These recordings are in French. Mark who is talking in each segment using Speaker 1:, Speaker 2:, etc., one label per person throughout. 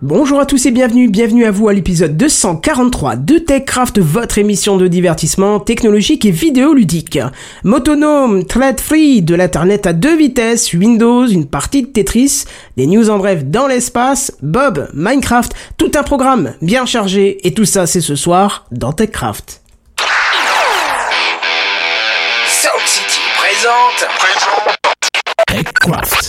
Speaker 1: Bonjour à tous et bienvenue, bienvenue à vous à l'épisode 243 de TechCraft, votre émission de divertissement technologique et vidéoludique. Motonome, thread free, de l'internet à deux vitesses, Windows, une partie de Tetris, des news en bref dans l'espace, Bob, Minecraft, tout un programme bien chargé et tout ça c'est ce soir dans TechCraft.
Speaker 2: Sound City présente.
Speaker 3: TechCraft.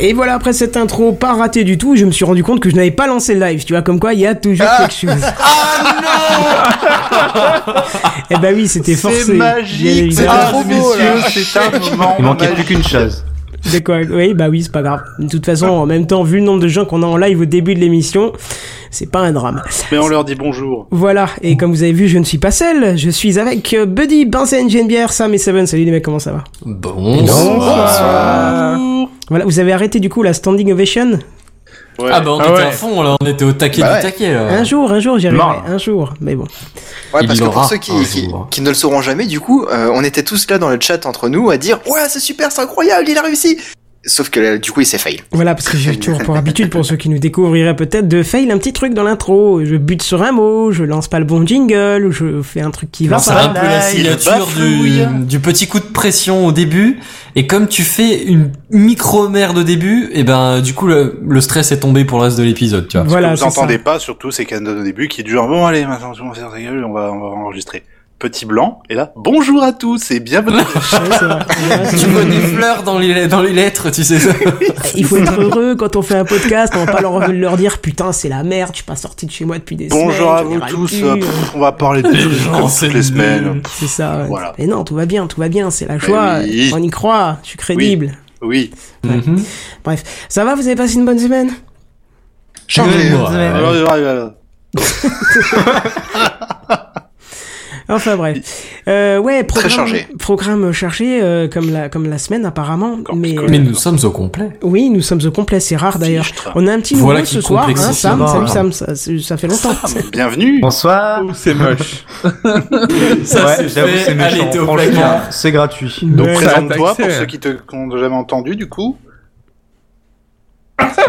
Speaker 1: Et voilà, après cette intro pas ratée du tout, je me suis rendu compte que je n'avais pas lancé le live, tu vois, comme quoi il y a toujours
Speaker 4: Ah.
Speaker 1: quelque chose. Eh ben oui, c'était forcé.
Speaker 4: C'est
Speaker 1: bien
Speaker 4: magique,
Speaker 1: évidemment. Ah,
Speaker 4: mesdames
Speaker 5: trop
Speaker 4: et
Speaker 5: beau, là.
Speaker 4: messieurs, c'est un moment.
Speaker 6: Il manquait plus
Speaker 4: magique.
Speaker 6: qu'une chose.
Speaker 1: De quoi Oui, bah oui, c'est pas grave. De toute façon, en même temps, vu le nombre de gens qu'on a en live au début de l'émission, c'est pas un drame.
Speaker 4: Mais on leur dit bonjour.
Speaker 1: Voilà, et comme vous avez vu, je ne suis pas seul. Je suis avec euh, Buddy, Benzen, JNBR, Sam et Seven. Salut les mecs, comment ça va
Speaker 5: Bon.
Speaker 1: Voilà, vous avez arrêté du coup la standing ovation
Speaker 4: Ouais.
Speaker 5: Ah bah on
Speaker 4: Ah
Speaker 5: était
Speaker 4: ouais.
Speaker 5: à fond là, on était au taquet
Speaker 7: Bah
Speaker 5: du
Speaker 7: ouais.
Speaker 5: taquet
Speaker 4: Euh,
Speaker 5: là.
Speaker 1: Un jour, un jour, j'y arriverai.
Speaker 6: Marre.
Speaker 1: Un jour, mais bon.
Speaker 7: Ouais,
Speaker 5: Il
Speaker 7: parce que
Speaker 5: l'aura
Speaker 7: pour ceux qui,
Speaker 5: un
Speaker 7: qui,
Speaker 5: jour.
Speaker 7: qui ne le sauront jamais, du coup, euh, on était tous là dans le chat entre nous à dire Ouais, c'est super, c'est incroyable, il a réussi Sauf que là, du coup, il s'est fail.
Speaker 1: Voilà, parce que j'ai toujours pour habitude, pour ceux qui nous découvriraient peut-être, de fail un petit truc dans l'intro. Je bute sur un mot, je lance pas le bon jingle, ou je fais un truc qui va
Speaker 5: C'est
Speaker 1: pas.
Speaker 5: un peu la
Speaker 4: Banaille,
Speaker 5: signature du,
Speaker 4: bafouille.
Speaker 5: du petit coup de pression au début. Et comme tu fais une micro-merde au début, et ben du coup le, le stress est tombé pour le reste de l'épisode, tu vois.
Speaker 4: Ce
Speaker 1: Voilà,
Speaker 4: que vous
Speaker 1: c'est ça.
Speaker 4: entendez pas, surtout, c'est Canon au début qui est du genre bon, allez, maintenant, tout le monde ferme sa gueule, on va, on va enregistrer. Petit blanc, et là, bonjour à tous et bienvenue.
Speaker 1: Ouais, c'est vrai. Ouais, c'est
Speaker 5: Tu
Speaker 1: vrai.
Speaker 5: vois des fleurs dans les, dans les lettres, tu sais ça.
Speaker 1: Il faut être heureux quand on fait un podcast, on va pas leur, leur dire putain c'est la merde, je suis pas sorti de chez moi depuis des
Speaker 4: bonjour à vous
Speaker 1: semaines. j'en ai ras le
Speaker 4: tous,
Speaker 1: cul.
Speaker 4: euh, pff, on va parler de
Speaker 5: Les gens,
Speaker 4: comme
Speaker 5: c'est
Speaker 4: toutes les semaines.
Speaker 5: nul.
Speaker 1: C'est ça. ouais.
Speaker 4: Voilà. Eh
Speaker 1: Mais non, tout va bien, tout va bien, c'est la joie,
Speaker 4: oui.
Speaker 1: on y croit, je suis crédible.
Speaker 4: Oui.
Speaker 5: Mhm.
Speaker 1: Bref, ça va, vous avez passé une bonne semaine
Speaker 7: Changez.
Speaker 5: Ouais.
Speaker 4: Alors, alors, alors,
Speaker 1: Enfin bref. Euh, ouais, programme,
Speaker 7: chargé.
Speaker 1: programme chargé euh, comme, la, comme la semaine apparemment.
Speaker 4: Encore
Speaker 1: Mais, euh,
Speaker 6: euh,
Speaker 4: plus que-
Speaker 5: Mais nous sommes au complet.
Speaker 1: oui, nous sommes au complet, c'est rare Ah, d'ailleurs.
Speaker 4: Fichtre.
Speaker 1: On a un petit nouveau
Speaker 5: Voilà qui
Speaker 1: ce soir, hein,
Speaker 5: complexifie
Speaker 1: Sam,
Speaker 5: la
Speaker 1: salut
Speaker 5: barre.
Speaker 1: Sam, ça, ça fait longtemps.
Speaker 4: Ah, bah Bienvenue.
Speaker 6: Bonsoir.
Speaker 8: C'est moche.
Speaker 5: Ça
Speaker 6: ouais, j'avoue, c'est méchant. Franchement, c'est gratuit.
Speaker 1: Ouais.
Speaker 4: Donc
Speaker 8: ça
Speaker 4: présente-toi
Speaker 8: t'accélère.
Speaker 4: pour ceux qui te qui ont jamais entendu du coup.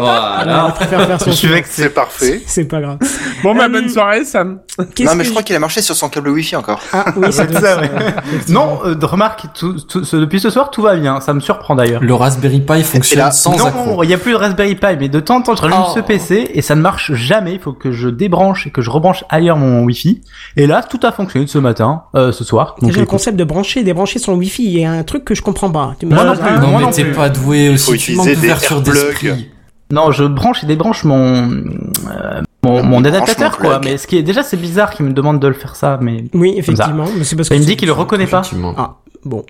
Speaker 1: Voilà, on
Speaker 5: Voilà.
Speaker 1: préfère faire son
Speaker 6: Je suis vexé.
Speaker 4: C'est parfait.
Speaker 1: C'est pas grave.
Speaker 8: Bon, bah,
Speaker 1: Euh,
Speaker 8: bonne soirée, Sam.
Speaker 1: Qu'est-ce
Speaker 7: Non, mais
Speaker 1: que
Speaker 7: je crois qu'il a marché sur son câble Wi-Fi encore.
Speaker 1: Ah oui, ça
Speaker 6: Ouais,
Speaker 1: doit
Speaker 6: ça,
Speaker 1: être ça,
Speaker 6: ouais.
Speaker 1: effectivement.
Speaker 6: Non, euh, remarque, tout- tout- ce- depuis ce soir, tout va bien. Ça me surprend d'ailleurs.
Speaker 5: Le Raspberry Pi fonctionne
Speaker 7: Et là,
Speaker 5: sans accro.
Speaker 6: non, il n'y a plus de Raspberry Pi, mais de temps en temps, je rallume
Speaker 5: Oh.
Speaker 6: ce PC et ça ne marche jamais. Il faut que je débranche et que je rebranche ailleurs mon Wi-Fi. Et là, tout a fonctionné ce matin, euh, ce soir. Donc,
Speaker 1: Déjà, le
Speaker 6: écoute,
Speaker 1: concept de brancher, débrancher son wifi, il y a un truc que je comprends pas. Tu me-
Speaker 6: Moi non
Speaker 1: Ah,
Speaker 6: plus.
Speaker 5: Non,
Speaker 6: Moi
Speaker 5: mais
Speaker 6: non
Speaker 5: t'es
Speaker 6: plus.
Speaker 5: pas doué aussi, tu
Speaker 4: utiliser
Speaker 5: manques
Speaker 4: des
Speaker 5: d'ouverture
Speaker 4: airplugs.
Speaker 5: d'esprit.
Speaker 6: Non, je branche et débranche mon euh, mon, mon adaptateur
Speaker 7: Branchement
Speaker 6: quoi.
Speaker 7: plug.
Speaker 6: Mais ce qui est déjà c'est bizarre qu'il me demande de le faire ça, mais
Speaker 1: Oui, effectivement. Mais c'est parce que
Speaker 6: il me dit qu'il le reconnaît pas.
Speaker 5: Effectivement.
Speaker 1: Ah, bon.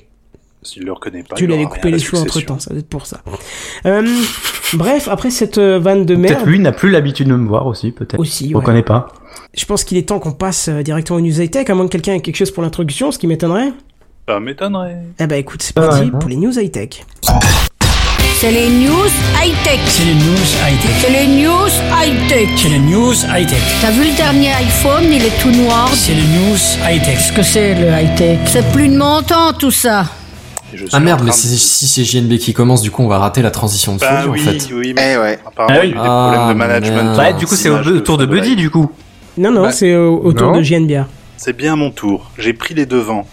Speaker 4: S'il le reconnaît pas.
Speaker 1: tu
Speaker 4: il
Speaker 1: lui avais
Speaker 4: aura
Speaker 1: coupé
Speaker 4: rien à
Speaker 1: les
Speaker 4: la
Speaker 1: cheveux entre
Speaker 4: succession.
Speaker 1: temps, ça doit être pour ça. Euh, bref, après cette euh, vanne de
Speaker 6: Peut-être
Speaker 1: merde.
Speaker 6: lui n'a plus l'habitude de me voir aussi, peut-être.
Speaker 1: Aussi,
Speaker 6: Il
Speaker 1: ouais.
Speaker 6: reconnaît pas.
Speaker 1: je pense qu'il est temps qu'on passe euh, directement aux news high tech, à moins que quelqu'un ait quelque chose pour l'introduction, ce qui m'étonnerait.
Speaker 4: Ça m'étonnerait.
Speaker 1: Eh ben écoute, c'est
Speaker 6: Ah
Speaker 1: parti
Speaker 6: ouais,
Speaker 1: pour les news high tech.
Speaker 9: C'est les news high-tech.
Speaker 10: C'est les news high-tech.
Speaker 9: C'est les news high-tech.
Speaker 10: C'est les news high-tech.
Speaker 9: T'as vu le dernier iPhone, il est tout noir.
Speaker 10: C'est les news high-tech.
Speaker 9: que c'est le high-tech C'est plus de mon temps tout ça.
Speaker 4: Et je suis
Speaker 5: Ah
Speaker 4: en
Speaker 5: merde,
Speaker 4: train
Speaker 5: mais
Speaker 4: de-
Speaker 5: si, si c'est JNB qui commence, du coup, on va rater la transition de
Speaker 4: Bah oui,
Speaker 5: folie, en fait.
Speaker 4: oui, mais
Speaker 7: Eh ouais.
Speaker 4: apparemment,
Speaker 6: Ah
Speaker 4: il y a eu des
Speaker 5: oui.
Speaker 4: problèmes de
Speaker 5: Ah,
Speaker 4: management.
Speaker 5: merde.
Speaker 6: Bah, du coup, c'est au,
Speaker 4: Image
Speaker 6: tour de Buddy, du coup.
Speaker 1: Non, non,
Speaker 4: Bah,
Speaker 1: c'est au, autour
Speaker 6: non.
Speaker 1: de JNBR.
Speaker 4: C'est bien mon tour. J'ai pris les devants.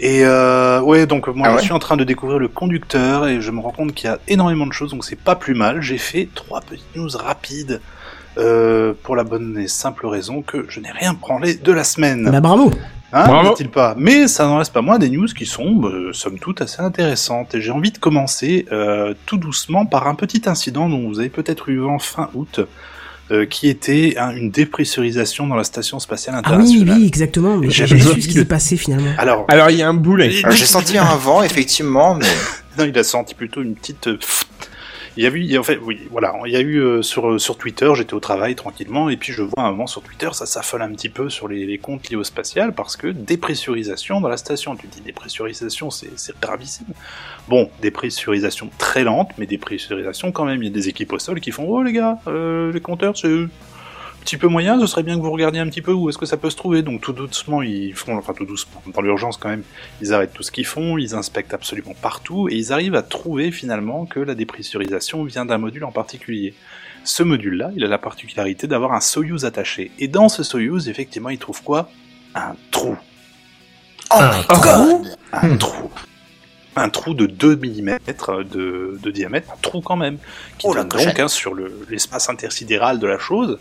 Speaker 4: Et euh, ouais, donc moi
Speaker 7: Ah ouais
Speaker 4: je suis en train de découvrir le conducteur et je me rends compte qu'il y a énormément de choses, donc c'est pas plus mal. J'ai fait trois petites news rapides euh, pour la bonne et simple raison que je n'ai rien branlé de la semaine.
Speaker 1: Bah bravo.
Speaker 4: Hein,
Speaker 6: Bravo.
Speaker 4: n'est-il pas Mais ça n'en reste pas moins des news qui sont, euh, somme toute, assez intéressantes. Et j'ai envie de commencer euh, tout doucement par un petit incident dont vous avez peut-être eu vent fin août, euh, qui était hein, une dépressurisation dans la station spatiale
Speaker 1: Ah oui,
Speaker 4: internationale.
Speaker 1: oui, exactement. Mais
Speaker 4: Je-
Speaker 1: J'avais
Speaker 3: je-
Speaker 1: su ce qui s'est passé finalement.
Speaker 4: Alors, Euh,
Speaker 3: Alors il y a un boulet.
Speaker 7: Alors, Euh, J'ai senti un vent, effectivement, mais
Speaker 4: non, il a senti plutôt une petite. euh, pfft. Il y a eu, il y a- en fait, oui, voilà, il y a eu euh, sur euh, sur Twitter, j'étais au travail tranquillement, et puis je vois un moment sur Twitter, ça s'affole un petit peu sur les, les comptes liés au spatial parce que dépressurisation dans la station. Tu te dis dépressurisation, c'est c'est gravissime. Bon, dépressurisation très lente, mais dépressurisation quand même. Il y a des équipes au sol qui font oh les gars, euh, les compteurs c'est un petit peu moyen, ce serait bien que vous regardiez un petit peu où est-ce que ça peut se trouver. Donc tout doucement ils font, enfin tout doucement, dans l'urgence quand même. Ils arrêtent tout ce qu'ils font, ils inspectent absolument partout et ils arrivent à trouver finalement que la dépressurisation vient d'un module en particulier. Ce module-là, il a la particularité d'avoir un Soyuz attaché. Et dans ce Soyuz, effectivement, ils trouvent quoi Un trou.
Speaker 7: Oh,
Speaker 10: Un
Speaker 7: Hmm.
Speaker 4: Un trou. Un trou de 2 mm de, de diamètre, un trou quand même, qui
Speaker 7: Oh la
Speaker 4: donne donc
Speaker 7: cochette.
Speaker 4: hein, sur le- l'espace intersidéral de la chose.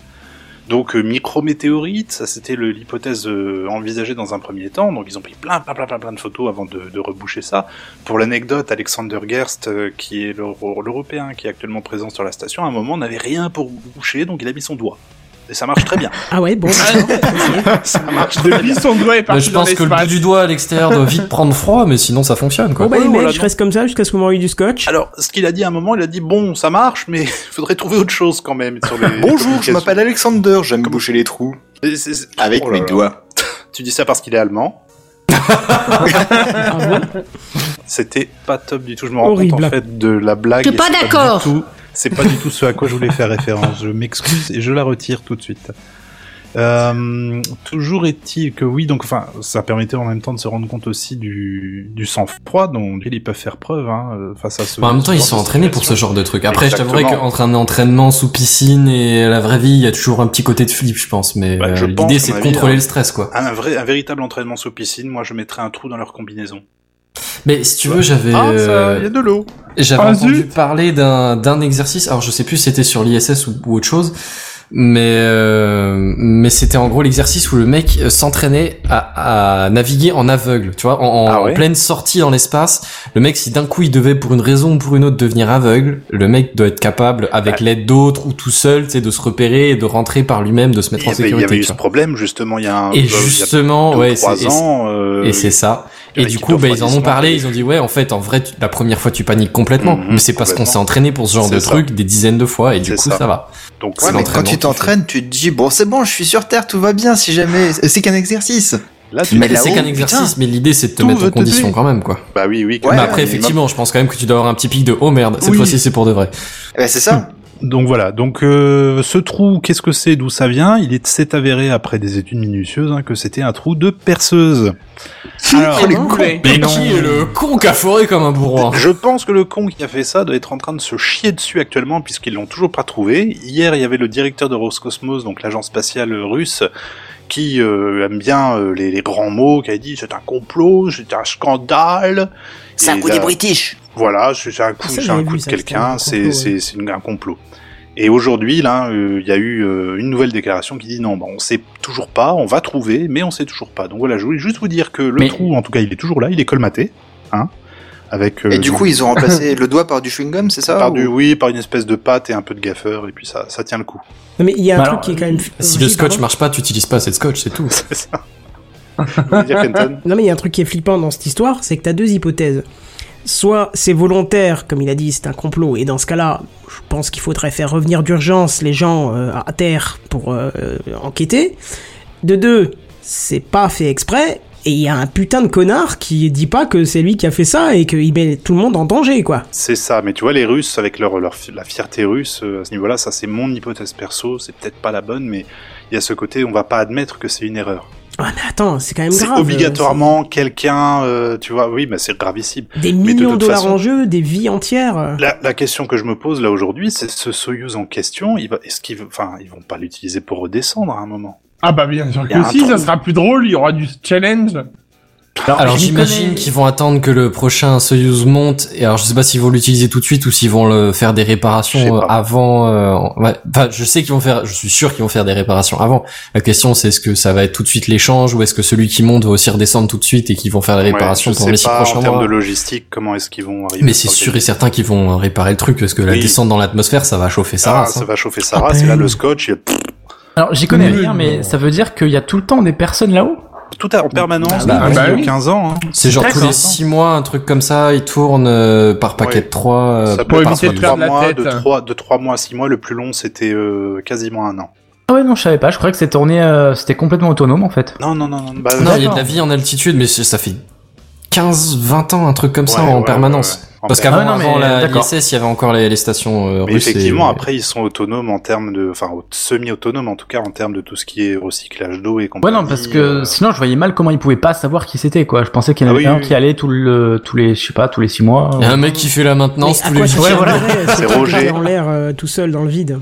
Speaker 4: Donc euh, micrométéorite, ça c'était le- l'hypothèse euh, envisagée dans un premier temps, donc ils ont pris plein plein plein plein, plein de photos avant de, de reboucher ça. Pour l'anecdote, Alexander Gerst, euh, qui est l'Euro- l'Européen qui est actuellement présent sur la station, à un moment n'avait rien pour boucher, donc il a mis son doigt. Et ça marche très bien.
Speaker 1: Ah ouais, bon.
Speaker 4: ça marche très bien.
Speaker 3: Depuis son doigt est
Speaker 5: Bah,
Speaker 3: parti
Speaker 5: je
Speaker 3: dans
Speaker 5: pense que le bout
Speaker 3: l'espace.
Speaker 5: du doigt à l'extérieur doit vite prendre froid, mais sinon ça fonctionne, quoi.
Speaker 1: Bon bah les
Speaker 4: Ouais,
Speaker 1: mecs,
Speaker 4: voilà,
Speaker 1: je reste comme ça jusqu'à ce que vous m'envoyez du scotch.
Speaker 4: Alors, ce qu'il a dit à un moment, il a dit bon, ça marche, mais il faudrait trouver autre chose quand même. Sur les
Speaker 7: bonjour, je
Speaker 4: communications.
Speaker 7: m'appelle Alexander, j'aime boucher les trous
Speaker 4: Et c'est- c'est-
Speaker 7: avec
Speaker 4: Oh là
Speaker 7: mes
Speaker 4: là.
Speaker 7: doigts.
Speaker 4: Tu dis ça parce qu'il est allemand. C'était pas top du tout. Je me rends compte
Speaker 1: Horrible.
Speaker 4: en fait de la blague.
Speaker 9: T'es
Speaker 4: et
Speaker 9: pas
Speaker 4: c'est
Speaker 9: d'accord.
Speaker 4: du tout- C'est pas du tout ce à quoi je voulais faire référence. Je m'excuse et je la retire tout de suite. Euh, toujours est-il que oui, donc enfin, ça permettait en même temps de se rendre compte aussi du, du sang-froid dont ils peuvent faire preuve hein, euh, face à ce.
Speaker 5: Bah, en même temps,
Speaker 4: ce
Speaker 5: ils
Speaker 4: genre
Speaker 5: sont
Speaker 4: de
Speaker 5: entraînés pour ce
Speaker 4: situation.
Speaker 5: genre de truc. Après, je t'avouerai
Speaker 4: Exactement.
Speaker 5: qu'entre un entraînement sous piscine et la vraie vie, il y a toujours un petit côté de flip, je pense. Mais
Speaker 4: Bah,
Speaker 5: euh,
Speaker 4: je pense,
Speaker 5: l'idée, c'est
Speaker 4: à
Speaker 5: de
Speaker 4: mon avis,
Speaker 5: contrôler
Speaker 4: hein.
Speaker 5: le stress, quoi.
Speaker 4: Un, vrai, un véritable entraînement sous piscine, moi je mettrais un trou dans leur combinaison.
Speaker 5: Mais si tu veux, j'avais
Speaker 4: Ah, ça,
Speaker 5: euh,
Speaker 4: il y a de l'eau.
Speaker 5: j'avais
Speaker 3: Ah,
Speaker 5: entendu
Speaker 3: zut.
Speaker 5: parler d'un d'un exercice. Alors, je sais plus si c'était sur l'ISS ou, ou autre chose, mais euh, mais c'était en gros l'exercice où le mec euh, s'entraînait à, à naviguer en aveugle. Tu vois, en, en-
Speaker 4: Ah ouais
Speaker 5: en pleine sortie dans l'espace, le mec, si d'un coup il devait pour une raison ou pour une autre devenir aveugle, le mec doit être capable, avec l'aide d'autres ou tout seul, tu sais, de se repérer et de rentrer par lui-même, de se
Speaker 4: Il
Speaker 5: mettre
Speaker 4: y
Speaker 5: en
Speaker 4: avait, ben, il y
Speaker 5: sécurité.
Speaker 4: avait eu
Speaker 5: tu
Speaker 4: ce
Speaker 5: vois.
Speaker 4: problème justement il y a un
Speaker 5: hein. Et
Speaker 4: il y a
Speaker 5: justement,
Speaker 4: deux ou
Speaker 5: ouais,
Speaker 4: trois
Speaker 5: c'est- et c'est-
Speaker 4: ans. euh,
Speaker 5: et c'est ça.
Speaker 4: de
Speaker 5: Et du
Speaker 4: l'équipe
Speaker 5: coup,
Speaker 4: de
Speaker 5: bah, ils en ont
Speaker 4: refroidissement.
Speaker 5: parlé, ils ont dit, ouais, en fait, en vrai, tu- la première fois, tu paniques complètement.
Speaker 4: Mhm,
Speaker 5: mais c'est parce qu'on
Speaker 4: complètement.
Speaker 5: s'est entraîné pour ce genre
Speaker 4: C'est
Speaker 5: de
Speaker 4: ça.
Speaker 5: truc des dizaines de fois, et du
Speaker 4: C'est
Speaker 5: coup,
Speaker 4: ça.
Speaker 5: ça, va.
Speaker 4: donc
Speaker 5: C'est
Speaker 7: Ouais, mais quand
Speaker 5: l'entraînement
Speaker 7: tu t'entraînes, tu te dis, bon, c'est bon, je suis sur Terre, tout va bien, si jamais, euh, c'est qu'un exercice.
Speaker 4: là tu
Speaker 7: Mais
Speaker 4: dis,
Speaker 7: là-
Speaker 5: C'est
Speaker 7: là-haut,
Speaker 5: qu'un exercice, mais l'idée, c'est de te
Speaker 4: tout
Speaker 5: mettre
Speaker 4: veut
Speaker 5: en
Speaker 4: te tuer.
Speaker 5: condition quand même, quoi.
Speaker 4: bah oui oui. quand
Speaker 7: Ouais,
Speaker 5: mais
Speaker 4: même.
Speaker 5: après,
Speaker 7: mais
Speaker 5: effectivement, je pense quand même que tu dois avoir un petit pic de, oh merde, cette
Speaker 4: Oui.
Speaker 5: fois-ci, c'est pour de vrai.
Speaker 7: Eh ben, c'est ça.
Speaker 4: Donc voilà, donc euh, ce trou, qu'est-ce que c'est, d'où ça vient Il est- s'est avéré après des études minutieuses hein, que c'était un trou de perceuse. Alors,
Speaker 3: Oh, le boulet.
Speaker 5: Mais qui est le con qui a foré comme un bourreau hein
Speaker 4: je pense que le con qui a fait ça doit être en train de se chier dessus actuellement puisqu'ils l'ont toujours pas trouvé. Hier, il y avait le directeur de Roscosmos, donc l'agence spatiale russe, qui euh, aime bien euh, les, les grands mots, qui a dit c'est un complot, c'est un scandale.
Speaker 2: C'est un
Speaker 4: Et
Speaker 2: coup des
Speaker 4: là-
Speaker 2: British.
Speaker 4: Voilà, c'est c'est un coup,
Speaker 1: Ça,
Speaker 4: c'est
Speaker 1: j'avais
Speaker 4: un
Speaker 1: vu
Speaker 4: coup de
Speaker 1: ça, c'était un
Speaker 4: quelqu'un, c'est
Speaker 1: complot,
Speaker 4: c'est c'est une- un complot. Et aujourd'hui, là, euh, il y a eu euh, une nouvelle déclaration qui dit non, bah, on sait toujours pas, on va trouver, mais on sait toujours pas. Donc voilà, je voulais juste vous dire que le
Speaker 5: Mais-
Speaker 4: trou, en tout cas, il est toujours là, il est colmaté, hein, avec. euh,
Speaker 7: Et du coup, ils ont remplacé le doigt par du chewing-gum, c'est ça?
Speaker 4: par
Speaker 7: ou-
Speaker 4: du oui, par une espèce de pâte et un peu de gaffeur, et puis ça, ça tient le coup.
Speaker 1: Non mais il y a un
Speaker 6: Bah,
Speaker 1: truc
Speaker 6: alors,
Speaker 1: qui est quand même.
Speaker 5: Si
Speaker 1: euh,
Speaker 5: le scotch
Speaker 1: pardon.
Speaker 5: marche pas, tu utilises pas assez de scotch, c'est tout.
Speaker 4: C'est ça. Je voulais dire, Kenton.
Speaker 1: Non mais il y a un truc qui est flippant dans cette histoire, c'est que t'as deux hypothèses. Soit c'est volontaire, comme il a dit, c'est un complot, et dans ce cas-là, je pense qu'il faudrait faire revenir d'urgence les gens euh, à terre pour euh, euh, enquêter. De deux, c'est pas fait exprès, et il y a un putain de connard qui dit pas que c'est lui qui a fait ça et qu'il met tout le monde en danger, quoi.
Speaker 4: C'est ça, mais tu vois, les Russes, avec leur, leur fi- la fierté russe, euh, à ce niveau-là, ça c'est mon hypothèse perso, c'est peut-être pas la bonne, mais il y a ce côté, on va pas admettre que c'est une erreur.
Speaker 1: Ah, mais attends, c'est quand même
Speaker 4: C'est
Speaker 1: grave. euh,
Speaker 4: obligatoirement quelqu'un, euh, tu vois, oui, mais c'est gravissime.
Speaker 1: C'est Des
Speaker 4: Mais de
Speaker 1: millions de
Speaker 4: toute
Speaker 1: dollars
Speaker 4: façon-
Speaker 1: en jeu, des vies entières.
Speaker 4: La, la question que je me pose là aujourd'hui, c'est ce Soyuz en question, il va, est-ce qu'ils, veut- enfin, ils vont pas l'utiliser pour redescendre à un moment
Speaker 3: Ah bah bien sûr
Speaker 4: Y a
Speaker 3: que
Speaker 4: un
Speaker 3: si,
Speaker 4: trou.
Speaker 3: ça sera plus drôle, il y aura du challenge.
Speaker 5: Alors
Speaker 6: je m'y
Speaker 5: j'imagine
Speaker 6: connais-
Speaker 5: qu'ils vont attendre que le prochain Soyuz monte. Et alors je sais pas s'ils vont l'utiliser tout de suite ou s'ils vont le faire des
Speaker 4: Je sais
Speaker 5: réparations
Speaker 4: pas.
Speaker 5: euh, avant. euh, ouais. Enfin, je sais qu'ils vont faire. Je suis sûr qu'ils vont faire des réparations avant. La question c'est est-ce que ça va être tout de suite l'échange ou est-ce que celui qui monte va aussi redescendre tout de suite et qu'ils vont faire les réparations
Speaker 4: Ouais, je
Speaker 5: pendant
Speaker 4: sais
Speaker 5: les six
Speaker 4: pas,
Speaker 5: prochains
Speaker 4: En termes
Speaker 5: mois.
Speaker 4: de logistique, comment est-ce qu'ils vont arriver
Speaker 5: Mais
Speaker 4: à
Speaker 5: c'est
Speaker 4: s'organiser
Speaker 5: sûr et certain qu'ils vont euh, réparer le truc parce que la
Speaker 4: Oui.
Speaker 5: descente dans l'atmosphère ça va chauffer ça. Euh,
Speaker 4: Ah, ça va chauffer Sarah, c'est là
Speaker 6: ben
Speaker 4: le scotch. il- pff,
Speaker 6: Alors j'y connais
Speaker 3: Nul.
Speaker 6: rien, mais ça veut dire qu'il y a tout le temps des personnes là-haut
Speaker 4: Tout à- en permanence
Speaker 5: bah,
Speaker 4: depuis
Speaker 3: bah oui.
Speaker 4: 15 ans. hein.
Speaker 5: C'est genre tous
Speaker 6: D'accord.
Speaker 5: les 6 mois, un truc comme ça, ils tournent euh, par paquet
Speaker 4: Ouais.
Speaker 5: de 3. Euh,
Speaker 4: Ça
Speaker 5: par
Speaker 4: peut
Speaker 3: Pour
Speaker 4: être
Speaker 3: éviter
Speaker 4: parfois
Speaker 3: de
Speaker 4: trois
Speaker 3: perdre la
Speaker 4: mois,
Speaker 3: tête.
Speaker 4: de 3, de trois mois à 6 mois. Le plus long, c'était euh, quasiment un an.
Speaker 6: Ah ouais, non, je savais pas. Je croyais que cette tournée, euh, c'était complètement autonome en fait.
Speaker 4: Non, non, non, non. bah,
Speaker 5: Non,
Speaker 4: ouais,
Speaker 5: il y a de la
Speaker 6: D'accord.
Speaker 5: vie en altitude, mais c'est- ça fait 15, 20 ans, un truc comme ça,
Speaker 4: ouais,
Speaker 5: en
Speaker 4: ouais,
Speaker 5: permanence.
Speaker 4: ouais, ouais. En
Speaker 5: Parce
Speaker 4: permanence.
Speaker 5: qu'avant
Speaker 6: Ah, non, mais
Speaker 5: avant la
Speaker 6: d'accord.
Speaker 5: l'ISS, il y avait encore les, les stations euh,
Speaker 4: Mais
Speaker 5: russes. et-
Speaker 4: effectivement, après, ils sont autonomes en termes de, enfin, au- semi-autonomes en tout cas en termes de tout ce qui est recyclage d'eau et
Speaker 6: Ouais,
Speaker 4: compagnie.
Speaker 6: non, parce
Speaker 4: euh,
Speaker 6: que sinon, je voyais mal comment ils pouvaient pas savoir qui c'était quoi. Je pensais qu'il y en
Speaker 4: Ah
Speaker 6: avait
Speaker 4: oui,
Speaker 6: un
Speaker 4: oui, Ah
Speaker 6: qui allait tout le, tous les, je sais pas, tous les 6 mois.
Speaker 5: Il y a un mec qui fait la
Speaker 1: Mais
Speaker 5: maintenance
Speaker 1: à
Speaker 5: tous
Speaker 1: quoi
Speaker 5: les
Speaker 1: ça
Speaker 5: jours.
Speaker 6: Ouais, voilà.
Speaker 1: servirait,
Speaker 4: C'est
Speaker 1: ce truc
Speaker 4: Roger.
Speaker 1: dans l'air euh, tout seul dans le vide.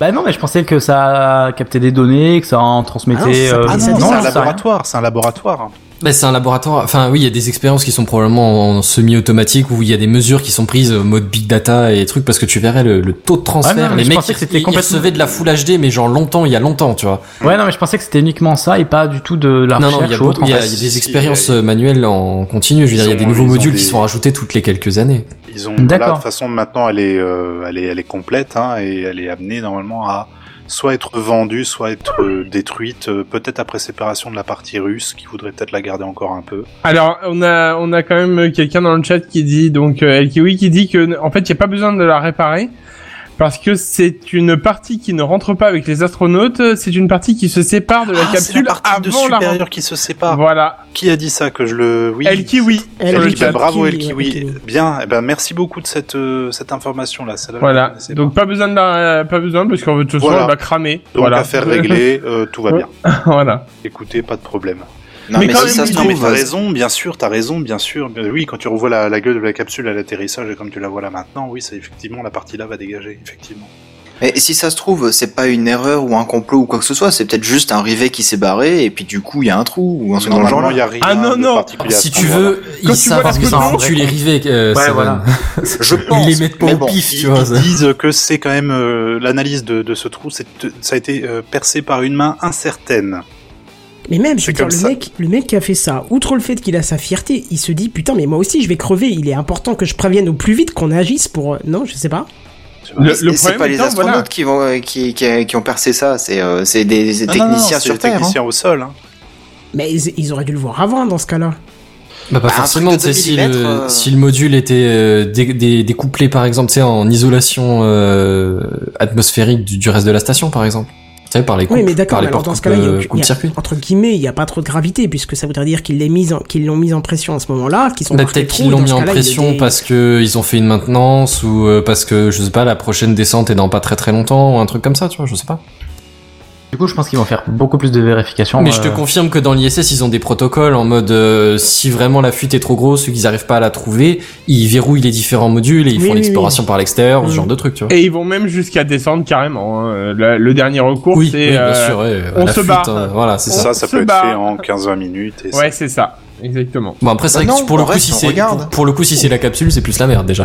Speaker 6: Bah non, mais je pensais que ça captait des données, que ça en transmettait.
Speaker 1: Ah non, ça-
Speaker 6: euh,
Speaker 1: ah
Speaker 4: Ah
Speaker 1: non, ça sert
Speaker 4: non, c'est un
Speaker 6: j'en sais rien.
Speaker 4: laboratoire, c'est un laboratoire. hein.
Speaker 5: Bah, c'est un laboratoire. Enfin, oui, il y a des expériences qui sont probablement en semi-automatique où il y a des mesures qui sont prises euh, mode big data et trucs parce que tu verrais le, le taux de transfert.
Speaker 6: Ouais, Ah non, mais
Speaker 5: les
Speaker 6: je
Speaker 5: mecs,
Speaker 6: pensais que c'était
Speaker 5: ils- ils
Speaker 6: complètement-
Speaker 5: recevaient de la full HD, mais genre longtemps, il y a longtemps, tu vois.
Speaker 6: Ouais, non, mais je pensais que c'était uniquement ça et pas du tout de la
Speaker 5: non, non, il y a,
Speaker 6: recherche ou
Speaker 5: beaucoup-
Speaker 6: autre. en
Speaker 5: il y a-
Speaker 6: fait.
Speaker 5: il y a
Speaker 4: Bah, Si,
Speaker 5: des expériences
Speaker 4: il y a-
Speaker 5: euh, manuelles en continu. Je veux dire, il y a
Speaker 4: Ils
Speaker 5: des
Speaker 4: ont-
Speaker 5: nouveaux
Speaker 4: ils ont
Speaker 5: modules
Speaker 4: des-
Speaker 5: qui sont rajoutés toutes les quelques années.
Speaker 4: Ils ont
Speaker 6: D'accord.
Speaker 4: là, de toute façon maintenant elle est euh, elle est elle est complète hein, et elle est amenée normalement à soit être vendue, soit être euh, détruite, euh, peut-être après séparation de la partie russe qui voudrait peut-être la garder encore un peu.
Speaker 3: Alors, on a, on a quand même quelqu'un dans le chat qui dit, donc, euh, El Kiwi qui dit que, en fait, il n'y a pas besoin de la réparer. Parce que c'est une partie qui ne rentre pas avec les astronautes, c'est une partie qui se sépare de
Speaker 4: Ah,
Speaker 3: la capsule avant
Speaker 4: de
Speaker 3: la
Speaker 4: supérieur
Speaker 3: rentrée.
Speaker 4: qui se sépare.
Speaker 3: Voilà.
Speaker 4: Qui a dit ça que je le oui
Speaker 3: El Kiwi.
Speaker 1: El
Speaker 4: Eh
Speaker 3: sur le
Speaker 4: oui,
Speaker 1: Kiwi.
Speaker 4: bah,
Speaker 3: chat.
Speaker 4: bravo El
Speaker 1: El Kiwi,
Speaker 4: Kiwi.
Speaker 1: El Kiwi.
Speaker 4: Bien, eh ben merci beaucoup de cette euh, cette information là.
Speaker 3: Voilà. Donc, pas besoin de la, pas besoin, parce qu'en fait, ce soir,
Speaker 4: Voilà.
Speaker 3: elle va cramer.
Speaker 4: Donc
Speaker 3: voilà.
Speaker 4: affaire réglée, euh, tout va bien.
Speaker 3: voilà.
Speaker 4: Écoutez, pas de problème.
Speaker 7: Non,
Speaker 3: Mais
Speaker 7: mais,
Speaker 3: quand
Speaker 7: si
Speaker 3: même,
Speaker 7: ça se
Speaker 3: il
Speaker 4: Non
Speaker 7: trouve,
Speaker 4: Ah, mais t'as
Speaker 7: euh,
Speaker 4: raison, bien sûr, t'as raison, bien sûr. Mais Oui, quand tu revois la, la gueule de la capsule à l'atterrissage et comme tu la vois là maintenant, oui, c'est effectivement la partie là va dégager, effectivement.
Speaker 7: mais si ça se trouve, c'est pas une erreur ou un complot ou quoi que ce soit, c'est peut-être juste un rivet qui s'est barré et puis du coup il y a un trou ou un truc dans le genre.
Speaker 4: Normalement,
Speaker 7: là.
Speaker 4: il y a rien
Speaker 3: Ah non,
Speaker 4: de
Speaker 3: non.
Speaker 4: particulier à
Speaker 5: si
Speaker 4: ce
Speaker 5: tu
Speaker 4: moment-là.
Speaker 5: veux,
Speaker 3: Quand
Speaker 5: ils
Speaker 3: tu vois
Speaker 5: savent
Speaker 3: la
Speaker 5: qu'ils
Speaker 3: photo-
Speaker 5: ont tu les rivets. euh,
Speaker 6: Ouais,
Speaker 5: Seven.
Speaker 6: voilà.
Speaker 7: Je pense.
Speaker 5: Ils les mettent pas
Speaker 7: mais
Speaker 5: au
Speaker 7: bon.
Speaker 5: pif, tu
Speaker 4: Ils,
Speaker 5: vois.
Speaker 4: ils
Speaker 5: ça.
Speaker 4: disent que c'est quand même euh, l'analyse de, de ce trou, c'est, ça a été euh, percé par une main incertaine.
Speaker 1: Mais même, je
Speaker 4: C'est
Speaker 1: veux dire,
Speaker 4: comme
Speaker 1: le
Speaker 4: ça.
Speaker 1: mec, le mec qui a fait ça, outre le fait qu'il a sa fierté, il se dit putain, mais moi aussi je vais crever. Il est important que je prévienne au plus vite qu'on agisse pour. euh, Non, je sais pas.
Speaker 3: Le,
Speaker 7: Mais
Speaker 3: le
Speaker 7: c'est
Speaker 3: problème
Speaker 7: pas les
Speaker 3: étant,
Speaker 7: astronautes
Speaker 3: voilà.
Speaker 7: qui, vont, euh, qui, qui, qui ont percé ça, c'est euh, c'est des, des
Speaker 5: Ah,
Speaker 4: Non, non, non,
Speaker 7: techniciens
Speaker 4: c'est
Speaker 7: sur
Speaker 4: les
Speaker 7: Terre. hein.
Speaker 4: techniciens au sol. hein.
Speaker 1: Mais ils, ils auraient dû le voir avant dans ce cas-là.
Speaker 5: Bah, pas
Speaker 7: Bah, un
Speaker 5: forcément,
Speaker 7: truc
Speaker 5: tu
Speaker 7: de
Speaker 5: sais, si,
Speaker 7: 2000
Speaker 5: le-
Speaker 7: mètres, euh.
Speaker 5: si le module était euh, dé- dé- découplé, par exemple, tu sais, en isolation euh, atmosphérique du, du reste de la station, par exemple. Tu sais, par les coupes,
Speaker 1: Oui, mais d'accord,
Speaker 5: par les
Speaker 1: mais alors dans
Speaker 5: portes euh,
Speaker 1: ce cas-là, il y a aucune- il y a-
Speaker 5: circuit
Speaker 1: entre guillemets, il n'y a pas trop de gravité, puisque ça voudrait dire qu'ils l'ont mise, en- qu'ils l'ont mise en pression à ce moment-là, qu'ils sont
Speaker 5: Bah,
Speaker 1: partis
Speaker 5: peut-être
Speaker 1: trop,
Speaker 5: qu'ils l'ont
Speaker 1: dans
Speaker 5: mis
Speaker 1: ce
Speaker 5: en
Speaker 1: cas-là, il
Speaker 5: pression
Speaker 1: était-
Speaker 5: parce que ils ont fait une maintenance ou euh, parce que je sais pas la prochaine descente est dans pas très très longtemps ou un truc comme ça tu vois je sais pas
Speaker 6: Du coup, je pense qu'ils vont faire beaucoup plus de vérifications.
Speaker 5: mais je te
Speaker 6: euh,
Speaker 5: confirme que dans l'ISS ils ont des protocoles en mode euh, si vraiment la fuite est trop grosse ou qu'ils arrivent pas à la trouver ils verrouillent les différents modules et ils
Speaker 1: Oui,
Speaker 5: font
Speaker 1: oui,
Speaker 5: l'exploration par l'extérieur
Speaker 1: Mm.
Speaker 5: ce genre de truc tu vois
Speaker 3: Et ils vont même jusqu'à descendre carrément. hein. Le, le dernier recours,
Speaker 5: oui,
Speaker 3: c'est.
Speaker 5: oui,
Speaker 3: euh,
Speaker 5: bien sûr ouais,
Speaker 3: on
Speaker 5: la
Speaker 3: se
Speaker 5: fuite,
Speaker 3: barre.
Speaker 5: euh, voilà c'est
Speaker 3: On-
Speaker 5: ça
Speaker 4: Ça, ça
Speaker 3: se
Speaker 4: peut être
Speaker 3: barre.
Speaker 4: fait en 15-20 minutes. Et ça-
Speaker 3: Ouais, c'est ça. Exactement.
Speaker 5: Bon après c'est
Speaker 7: Bah
Speaker 5: vrai que
Speaker 7: non,
Speaker 5: pour le
Speaker 7: on
Speaker 5: coup
Speaker 7: reste,
Speaker 5: si
Speaker 7: on
Speaker 5: c'est
Speaker 7: regarde.
Speaker 5: pour, pour le coup si c'est la capsule c'est plus la merde déjà.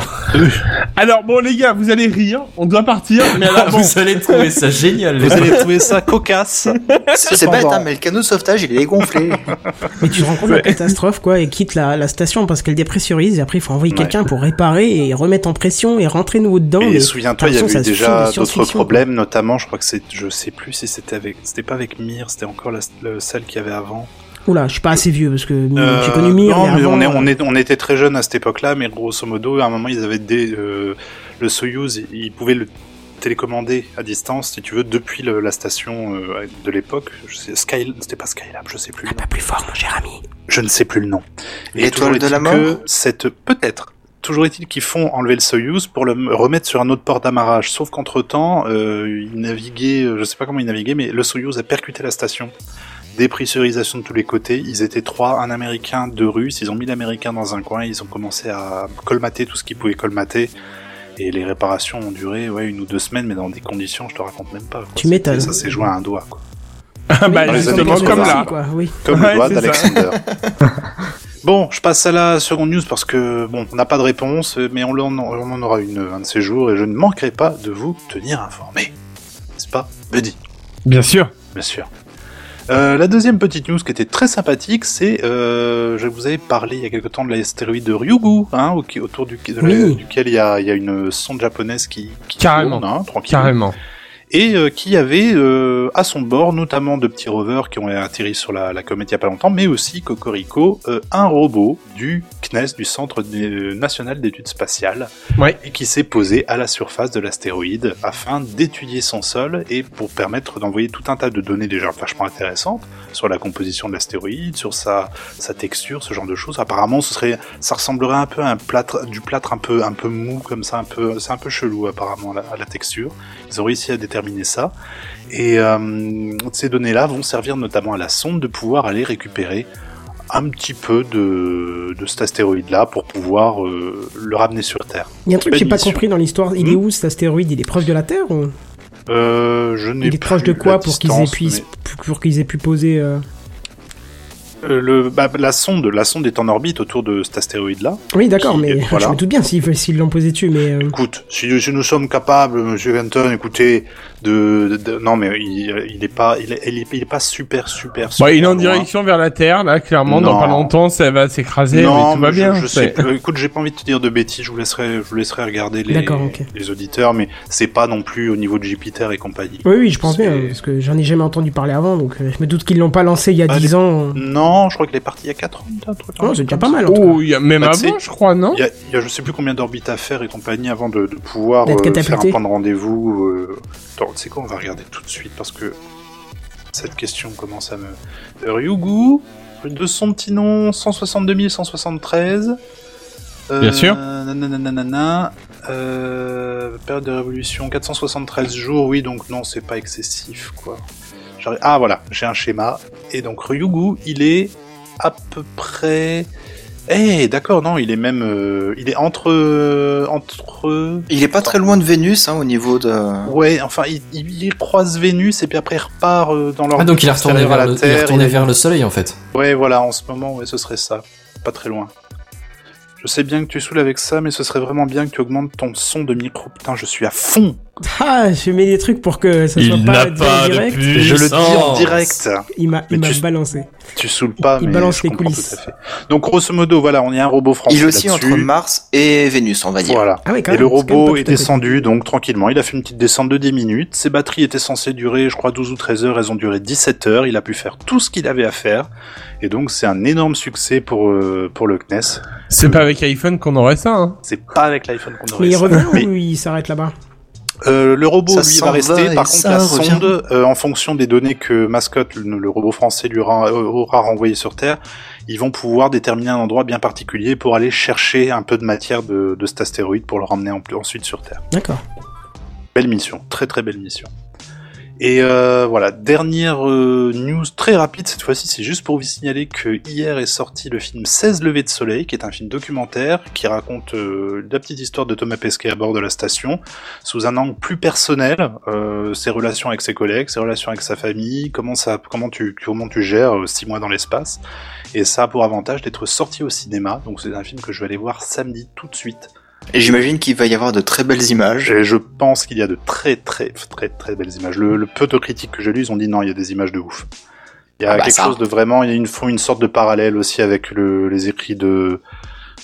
Speaker 3: Alors bon les gars, vous allez rire, on doit partir,
Speaker 4: Ah,
Speaker 3: mais alors bon,
Speaker 5: Vous allez trouver ça génial. les
Speaker 4: Vous allez trouver ça cocasse.
Speaker 7: C'est c'est bête, hein, mais le canot de sauvetage il est gonflé.
Speaker 1: Mais tu te rends compte de la catastrophe, quoi, et quitte la, la station parce qu'elle dépressurise, et après il faut envoyer
Speaker 4: Ouais.
Speaker 1: quelqu'un pour réparer et remettre en pression et rentrer nouveau dedans.
Speaker 4: Et
Speaker 1: Ah mais
Speaker 4: souviens-toi, il y
Speaker 1: t'as
Speaker 4: avait
Speaker 1: l'impression
Speaker 4: eu
Speaker 1: que ça se filme de
Speaker 4: déjà d'autres
Speaker 1: science-fiction, quoi.
Speaker 4: problèmes, notamment, je crois que c'est, je sais plus si c'était avec, c'était pas avec Mir, c'était encore la, le- celle qu'il y avait avant.
Speaker 1: Oula, je suis pas assez vieux parce que
Speaker 4: Euh,
Speaker 1: Hmm, j'ai connu Mir,
Speaker 4: non, mais
Speaker 1: avant, euh,
Speaker 4: on, est, on, est, on était très jeunes à cette époque-là, mais grosso modo, à un moment, ils avaient des, euh, le Soyuz, ils- ils pouvaient le télécommander à distance, si tu veux, depuis le- la station euh, de l'époque. Je sais- Sky, c'était pas Skylab, je sais plus. le nom.
Speaker 1: pas plus fort, mon cher ami.
Speaker 4: Je ne sais plus le nom. Et
Speaker 7: L'étoile
Speaker 4: toujours
Speaker 7: de la
Speaker 4: est-il
Speaker 7: mort
Speaker 4: que cette peut-être. Toujours est-il qu'ils font enlever le Soyuz pour le m- remettre sur un autre port d'amarrage. Sauf qu'entre temps, euh, il naviguait, euh, je sais pas comment il naviguait, mais le Soyuz a percuté la station. dépressurisation de tous les côtés. Ils étaient trois, un américain, deux russes. Ils ont mis l'américain dans un coin. Ils ont commencé à colmater tout ce qu'ils pouvaient colmater. Et les réparations ont duré ouais, une ou deux semaines, mais dans des conditions, je te raconte même pas. quoi.
Speaker 1: Tu m'étonnes.
Speaker 4: Et Ça s'est joint à un doigt. Quoi.
Speaker 3: Ah bah,
Speaker 4: dans les
Speaker 3: justement,
Speaker 4: années
Speaker 3: comme
Speaker 4: 80,
Speaker 3: là.
Speaker 1: Quoi, oui.
Speaker 4: Comme
Speaker 3: Ouais,
Speaker 4: le doigt
Speaker 3: c'est ça.
Speaker 4: d'Alexander. bon, je passe à la seconde news parce que, bon, on n'a pas de réponse, mais on, l'en- on en aura une euh, un de ces jours et je ne manquerai pas de vous tenir informé. N'est-ce pas, Buddy
Speaker 3: Bien sûr.
Speaker 4: Bien sûr. Euh, la deuxième petite news qui était très sympathique, c'est euh, je vous avais parlé il y a quelque temps de l'astéroïde de Ryugu, hein, au- qui- autour du- de la-
Speaker 1: Oui.
Speaker 4: duquel il y a, il y a une sonde japonaise qui, qui
Speaker 3: Carrément.
Speaker 4: tourne, hein, tranquille
Speaker 3: Carrément.
Speaker 4: et euh, qui avait euh, à son bord notamment de petits rovers qui ont atterri sur la, la comète il y a pas longtemps, mais aussi Cocorico, euh, un robot du CNES, du Centre des- euh, national d'études spatiales,
Speaker 3: Ouais.
Speaker 4: et qui s'est posé à la surface de l'astéroïde afin d'étudier son sol et pour permettre d'envoyer tout un tas de données déjà vachement intéressantes sur la composition de l'astéroïde, sur sa, sa texture, ce genre de choses. Apparemment, ce serait, ça ressemblerait un peu à un plâtre, du plâtre un peu, un peu mou comme ça, un peu, c'est un peu chelou apparemment la- à la texture. Ils ont réussi à déterminer ça. Et euh, ces données-là vont servir notamment à la sonde de pouvoir aller récupérer un petit peu de, de cet astéroïde-là pour pouvoir euh, le ramener sur Terre.
Speaker 1: Il y a un truc que j'ai pas
Speaker 4: Mission.
Speaker 1: compris dans l'histoire. Il est où cet astéroïde Il est proche de la Terre ou...
Speaker 4: Euh, je n'ai
Speaker 1: Il est proche de
Speaker 4: plus la
Speaker 1: quoi pour qu'ils aient,
Speaker 4: distance,
Speaker 1: pu... pour qu'ils aient pu poser. euh,
Speaker 4: mais, euh, le, bah, la, sonde, la sonde est en orbite autour de cet astéroïde-là.
Speaker 1: Oui, d'accord,
Speaker 4: Qui-
Speaker 1: mais
Speaker 4: voilà.
Speaker 1: je me doute bien s'ils veulent- s'ils l'ont posé dessus, mais. euh,
Speaker 4: Écoute, si, si nous sommes capables, Monsieur Vinton, écoutez, de, de- de- non mais il, il est pas, il, est- il est, il est pas super super.
Speaker 3: Bon,
Speaker 4: super
Speaker 3: Bah, il est en
Speaker 4: loin.
Speaker 3: direction vers la Terre, là, clairement, dans
Speaker 4: Non.
Speaker 3: pas longtemps, ça va s'écraser, Eh, mais
Speaker 4: Non,
Speaker 3: tout va
Speaker 4: mais
Speaker 3: bien.
Speaker 4: Je, je
Speaker 3: c'est-
Speaker 4: sais. euh, écoute, j'ai pas envie de te dire de bêtises. Je vous laisserai, je vous laisserai regarder les,
Speaker 1: D'accord, ok.
Speaker 4: les auditeurs, mais c'est pas non plus au niveau de Jupiter et compagnie.
Speaker 1: Oui, oui, je pense bien,
Speaker 4: C'est-
Speaker 1: parce que j'en ai jamais entendu parler avant, donc euh, je me doute qu'ils l'ont pas lancé il y a
Speaker 4: Ah,
Speaker 1: 10
Speaker 4: les-
Speaker 1: ans.
Speaker 4: Non, je crois qu'il est parti il y a 4 ans. un truc
Speaker 1: Non,
Speaker 4: comme
Speaker 1: c'est déjà
Speaker 4: ça.
Speaker 1: pas mal. en tout cas.
Speaker 3: Oh, il y a même
Speaker 4: Bah, tu
Speaker 3: avant,
Speaker 4: sais,
Speaker 3: je crois, non
Speaker 4: Il y, a, il y a je sais plus combien d'orbites à faire et compagnie avant de, de pouvoir
Speaker 1: D'être
Speaker 4: euh, faire
Speaker 1: catapulté.
Speaker 4: un point de rendez-vous. euh. Attends, tu sais quoi, on va regarder tout de suite parce que cette question commence à me. Ryugu, de son petit nom, 162 173. Euh,
Speaker 3: Bien sûr.
Speaker 4: nanananana, euh, période de révolution, 473 jours, oui, donc non, c'est pas excessif, quoi. J'arrive- Ah voilà, j'ai un schéma. Et donc Ryugu, il est à peu près. Eh, d'accord, non, il est même, euh, il est entre, euh, entre.
Speaker 7: Il est pas très loin de Vénus, hein, au niveau de.
Speaker 4: Ouais, enfin, il, il- il croise Vénus et puis après il repart euh, dans leur.
Speaker 5: Ah, donc il est retourné vers,
Speaker 4: extérieure à
Speaker 5: le,
Speaker 4: la
Speaker 5: il est
Speaker 4: Terre.
Speaker 5: retourné
Speaker 4: il est-
Speaker 5: vers le soleil en fait.
Speaker 4: Ouais, voilà, en ce moment, ouais, ce serait ça, pas très loin. Je sais bien que tu saoules avec ça, mais ce serait vraiment bien que tu augmentes ton son de micro. Putain, je suis à fond.
Speaker 1: Ah, je mets des trucs pour que ça soit pas, direct.
Speaker 4: Je le dis en direct.
Speaker 1: Il m'a il
Speaker 4: Mais
Speaker 1: m'a
Speaker 4: tu-
Speaker 1: balancé.
Speaker 4: Tu saoules pas,
Speaker 1: Il
Speaker 4: mais
Speaker 1: balance
Speaker 4: je
Speaker 1: les
Speaker 4: comprends
Speaker 1: coulisses.
Speaker 4: tout à fait. Donc grosso modo, voilà, on est un robot français
Speaker 7: Il aussi
Speaker 4: là-dessus.
Speaker 7: entre Mars et Vénus, on va dire.
Speaker 4: Voilà.
Speaker 1: Ah oui, quand
Speaker 4: Et
Speaker 1: même,
Speaker 4: le
Speaker 1: c'est quand même pas
Speaker 4: robot
Speaker 1: tout
Speaker 4: est
Speaker 1: à fait.
Speaker 4: descendu, donc tranquillement. Il a fait une petite descente de 10 minutes. Ses batteries étaient censées durer, je crois, 12 ou 13 heures. Elles ont duré 17 heures. Il a pu faire tout ce qu'il avait à faire. Et donc, c'est un énorme succès pour, euh, pour le CNES.
Speaker 3: C'est pas avec iPhone qu'on aurait ça, hein.
Speaker 4: C'est pas avec l'iPhone qu'on aurait
Speaker 1: Mais il
Speaker 4: ça.
Speaker 1: revient
Speaker 4: Mais,
Speaker 1: ou il s'arrête là-bas
Speaker 4: euh, le robot,
Speaker 7: Ça
Speaker 4: lui,
Speaker 7: s'en
Speaker 4: va rester.
Speaker 7: va et
Speaker 4: Par contre,
Speaker 7: ça
Speaker 4: la
Speaker 7: revient.
Speaker 4: sonde, euh, en fonction des données que Mascotte, le, le robot français, lui aura, euh, aura renvoyé sur Terre, ils vont pouvoir déterminer un endroit bien particulier pour aller chercher un peu de matière de, de cet astéroïde pour le ramener en- ensuite sur Terre.
Speaker 1: D'accord.
Speaker 4: Belle mission, très très belle mission. Et euh, voilà, dernière euh, news très rapide cette fois-ci, c'est juste pour vous signaler que hier est sorti le film 16 levées de soleil, qui est un film documentaire qui raconte euh, la petite histoire de Thomas Pesquet à bord de la station, sous un angle plus personnel, euh, ses relations avec ses collègues, ses relations avec sa famille, comment ça, comment tu, comment tu gères euh, six mois dans l'espace, et ça a pour avantage d'être sorti au cinéma. Donc c'est un film que je vais aller voir samedi tout de suite.
Speaker 7: Et j'imagine qu'il va y avoir de très belles images.
Speaker 4: Je, je pense qu'il y a de très très très très belles images. Le, le peu de critiques que j'ai lues, ils ont dit non, il y a des images de ouf. Il y a
Speaker 7: Ah bah
Speaker 4: quelque
Speaker 7: ça.
Speaker 4: chose de vraiment, il y a une, font une sorte de parallèle aussi avec le, les écrits de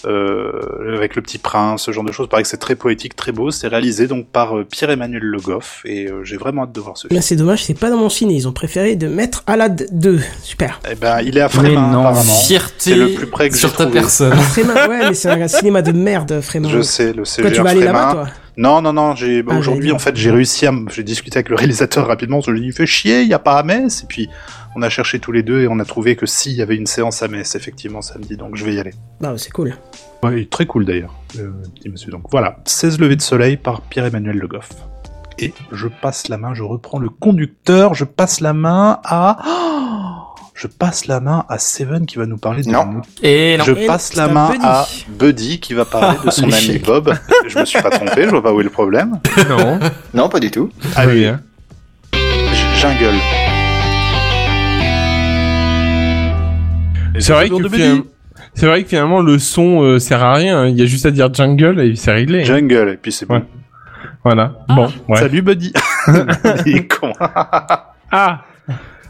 Speaker 4: euh, avec le Petit Prince, ce genre de choses. Pareil que c'est très poétique, très beau. C'est réalisé donc par euh, Pierre-Emmanuel Le Goff et euh, j'ai vraiment hâte de voir ce film.
Speaker 1: Là, c'est dommage, c'est pas dans mon ciné. Ils ont préféré de mettre Alad 2. Super.
Speaker 4: Eh ben, il est à
Speaker 6: Mais
Speaker 4: Frémin
Speaker 6: non.
Speaker 7: Ah,
Speaker 4: apparemment.
Speaker 5: Fierté
Speaker 4: C'est le plus près que
Speaker 5: sur
Speaker 4: j'ai
Speaker 5: ta
Speaker 4: trouvé.
Speaker 5: personne.
Speaker 1: Frémin, ouais, mais c'est un cinéma de merde, Frémin.
Speaker 4: Je sais, le CGR
Speaker 1: Quoi, tu vas aller là-bas,
Speaker 4: Frémin.
Speaker 1: toi
Speaker 4: Non, non, non, j'ai, bah,
Speaker 1: Ah, j'allais
Speaker 4: aujourd'hui,
Speaker 1: dire.
Speaker 4: en fait, j'ai réussi à, me- j'ai discuté avec le réalisateur rapidement, je lui ai dit, fais chier, il y a pas à Metz, et puis, on a cherché tous les deux et on a trouvé que s'il y avait une séance à Metz, effectivement, samedi, donc je vais y aller.
Speaker 1: Non, c'est cool.
Speaker 4: Ouais, très cool d'ailleurs, euh, petit monsieur. Donc voilà, 16 levées de soleil par Pierre-Emmanuel Le Goff. Et je passe la main, je reprends le conducteur, je passe la main à. Oh Je passe la main à Seven qui va nous parler de
Speaker 7: Non.
Speaker 4: Moon.
Speaker 5: Et non.
Speaker 4: Je
Speaker 1: Et
Speaker 4: passe
Speaker 1: non,
Speaker 4: la
Speaker 1: c'est un
Speaker 4: main
Speaker 1: Buddy.
Speaker 4: à Buddy qui va parler de son ami
Speaker 5: l'échec.
Speaker 4: Bob. Je me suis pas trompé, je vois pas où est le problème.
Speaker 3: Non.
Speaker 7: Non, pas du tout.
Speaker 3: Allez.
Speaker 4: J- Jingle.
Speaker 3: C'est vrai, que
Speaker 4: Toujours de
Speaker 3: finalement-
Speaker 4: Buddy.
Speaker 3: c'est vrai que finalement le son euh, sert à rien. Il y a juste à dire jungle et c'est réglé.
Speaker 4: Jungle, et puis c'est bon.
Speaker 3: Ouais. Voilà. Bon. ouais.
Speaker 4: Salut Buddy. Il est con.
Speaker 3: Ah.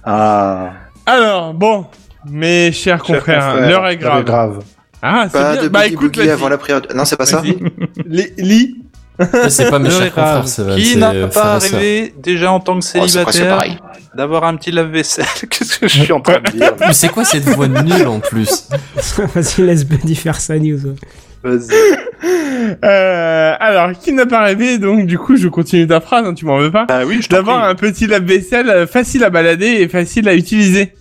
Speaker 4: Ah,
Speaker 3: Alors bon, mes chers confrères, l'heure est grave. Ah, c'est
Speaker 7: Pas
Speaker 3: bien.
Speaker 7: de
Speaker 3: bah
Speaker 7: boogie
Speaker 3: écoute,
Speaker 7: boogie
Speaker 3: vas-y.
Speaker 7: avant la hein. prière. Non, c'est pas ça. Oh,
Speaker 3: Vas-y. Les- Lis.
Speaker 5: Ah, C'est pas mes
Speaker 4: L'heure est
Speaker 5: chers
Speaker 4: grave.
Speaker 5: confrères, Seven.
Speaker 4: Qui
Speaker 5: c'est
Speaker 4: n'a
Speaker 5: frères
Speaker 4: pas
Speaker 5: et sœurs.
Speaker 4: rêvé déjà en tant que
Speaker 7: Oh, c'est presque
Speaker 4: célibataire
Speaker 7: pareil.
Speaker 4: d'avoir un petit lave-vaisselle Qu'est-ce que je suis en train de dire
Speaker 5: Mais c'est quoi cette voix nulle en plus
Speaker 1: Vas-y, laisse Buddy faire sa news.
Speaker 4: Vas-y.
Speaker 3: Euh, alors, qui n'a pas rêvé Donc du coup, je continue ta phrase. hein, tu m'en veux pas
Speaker 4: Bah oui, je t'en
Speaker 3: D'avoir
Speaker 4: prie.
Speaker 3: un petit lave-vaisselle euh, facile à balader et facile à utiliser.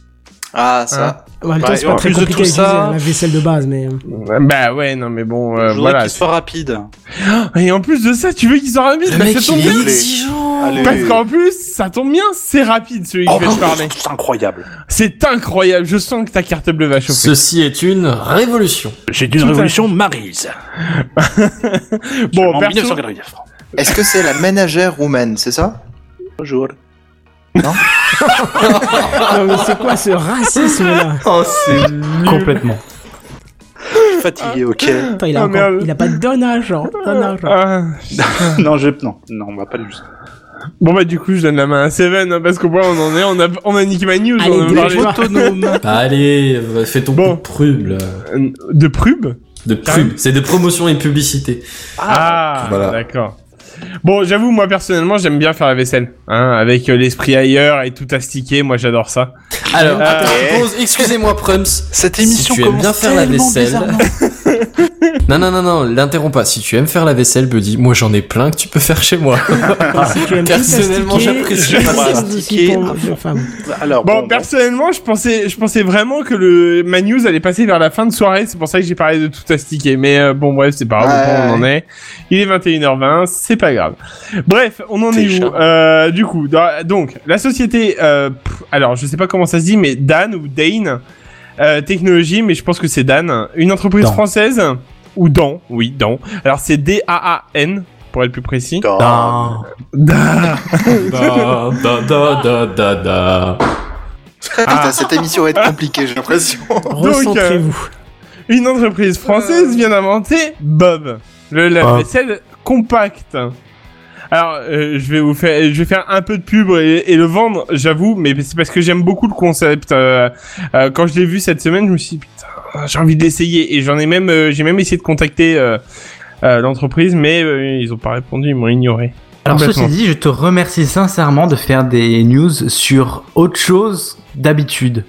Speaker 7: Ah,
Speaker 3: Hein
Speaker 7: ça.
Speaker 1: En même temps,
Speaker 4: Ouais,
Speaker 1: c'est
Speaker 4: et en
Speaker 1: pas très
Speaker 4: plus de
Speaker 1: compliqué à
Speaker 4: tout
Speaker 1: utiliser
Speaker 4: ça-
Speaker 1: hein, la vaisselle de base, mais. euh,
Speaker 3: Bah ouais, non mais bon, euh,
Speaker 4: Je voudrais
Speaker 3: voilà.
Speaker 4: qu'il soit rapide.
Speaker 3: Et en plus de ça, tu veux qu'il soit rapide
Speaker 5: Le
Speaker 3: bah,
Speaker 5: mec,
Speaker 3: Ça tombe
Speaker 5: il est
Speaker 3: bien.
Speaker 4: plaît.
Speaker 5: exigeant
Speaker 4: Allez.
Speaker 3: Parce qu'en plus, ça tombe bien, c'est rapide celui qui va te parler.
Speaker 4: Oh, c'est incroyable.
Speaker 3: C'est incroyable, je sens que ta carte bleue va chauffer.
Speaker 5: Ceci est une révolution.
Speaker 4: J'ai
Speaker 3: Tout
Speaker 4: une
Speaker 3: à
Speaker 4: révolution Marise.
Speaker 3: Bon,
Speaker 4: en
Speaker 3: perso,
Speaker 4: 1989.
Speaker 7: Est-ce que c'est la ménagère roumaine, c'est ça
Speaker 4: Bonjour.
Speaker 1: Non, mais c'est quoi ce racisme là
Speaker 5: Oh, c'est
Speaker 6: Complètement.
Speaker 4: Fatigué, ok.
Speaker 1: Attends, il a,
Speaker 3: Ah,
Speaker 1: encore-
Speaker 3: merde.
Speaker 1: il a pas d'un âge, genre. d'un âge, genre.
Speaker 3: Ah.
Speaker 4: non, je... non, non, on va pas le juste.
Speaker 3: Bon bah du coup, je donne la main à Seven hein, parce qu'au point où on en est, on a on a niqué ma news,
Speaker 1: Allez,
Speaker 3: on a
Speaker 1: dépêche-toi.
Speaker 3: parlé
Speaker 1: Autonome.
Speaker 5: Bah, Allez, va- fais ton coup
Speaker 3: Bon.
Speaker 5: de prume, là.
Speaker 3: Euh, de Prub.
Speaker 5: De prume. C'est de promotion et publicité.
Speaker 3: Ah,
Speaker 5: Voilà.
Speaker 3: d'accord. Bon, j'avoue, moi personnellement, j'aime bien faire la vaisselle, hein, avec euh, l'esprit ailleurs et tout astiqué. Moi, j'adore ça.
Speaker 5: Alors,
Speaker 3: Euh,
Speaker 5: attends, pause, excusez-moi, Prums.
Speaker 4: Cette
Speaker 5: émission tu aimes commence bien faire la tellement vaisselle. bizarrement. Non, non, non, non, l'interromps pas. Si tu aimes faire la vaisselle, Buddy, moi j'en ai plein que tu peux faire chez moi.
Speaker 1: Si tu aimes tout
Speaker 5: Personnellement,
Speaker 1: astiquer,
Speaker 5: j'apprécie
Speaker 1: je
Speaker 5: pas
Speaker 1: sais
Speaker 4: ça.
Speaker 1: ce qui tombe. Enfin, bon.
Speaker 4: Alors,
Speaker 3: Bon, personnellement, je pensais, je pensais vraiment que le ma news allait passer vers la fin de soirée. C'est pour ça que j'ai parlé de tout astiqué. Mais euh, bon, bref, c'est pas grave.
Speaker 7: Ouais,
Speaker 3: au point où on en est. Il est 21h20, c'est pas grave. Bref, on en
Speaker 7: T'es
Speaker 3: est où
Speaker 7: chaud.
Speaker 3: Euh, Du coup, dans- donc la société. euh, pff, alors, je sais pas comment ça se dit, mais Dan ou Dane euh, Technologie, mais je pense que c'est Dan, une entreprise
Speaker 6: Dan.
Speaker 3: française ou Dan, oui Dan. Alors c'est D A A N pour être plus précis.
Speaker 6: Putain.
Speaker 3: Dan.
Speaker 5: da, da, da, da, da, da.
Speaker 7: Putain, cette émission va être compliquée, j'ai l'impression.
Speaker 1: Recentrez-vous.
Speaker 3: Une entreprise française vient d'inventer Bob, le lave-vaisselle compact. Alors, euh, je vais vous faire, je vais faire un peu de pub et, et le vendre, j'avoue, mais c'est parce que j'aime beaucoup le concept. Euh, euh, quand je l'ai vu cette semaine, je me suis dit, putain, j'ai envie de l'essayer et j'en ai même, euh, j'ai même essayé de contacter euh, euh, l'entreprise, mais euh, ils ont pas répondu, ils m'ont ignoré.
Speaker 6: Alors
Speaker 3: Complètement.
Speaker 6: ceci dit, je te remercie sincèrement de faire des news sur autre chose d'habitude.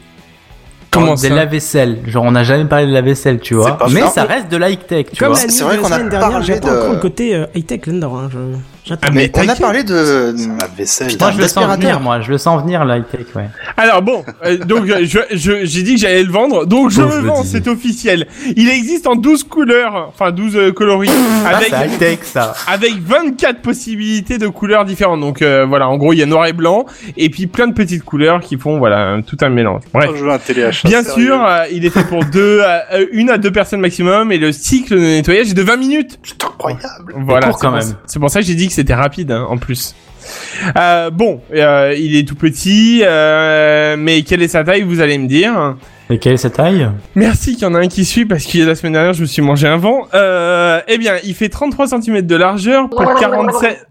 Speaker 6: Genre
Speaker 3: Comment
Speaker 6: Des
Speaker 3: ça
Speaker 6: lave-vaisselle. Genre on n'a jamais parlé de lave-vaisselle, tu vois.
Speaker 7: pas
Speaker 6: Mais
Speaker 7: faux.
Speaker 6: ça reste de l'high-tech, tu
Speaker 1: Comme
Speaker 6: vois.
Speaker 1: la
Speaker 7: C'est
Speaker 1: news
Speaker 7: vrai
Speaker 1: de la
Speaker 7: qu'on a
Speaker 1: semaine dernière,
Speaker 7: parlé
Speaker 1: j'attends
Speaker 7: de-
Speaker 1: encore le côté euh, high-tech là-dedans. hein, je- J'attends.
Speaker 7: Mais on a
Speaker 3: Ah, t'inquiète.
Speaker 7: parlé de.
Speaker 4: la vaisselle.
Speaker 7: Putain,
Speaker 6: Moi je le sens
Speaker 7: d'aspirateur.
Speaker 6: venir, moi je le sens venir l'high-tech, ouais.
Speaker 3: Alors bon, euh, donc euh, je- je- j'ai dit que j'allais le vendre, donc je
Speaker 5: Bon,
Speaker 3: le
Speaker 5: je le
Speaker 3: vends,
Speaker 5: disais.
Speaker 3: c'est officiel. Il existe en 12 couleurs, enfin 12 euh, coloris, avec,
Speaker 6: C'est high-tech Ah, ça.
Speaker 3: avec 24 possibilités de couleurs différentes. Donc euh, voilà, en gros il y a noir et blanc, et puis plein de petites couleurs qui font voilà un- tout un mélange. Bref.
Speaker 4: Oh, je veux un téléachat.
Speaker 3: Bien
Speaker 4: sérieux.
Speaker 3: sûr, euh, il est fait pour deux, à- euh, une à deux personnes maximum, et le cycle de nettoyage est de 20 minutes.
Speaker 4: C'est incroyable.
Speaker 3: Voilà,
Speaker 6: court
Speaker 3: c'est
Speaker 6: quand
Speaker 3: pour-
Speaker 6: même.
Speaker 3: C'est pour ça que j'ai dit que c'était rapide hein, en plus. Euh, bon, euh, il est tout petit, euh, mais quelle est sa taille, vous allez me dire.
Speaker 6: Et quelle est sa taille
Speaker 3: Merci qu'il y en a un qui suit parce que la semaine dernière je me suis mangé un vent. Euh, eh bien, il fait 33 cm de largeur pour 47.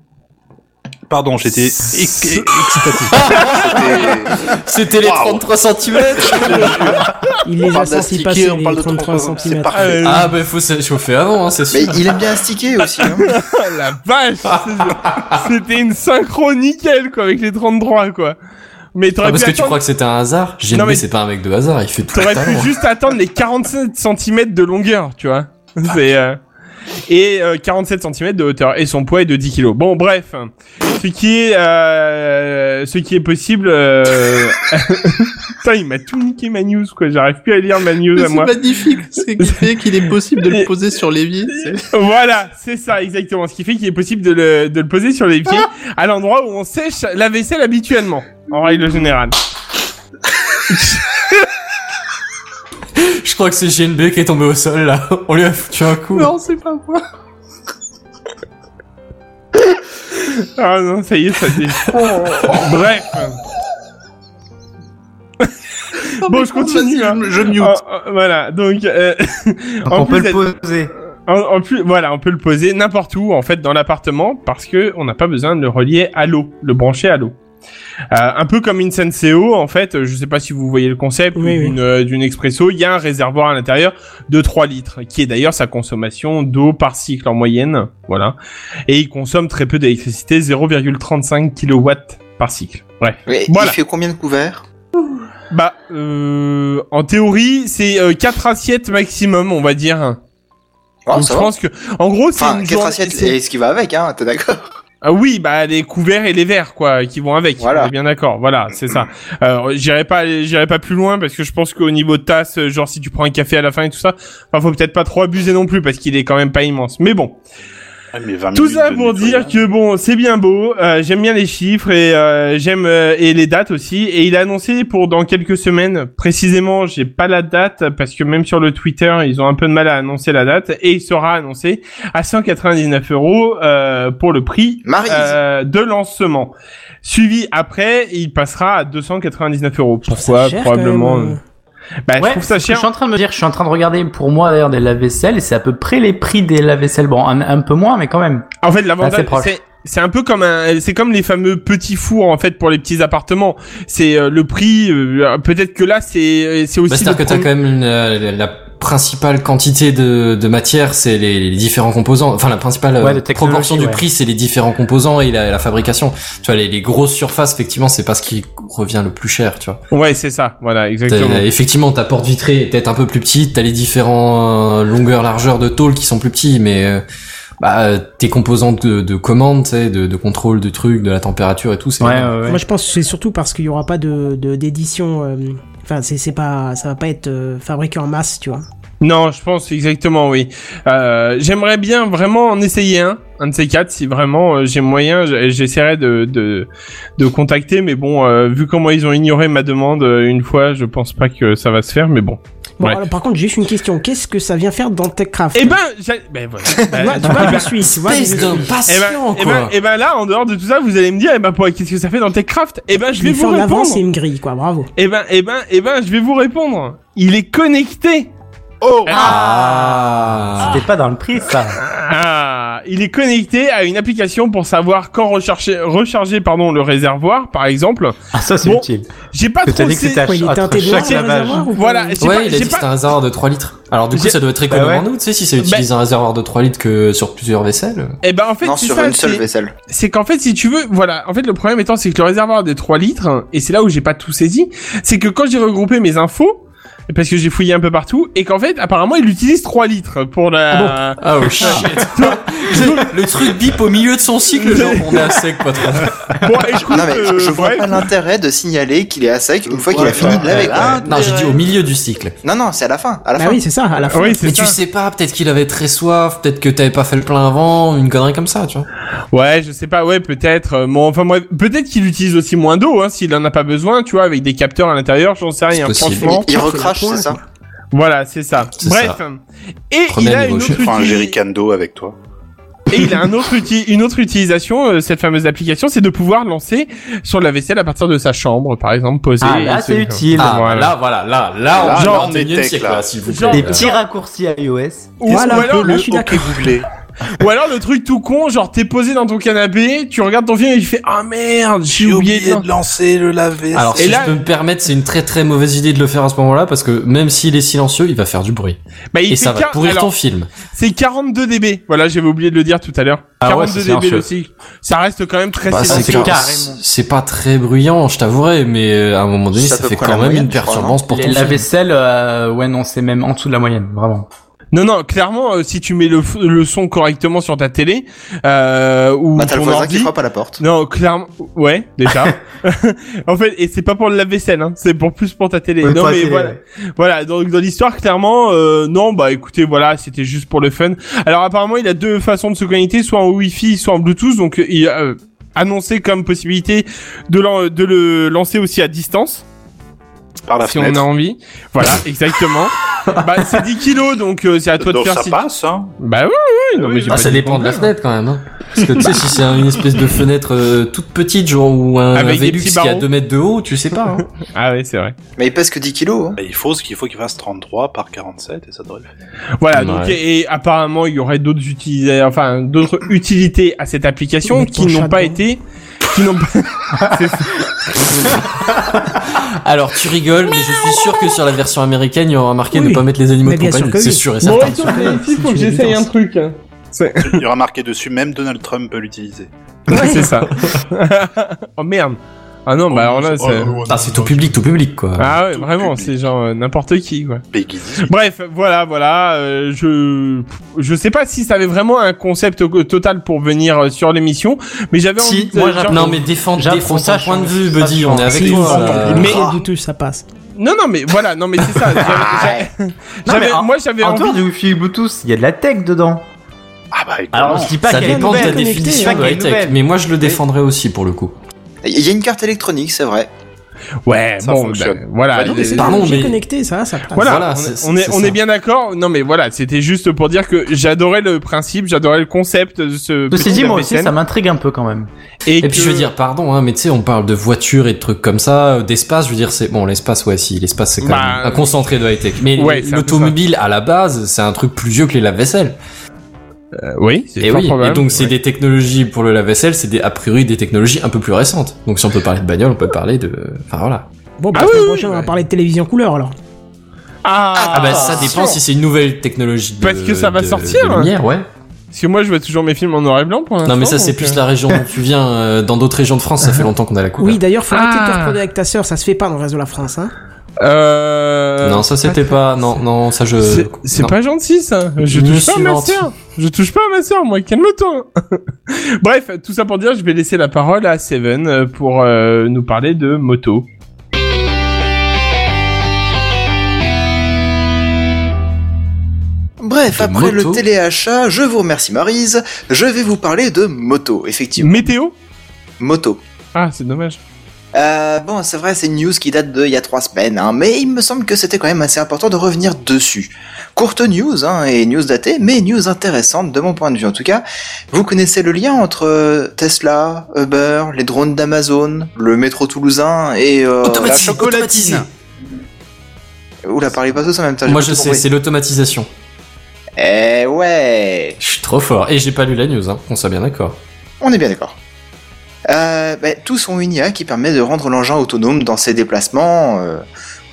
Speaker 4: Pardon, j'étais
Speaker 5: C'est-
Speaker 4: excitatif.
Speaker 5: C'était les 33 cm
Speaker 1: Il les
Speaker 4: On
Speaker 1: a
Speaker 4: parle
Speaker 1: sentis
Speaker 4: d'astiquer,
Speaker 1: passer
Speaker 4: on
Speaker 1: les
Speaker 4: parle de
Speaker 1: 33
Speaker 4: 33, c'est
Speaker 1: cm.
Speaker 4: parfait.
Speaker 3: Ah, euh,
Speaker 5: Ah bah faut se chauffer avant, hein, c'est
Speaker 7: Mais
Speaker 5: sûr.
Speaker 7: il aime bien astiquer aussi. Hein.
Speaker 3: Ah, la vache c'est- C'était une synchro nickel quoi avec les 33 quoi. Mais
Speaker 5: Ah,
Speaker 3: t'aurais
Speaker 5: parce
Speaker 3: pu,
Speaker 5: que tu
Speaker 3: attendre-
Speaker 5: crois que c'était un hasard
Speaker 3: Non,
Speaker 5: GNB
Speaker 3: mais-
Speaker 5: c'est pas un mec de hasard, il fait tout le
Speaker 3: t'aurais pu
Speaker 5: talent.
Speaker 3: juste attendre les 47 cm de longueur, tu vois. C'est euh, et euh, 47 cm de hauteur et son poids est de 10 kg. Bon bref, ce qui est euh, ce qui est possible euh... Putain, il m'a tout niqué ma news quoi, j'arrive plus à lire ma news à moi.
Speaker 8: magnifique, c'est fait qu'il est possible de
Speaker 3: le
Speaker 8: poser sur l'évier.
Speaker 3: Voilà, c'est ça exactement. Ce qui fait qu'il est possible de le, de le poser sur les pieds à l'endroit où on sèche la vaisselle habituellement, en règle générale.
Speaker 5: Je crois que c'est GNB qui est tombé au sol là. On lui a foutu un coup.
Speaker 3: Non, c'est pas moi. ah non, ça y est, ça dit. Bref. bon, je continue. hein.
Speaker 4: Je mute.
Speaker 3: Ah, ah, voilà, donc. euh,
Speaker 6: Donc
Speaker 3: en
Speaker 6: on peut
Speaker 3: plus
Speaker 6: le
Speaker 3: d'être-
Speaker 6: poser.
Speaker 3: en, en plus, voilà, on peut le poser n'importe où, en fait, dans l'appartement, parce que on n'a pas besoin de le relier à l'eau, le brancher à l'eau. Euh, un peu comme une Senseo, en fait, euh, je sais pas si vous voyez le concept,
Speaker 1: Oui,
Speaker 3: ou d'une euh, d'une expresso, il y a un réservoir à l'intérieur de 3 litres, qui est d'ailleurs sa consommation d'eau par cycle en moyenne, voilà. Et il consomme très peu d'électricité, 0,35 kW par cycle. Bref.
Speaker 7: Mais
Speaker 3: Voilà.
Speaker 7: Il fait combien de couverts
Speaker 3: Bah, euh, en théorie, c'est 4 assiettes maximum, on va dire.
Speaker 7: Oh,
Speaker 3: Donc,
Speaker 7: ça
Speaker 3: je
Speaker 7: va.
Speaker 3: pense que, en gros, c'est
Speaker 7: Enfin,
Speaker 3: une
Speaker 7: 4
Speaker 3: journée-
Speaker 7: assiettes
Speaker 3: c'est-
Speaker 7: et ce qui va avec, hein, t'es d'accord
Speaker 3: Ah oui, bah les couverts et les verres quoi, qui vont avec.
Speaker 7: Voilà.
Speaker 3: On est bien d'accord. Voilà, c'est ça. Euh, j'irai pas, j'irai pas plus loin parce que je pense qu'au niveau de tasse, euh, genre si tu prends un café à la fin et tout ça, enfin faut peut-être pas trop abuser non plus parce qu'il est quand même pas immense. Mais bon,
Speaker 4: Ah, mais 20
Speaker 3: tout
Speaker 4: minutes
Speaker 3: ça
Speaker 4: de hein.
Speaker 3: pour dire
Speaker 4: nettoyage.
Speaker 3: que bon, c'est bien beau. euh, j'aime bien les chiffres et euh, j'aime euh, et les dates aussi. Et il a annoncé pour dans quelques semaines, précisément, j'ai pas la date parce que même sur le Twitter, ils ont un peu de mal à annoncer la date et il sera annoncé à 199 euros euh, pour le prix
Speaker 7: Maryse.
Speaker 3: euh, de lancement. Suivi après, il passera à 299 euros. Pourquoi
Speaker 1: cher,
Speaker 3: Probablement.
Speaker 1: quand même. hein.
Speaker 3: euh, Bah, je trouve ça
Speaker 6: Je
Speaker 3: cher.
Speaker 6: suis en train de me dire, je suis en train de regarder pour moi d'ailleurs des lave-vaisselle et c'est à peu près les prix des lave-vaisselle. Bon, un, un peu moins, mais quand même.
Speaker 3: En fait,
Speaker 6: Assez
Speaker 3: l'avantage,
Speaker 6: proche.
Speaker 3: c'est c'est un peu comme un, c'est comme les fameux petits fours en fait pour les petits appartements. C'est euh, le prix. euh, Peut-être que là, c'est euh, c'est
Speaker 5: Bah,
Speaker 3: aussi.
Speaker 5: C'est-à-dire que
Speaker 3: le
Speaker 5: t'as
Speaker 3: premier-
Speaker 5: quand même la, la- la principale quantité de, de matière, c'est les, les différents composants. Enfin, la principale euh,
Speaker 6: Ouais, de technologie,
Speaker 5: proportion du
Speaker 6: ouais.
Speaker 5: prix, c'est les différents composants et la, la fabrication. Tu vois, les, les grosses surfaces, effectivement, c'est pas ce qui revient le plus cher, tu vois.
Speaker 3: Ouais, c'est ça. Voilà,
Speaker 5: T'as- euh,
Speaker 3: exactement.
Speaker 5: effectivement, ta porte vitrée est peut-être un peu plus petite, t'as les différents euh, longueurs, largeurs de tôle qui sont plus petits, mais euh, bah, euh, tes composantes de, de commande, tu sais, de, de contrôle, de trucs, de la température et tout, c'est
Speaker 6: Ouais, ouais, ouais.
Speaker 1: Moi, je pense que c'est surtout parce qu'il y aura pas de de- d'édition. euh, Enfin, c'est c'est pas, ça va pas être euh, fabriqué en masse, tu vois.
Speaker 3: Non, je pense exactement oui. Euh, J'aimerais bien vraiment en essayer un, un de ces quatre, si vraiment euh, j'ai moyen, j- j'essaierai de, de de contacter. Mais bon, euh, vu comment ils ont ignoré ma demande euh, une fois, je pense pas que ça va se faire. Mais bon.
Speaker 1: Bon,
Speaker 3: Ouais.
Speaker 1: alors, par contre, j'ai juste une question. Qu'est-ce que ça vient faire dans TechCraft
Speaker 3: Eh ben, j'ai- ben voilà. Ben,
Speaker 1: Ouais, tu vois, je suis, tu vois, je-
Speaker 5: Espèce
Speaker 3: Eh ben,
Speaker 5: d'impatient,
Speaker 3: eh
Speaker 5: quoi.
Speaker 3: ben, eh ben là, en dehors de tout ça, vous allez me dire, eh ben, pour- qu'est-ce que ça fait dans TechCraft Eh ben, je vais
Speaker 1: les
Speaker 3: vous
Speaker 1: forts d'avant,
Speaker 3: répondre.
Speaker 1: c'est une grille, quoi. Bravo.
Speaker 3: Eh ben, eh ben, eh ben, je vais vous répondre. Il est connecté.
Speaker 4: Oh
Speaker 5: Ah.
Speaker 6: C'était pas dans le prix, ça.
Speaker 3: Ah, il est connecté à une application pour savoir quand recharger, recharger pardon, le réservoir, par exemple.
Speaker 6: Ah, ça, c'est
Speaker 3: Bon.
Speaker 6: utile.
Speaker 3: J'ai pas
Speaker 6: Que t'as
Speaker 3: trop.
Speaker 6: dit que
Speaker 3: sé-
Speaker 6: c'était à,
Speaker 1: Quoi, il
Speaker 6: ch-
Speaker 1: était
Speaker 6: entre
Speaker 1: intégré dans
Speaker 6: chaque
Speaker 1: le
Speaker 6: lavage.
Speaker 1: réservoir ou pas
Speaker 3: Voilà, j'ai
Speaker 5: Ouais,
Speaker 3: pas,
Speaker 5: il a
Speaker 3: j'ai
Speaker 5: dit que
Speaker 3: pas-
Speaker 5: c'était un réservoir de 3 litres. Alors du coup,
Speaker 3: J'ai- Bah
Speaker 5: ça doit être économe en eau, tu sais, si ça utilise un réservoir de 3 litres que sur plusieurs vaisselles.
Speaker 3: Eh ben, en fait,
Speaker 7: Non,
Speaker 3: c'est
Speaker 7: sur
Speaker 3: ça,
Speaker 7: une seule
Speaker 3: c'est-
Speaker 7: vaisselle.
Speaker 3: c'est qu'en fait, si tu veux, voilà, en fait, le problème étant, c'est que le réservoir des 3 litres, et c'est là où j'ai pas tout saisi, c'est que quand j'ai regroupé mes infos, parce que j'ai fouillé un peu partout, et qu'en fait, apparemment, il utilise 3 litres pour la...
Speaker 5: Oh shit. le truc bip au milieu de son cycle, genre on est à sec, pas trop.
Speaker 3: Bon, écoute,
Speaker 7: Non, mais je, je vois
Speaker 3: euh,
Speaker 7: pas
Speaker 3: bref.
Speaker 7: l'intérêt de signaler qu'il est à sec une fois qu'il a fini de laver.
Speaker 3: Ah.
Speaker 7: quoi.
Speaker 5: Ah, non, j'ai dit au milieu du cycle.
Speaker 7: Non, non, c'est à la fin. À la
Speaker 1: Bah
Speaker 7: fin.
Speaker 1: oui, c'est ça, à la fin.
Speaker 3: Ah Oui, c'est
Speaker 5: Mais tu
Speaker 3: ça.
Speaker 5: sais pas, peut-être qu'il avait très soif, peut-être que t'avais pas fait le plein avant, une connerie comme ça, tu vois.
Speaker 3: Ouais, je sais pas, ouais, peut-être. euh, Bon, enfin, bref, peut-être qu'il utilise aussi moins d'eau, hein, s'il en a pas besoin, tu vois, avec des capteurs à l'intérieur, j'en sais rien,
Speaker 5: possible.
Speaker 3: franchement.
Speaker 7: Il, il recrache, c'est ça
Speaker 3: Voilà, c'est ça.
Speaker 5: C'est
Speaker 3: Bref. Et
Speaker 5: Premier
Speaker 3: il a
Speaker 5: niveau
Speaker 3: une
Speaker 5: chez-
Speaker 3: autre
Speaker 4: Prends un
Speaker 3: uti-
Speaker 4: jerrycan d'eau avec toi.
Speaker 3: Et il a un autre uti- une autre utilisation, euh, cette fameuse application, c'est de pouvoir lancer sur la vaisselle à partir de sa chambre, par exemple, posée.
Speaker 6: Ah,
Speaker 3: et
Speaker 6: là, c'est utile.
Speaker 5: Ah,
Speaker 3: Voilà.
Speaker 5: là, voilà, là, là,
Speaker 4: Là,
Speaker 5: on est
Speaker 4: genre,
Speaker 5: au 21e
Speaker 4: on est
Speaker 5: siècle,
Speaker 4: tech, là.
Speaker 5: là, s'il vous
Speaker 3: Genre,
Speaker 5: plaît.
Speaker 6: Des petits raccourcis iOS.
Speaker 3: Ou,
Speaker 1: Voilà,
Speaker 3: ou alors,
Speaker 1: là, je suis d'accord.
Speaker 4: Googlez.
Speaker 3: ou alors le truc tout con, genre t'es posé dans ton canapé, tu regardes ton film et tu fais ah merde, j'ai oublié. de lan-
Speaker 4: lancer le laver.
Speaker 5: Alors,
Speaker 3: Et
Speaker 5: si
Speaker 3: là-
Speaker 5: je peux me permettre, c'est une très très mauvaise idée de le faire à ce moment-là, parce que même s'il est silencieux, il va faire du bruit.
Speaker 3: Bah,
Speaker 5: Et
Speaker 3: il fait
Speaker 5: ça va
Speaker 3: qu'un-
Speaker 5: pourrir
Speaker 3: alors,
Speaker 5: ton film.
Speaker 3: C'est 42 dB. Voilà, j'avais oublié de le dire tout à l'heure.
Speaker 6: Ah ouais,
Speaker 3: 42
Speaker 6: c'est
Speaker 3: dB
Speaker 6: silencieux.
Speaker 3: le cycle. Ça reste quand même très
Speaker 5: Bah,
Speaker 3: silencieux.
Speaker 5: c'est
Speaker 6: carrément.
Speaker 5: car- c'est pas très bruyant, je t'avouerai, mais euh, à un moment donné,
Speaker 7: C'est à
Speaker 5: ça,
Speaker 7: peu
Speaker 5: fait
Speaker 7: près
Speaker 5: quand
Speaker 7: la
Speaker 5: même
Speaker 7: moyenne,
Speaker 5: une
Speaker 7: je crois,
Speaker 5: perturbance pour ton
Speaker 6: La
Speaker 5: film.
Speaker 6: vaisselle, euh, ouais, non, c'est même en dessous de la moyenne, vraiment.
Speaker 3: Non, non, clairement, euh, si tu mets le, f- le son correctement sur ta télé euh, ou
Speaker 7: Bah, t'as le
Speaker 3: ton
Speaker 7: voisin qui
Speaker 3: ordi.
Speaker 7: frappe à la porte.
Speaker 3: Non, clairement, ouais, déjà. en fait, et c'est pas pour le lave-vaisselle, hein, c'est pour plus pour ta télé.
Speaker 6: Ouais,
Speaker 3: non
Speaker 6: pas
Speaker 3: mais
Speaker 6: télé,
Speaker 3: voilà,
Speaker 6: ouais.
Speaker 3: voilà. Donc dans l'histoire, clairement, euh, non, bah écoutez, voilà, c'était juste pour le fun. Alors apparemment, il a deux façons de se connecter, soit en Wi-Fi, soit en Bluetooth. Donc euh, il a euh, annoncé comme possibilité de, l'en- de le lancer aussi à distance.
Speaker 4: Par la
Speaker 3: si
Speaker 4: fenêtre.
Speaker 3: on a envie. Voilà, exactement. bah, c'est 10 kilos, donc euh, c'est à toi de
Speaker 4: Donc
Speaker 3: faire
Speaker 4: ça
Speaker 3: si-
Speaker 4: passe, hein.
Speaker 3: Bah oui, oui, non, mais j'ai
Speaker 5: Ah,
Speaker 3: pas
Speaker 5: ça
Speaker 3: dit
Speaker 5: dépend de la
Speaker 3: contraire.
Speaker 5: fenêtre quand même. hein. Parce que tu sais, si c'est une espèce de fenêtre euh, toute petite, genre ou un
Speaker 3: Avec des
Speaker 5: Velux
Speaker 3: petits
Speaker 5: qui a
Speaker 3: barreaux.
Speaker 5: 2 mètres de haut, tu sais pas. hein.
Speaker 3: Ah oui, c'est vrai.
Speaker 7: Mais il pèse que 10 kilos. hein.
Speaker 4: Bah, il faut ce qu'il faut qu'il fasse 33 par 47 et ça devrait le faire.
Speaker 3: Voilà,
Speaker 5: Ouais.
Speaker 3: donc et, et apparemment il y aurait d'autres utilités, enfin d'autres utilités à cette application qui n'ont pas été, qui n'ont pas.
Speaker 5: Alors tu rigoles, mais je suis sûr que sur la version américaine, il y aura marqué
Speaker 1: Oui.
Speaker 5: ne pas mettre les animaux
Speaker 1: Mais
Speaker 5: de
Speaker 1: bien sûr
Speaker 5: compagnie.
Speaker 1: que oui.
Speaker 5: C'est sûr et certain.
Speaker 3: il faut que j'essaye un truc. hein.
Speaker 4: Il y aura marqué dessus, même Donald Trump peut l'utiliser.
Speaker 3: c'est ça. oh merde. Ah non, bah alors là
Speaker 4: Oh,
Speaker 3: c'est.
Speaker 5: Ah, c'est tout public, tout public quoi.
Speaker 3: Ah ouais,
Speaker 4: tout
Speaker 3: vraiment,
Speaker 4: public.
Speaker 3: c'est genre euh, n'importe qui quoi.
Speaker 4: Peggy.
Speaker 3: Bref, voilà, voilà. euh, je je sais pas si ça avait vraiment un concept au- total pour venir euh, sur l'émission, mais j'avais
Speaker 5: Si,
Speaker 3: envie de
Speaker 5: moi,
Speaker 3: genre-
Speaker 5: j'approuve. Non, mais défends,
Speaker 6: J'approuve
Speaker 5: défends
Speaker 6: ça,
Speaker 5: ton point de
Speaker 6: je-
Speaker 5: vue,
Speaker 6: je-
Speaker 5: Buddy,
Speaker 6: je-
Speaker 5: on est avec
Speaker 1: Si,
Speaker 5: toi. euh,
Speaker 1: on
Speaker 5: là.
Speaker 1: s'entend.
Speaker 3: mais-
Speaker 1: Rien du tout, ça passe.
Speaker 3: non, non, mais voilà, non, mais c'est ça. j'avais- j'avais- j'avais-
Speaker 6: mais en-
Speaker 3: moi, j'avais
Speaker 6: En
Speaker 3: envie.
Speaker 6: dehors du Wi-Fi et Bluetooth, il y a de la tech dedans.
Speaker 4: Ah bah,
Speaker 6: Alors,
Speaker 4: évidemment.
Speaker 6: je dis pas
Speaker 5: Ça
Speaker 6: qu'elle est
Speaker 5: dépend de ta
Speaker 6: nouvelle.
Speaker 1: connectée,
Speaker 5: définition
Speaker 1: hein.
Speaker 5: de
Speaker 6: Pas qu'elle est
Speaker 5: high-tech,
Speaker 6: nouvelle.
Speaker 5: mais moi je le défendrais aussi pour le coup.
Speaker 7: Il y a une carte électronique, c'est vrai.
Speaker 3: Ouais,
Speaker 4: Ça
Speaker 3: bon,
Speaker 4: fonctionne.
Speaker 3: ben, voilà.
Speaker 4: Bah non, mais c'est-
Speaker 5: Pardon,
Speaker 1: J'ai
Speaker 5: mais-
Speaker 1: connecté, ça, ça passe.
Speaker 3: Ah, Voilà,
Speaker 5: Voilà,
Speaker 3: on-
Speaker 5: c'est-
Speaker 3: on, est,
Speaker 5: c'est
Speaker 3: on
Speaker 5: ça.
Speaker 3: est bien d'accord. Non, mais voilà, c'était juste pour dire que j'adorais le principe, j'adorais le concept de ce.
Speaker 6: Ceci
Speaker 3: petit
Speaker 6: dit, moi aussi,
Speaker 3: APCN,
Speaker 6: ça m'intrigue un peu quand même.
Speaker 3: Et,
Speaker 5: Et puis
Speaker 3: que-
Speaker 5: je veux dire, pardon, hein, mais tu sais, on parle de voitures et de trucs comme ça, euh, d'espace, je veux dire, c'est bon, l'espace, ouais, si, l'espace, c'est quand même
Speaker 3: Bah,
Speaker 5: un concentré de high-tech. Mais
Speaker 3: ouais, c'est un peu
Speaker 5: l'automobile, à la base, c'est un truc plus vieux que les lave-vaisselle.
Speaker 3: Euh, oui, c'est
Speaker 5: Et
Speaker 3: fort
Speaker 5: oui,
Speaker 3: probable.
Speaker 5: et donc c'est
Speaker 3: Ouais.
Speaker 5: des technologies pour le lave-vaisselle, c'est des, a priori des technologies un peu plus récentes. Donc si on peut parler de bagnole, on peut parler de, enfin voilà.
Speaker 1: Bon, bah,
Speaker 3: Ah
Speaker 1: la semaine
Speaker 3: oui, oui,
Speaker 1: prochaine, on va
Speaker 3: ouais.
Speaker 1: parler de télévision couleur alors.
Speaker 3: Ah,
Speaker 5: Ah bah ça dépend si c'est une nouvelle technologie. De,
Speaker 3: Parce que ça va
Speaker 5: de-
Speaker 3: sortir.
Speaker 5: de lumière, ouais.
Speaker 3: ah, Parce que moi, je vois toujours mes films en noir et blanc pour l'instant.
Speaker 5: Non mais ça c'est
Speaker 3: donc,
Speaker 5: plus
Speaker 3: euh,
Speaker 5: la région dont tu viens. euh, Dans d'autres régions de France, ça fait longtemps qu'on a la coupe.
Speaker 1: Oui, d'ailleurs, faut arrêter de te
Speaker 3: Ah.
Speaker 1: reproduire avec ta sœur, ça se fait pas dans le reste de la France. Hein.
Speaker 3: Euh...
Speaker 5: Non, ça c'était pas. Non, non, ça je.
Speaker 3: C'est c'est
Speaker 5: non.
Speaker 3: pas gentil ça. Je touche
Speaker 5: Monsieur
Speaker 3: pas à ma
Speaker 5: Lanty.
Speaker 3: sœur. Je touche pas à ma sœur, moi. Calme-toi. Bref, tout ça pour dire, je vais laisser la parole à Seven euh, pour euh, nous parler de moto.
Speaker 7: Bref,
Speaker 5: De
Speaker 7: après
Speaker 5: moto.
Speaker 7: le téléachat, je vous remercie Marise, je vais vous parler de moto,
Speaker 5: Mm.
Speaker 7: effectivement.
Speaker 3: Météo
Speaker 7: Moto.
Speaker 3: Ah, c'est dommage.
Speaker 7: Euh, bon, c'est vrai, c'est une news qui date d'il y a trois semaines, hein, mais il me semble que c'était quand même assez important de revenir dessus. Courte news, hein, et news datée, mais news intéressante de mon point de vue en tout cas. Vous connaissez le lien entre euh, Tesla, Uber, les drones d'Amazon, le métro toulousain et... Euh,
Speaker 10: La chocolatine.
Speaker 7: la- Oula, parlez pas tous en même temps. j'ai
Speaker 5: Moi
Speaker 7: pas
Speaker 5: je
Speaker 7: tout
Speaker 5: sais,
Speaker 7: compris.
Speaker 5: c'est l'automatisation.
Speaker 7: Eh ouais
Speaker 5: Je suis trop fort. Et j'ai pas lu la news, hein. On soit bien d'accord.
Speaker 7: On est bien d'accord. Euh, bah, tous ont une IA qui permet de rendre l'engin autonome dans ses déplacements. euh,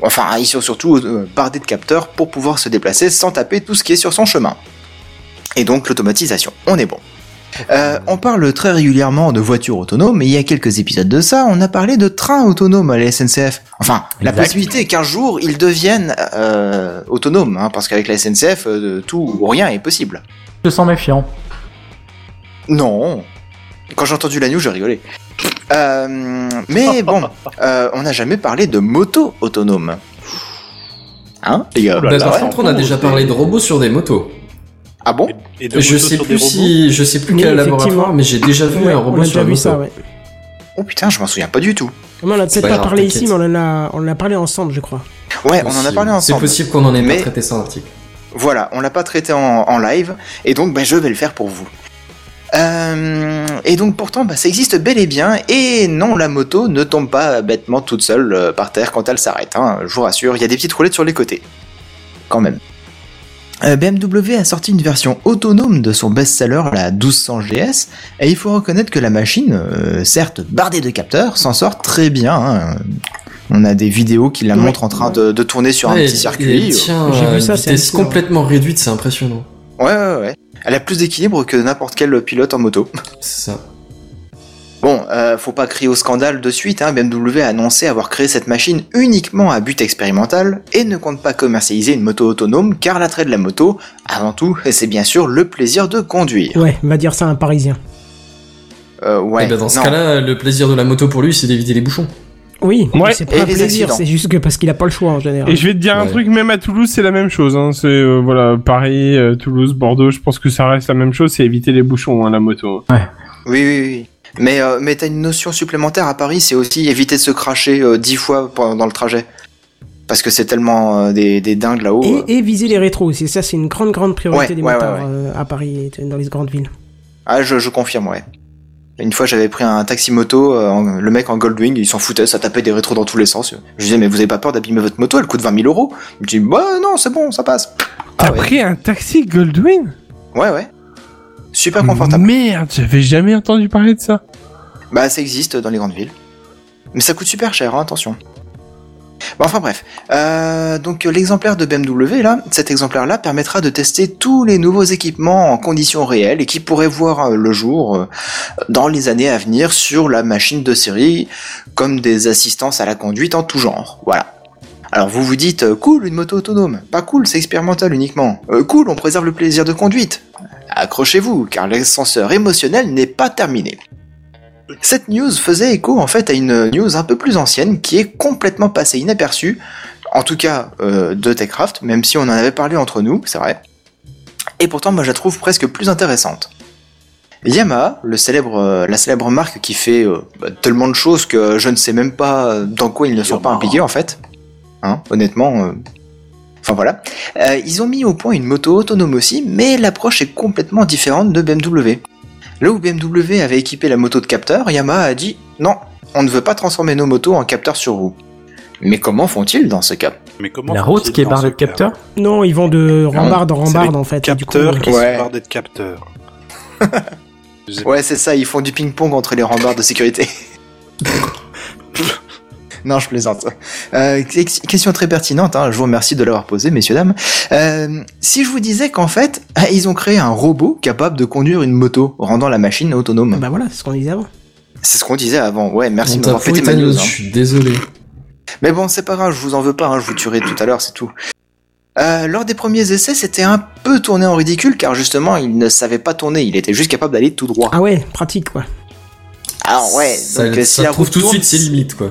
Speaker 7: enfin, ils sont surtout euh, bardés de capteurs pour pouvoir se déplacer sans taper tout ce qui est sur son chemin. Et donc l'automatisation, on est bon. Euh, on parle très régulièrement de voitures autonomes, mais il y a quelques épisodes de ça, on a parlé de trains autonomes à la SNCF. Enfin, la
Speaker 6: Exact.
Speaker 7: possibilité qu'un jour ils deviennent euh, autonomes, hein, parce qu'avec la SNCF, euh, tout ou rien est possible.
Speaker 6: Je sens méfiant.
Speaker 7: Non. Quand j'ai entendu la news, j'ai rigolé. Euh, mais bon, euh, on n'a jamais parlé de moto autonome. Hein, les gars
Speaker 4: Oula, Bah,
Speaker 5: par
Speaker 4: ouais.
Speaker 5: contre, on a déjà parlé de robots sur des motos.
Speaker 7: Ah bon
Speaker 4: Et, et de
Speaker 5: Je
Speaker 4: motos
Speaker 5: sais
Speaker 4: sur
Speaker 5: plus
Speaker 4: des robots
Speaker 5: si, je sais plus
Speaker 1: Oui,
Speaker 5: quel
Speaker 1: effectivement.
Speaker 5: laboratoire, mais j'ai déjà vu
Speaker 1: Ouais,
Speaker 5: un
Speaker 1: on
Speaker 5: robot
Speaker 1: a
Speaker 5: sur
Speaker 1: déjà
Speaker 5: la
Speaker 1: vu
Speaker 5: moto.
Speaker 1: ça, ouais.
Speaker 7: Oh putain, je m'en souviens pas du tout.
Speaker 1: Mais on l'a peut-être
Speaker 5: pas
Speaker 1: pas
Speaker 5: grave,
Speaker 1: parlé ici, mais
Speaker 5: t'inquiète.
Speaker 1: on en a, on en a parlé ensemble, je crois.
Speaker 7: Ouais, on en a parlé
Speaker 5: C'est
Speaker 7: ensemble.
Speaker 5: possible qu'on en ait
Speaker 7: Mais-
Speaker 5: pas traité ça en article.
Speaker 7: Voilà, on l'a pas traité en, en live, et donc ben, je vais le faire pour vous. Euh, et donc pourtant, ben, ça existe bel et bien, et non, la moto ne tombe pas bêtement toute seule euh, par terre quand elle s'arrête, hein, je vous rassure, il y a des petites roulettes sur les côtés. Quand même. Euh, BMW a sorti une version autonome de son best-seller, la 1200 GS, et il faut reconnaître que la machine, euh, certes bardée de capteurs, s'en sort très bien. hein. On a des vidéos qui la
Speaker 1: Oui.
Speaker 7: montrent en train de, de tourner sur un
Speaker 5: Ouais,
Speaker 7: petit
Speaker 5: et-
Speaker 7: circuit.
Speaker 5: et Tiens,
Speaker 1: J'ai vu
Speaker 5: euh,
Speaker 1: ça, c'est
Speaker 5: vitesse
Speaker 1: hallucinant.
Speaker 5: complètement réduite, c'est impressionnant.
Speaker 7: Ouais, ouais, ouais. Elle a plus d'équilibre que n'importe quel pilote en moto.
Speaker 5: C'est ça.
Speaker 7: Bon, euh, faut pas crier au scandale de suite, hein. BMW a annoncé avoir créé cette machine uniquement à but expérimental et ne compte pas commercialiser une moto autonome car l'attrait de la moto, avant tout, c'est bien sûr le plaisir de conduire.
Speaker 1: Ouais, va dire ça à un Parisien.
Speaker 7: Euh, ouais,
Speaker 5: Eh ben, dans ce
Speaker 7: non.
Speaker 5: cas-là, le plaisir de la moto pour lui, c'est d'éviter les bouchons.
Speaker 1: Oui, mais
Speaker 3: Ouais.
Speaker 1: c'est pas
Speaker 7: Et
Speaker 1: un
Speaker 7: les
Speaker 1: plaisir,
Speaker 7: accidents.
Speaker 1: c'est juste que parce qu'il a pas le choix en général.
Speaker 3: Et je vais te dire un
Speaker 5: Ouais.
Speaker 3: truc, même à Toulouse, c'est la même chose. Hein. C'est euh, voilà, Paris, euh, Toulouse, Bordeaux. Je pense que ça reste la même chose. C'est éviter les bouchons, hein, la moto.
Speaker 7: Oui, oui, oui. Mais, euh, mais t'as une notion supplémentaire à Paris, c'est aussi éviter de se cracher euh, dix fois pendant le trajet. parce que c'est tellement euh, des, des dingues là-haut. euh.
Speaker 1: Et, et viser les rétros aussi. Ça, c'est une grande, grande priorité
Speaker 7: Ouais,
Speaker 1: des
Speaker 7: ouais,
Speaker 1: motards
Speaker 7: ouais, ouais.
Speaker 1: euh, à Paris et dans les grandes villes.
Speaker 7: Ah, je, je confirme, ouais. Une fois, j'avais pris un taxi moto, euh, en- le mec en Goldwing, il s'en foutait, ça tapait des rétros dans tous les sens. Je disais, mais vous avez pas peur d'abîmer votre moto, elle coûte 20 000 euros Il me dit, bah non, c'est bon, ça passe.
Speaker 3: T'as
Speaker 7: Ah ouais.
Speaker 3: pris un taxi Goldwyn
Speaker 7: Ouais, ouais. Super confortable.
Speaker 3: Merde, j'avais jamais entendu parler de ça.
Speaker 7: Bah, ça existe dans les grandes villes. Mais ça coûte super cher, hein, attention. Bon, enfin bref. Euh, donc euh, l'exemplaire de BMW, là, cet exemplaire-là permettra de tester tous les nouveaux équipements en conditions réelles et qui pourraient voir euh, le jour euh, dans les années à venir sur la machine de série, comme des assistances à la conduite en tout genre. Voilà. Alors vous vous dites, euh, cool, une moto autonome. Pas cool, c'est expérimental uniquement. Euh, cool, on préserve le plaisir de conduite. Accrochez-vous, car l'ascenseur émotionnel n'est pas terminé. Cette news faisait écho en fait à une news un peu plus ancienne qui est complètement passée inaperçue, en tout cas euh, de Techcraft, même si on en avait parlé entre nous, c'est vrai. Et pourtant, moi, je la trouve presque plus intéressante. Yamaha, le célèbre, euh, la célèbre marque qui fait euh, bah, tellement de choses que je ne sais même pas dans quoi ils ne sont pas impliqués en fait. Hein, honnêtement. euh, Enfin voilà. Euh, ils ont mis au point une moto autonome aussi, mais l'approche est complètement différente de BMW. Là où BMW avait équipé la moto de capteurs, Yamaha a dit non, on ne veut pas transformer nos motos en capteurs sur roues. Mais comment font-ils dans ce cas
Speaker 4: Mais comment
Speaker 6: La route qui est barrée de
Speaker 4: capteur
Speaker 6: capteurs
Speaker 1: Non, ils vont de rambarde en
Speaker 4: C'est les
Speaker 1: rambarde, en fait. et du coup,
Speaker 4: Capteurs qui
Speaker 7: Ouais.
Speaker 4: se barrent d'être capteurs.
Speaker 7: Ouais, c'est ça, ils font du ping-pong entre les rambardes de sécurité. non, je plaisante. Euh, que- question très pertinente, hein, je vous remercie de l'avoir posée, messieurs, dames. Euh, si je vous disais qu'en fait, ah, ils ont créé un robot capable de conduire une moto, rendant la machine autonome.
Speaker 1: Bah voilà, c'est ce qu'on disait avant.
Speaker 7: C'est ce qu'on disait avant, ouais, merci
Speaker 5: On
Speaker 7: de
Speaker 5: t'a
Speaker 7: m'avoir
Speaker 5: foutu
Speaker 7: pété ma
Speaker 5: ta news,
Speaker 7: news.
Speaker 5: je
Speaker 7: hein.
Speaker 5: suis désolé.
Speaker 7: Mais bon, c'est pas grave, je vous en veux pas, hein, je vous tuerai tout à l'heure, c'est tout. Euh, lors des premiers essais, c'était un peu tourné en ridicule car justement il ne savait pas tourner, il était juste capable d'aller tout droit.
Speaker 1: Ah ouais, pratique quoi.
Speaker 7: Ah ouais,
Speaker 5: ça,
Speaker 7: donc euh, si
Speaker 5: ça
Speaker 7: la
Speaker 5: trouve
Speaker 7: roue
Speaker 5: tout de
Speaker 7: tourne,
Speaker 5: suite ses limites, quoi.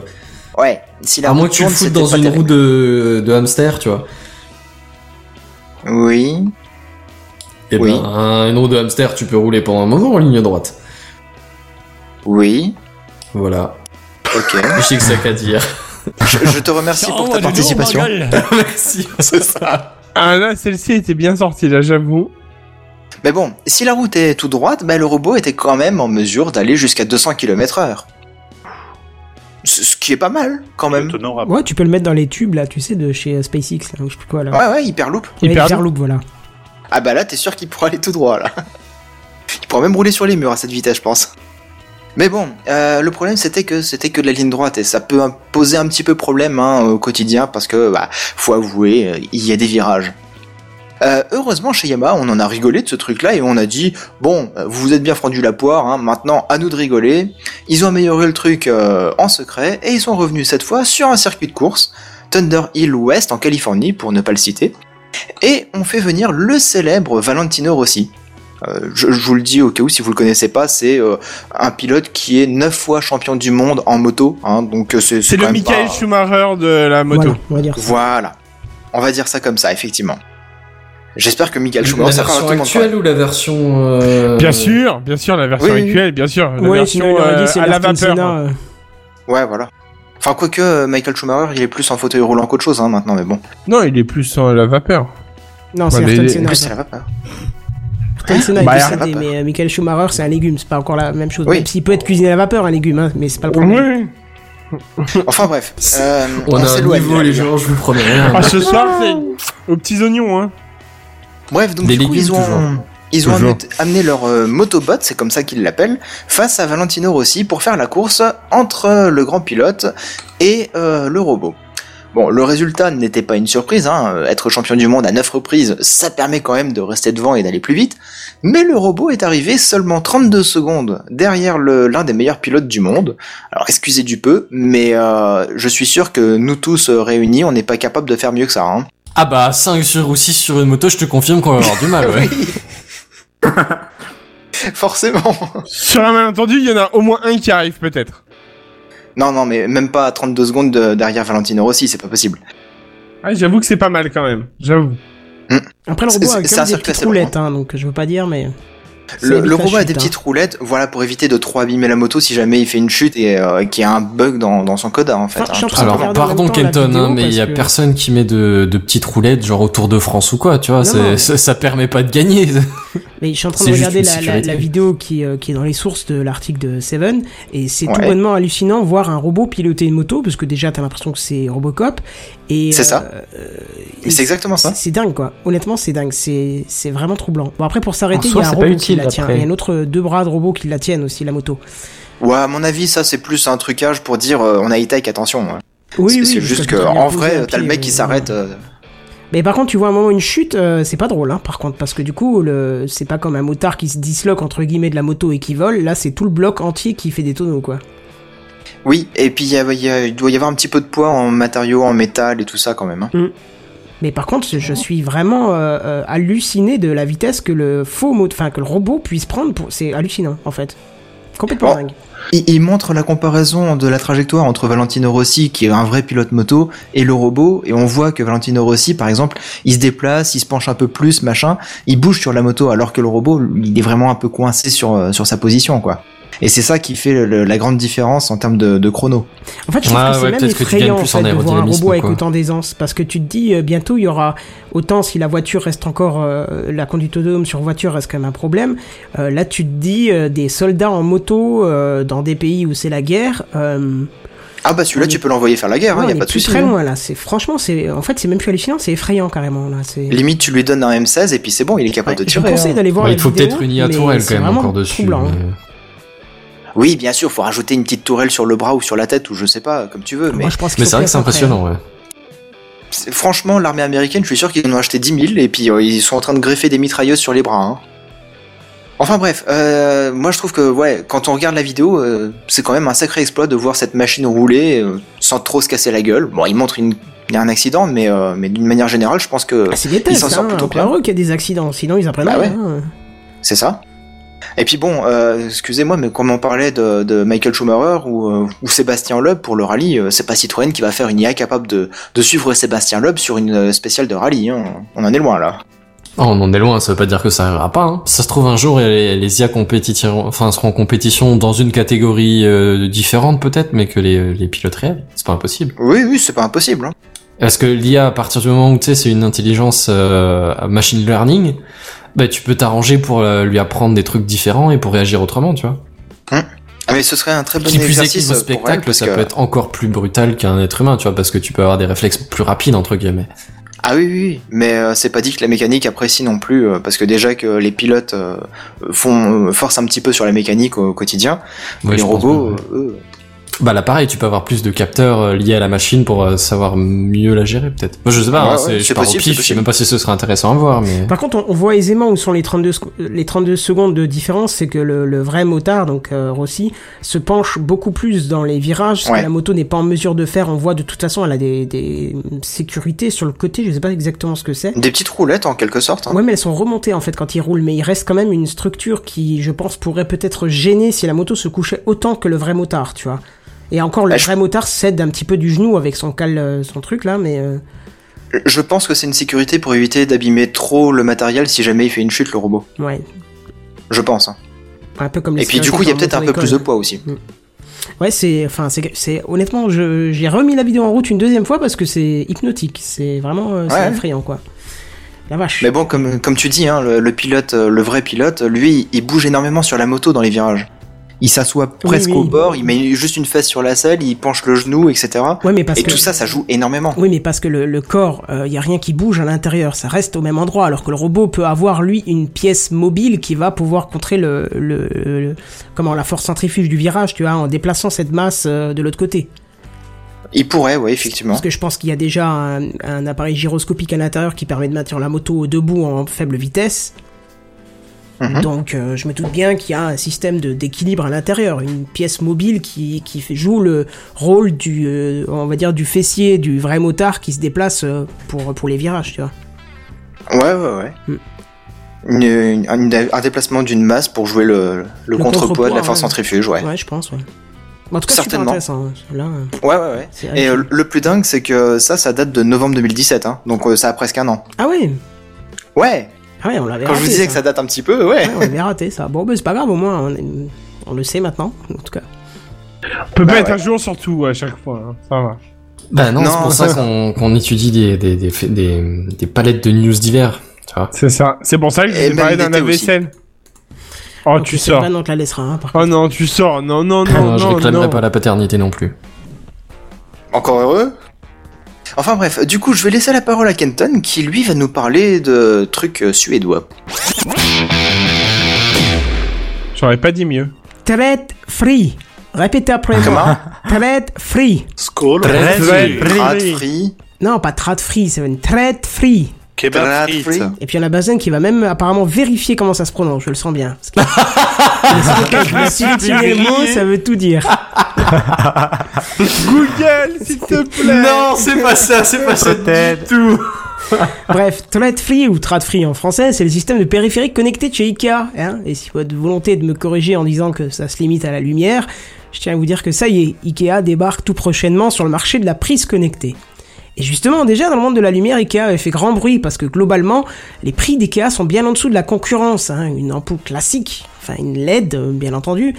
Speaker 7: Ouais, si la
Speaker 5: À
Speaker 7: roue
Speaker 5: moins que tu le
Speaker 7: tourne,
Speaker 5: foutes
Speaker 7: c'était
Speaker 5: dans
Speaker 7: pas
Speaker 5: une
Speaker 7: terrible.
Speaker 5: roue de, de hamster, tu vois.
Speaker 7: Oui.
Speaker 5: Et
Speaker 7: Oui.
Speaker 5: ben, un- une roue de hamster, tu peux rouler pendant un moment en ligne droite.
Speaker 7: Oui.
Speaker 5: Voilà.
Speaker 7: Ok.
Speaker 5: Je sais que ça qu'à dire.
Speaker 7: je, je te remercie
Speaker 5: Oh,
Speaker 7: pour ta participation.
Speaker 5: Merci.
Speaker 7: C'est ça.
Speaker 3: Ah là, celle-ci était bien sortie, là, j'avoue.
Speaker 7: Mais bon, si la route est tout droite, bah, le robot était quand même en mesure d'aller jusqu'à 200 km/h. Ce ce qui est pas mal quand même.
Speaker 4: Étonnant
Speaker 3: Ah.
Speaker 4: rapport.
Speaker 1: Ouais, tu peux le mettre dans les tubes là, tu sais, de chez euh, SpaceX, là, ou je sais plus quoi là.
Speaker 3: Ah,
Speaker 7: Ouais ouais, hyperloop.
Speaker 1: Ouais,
Speaker 3: Hyperloop.
Speaker 1: Hyperloop, voilà.
Speaker 7: Ah bah là, t'es sûr qu'il pourra aller tout droit là. Il pourra même rouler sur les murs à cette vitesse, je pense. Mais bon, euh, le problème c'était que c'était que de la ligne droite et ça peut un- poser un petit peu problème hein, au quotidien parce que bah, faut avouer, euh, il y a des virages. Euh, heureusement chez Yamaha, on en a rigolé de ce truc-là et on a dit bon, euh, vous vous êtes bien fendu la poire, hein, maintenant à nous de rigoler. Ils ont amélioré le truc euh, en secret et ils sont revenus cette fois sur un circuit de course, Thunder Hill West en Californie pour ne pas le citer. Et on fait venir le célèbre Valentino Rossi. Euh, je, je vous le dis au cas où si vous le connaissez pas, c'est euh, un pilote qui est 9 fois champion du monde en moto. hein, donc euh, c'est
Speaker 3: C'est
Speaker 7: quand
Speaker 3: le
Speaker 7: même
Speaker 3: Michael
Speaker 7: pas-
Speaker 3: Schumacher de la moto.
Speaker 1: Voilà, on va dire ça.
Speaker 7: Voilà. On va dire ça comme ça, effectivement. J'espère que Michael
Speaker 5: La
Speaker 7: Schumacher sera
Speaker 5: version
Speaker 7: tout le monde
Speaker 5: actuelle
Speaker 7: pareil.
Speaker 5: ou la version. euh,
Speaker 3: Bien sûr, bien sûr, la version
Speaker 7: oui, oui.
Speaker 3: actuelle, bien sûr. La
Speaker 1: Ouais, sinon, il
Speaker 3: version
Speaker 1: aurait
Speaker 3: euh,
Speaker 1: dit, c'est
Speaker 3: à la
Speaker 1: Martin
Speaker 3: vapeur.
Speaker 1: Senna, euh,
Speaker 7: Ouais, voilà. Enfin, quoique euh, Michael Schumacher, il est plus en fauteuil roulant qu'autre chose hein, maintenant, mais bon.
Speaker 3: Non, il est plus en la vapeur.
Speaker 1: Non, c'est
Speaker 3: Ouais, mais-
Speaker 1: Ayrton
Speaker 7: En
Speaker 1: Senna.
Speaker 7: plus,
Speaker 1: ça.
Speaker 7: ça la va pas.
Speaker 1: Ayrton
Speaker 6: Hein?
Speaker 1: Senna est
Speaker 3: Bah,
Speaker 1: plus
Speaker 3: Ayrton
Speaker 1: scindé,
Speaker 7: Senna.
Speaker 1: mais euh, Michael Schumacher, c'est un légume, c'est pas encore la même chose.
Speaker 7: Oui.
Speaker 1: Même s'il peut être cuisiné à la vapeur, un légume, hein, mais c'est pas le problème.
Speaker 3: Oui.
Speaker 7: Enfin bref, euh,
Speaker 5: On, a un
Speaker 7: s'éloigne,
Speaker 5: niveau,
Speaker 7: là,
Speaker 5: les
Speaker 7: gars.
Speaker 5: gens, je vous promets. hein.
Speaker 3: Ah, ce soir, c'est aux petits oignons, hein.
Speaker 7: Bref, donc
Speaker 5: Des
Speaker 7: du coup,
Speaker 5: légumes,
Speaker 7: ils ont,
Speaker 5: toujours.
Speaker 7: ils ont
Speaker 3: Toujours.
Speaker 7: amené, amené leur euh, motobot, c'est comme ça qu'ils l'appellent, face à Valentino Rossi pour faire la course entre euh, le grand pilote et euh, le robot. Bon, le résultat n'était pas une surprise, hein, euh, être champion du monde à 9 reprises, ça permet quand même de rester devant et d'aller plus vite, mais le robot est arrivé seulement 32 secondes derrière le- l'un des meilleurs pilotes du monde. Alors excusez du peu, mais euh, je suis sûr que nous tous euh, réunis, on n'est pas capable de faire mieux que ça. Hein.
Speaker 5: Ah bah, 5 sur ou 6 sur une moto, je te confirme qu'on va avoir du mal, ouais.
Speaker 7: Forcément
Speaker 3: Sur un malentendu, il y en a au moins un qui arrive, peut-être.
Speaker 7: Non, non, mais même pas à 32 secondes de- derrière Valentino Rossi, c'est pas possible.
Speaker 3: Ah, j'avoue que c'est pas mal quand même. J'avoue.
Speaker 1: Après, le
Speaker 7: C'est-
Speaker 1: robot a
Speaker 7: c'est- c'est
Speaker 1: quand
Speaker 7: un
Speaker 1: même des
Speaker 7: circuit
Speaker 1: petites
Speaker 7: assez
Speaker 1: roulettes, hein, donc je veux euh, pas dire, mais
Speaker 7: Le,
Speaker 1: évite
Speaker 7: le
Speaker 1: la
Speaker 7: robot a
Speaker 1: chute,
Speaker 7: des
Speaker 1: hein.
Speaker 7: petites roulettes, voilà, pour éviter de trop abîmer la moto si jamais il fait une chute et euh, qu'il y a un bug dans, dans son codard, en fait. hein,
Speaker 1: Enfin, je suis en
Speaker 7: tout
Speaker 1: train de
Speaker 7: simplement.
Speaker 5: Alors
Speaker 1: regarder en
Speaker 5: pardon
Speaker 1: même temps la
Speaker 5: Kenton,
Speaker 1: vidéo
Speaker 5: hein, mais il y a
Speaker 1: parce que-
Speaker 5: personne qui met de, de petites roulettes genre au Tour de France ou quoi, tu vois,
Speaker 1: Non,
Speaker 5: c'est-
Speaker 1: non.
Speaker 5: ça, ça permet pas de gagner.
Speaker 1: Mais je suis en train de
Speaker 5: C'est juste
Speaker 1: regarder
Speaker 5: une
Speaker 1: la, la,
Speaker 5: sécurité.
Speaker 1: la vidéo qui, euh, qui est dans les sources de l'article de Seven, et c'est tout
Speaker 7: Ouais.
Speaker 1: bonnement hallucinant voir un robot piloter une moto, parce que déjà t'as l'impression que c'est Robocop. et
Speaker 7: C'est ça.
Speaker 1: euh,
Speaker 7: Mais c'est exactement ça.
Speaker 1: c'est- C'est dingue quoi. Honnêtement, c'est dingue. C'est c'est vraiment troublant. Bon après pour s'arrêter, il
Speaker 6: En
Speaker 1: y
Speaker 6: soi,
Speaker 1: a un
Speaker 6: c'est
Speaker 1: robot
Speaker 6: pas
Speaker 1: qui
Speaker 6: utile,
Speaker 1: la tient.
Speaker 6: après.
Speaker 1: Il y a un autre euh, deux bras de robot qui la tiennent aussi la moto.
Speaker 7: Ouais, à mon avis, ça, c'est plus un trucage pour dire euh, on a high-tech, attention. hein.
Speaker 1: Oui
Speaker 7: C'est-
Speaker 1: oui.
Speaker 7: c'est
Speaker 1: parce
Speaker 7: juste
Speaker 1: que
Speaker 7: que,
Speaker 1: t'as bien
Speaker 7: en
Speaker 1: posé un
Speaker 7: vrai, t'as le
Speaker 1: pied,
Speaker 7: mec qui
Speaker 1: euh,
Speaker 7: s'arrête. euh,
Speaker 1: Mais par contre, tu vois à un moment une chute, euh, c'est pas drôle, hein, par contre, parce que du coup, le... c'est pas comme un motard qui se disloque entre guillemets de la moto et qui vole. Là, c'est tout le bloc entier qui fait des tonneaux, quoi.
Speaker 7: Oui, et puis il y a- il y a- il doit y avoir un petit peu de poids en matériaux, en métal et tout ça quand même. hein.
Speaker 1: Mais par contre, je suis vraiment euh, euh, halluciné de la vitesse que le faux mot, enfin que le robot puisse prendre. Pour... C'est hallucinant, en fait. Complètement
Speaker 7: Bon.
Speaker 1: dingue.
Speaker 7: Il, il montre la comparaison de la trajectoire entre Valentino Rossi, qui est un vrai pilote moto, et le robot, et on voit que Valentino Rossi, par exemple, il se déplace, il se penche un peu plus, machin, il bouge sur la moto, alors que le robot, il est vraiment un peu coincé sur, euh, sur sa position, quoi. Et c'est ça qui fait le- la grande différence en termes de, de chrono.
Speaker 1: En fait, je trouve
Speaker 5: Ah
Speaker 1: que c'est
Speaker 5: ouais,
Speaker 1: même
Speaker 5: peut-être que tu gagnes
Speaker 1: effrayant en
Speaker 5: plus
Speaker 1: fait,
Speaker 5: en
Speaker 1: de voir un
Speaker 5: aérodynamisme,
Speaker 1: robot avec
Speaker 5: quoi.
Speaker 1: autant d'aisance, parce que tu te dis euh, bientôt il y aura autant si la voiture reste encore euh, la conduite autonome sur voiture reste quand même un problème. euh, là, tu te dis euh, des soldats en moto euh, dans des pays où c'est la guerre. euh,
Speaker 7: Ah bah
Speaker 1: On
Speaker 7: celui-là,
Speaker 1: est-
Speaker 7: tu peux l'envoyer faire la guerre,
Speaker 1: ouais, on
Speaker 7: il n'y a
Speaker 1: est
Speaker 7: pas de
Speaker 1: plus
Speaker 7: souci.
Speaker 1: très
Speaker 7: hein.
Speaker 1: loin là. C'est franchement, c'est en fait c'est même plus hallucinant, c'est effrayant carrément là. C'est
Speaker 7: Limite, tu lui donnes un M16 et puis c'est bon, il est capable de
Speaker 1: je vous
Speaker 7: tirer.
Speaker 1: conseille
Speaker 7: hein.
Speaker 1: d'aller voir.
Speaker 5: Ouais,
Speaker 1: la
Speaker 5: il faut
Speaker 1: vidéo,
Speaker 5: peut-être une IA
Speaker 1: mais
Speaker 5: tourelle
Speaker 1: c'est
Speaker 5: quand même
Speaker 1: vraiment
Speaker 5: encore dessus.
Speaker 1: troublant, hein.
Speaker 5: mais-
Speaker 7: Oui, bien sûr, faut rajouter une petite tourelle sur le bras ou sur la tête ou je sais pas, comme tu veux. Mais
Speaker 1: Moi, je pense qu'il
Speaker 5: Mais
Speaker 1: faut
Speaker 5: c'est vrai que
Speaker 1: faire ça
Speaker 5: c'est
Speaker 1: après.
Speaker 5: impressionnant, ouais.
Speaker 7: C'est- Franchement, l'armée américaine, je suis sûr qu'ils en ont acheté 10 000 et puis euh, ils sont en train de greffer des mitrailleuses sur les bras. hein. Enfin bref, euh, moi je trouve que ouais, quand on regarde la vidéo, euh, c'est quand même un sacré exploit de voir cette machine rouler euh, sans trop se casser la gueule. Bon, il montre une... il y a un accident, mais, euh, mais d'une manière générale, je pense que
Speaker 1: Ah, c'est des
Speaker 7: Ils s'en
Speaker 1: tests,
Speaker 7: sortent
Speaker 1: hein,
Speaker 7: plutôt
Speaker 1: encore
Speaker 7: bien.
Speaker 1: heureux qu'il y ait des accidents, sinon ils apprennent
Speaker 7: Bah
Speaker 1: rien,
Speaker 7: ouais.
Speaker 1: hein.
Speaker 7: c'est ça. Et puis bon, euh, excusez-moi, mais comme on parlait de, de Michael Schumacher ou, euh, ou Sébastien Loeb pour le rallye, euh, c'est pas Citroën qui va faire une IA capable de, de suivre Sébastien Loeb sur une euh, spéciale de rallye. hein. On en est loin là.
Speaker 5: Oh, on en est loin, ça veut pas dire que ça arrivera pas. Hein. Ça se trouve un jour, les, les IA compétitiront, enfin, seront en compétition dans une catégorie euh, différente peut-être, mais que les, les pilotes réels, c'est pas impossible.
Speaker 7: Oui, oui, c'est pas impossible. hein.
Speaker 5: Parce que l'IA, à partir du moment où tu sais, c'est une intelligence euh, machine learning, bah, tu peux t'arranger pour euh, lui apprendre des trucs différents et pour réagir autrement, tu vois.
Speaker 7: Ah, mais ce serait un très bon
Speaker 5: Qui plus est
Speaker 7: exercice
Speaker 5: qu'au
Speaker 7: euh, pour elle,
Speaker 5: spectacle,
Speaker 7: parce
Speaker 5: ça
Speaker 7: que-
Speaker 5: peut être encore plus brutal qu'un être humain, tu vois, parce que tu peux avoir des réflexes plus rapides, entre guillemets.
Speaker 7: Ah oui, oui, oui. mais euh, c'est pas dit que la mécanique apprécie non plus, euh, parce que déjà que les pilotes euh, font euh, forcent un petit peu sur la mécanique au quotidien,
Speaker 5: Ouais,
Speaker 7: les
Speaker 5: je pense
Speaker 7: robots,
Speaker 5: que-
Speaker 7: euh, eux,
Speaker 5: Bah là, pareil, tu peux avoir plus de capteurs euh, liés à la machine pour euh, savoir mieux la gérer, peut-être. Moi, je sais pas,
Speaker 7: Ouais,
Speaker 5: hein,
Speaker 7: ouais,
Speaker 5: c'est- je
Speaker 7: c'est
Speaker 5: pars au
Speaker 7: possible,
Speaker 5: pif, je
Speaker 7: c'est
Speaker 5: sais
Speaker 7: possible.
Speaker 5: même pas si ce serait intéressant à voir, mais...
Speaker 1: Par contre, on, on voit aisément où sont les 32, sec- les 32 secondes de différence, c'est que le, le vrai motard, donc euh, Rossi, se penche beaucoup plus dans les virages, ce
Speaker 7: Ouais.
Speaker 1: que la moto n'est pas en mesure de faire. On voit de toute façon, elle a des, des sécurités sur le côté, je sais pas exactement ce que c'est.
Speaker 7: des petites roulettes en quelque sorte. hein.
Speaker 1: Ouais, mais elles sont remontées en fait quand ils roulent, mais il reste quand même une structure qui, je pense, pourrait peut-être gêner si la moto se couchait autant que le vrai motard, tu vois. Et encore, le
Speaker 7: Ah, je-
Speaker 1: vrai motard cède un petit peu du genou avec son cal, euh, son truc là, mais. euh,
Speaker 7: Je pense que c'est une sécurité pour éviter d'abîmer trop le matériel si jamais il fait une chute le robot.
Speaker 1: Ouais,
Speaker 7: Je pense. hein.
Speaker 1: un peu comme les
Speaker 7: Et puis du
Speaker 1: sécurités
Speaker 7: coup, il y a
Speaker 1: quand
Speaker 7: peut-être
Speaker 1: on
Speaker 7: un
Speaker 1: monte
Speaker 7: peu
Speaker 1: en
Speaker 7: plus de
Speaker 1: école.
Speaker 7: poids aussi.
Speaker 1: Ouais, c'est, enfin, c'est, c'est honnêtement, je, j'ai remis la vidéo en route une deuxième fois parce que c'est hypnotique, c'est vraiment, euh, c'est
Speaker 7: Ouais.
Speaker 1: effrayant quoi. La vache.
Speaker 7: Mais bon, comme, comme tu dis, hein, le, le pilote, euh, le vrai pilote, lui, il bouge énormément sur la moto dans les virages. Il s'assoit presque
Speaker 1: oui.
Speaker 7: au bord, il met juste une fesse sur la selle, il penche le genou, etc.
Speaker 1: ouais, mais parce
Speaker 7: Et
Speaker 1: que.
Speaker 7: tout ça, ça joue énormément.
Speaker 1: Oui, mais parce que le, le corps, il y a rien qui bouge à l'intérieur, ça reste au même endroit, alors que le robot peut avoir lui une pièce mobile qui va pouvoir contrer le, le, le- comment la force centrifuge du virage, tu vois, en déplaçant cette masse euh, de l'autre côté.
Speaker 7: Il pourrait, ouais, effectivement.
Speaker 1: Parce que je pense qu'il y a déjà un, un appareil gyroscopique à l'intérieur qui permet de maintenir la moto debout en faible vitesse.
Speaker 7: Mhm.
Speaker 1: Donc euh, je me doute bien qu'il y a un système de- d'équilibre à l'intérieur, une pièce mobile qui, qui fait- joue le rôle du, euh, on va dire, du fessier, du vrai motard qui se déplace euh, pour, pour les virages, tu vois.
Speaker 7: Ouais, ouais, ouais.
Speaker 1: Mm.
Speaker 7: Une- une- une- un déplacement d'une masse pour jouer le, le, contrepoids, de la
Speaker 1: contrepoids,
Speaker 7: force
Speaker 1: ouais.
Speaker 7: centrifuge, ouais.
Speaker 1: Ouais, je pense, ouais. En tout cas, super
Speaker 7: Certainement.
Speaker 1: intéressant. hein. Là, euh,
Speaker 7: Ouais, ouais, ouais.
Speaker 1: c'est
Speaker 7: Et euh,
Speaker 1: hallucinant.
Speaker 7: le plus dingue, c'est que ça, ça date de novembre 2017, hein. donc euh, ça a presque un an.
Speaker 1: Ah ouais
Speaker 7: Ouais
Speaker 1: Ouais, on l'avait
Speaker 7: Quand je vous
Speaker 1: raté,
Speaker 7: disais que ça date un petit peu, ouais.
Speaker 1: Ouais, on l'avait raté ça. Bon, bah, c'est pas grave, au moins on, est- on le sait maintenant, en tout cas.
Speaker 3: On peut
Speaker 7: Bah
Speaker 3: pas être
Speaker 7: ouais.
Speaker 3: à jour sur tout à chaque fois. hein. Ça va.
Speaker 5: Bah non, c'est
Speaker 7: Non.
Speaker 5: pour ça qu'on qu'on étudie des, des, des, fa- des, des palettes de news divers. Tu vois.
Speaker 3: C'est ça. C'est pour ça que
Speaker 7: Et
Speaker 3: je vous ai
Speaker 7: même
Speaker 3: parlé d'un
Speaker 7: l'été
Speaker 3: AVSL. Oh,
Speaker 1: Donc,
Speaker 3: tu
Speaker 1: c'est
Speaker 3: sors.
Speaker 1: Pas, non, on te la laissera. hein, par contre.
Speaker 3: Oh non, tu sors. Non, non,
Speaker 5: Ah
Speaker 3: non,
Speaker 5: non, je
Speaker 3: non,
Speaker 5: réclamerai
Speaker 3: non.
Speaker 5: pas la paternité non plus.
Speaker 7: Encore heureux. Enfin bref, du coup, je vais laisser la parole à Kenton qui lui va nous parler de trucs euh, suédois.
Speaker 3: J'aurais pas dit mieux.
Speaker 1: Thread free. Répétez après moi.
Speaker 7: Comment
Speaker 1: Thread free.
Speaker 4: Skål.
Speaker 5: Très
Speaker 3: Très
Speaker 7: Trad
Speaker 3: free.
Speaker 7: free,
Speaker 1: Non, pas trad free, c'est une thread free.
Speaker 4: Kebab
Speaker 7: trad free.
Speaker 4: frites.
Speaker 1: Et puis il y en a Bazin qui va même apparemment vérifier comment ça se prononce, je le sens bien. Parce que- Parce que quand je me suis dit les mots, ça veut tout dire.
Speaker 3: Google, s'il te plaît.
Speaker 5: Non, c'est pas ça, c'est pas ça.
Speaker 6: Peut-être.
Speaker 1: Bref, Thread Free ou Trad Free en français, c'est le système de périphérique connecté de chez Ikea. Hein et si votre volonté est de me corriger en disant que ça se limite à la lumière, je tiens à vous dire que ça y est, Ikea débarque tout prochainement sur le marché de la prise connectée. Et justement, déjà dans le monde de la lumière, Ikea avait fait grand bruit parce que globalement, les prix d'Ikea sont bien en dessous de la concurrence. hein. Une ampoule classique, enfin une LED euh, bien entendu,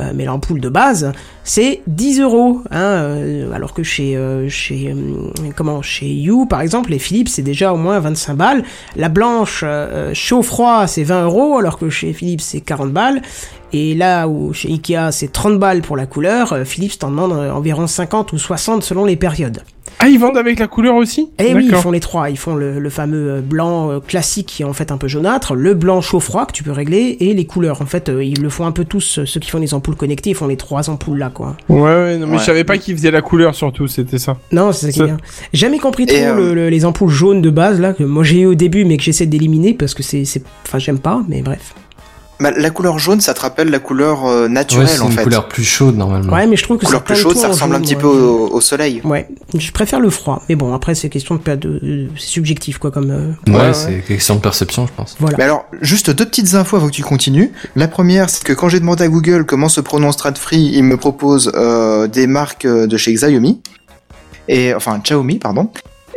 Speaker 1: euh, mais l'ampoule de base, c'est 10 euros. hein, euh, alors que chez, euh, chez, hum, comment, chez You, par exemple, les Philips, c'est déjà au moins 25 balles. La blanche euh, euh, chaud-froid, c'est 20 euros, alors que chez Philips, c'est 40 balles. Et là où chez Ikea, c'est 30 balles pour la couleur, euh, Philips t'en demande euh, environ 50 ou 60 selon les périodes.
Speaker 3: Ah, ils vendent avec la couleur aussi
Speaker 1: Eh oui, ils
Speaker 3: D'accord.
Speaker 1: font les trois. Ils font le, le fameux euh, blanc euh, classique qui est en fait un peu jaunâtre, le blanc chaud-froid que tu peux régler et les couleurs. En fait, euh, ils le font un peu tous. euh, Ceux qui font les ampoules connectées, ils font les trois ampoules là, quoi.
Speaker 3: Ouais, ouais, non, mais
Speaker 7: Ouais.
Speaker 3: je savais pas qu'ils faisaient la couleur surtout, c'était ça.
Speaker 1: Non, c'est ça qui est
Speaker 3: Ça-
Speaker 1: bien. Jamais compris trop
Speaker 7: Et, euh,
Speaker 1: le- le- les ampoules jaunes de base là que moi j'ai eu au début mais que j'essaie d'éliminer parce que c'est, c'est, enfin j'aime pas. Mais bref.
Speaker 7: Bah, la couleur jaune, ça te rappelle la couleur euh,
Speaker 5: Ouais,
Speaker 7: naturelle
Speaker 5: c'est
Speaker 7: en
Speaker 5: une
Speaker 7: fait.
Speaker 5: couleur plus chaude normalement.
Speaker 1: Ouais, mais je trouve que
Speaker 7: Mm. couleur
Speaker 1: certains
Speaker 7: plus chaude,
Speaker 1: toits
Speaker 7: ça
Speaker 1: en
Speaker 7: ressemble un
Speaker 1: jaune,
Speaker 7: petit
Speaker 1: hein, ouais.
Speaker 7: peu au, au soleil.
Speaker 1: Ouais, je préfère le froid. Mais bon, après c'est question de, pas de, de- c'est subjectif quoi comme. euh,
Speaker 5: Ouais,
Speaker 7: Ouais,
Speaker 5: c'est question de perception, je pense.
Speaker 1: voilà.
Speaker 7: Mais Bah alors, juste deux petites infos avant que tu continues. La première, c'est que quand j'ai demandé à Google comment se prononce Tradfree, il me propose euh, des marques euh, de chez Xiaomi. Et, enfin, Xiaomi, pardon.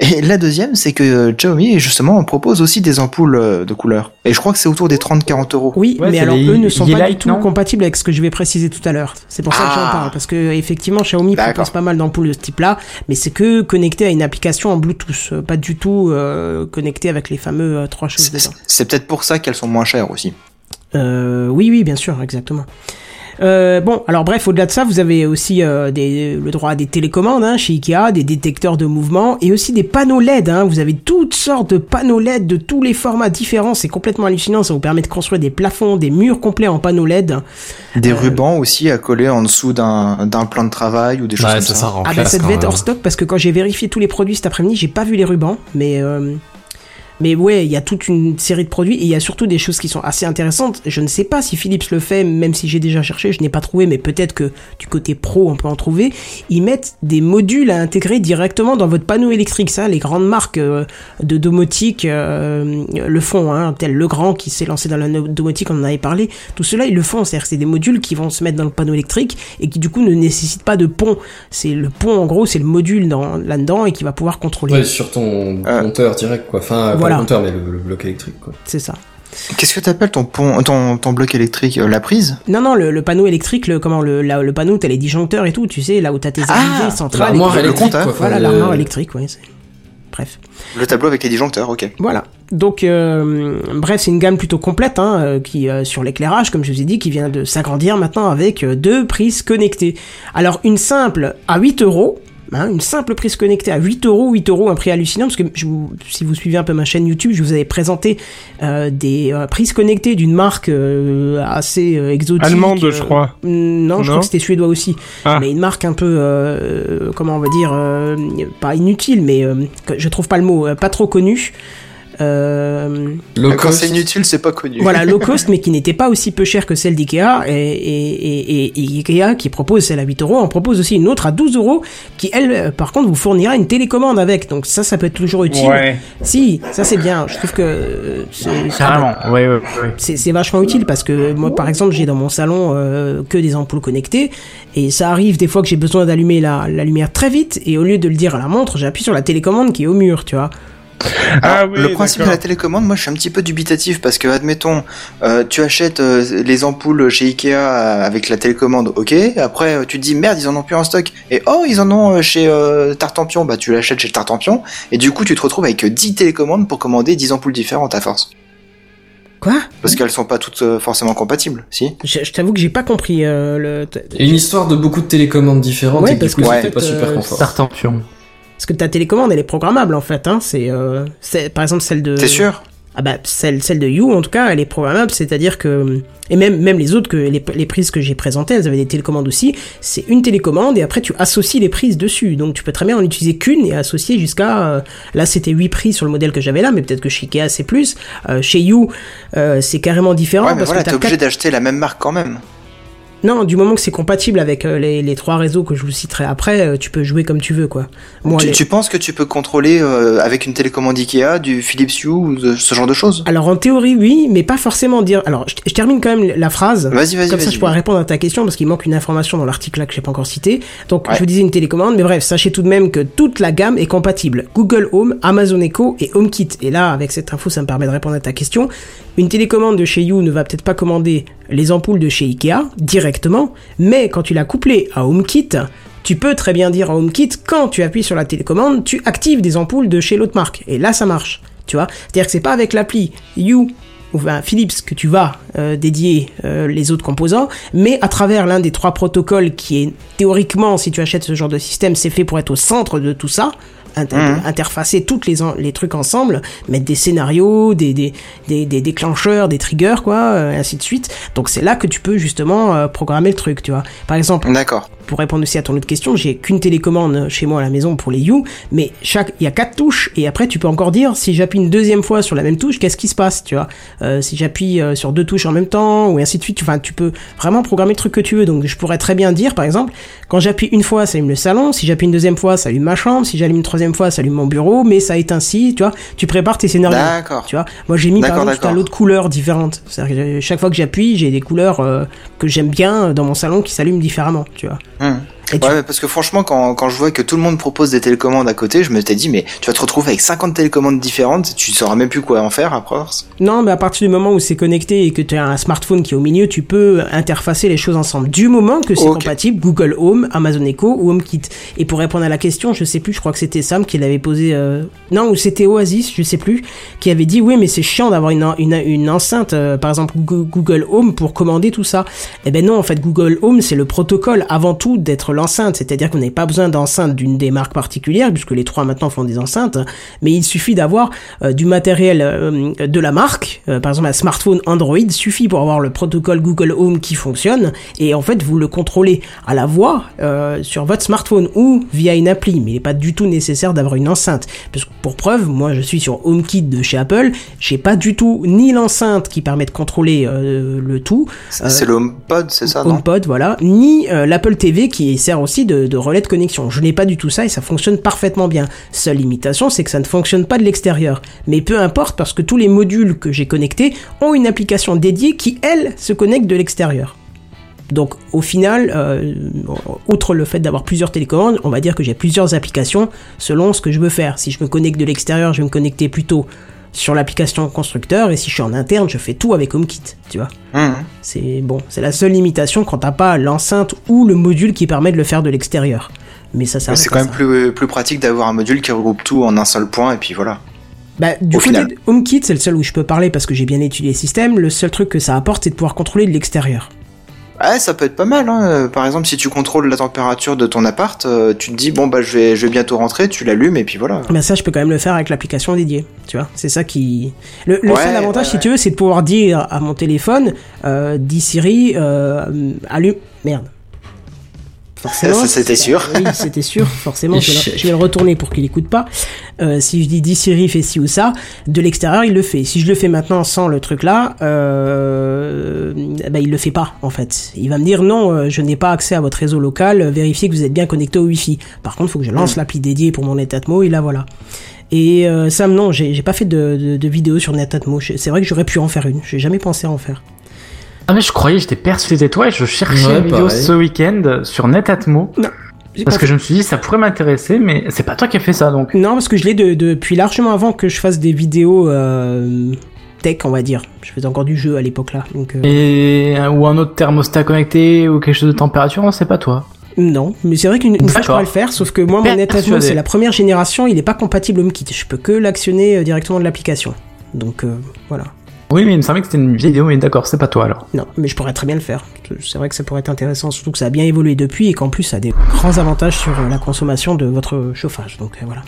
Speaker 7: Et la deuxième, c'est que euh, Xiaomi, justement, propose aussi des ampoules euh, de couleur. Et je crois que c'est autour des 30-40 euros.
Speaker 1: Oui,
Speaker 6: Ouais,
Speaker 1: mais
Speaker 6: c'est
Speaker 1: alors
Speaker 6: les
Speaker 1: eux ne sont pas du
Speaker 6: Yeelight,
Speaker 1: tout
Speaker 6: non
Speaker 1: compatibles avec ce que je vais préciser tout à l'heure. C'est pour ça que j'en
Speaker 7: Ah.
Speaker 1: parle, parce que effectivement Xiaomi
Speaker 7: D'accord.
Speaker 1: propose pas mal d'ampoules de ce type-là, mais c'est que connecté à une application en Bluetooth, euh, pas du tout euh, connecté avec les fameux euh, trois choses
Speaker 7: C'est-
Speaker 1: dedans.
Speaker 7: C'est peut-être pour ça qu'elles sont moins chères aussi.
Speaker 1: Euh, oui, oui, bien sûr, exactement. Euh, bon, alors bref, au-delà de ça, vous avez aussi euh, des, le droit à des télécommandes hein, chez Ikea, des détecteurs de mouvement et aussi des panneaux LED. Hein. Vous avez toutes sortes de panneaux LED de tous les formats différents. C'est complètement hallucinant. Ça vous permet de construire des plafonds, des murs complets en panneaux LED.
Speaker 7: Des rubans aussi à coller en dessous d'un d'un plan de travail ou des choses
Speaker 5: Ouais,
Speaker 7: comme
Speaker 5: ça,
Speaker 7: ça.
Speaker 5: ça rend
Speaker 1: Ah bah
Speaker 5: classe,
Speaker 1: ça
Speaker 5: quand
Speaker 1: devait être
Speaker 5: même.
Speaker 1: hors stock parce que quand j'ai vérifié tous les produits cet après-midi, j'ai pas vu les rubans, mais euh, mais ouais, il y a toute une série de produits et il y a surtout des choses qui sont assez intéressantes. Je ne sais pas si Philips le fait, même si j'ai déjà cherché, je n'ai pas trouvé, mais peut-être que du côté pro on peut en trouver. Ils mettent des modules à intégrer directement dans votre panneau électrique, ça. Les grandes marques euh, de domotique euh, le font, hein, tel Legrand qui s'est lancé dans la no- domotique, on en avait parlé. Tout cela ils le font, c'est-à-dire que c'est des modules qui vont se mettre dans le panneau électrique et qui du coup ne nécessitent pas de pont. C'est le pont en gros, c'est le module dans- là-dedans et qui va pouvoir contrôler.
Speaker 5: Ouais, sur ton
Speaker 7: Euh.
Speaker 5: compteur direct, quoi. Enfin,
Speaker 1: Voilà.
Speaker 5: pas le compteur, mais le, le bloc électrique, quoi.
Speaker 1: C'est ça.
Speaker 7: Qu'est-ce que t'appelles ton pont, ton, ton bloc électrique, euh, la prise
Speaker 1: Non, non, le, le panneau électrique, le, comment, le, la- le panneau, où t'as les disjoncteurs et tout, tu sais, là où t'as tes
Speaker 7: Ah,
Speaker 1: arrivées centrales.
Speaker 5: L'armoire
Speaker 1: et tout.
Speaker 7: le hein.
Speaker 5: électrique,
Speaker 7: compteur.
Speaker 5: quoi.
Speaker 1: Voilà,
Speaker 5: Enfin,
Speaker 1: l'armoire
Speaker 5: le-
Speaker 1: électrique, ouais. c'est- Bref.
Speaker 7: Le tableau avec les disjoncteurs, ok.
Speaker 1: Voilà. Donc, euh, bref, c'est une gamme plutôt complète hein, euh, qui euh, sur l'éclairage, comme je vous ai dit, qui vient de s'agrandir maintenant avec euh, deux prises connectées. Alors, une simple à 8 euros. hein, une simple prise connectée à 8 euros, 8 euros, un prix hallucinant, parce que je vous- si vous suivez un peu ma chaîne YouTube, je vous avais présenté euh, des euh, prises connectées d'une marque euh, assez euh, exotique.
Speaker 3: Allemande,
Speaker 1: euh,
Speaker 3: je crois.
Speaker 1: Non, je
Speaker 3: Non
Speaker 1: crois que c'était suédois aussi.
Speaker 3: Ah.
Speaker 1: Mais une marque un peu, euh, comment on va dire, euh, pas inutile, mais euh, que- je trouve pas le mot, euh, pas trop connue. Euh,
Speaker 5: Low
Speaker 7: Quand
Speaker 5: cost.
Speaker 7: c'est inutile, c'est pas connu.
Speaker 1: voilà, low cost, mais qui n'était pas aussi peu cher que celle d'IKEA. Et, et, et, et IKEA, qui propose celle à 8 euros, en propose aussi une autre à 12 euros, qui elle, euh, par contre, vous fournira une télécommande avec. Donc ça, ça peut être toujours utile. Si, ça c'est bien. Je trouve que euh, c'est-
Speaker 6: Carrément. Ouais, ouais, ouais.
Speaker 1: c'est c'est vachement utile parce que moi par exemple j'ai dans mon salon euh, que des ampoules connectées et ça arrive des fois que j'ai besoin d'allumer la, la lumière très vite et au lieu de le dire à la montre j'appuie sur la télécommande qui est au mur tu vois
Speaker 3: Ah
Speaker 7: Alors,
Speaker 3: oui,
Speaker 7: le principe de
Speaker 3: d'accord.
Speaker 7: la télécommande, moi je suis un petit peu dubitatif parce que, admettons, euh, tu achètes euh, les ampoules chez Ikea euh, avec la télécommande, ok. Après, euh, tu te dis merde, ils en ont plus en stock. Et oh, ils en ont euh, chez euh, Tartampion, bah tu l'achètes chez Tartampion. Et du coup, tu te retrouves avec euh, 10 télécommandes pour commander 10 ampoules différentes à force.
Speaker 1: Quoi
Speaker 7: Parce qu'elles sont pas toutes euh, forcément compatibles, si
Speaker 1: Je, je t'avoue que j'ai pas compris euh, le.
Speaker 5: Et une histoire de beaucoup de télécommandes différentes
Speaker 1: Ouais,
Speaker 5: et que
Speaker 1: parce
Speaker 5: du coup,
Speaker 1: que
Speaker 5: c'était
Speaker 1: ouais.
Speaker 5: pas super
Speaker 1: euh,
Speaker 5: confort.
Speaker 6: Tartampion.
Speaker 1: Parce que ta télécommande, elle est programmable en fait. Hein. C'est, euh, c'est- par exemple celle de.
Speaker 7: T'es sûr
Speaker 1: Ah bah celle, celle de You en tout cas, elle est programmable, c'est-à-dire que et même même les autres que les, les prises que j'ai présentées, elles avaient des télécommandes aussi. C'est une télécommande et après tu associes les prises dessus. Donc tu peux très bien en utiliser qu'une et associer jusqu'à euh, là c'était 8 prises sur le modèle que j'avais là, mais peut-être que chez Ikea c'est plus. Euh, chez You euh, c'est carrément différent
Speaker 7: Ouais, mais
Speaker 1: parce
Speaker 7: voilà,
Speaker 1: que t'as
Speaker 7: t'es obligé
Speaker 1: quatre-
Speaker 7: d'acheter la même marque quand même.
Speaker 1: non du moment que c'est compatible avec euh, les, les trois réseaux que je vous citerai après, euh, tu peux jouer comme tu veux quoi. Moi,
Speaker 7: tu,
Speaker 1: les-
Speaker 7: tu penses que tu peux contrôler euh, avec une télécommande Ikea du Philips Hue ou de- ce genre de choses
Speaker 1: Alors en théorie oui, mais pas forcément dire. Alors je, je termine quand même la phrase.
Speaker 7: Vas-y, vas-y,
Speaker 1: Euh, Comme ça
Speaker 7: vas-y.
Speaker 1: je pourrais répondre à ta question parce qu'il manque une information dans l'article là que j'ai pas encore cité. Donc
Speaker 7: Ouais.
Speaker 1: je vous disais une télécommande, mais bref, sachez tout de même que toute la gamme est compatible. Google Home, Amazon Echo et HomeKit. Et là avec cette info ça me permet de répondre à ta question. Une télécommande de chez You ne va peut-être pas commander les ampoules de chez Ikea directement, mais quand tu l'as couplée à HomeKit, tu peux très bien dire à HomeKit, quand tu appuies sur la télécommande, tu actives des ampoules de chez l'autre marque. Et là, ça marche. Tu vois C'est-à-dire que c'est pas avec l'appli You ou enfin, Philips que tu vas euh, dédier euh, les autres composants, mais à travers l'un des trois protocoles qui est théoriquement, si tu achètes ce genre de système, c'est fait pour être au centre de tout ça. inter-
Speaker 7: Mhm.
Speaker 1: interfacer toutes les, en- les trucs ensemble, mettre des scénarios, des, des, des, des déclencheurs, des triggers, quoi, euh, et ainsi de suite. Donc c'est là que tu peux justement euh, programmer le truc, tu vois. Par exemple,
Speaker 7: D'accord.
Speaker 1: pour répondre aussi à ton autre question, j'ai qu'une télécommande chez moi à la maison pour les You, mais chaque, il y a quatre touches et après tu peux encore dire si j'appuie une deuxième fois sur la même touche, qu'est-ce qui se passe, tu vois Euh, Si j'appuie euh, sur deux touches en même temps ou ainsi de suite, tu, enfin, tu peux vraiment programmer le truc que tu veux. Donc je pourrais très bien dire, par exemple, quand j'appuie une fois, ça allume le salon, si j'appuie une deuxième fois, ça allume ma chambre, si j'allume une troisième fois, ça allume mon bureau, mais ça éteint si, tu vois Tu prépares tes scénarios.
Speaker 7: D'accord.
Speaker 1: Tu vois, moi j'ai mis par
Speaker 7: D'accord,
Speaker 1: exemple tout un
Speaker 7: d'accord.
Speaker 1: lot de couleurs différentes. C'est-à-dire que j'ai- chaque fois que j'appuie, j'ai des couleurs euh, que j'aime bien euh, dans mon salon qui s'allument différemment, tu vois.
Speaker 7: Hmm.
Speaker 1: Et tu-
Speaker 7: Ouais, mais parce que franchement, quand, quand je vois que tout le monde propose des télécommandes à côté, je me t'ai dit, mais tu vas te retrouver avec 50 télécommandes différentes, tu sauras même plus quoi en faire après.
Speaker 1: Non, mais à partir du moment où c'est connecté et que tu as un smartphone qui est au milieu, tu peux interfacer les choses ensemble. Du moment que c'est
Speaker 7: Ok.
Speaker 1: compatible Google Home, Amazon Echo ou HomeKit. Et pour répondre à la question, je sais plus, je crois que c'était Sam qui l'avait posé, euh, non, ou c'était Oasis, je sais plus, qui avait dit oui, mais c'est chiant d'avoir une, en- une, une enceinte, euh, par exemple Goo- Google Home pour commander tout ça. Eh ben non, en fait, Google Home, c'est le protocole avant tout d'être l'enceinte. C'est-à-dire qu'on n'avait pas besoin d'enceinte d'une des marques particulières, puisque les trois maintenant font des enceintes. Mais il suffit d'avoir euh, du matériel euh, de la marque. Euh, par exemple, un smartphone Android suffit pour avoir le protocole Google Home qui fonctionne. Et en fait, vous le contrôlez à la voix euh, sur votre smartphone ou via une appli. Mais il n'est pas du tout nécessaire d'avoir une enceinte. Parce que pour preuve, moi, je suis sur HomeKit de chez Apple. J'ai pas du tout ni l'enceinte qui permet de contrôler euh, le tout. Euh,
Speaker 7: C'est le HomePod, c'est ça, non
Speaker 1: HomePod, voilà, ni euh, l'Apple TV qui sert aussi de, de relais de connexion. Je n'ai pas du tout ça et ça fonctionne parfaitement bien. Seule limitation, c'est que ça ne fonctionne pas de l'extérieur. Mais peu importe parce que tous les modules que j'ai connectés ont une application dédiée qui, elle, se connecte de l'extérieur. Donc au final, euh, outre le fait d'avoir plusieurs télécommandes, on va dire que j'ai plusieurs applications selon ce que je veux faire. Si je me connecte de l'extérieur, je vais me connecter plutôt sur l'application constructeur et si je suis en interne, je fais tout avec HomeKit, tu vois.
Speaker 7: Hmm.
Speaker 1: C'est bon, c'est la seule limitation quand t'as pas l'enceinte ou le module qui permet de le faire de l'extérieur. Mais ça, ça
Speaker 7: Mais
Speaker 1: reste
Speaker 7: C'est quand
Speaker 1: à
Speaker 7: même
Speaker 1: ça.
Speaker 7: plus, plus pratique d'avoir un module qui regroupe tout en un seul point, et puis voilà.
Speaker 1: Bah, du
Speaker 7: au
Speaker 1: côté
Speaker 7: final.
Speaker 1: de HomeKit, c'est le seul où je peux parler parce que j'ai bien étudié le système. Le seul truc que ça apporte, c'est de pouvoir contrôler de l'extérieur.
Speaker 7: Ouais, ça peut être pas mal, hein. Euh, Par exemple, si tu contrôles la température de ton appart, euh, tu te dis, bon, bah, je vais, je vais bientôt rentrer, tu l'allumes, et puis voilà.
Speaker 1: Mais ça, je peux quand même le faire avec l'application dédiée. Tu vois, c'est ça qui. Le, le
Speaker 7: Ouais,
Speaker 1: seul avantage,
Speaker 7: ouais,
Speaker 1: si tu veux, c'est de pouvoir dire à mon téléphone, euh, dis Siri, euh, allume. Merde. Forcément.
Speaker 7: Ça, c'était
Speaker 1: c'est-
Speaker 7: sûr.
Speaker 1: Oui, c'était sûr, forcément.
Speaker 5: Et
Speaker 1: Je vais,
Speaker 5: je-
Speaker 1: le, je vais le retourner pour qu'il écoute pas. Euh, si je dis dis Siri, fais ci ou ça, de l'extérieur, il le fait. Si je le fais maintenant sans le truc là, euh, bah, il le fait pas, en fait. Il va me dire non, euh, je n'ai pas accès à votre réseau local, euh, vérifiez que vous êtes bien connecté au Wi-Fi. Par contre, faut que je lance
Speaker 7: Mm.
Speaker 1: l'appli dédiée pour mon Netatmo et là voilà. Et euh, Sam, non, j'ai j'ai pas fait de, de, de vidéo sur Netatmo. Je- C'est vrai que j'aurais pu en faire une. J'ai jamais pensé à en faire.
Speaker 6: Ah mais je croyais, j'étais persuadé de toi et je cherchais
Speaker 5: Ouais,
Speaker 6: la vidéo
Speaker 5: pareil.
Speaker 6: ce week-end sur Netatmo.
Speaker 1: Non. J'ai
Speaker 6: Parce
Speaker 1: pas
Speaker 6: que je me suis dit, ça pourrait m'intéresser, mais c'est pas toi qui as fait ça, donc.
Speaker 1: Non, parce que je l'ai de- depuis largement avant que je fasse des vidéos euh, tech, on va dire. Je faisais encore du jeu à l'époque là, donc euh,
Speaker 6: Et, ou un autre thermostat connecté, ou quelque chose de température, non, c'est pas toi.
Speaker 1: non. Mais c'est vrai qu'une une fois je
Speaker 6: Mm. D'accord.
Speaker 1: pourrais le faire, sauf que moi mon NetAtmo
Speaker 6: Persuadé.
Speaker 1: c'est la première génération, il n'est pas compatible HomeKit. Je peux que l'actionner euh, directement de l'application. Donc euh, voilà.
Speaker 6: Oui, mais il me semblait que c'était une vidéo, mais d'accord, c'est pas toi alors.
Speaker 1: Non, mais je pourrais très bien le faire. C'est vrai que ça pourrait être intéressant, surtout que ça a bien évolué depuis et qu'en plus ça a des grands avantages sur euh, la consommation de votre chauffage. Donc euh, voilà.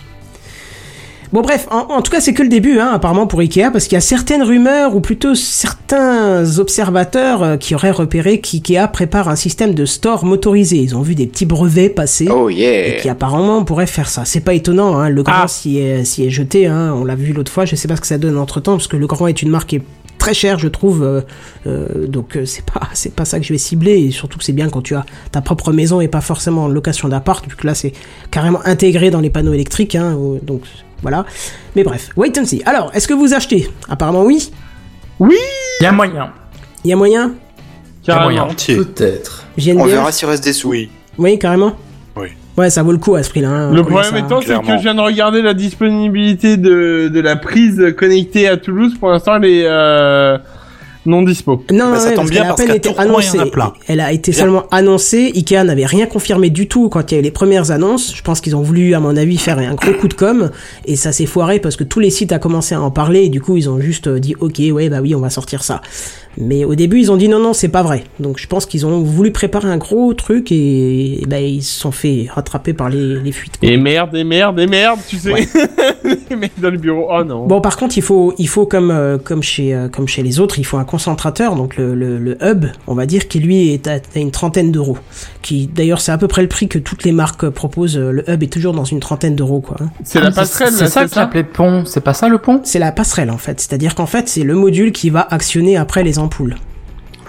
Speaker 1: Bon bref, en, en tout cas c'est que le début hein, apparemment pour Ikea parce qu'il y a certaines rumeurs ou plutôt certains observateurs euh, qui auraient repéré qu'Ikea prépare un système de store motorisé. Ils ont vu des petits brevets passer
Speaker 7: Oh
Speaker 1: et qui
Speaker 7: yeah
Speaker 1: apparemment pourrait faire ça. C'est pas étonnant, hein, le grand s'y est, s'y est jeté, hein, on l'a vu l'autre fois, je sais pas ce que ça donne entre temps, parce que le grand est une marque qui est très chère, je trouve, euh, euh, donc euh, c'est pas, c'est pas ça que je vais cibler, et surtout que c'est bien quand tu as ta propre maison et pas forcément en location d'appart, vu que là c'est carrément intégré dans les panneaux électriques, hein, ou- donc voilà. Mais bref, wait and see. Alors, est-ce que vous achetez Apparemment oui,
Speaker 6: Il y a moyen.
Speaker 1: il y a moyen
Speaker 3: Carrément.
Speaker 4: Entier.
Speaker 5: Peut-être.
Speaker 7: On
Speaker 1: JNBR
Speaker 7: verra s'il reste des sous.
Speaker 4: Oui.
Speaker 1: Oui, carrément
Speaker 4: Oui.
Speaker 1: Ouais, ça vaut le coup à ce prix-là. hein,
Speaker 3: Le
Speaker 1: combien
Speaker 3: problème
Speaker 1: ça-
Speaker 3: étant, c'est que
Speaker 4: clairement.
Speaker 3: je viens de regarder la disponibilité de, de la prise connectée à Toulouse. Pour l'instant, elle est euh, non dispo.
Speaker 1: Non,
Speaker 4: Bah,
Speaker 1: non,
Speaker 4: ça
Speaker 1: ouais,
Speaker 4: tombe
Speaker 1: parce qu'elle
Speaker 4: bien
Speaker 1: a à
Speaker 4: parce
Speaker 1: peine
Speaker 4: qu'à
Speaker 1: été
Speaker 4: Tourcoing, il y en
Speaker 1: annoncée.
Speaker 4: a plein.
Speaker 1: Elle a été
Speaker 4: Bien.
Speaker 1: seulement annoncée. Ikea n'avait rien confirmé du tout quand il y a eu les premières annonces. Je pense qu'ils ont voulu, à mon avis, faire un gros coup de com. Et ça s'est foiré parce que tous les sites ont commencé à en parler. Et du coup, ils ont juste euh, dit, OK, ouais, bah oui, on va sortir ça. Mais au début, ils ont dit non, non, c'est pas vrai. Donc je pense qu'ils ont voulu préparer un gros truc et, et ben, ils se sont fait rattraper par les, les fuites. quoi.
Speaker 3: Et merde, et merde, et merde, tu sais. les mecs dans le bureau. Oh non.
Speaker 1: Bon, par contre, il faut, il faut comme, euh, comme, chez, euh, comme chez les autres, il faut un concentrateur, donc le, le, le hub, on va dire, qui lui est à, à une trentaine d'euros. Qui, d'ailleurs, c'est à peu près le prix que toutes les marques euh, proposent. euh, Le hub est toujours dans une trentaine d'euros, quoi. hein.
Speaker 3: c'est la passerelle,
Speaker 6: Ah, C'est
Speaker 3: là,
Speaker 6: ça
Speaker 3: c'est
Speaker 6: qui appelait pont, c'est pas ça le pont
Speaker 1: C'est la passerelle, en fait. C'est-à-dire qu'en fait, c'est le module qui va actionner après les ampoules.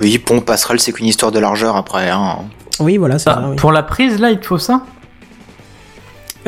Speaker 7: Oui, pont, passerelle, c'est qu'une histoire de largeur après. Hein.
Speaker 1: Oui, voilà, c'est
Speaker 3: Ah.
Speaker 1: ça. Oui.
Speaker 6: Pour la prise là, il te faut ça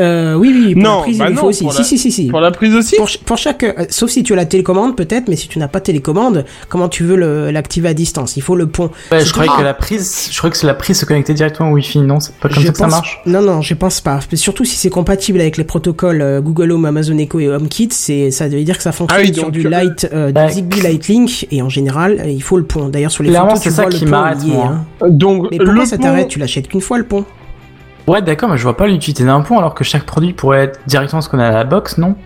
Speaker 1: Euh, oui, oui, pour
Speaker 3: Non,
Speaker 1: la prise,
Speaker 3: bah
Speaker 1: il
Speaker 3: non,
Speaker 1: faut aussi.
Speaker 3: pour
Speaker 1: Si,
Speaker 3: la-
Speaker 1: si, si, si.
Speaker 3: Pour la prise aussi
Speaker 1: Pour, ch- pour chaque, euh, sauf si tu as la télécommande peut-être, mais si tu n'as pas télécommande, comment tu veux le- l'activer à distance Il faut le pont.
Speaker 6: Ouais, je croyais que la prise, je croyais que c'est la prise se connectait directement au Wi-Fi, non C'est pas comme
Speaker 1: Je
Speaker 6: ça que ça
Speaker 1: pense-
Speaker 6: marche
Speaker 1: Non, non, je pense pas. Surtout si c'est compatible avec les protocoles euh, Google Home, Amazon Echo et HomeKit, c'est, ça veut dire que ça fonctionne
Speaker 3: Ah oui,
Speaker 1: sur
Speaker 3: donc,
Speaker 1: du
Speaker 3: euh,
Speaker 1: Light, euh, du
Speaker 6: bah,
Speaker 1: Zigbee Lightlink, et en général, euh, il faut le pont. D'ailleurs, sur les
Speaker 6: Clairement,
Speaker 1: photos, tu
Speaker 6: c'est ça
Speaker 1: vois
Speaker 6: qui
Speaker 1: le pont
Speaker 6: m'arrête,
Speaker 1: lié.
Speaker 6: moi.
Speaker 1: hein.
Speaker 3: Euh, Donc,
Speaker 1: Mais pourquoi
Speaker 3: le
Speaker 1: ça
Speaker 3: pont-
Speaker 1: t'arrête Tu l'achètes qu'une fois le pont
Speaker 6: Ouais, d'accord, mais je vois pas l'utilité d'un pont alors que chaque produit pourrait être directement ce qu'on a à la box, non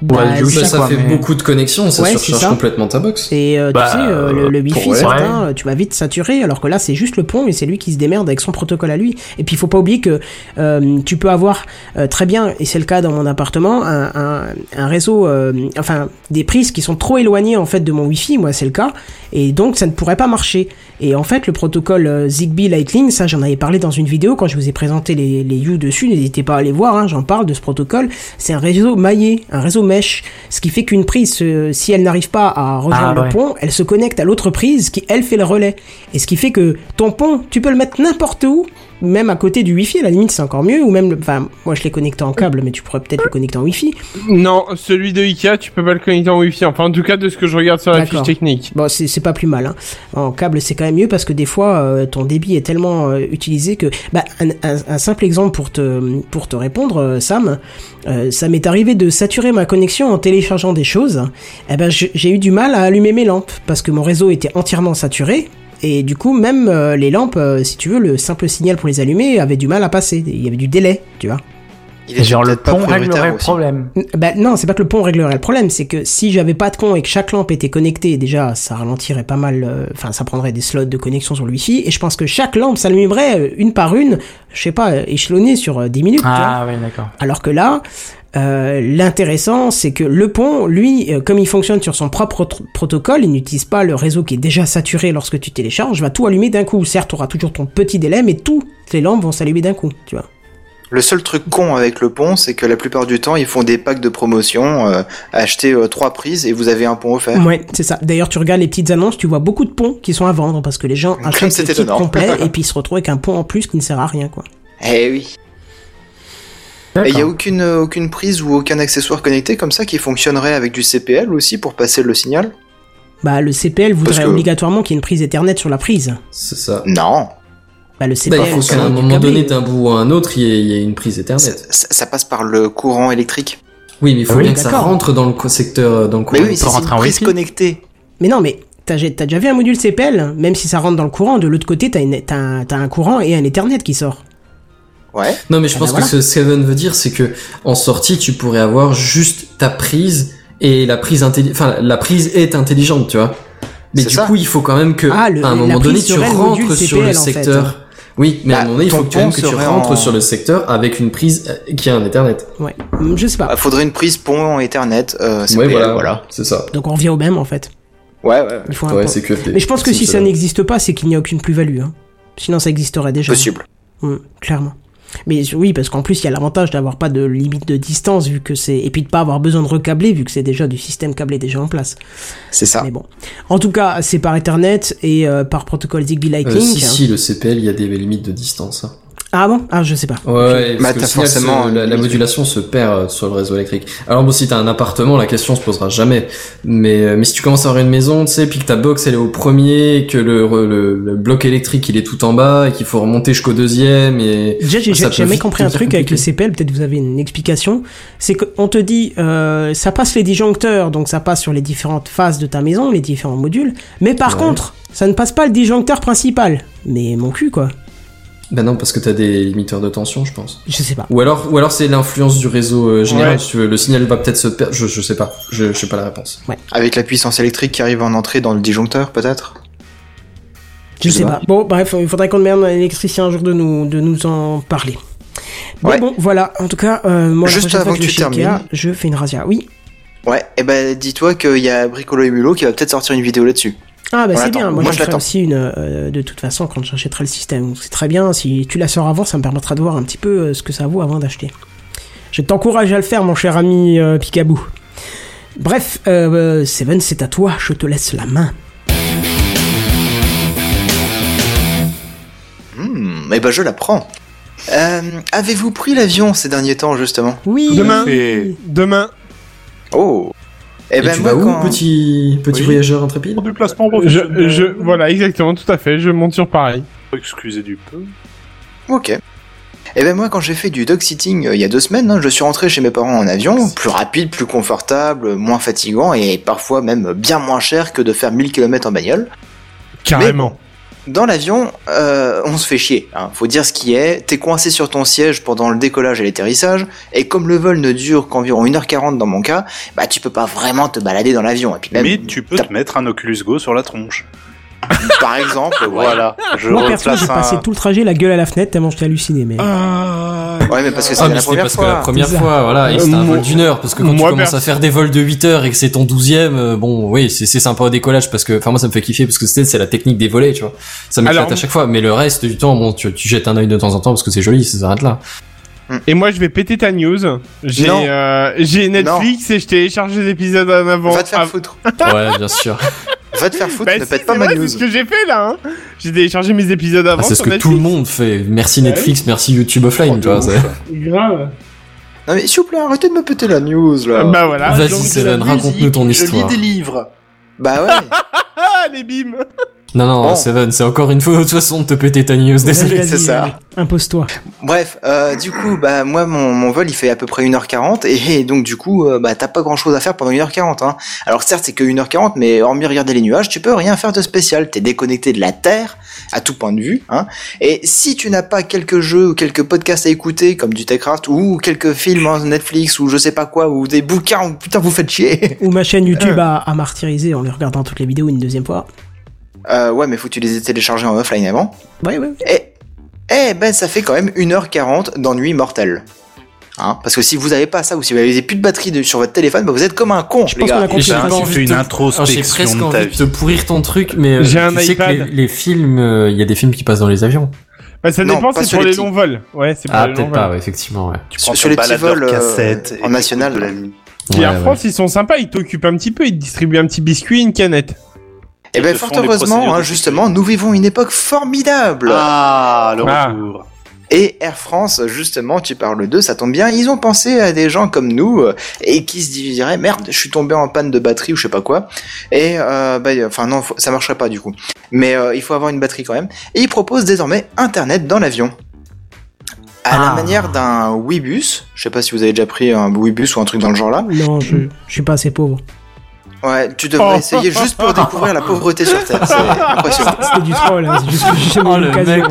Speaker 1: Bah,
Speaker 6: du
Speaker 1: oui,
Speaker 6: Wi-Fi,
Speaker 1: ça,
Speaker 5: ça, ça
Speaker 6: quoi,
Speaker 5: fait
Speaker 6: mais-
Speaker 5: beaucoup de connexions, ça
Speaker 1: Ouais, c'est
Speaker 5: surcharge
Speaker 1: ça.
Speaker 5: complètement ta box.
Speaker 1: Et euh,
Speaker 6: Bah,
Speaker 1: tu sais, euh, le, le
Speaker 5: euh,
Speaker 1: Wi-Fi,
Speaker 5: pour- ouais.
Speaker 1: certains, euh, tu vas vite saturer, alors que là, c'est juste le pont et c'est lui qui se démerde avec son protocole à lui. Et puis, il faut pas oublier que euh, tu peux avoir euh, très bien, et c'est le cas dans mon appartement, un, un, un réseau, euh, enfin, des prises qui sont trop éloignées en fait de mon Wi-Fi. Moi, c'est le cas, et donc ça ne pourrait pas marcher. Et en fait, le protocole euh, Zigbee Lightning, ça, j'en avais parlé dans une vidéo quand je vous ai présenté les, les You dessus. N'hésitez pas à aller voir, hein, j'en parle de ce protocole. C'est un réseau maillé, un réseau mesh, ce qui fait qu'une prise, euh, si elle n'arrive pas à rejoindre
Speaker 6: Ah,
Speaker 1: le
Speaker 6: ouais.
Speaker 1: pont, elle se connecte à l'autre prise qui, elle, fait le relais. Et ce qui fait que ton pont, tu peux le mettre n'importe où, même à côté du Wi-Fi, à la limite, c'est encore mieux. Ou même, le- enfin, moi je l'ai connecté en câble, mais tu pourrais peut-être le connecter en Wi-Fi.
Speaker 3: Non, celui de Ikea, tu peux pas le connecter en Wi-Fi. Enfin, en tout cas, de ce que je regarde sur la
Speaker 1: D'accord.
Speaker 3: fiche technique.
Speaker 1: Bon, c'est c'est pas plus mal. Hein. En câble, c'est quand même mieux parce que des fois, euh, ton débit est tellement euh, utilisé que. Bah, un, un- un simple exemple pour te, pour te répondre, euh, Sam, euh, ça m'est arrivé de saturer ma connexion en téléchargeant des choses. Eh ben, je- j'ai eu du mal à allumer mes lampes parce que mon réseau était entièrement saturé. Et du coup, même euh, les lampes, euh, si tu veux, le simple signal pour les allumer avait du mal à passer. Il y avait du délai, tu vois.
Speaker 7: Il
Speaker 6: Et
Speaker 7: est
Speaker 6: genre le
Speaker 7: peut-être pas
Speaker 6: pont
Speaker 7: prioritaire
Speaker 6: réglerait le
Speaker 7: aussi.
Speaker 6: problème.
Speaker 1: N- Bah non, c'est pas que le pont réglerait le problème, c'est que si j'avais pas de pont et que chaque lampe était connectée, déjà ça ralentirait pas mal, euh, enfin ça prendrait des slots de connexion sur le wifi, et je pense que chaque lampe s'allumerait euh, une par une, je sais pas, euh, échelonnée sur euh, 10 minutes. tu vois.
Speaker 6: Ah ouais, d'accord.
Speaker 1: Alors que là, euh, l'intéressant, c'est que le pont, lui, euh, comme il fonctionne sur son propre tr- protocole, il n'utilise pas le réseau qui est déjà saturé lorsque tu télécharges, va tout allumer d'un coup. Certes, tu auras toujours ton petit délai, mais toutes les lampes vont s'allumer d'un coup, tu vois.
Speaker 7: Le seul truc con avec le pont, c'est que la plupart du temps, ils font des packs de promotion. euh, achetez euh, trois prises et vous avez un pont offert.
Speaker 1: Ouais, c'est ça. D'ailleurs, tu regardes les petites annonces, tu vois beaucoup de ponts qui sont à vendre parce que les gens achètent
Speaker 7: c'est
Speaker 1: le kit
Speaker 7: étonnant.
Speaker 1: complet et puis ils se retrouvent avec un pont en plus qui ne sert à rien, quoi.
Speaker 7: Eh oui. Et il n'y a aucune, euh, aucune prise ou aucun accessoire connecté comme ça qui fonctionnerait avec du CPL aussi pour passer le signal
Speaker 1: Bah, le CPL voudrait
Speaker 7: Parce que-
Speaker 1: obligatoirement qu'il y ait une prise Ethernet sur la prise.
Speaker 5: C'est ça.
Speaker 7: Non.
Speaker 1: Bah, le
Speaker 5: Bah,
Speaker 1: CPL.
Speaker 5: il faut
Speaker 1: quand
Speaker 5: qu'à un
Speaker 1: même, du
Speaker 5: moment
Speaker 1: câblé.
Speaker 5: donné, d'un bout à un autre, il y ait, il y ait une prise
Speaker 7: Ça,
Speaker 5: Ethernet.
Speaker 7: ça- ça passe par le courant électrique.
Speaker 5: Oui, mais il faut
Speaker 6: Ah oui,
Speaker 5: bien que ça
Speaker 1: d'accord.
Speaker 5: rentre dans le co- secteur, euh, dans le
Speaker 7: Mais
Speaker 5: courant.
Speaker 7: oui, c'est
Speaker 6: peut
Speaker 7: c'est
Speaker 6: rentrer
Speaker 7: une
Speaker 6: en
Speaker 7: prise
Speaker 6: wifi.
Speaker 7: connectée.
Speaker 1: Mais non, mais t'as t'as déjà vu un module CPL Même si ça rentre dans le courant, de l'autre côté, t'as une- t'as un, t'as un courant et un Ethernet qui sort.
Speaker 7: Ouais.
Speaker 5: Non, mais je
Speaker 1: Ah
Speaker 5: pense
Speaker 1: bah
Speaker 5: que ce que Seven veut dire, c'est que en sortie, tu pourrais avoir juste ta prise et la prise intelli- enfin, la prise est intelligente, tu vois. Mais
Speaker 7: C'est
Speaker 5: du
Speaker 7: ça.
Speaker 5: coup, il faut quand même que,
Speaker 1: Ah, le-
Speaker 5: à
Speaker 1: la
Speaker 5: un moment donné,
Speaker 1: prise
Speaker 5: tu
Speaker 1: serait le
Speaker 5: rentres
Speaker 1: module
Speaker 5: sur le
Speaker 1: CPL, en fait.
Speaker 5: secteur. Oui, mais à
Speaker 7: Bah,
Speaker 5: un moment donné, il
Speaker 7: ton
Speaker 5: faut que tu, même
Speaker 7: pont
Speaker 5: que tu
Speaker 7: serait
Speaker 5: rentres
Speaker 7: en-
Speaker 5: sur le secteur avec une prise euh, qui a un Ethernet.
Speaker 1: Ouais, Hum, je sais pas.
Speaker 7: Bah, faudrait une prise pont Ethernet. Euh,
Speaker 5: Ouais,
Speaker 7: CPL,
Speaker 5: voilà,
Speaker 7: voilà.
Speaker 5: c'est ça.
Speaker 1: Donc on revient au même en fait.
Speaker 7: Ouais, ouais, ouais.
Speaker 1: Il faut un
Speaker 5: Ouais,
Speaker 1: point.
Speaker 5: c'est QFD.
Speaker 1: Mais je pense que si ça
Speaker 5: n'est
Speaker 1: n'existe pas, c'est qu'il n'y a aucune plus-value. hein. Sinon, ça existerait déjà.
Speaker 7: Possible.
Speaker 1: Hum, clairement. Mais oui, parce qu'en plus, il y a l'avantage d'avoir pas de limite de distance, vu que c'est. Et puis de pas avoir besoin de recabler, vu que c'est déjà du système câblé déjà en place.
Speaker 7: C'est
Speaker 5: Ah.
Speaker 7: ça.
Speaker 1: Mais bon. En tout cas, c'est par Ethernet et euh, par protocole Zigbee Lightning.
Speaker 5: Euh, si, si, le CPL, il y a des limites de distance. hein.
Speaker 1: Ah bon Ah, je sais pas.
Speaker 5: Ouais, ouais, parce
Speaker 7: Bah,
Speaker 5: que
Speaker 7: t'as
Speaker 5: au final,
Speaker 7: forcément
Speaker 5: ce- la,
Speaker 7: une
Speaker 5: la
Speaker 7: limite.
Speaker 5: modulation se perd euh, sur le réseau électrique. Alors bon, si t'as un appartement, la question se posera jamais. Mais euh, mais si tu commences à avoir une maison, tu sais, puis que ta box elle est au premier, et que le, re- le, le bloc électrique il est tout en bas et qu'il faut remonter jusqu'au deuxième et
Speaker 1: Déjà, j'ai
Speaker 5: Ah, Ça
Speaker 1: j'ai
Speaker 5: peut
Speaker 1: jamais
Speaker 5: vite
Speaker 1: compris un
Speaker 5: devenir
Speaker 1: truc avec le
Speaker 5: compliqué.
Speaker 1: CPL, peut-être vous avez une explication. C'est qu'on te dit, euh, ça passe les disjoncteurs, donc ça passe sur les différentes phases de ta maison, les différents modules. Mais par
Speaker 5: Ouais.
Speaker 1: contre, ça ne passe pas le disjoncteur principal. Mais mon cul, quoi.
Speaker 5: ben non parce que t'as des limiteurs de tension, je pense.
Speaker 1: Je sais pas.
Speaker 5: Ou alors ou alors c'est l'influence du réseau euh, général.
Speaker 3: Ouais.
Speaker 5: si tu veux. Le signal va peut-être se perdre. Je, je sais pas. Je, je sais pas la réponse.
Speaker 7: Avec la puissance électrique qui arrive en entrée dans le disjoncteur, peut-être
Speaker 1: Je
Speaker 7: Je
Speaker 1: sais
Speaker 7: sais
Speaker 1: pas. Bon, bref, il faudrait qu'on demande à l'électricien un jour de nous, de nous en parler. Mais
Speaker 7: Ouais.
Speaker 1: bon, voilà. En tout cas, euh, moi,
Speaker 7: Juste
Speaker 1: la prochaine
Speaker 7: avant
Speaker 1: fois que,
Speaker 7: que
Speaker 1: je
Speaker 7: tu
Speaker 1: suis Ikea,
Speaker 7: termines.
Speaker 1: je fais une razzia. Oui.
Speaker 7: Ouais, et ben dis-toi qu'il y a Bricolo et Mulot qui va peut-être sortir une vidéo là-dessus.
Speaker 1: Ah, bah
Speaker 7: On
Speaker 1: c'est
Speaker 7: l'attend.
Speaker 1: bien. Moi,
Speaker 7: Moi,
Speaker 1: j'en
Speaker 7: je
Speaker 1: ferai
Speaker 7: l'attends.
Speaker 1: aussi une, euh, de toute façon, quand j'achèterai le système. Donc, c'est très bien. Si tu la sors avant, ça me permettra de voir un petit peu euh, ce que ça vaut avant d'acheter. Je t'encourage à le faire, mon cher ami euh, Picabou. Bref, euh, euh, Seven, c'est à toi. Je te laisse la main.
Speaker 7: Hmm, et ben je la prends. Euh, Avez-vous pris l'avion ces derniers temps justement
Speaker 1: Oui.
Speaker 3: Demain. Demain,
Speaker 7: Oh Eh
Speaker 5: Et,
Speaker 7: ben
Speaker 5: tu
Speaker 7: moi
Speaker 5: vas où,
Speaker 7: quand...
Speaker 5: petit petit
Speaker 4: Oui.
Speaker 5: voyageur intrépide
Speaker 4: de placement
Speaker 3: je, je, voilà, exactement, tout à fait, je monte sur Paris.
Speaker 4: Excusez du peu.
Speaker 7: Ok. Eh ben moi quand j'ai fait du dog sitting euh, il y a deux semaines, hein, je suis rentré chez mes parents en avion, plus rapide, plus confortable, moins fatigant et parfois même bien moins cher que de faire 1000 km en bagnole.
Speaker 3: Carrément.
Speaker 7: Dans l'avion, euh, on se fait chier. Hein. Faut dire ce qui est. T'es coincé sur ton siège pendant le décollage et l'atterrissage. Et comme le vol ne dure qu'environ 1h40 dans mon cas, bah tu peux pas vraiment te balader dans l'avion. Et puis même,
Speaker 4: Mais tu peux
Speaker 7: t'as-
Speaker 4: te mettre un Oculus Go sur la tronche.
Speaker 7: par exemple, Ah,
Speaker 4: Voilà,
Speaker 7: voilà.
Speaker 4: je
Speaker 1: Moi, perso, j'ai
Speaker 4: replace
Speaker 1: passé
Speaker 4: un...
Speaker 1: tout le trajet la gueule à la fenêtre tellement j'étais halluciné. Mais...
Speaker 7: Ouais, mais parce que
Speaker 5: Ah
Speaker 7: c'était
Speaker 5: mais
Speaker 7: la
Speaker 5: c'était
Speaker 7: première
Speaker 5: parce que la
Speaker 7: fois.
Speaker 5: première
Speaker 1: C'est ça.
Speaker 5: fois, voilà, et
Speaker 3: Euh,
Speaker 5: c'était un vol
Speaker 3: moi-
Speaker 5: d'une heure, parce que quand tu
Speaker 3: moi,
Speaker 5: commences à
Speaker 3: perso-
Speaker 5: faire des vols de 8 heures et que c'est ton douzième, euh, bon, oui, c'est c'est sympa au décollage, parce que, enfin moi ça me fait kiffer, parce que c'est c'est la technique des volets, tu vois. Ça m'éclate
Speaker 3: Alors-
Speaker 5: à chaque fois, mais le reste du temps, bon, tu, tu jettes un œil de temps en temps, parce que c'est joli, ça s'arrête là.
Speaker 3: Et moi, je vais péter ta news. J'ai
Speaker 7: Non.
Speaker 3: euh, j'ai Netflix et je télécharge les épisodes en avant.
Speaker 7: Va te faire
Speaker 3: Ah,
Speaker 7: foutre.
Speaker 5: Ouais, bien sûr.
Speaker 7: Va te faire foutre,
Speaker 3: bah
Speaker 7: ne
Speaker 3: si,
Speaker 7: pète pas
Speaker 3: c'est
Speaker 7: ma
Speaker 3: vrai,
Speaker 7: news.
Speaker 3: C'est ce que j'ai fait là. Hein. J'ai téléchargé mes épisodes
Speaker 5: Ah,
Speaker 3: avant.
Speaker 5: c'est ce
Speaker 3: sur
Speaker 5: que tout
Speaker 3: Netflix. Bah
Speaker 5: le monde fait. Merci Netflix, merci YouTube Offline,
Speaker 7: Oh,
Speaker 5: tu vois. c'est-
Speaker 3: Grave.
Speaker 7: Non mais s'il vous plaît, arrêtez de me péter la news là.
Speaker 3: Bah voilà.
Speaker 5: Vas-y,
Speaker 3: donc,
Speaker 5: Céline,
Speaker 3: la musique.
Speaker 5: raconte-nous ton
Speaker 4: Je lis
Speaker 5: histoire.
Speaker 4: des livres.
Speaker 7: Bah ouais.
Speaker 3: Ah, les bim.
Speaker 5: Non, non,
Speaker 7: Bon.
Speaker 5: Seven, c'est encore une fois autre façon de te péter ta news, désolé.
Speaker 1: Vas-y,
Speaker 7: c'est
Speaker 1: vas-y,
Speaker 7: ça.
Speaker 1: allez, hein, Impose-toi.
Speaker 7: Bref, euh, du coup, bah moi mon, mon vol il fait à peu près 1h40 et, et donc du coup euh, bah t'as pas grand chose à faire pendant 1h40 hein. Alors certes c'est que 1h40 mais hormis regarder les nuages tu peux rien faire de spécial, t'es déconnecté de la Terre à tout point de vue hein. Et si tu n'as pas quelques jeux ou quelques podcasts à écouter comme du Techcraft ou quelques films hein, Netflix ou je sais pas quoi ou des bouquins, ou- putain vous faites chier.
Speaker 1: Ou ma chaîne YouTube à, à martyriser en les regardant toutes les vidéos une deuxième fois.
Speaker 7: Euh, ouais mais faut que tu les aies téléchargés en offline avant.
Speaker 1: Ouais, ouais.
Speaker 7: Et, eh ben, ça fait quand même 1h40 d'ennui mortel. Hein Parce que si vous avez pas ça ou si vous avez plus de batterie de- sur votre téléphone, bah vous êtes comme un con,
Speaker 1: Je
Speaker 7: les
Speaker 1: pense qu'on
Speaker 7: gars.
Speaker 1: a compris.
Speaker 5: j'ai
Speaker 1: le
Speaker 5: pas
Speaker 1: principe.
Speaker 5: envie
Speaker 4: fait
Speaker 5: de
Speaker 4: une
Speaker 5: te-
Speaker 4: introspection
Speaker 5: Alors, j'ai presque
Speaker 4: de
Speaker 5: envie
Speaker 4: ta
Speaker 5: de te
Speaker 4: vie.
Speaker 5: pourrir ton truc, mais euh,
Speaker 3: J'ai un
Speaker 5: tu sais que les,
Speaker 3: iPad.
Speaker 5: les films, euh, il y a des films qui passent dans les avions.
Speaker 3: Bah, ça
Speaker 7: Non,
Speaker 3: dépend,
Speaker 7: pas
Speaker 3: c'est
Speaker 7: sur
Speaker 3: pour
Speaker 7: les
Speaker 3: les
Speaker 7: petits.
Speaker 3: longs vols. Ouais, c'est pour
Speaker 5: Ah,
Speaker 3: les
Speaker 5: peut-être
Speaker 3: longs
Speaker 5: pas,
Speaker 3: vols.
Speaker 5: ouais, effectivement, ouais.
Speaker 4: Tu
Speaker 7: Sur-
Speaker 4: prends
Speaker 7: sur
Speaker 4: ton
Speaker 7: les petits
Speaker 4: baladeur
Speaker 7: vols, euh,
Speaker 4: cassette et
Speaker 7: en national.
Speaker 4: t'écoutes de la musique.
Speaker 3: Et en
Speaker 5: Ouais,
Speaker 3: France, ils sont sympas, ils t'occupent un petit peu, ils te distribuent un petit biscuit, une canette.
Speaker 7: Et ben,
Speaker 4: te
Speaker 7: fort
Speaker 4: font des Ah,
Speaker 7: heureusement,
Speaker 4: procédures
Speaker 7: hein,
Speaker 4: de
Speaker 7: justement, nous vivons une époque formidable.
Speaker 4: Ah, le
Speaker 3: Ah.
Speaker 4: retour.
Speaker 7: Et Air France, justement, tu parles d'eux, ça tombe bien, ils ont pensé à des gens comme nous euh, et qui se diraient merde, je suis tombé en panne de batterie ou je sais pas quoi. Et euh, bah, y a- enfin non, faut- ça marcherait pas du coup. Mais euh, il faut avoir une batterie quand même. Et ils proposent désormais Internet dans l'avion. À la
Speaker 1: Ah.
Speaker 7: manière d'un Webus, je sais pas si vous avez déjà pris un Webus ou un truc dans le genre là.
Speaker 1: Non, je, je suis pas assez pauvre.
Speaker 7: Ouais, tu devrais
Speaker 1: Oh.
Speaker 7: essayer juste pour découvrir la pauvreté sur Terre. C'est impressionnant.
Speaker 1: C'était du troll, hein, c'est juste que j'ai
Speaker 5: Oh,
Speaker 1: jamais eu l'occasion.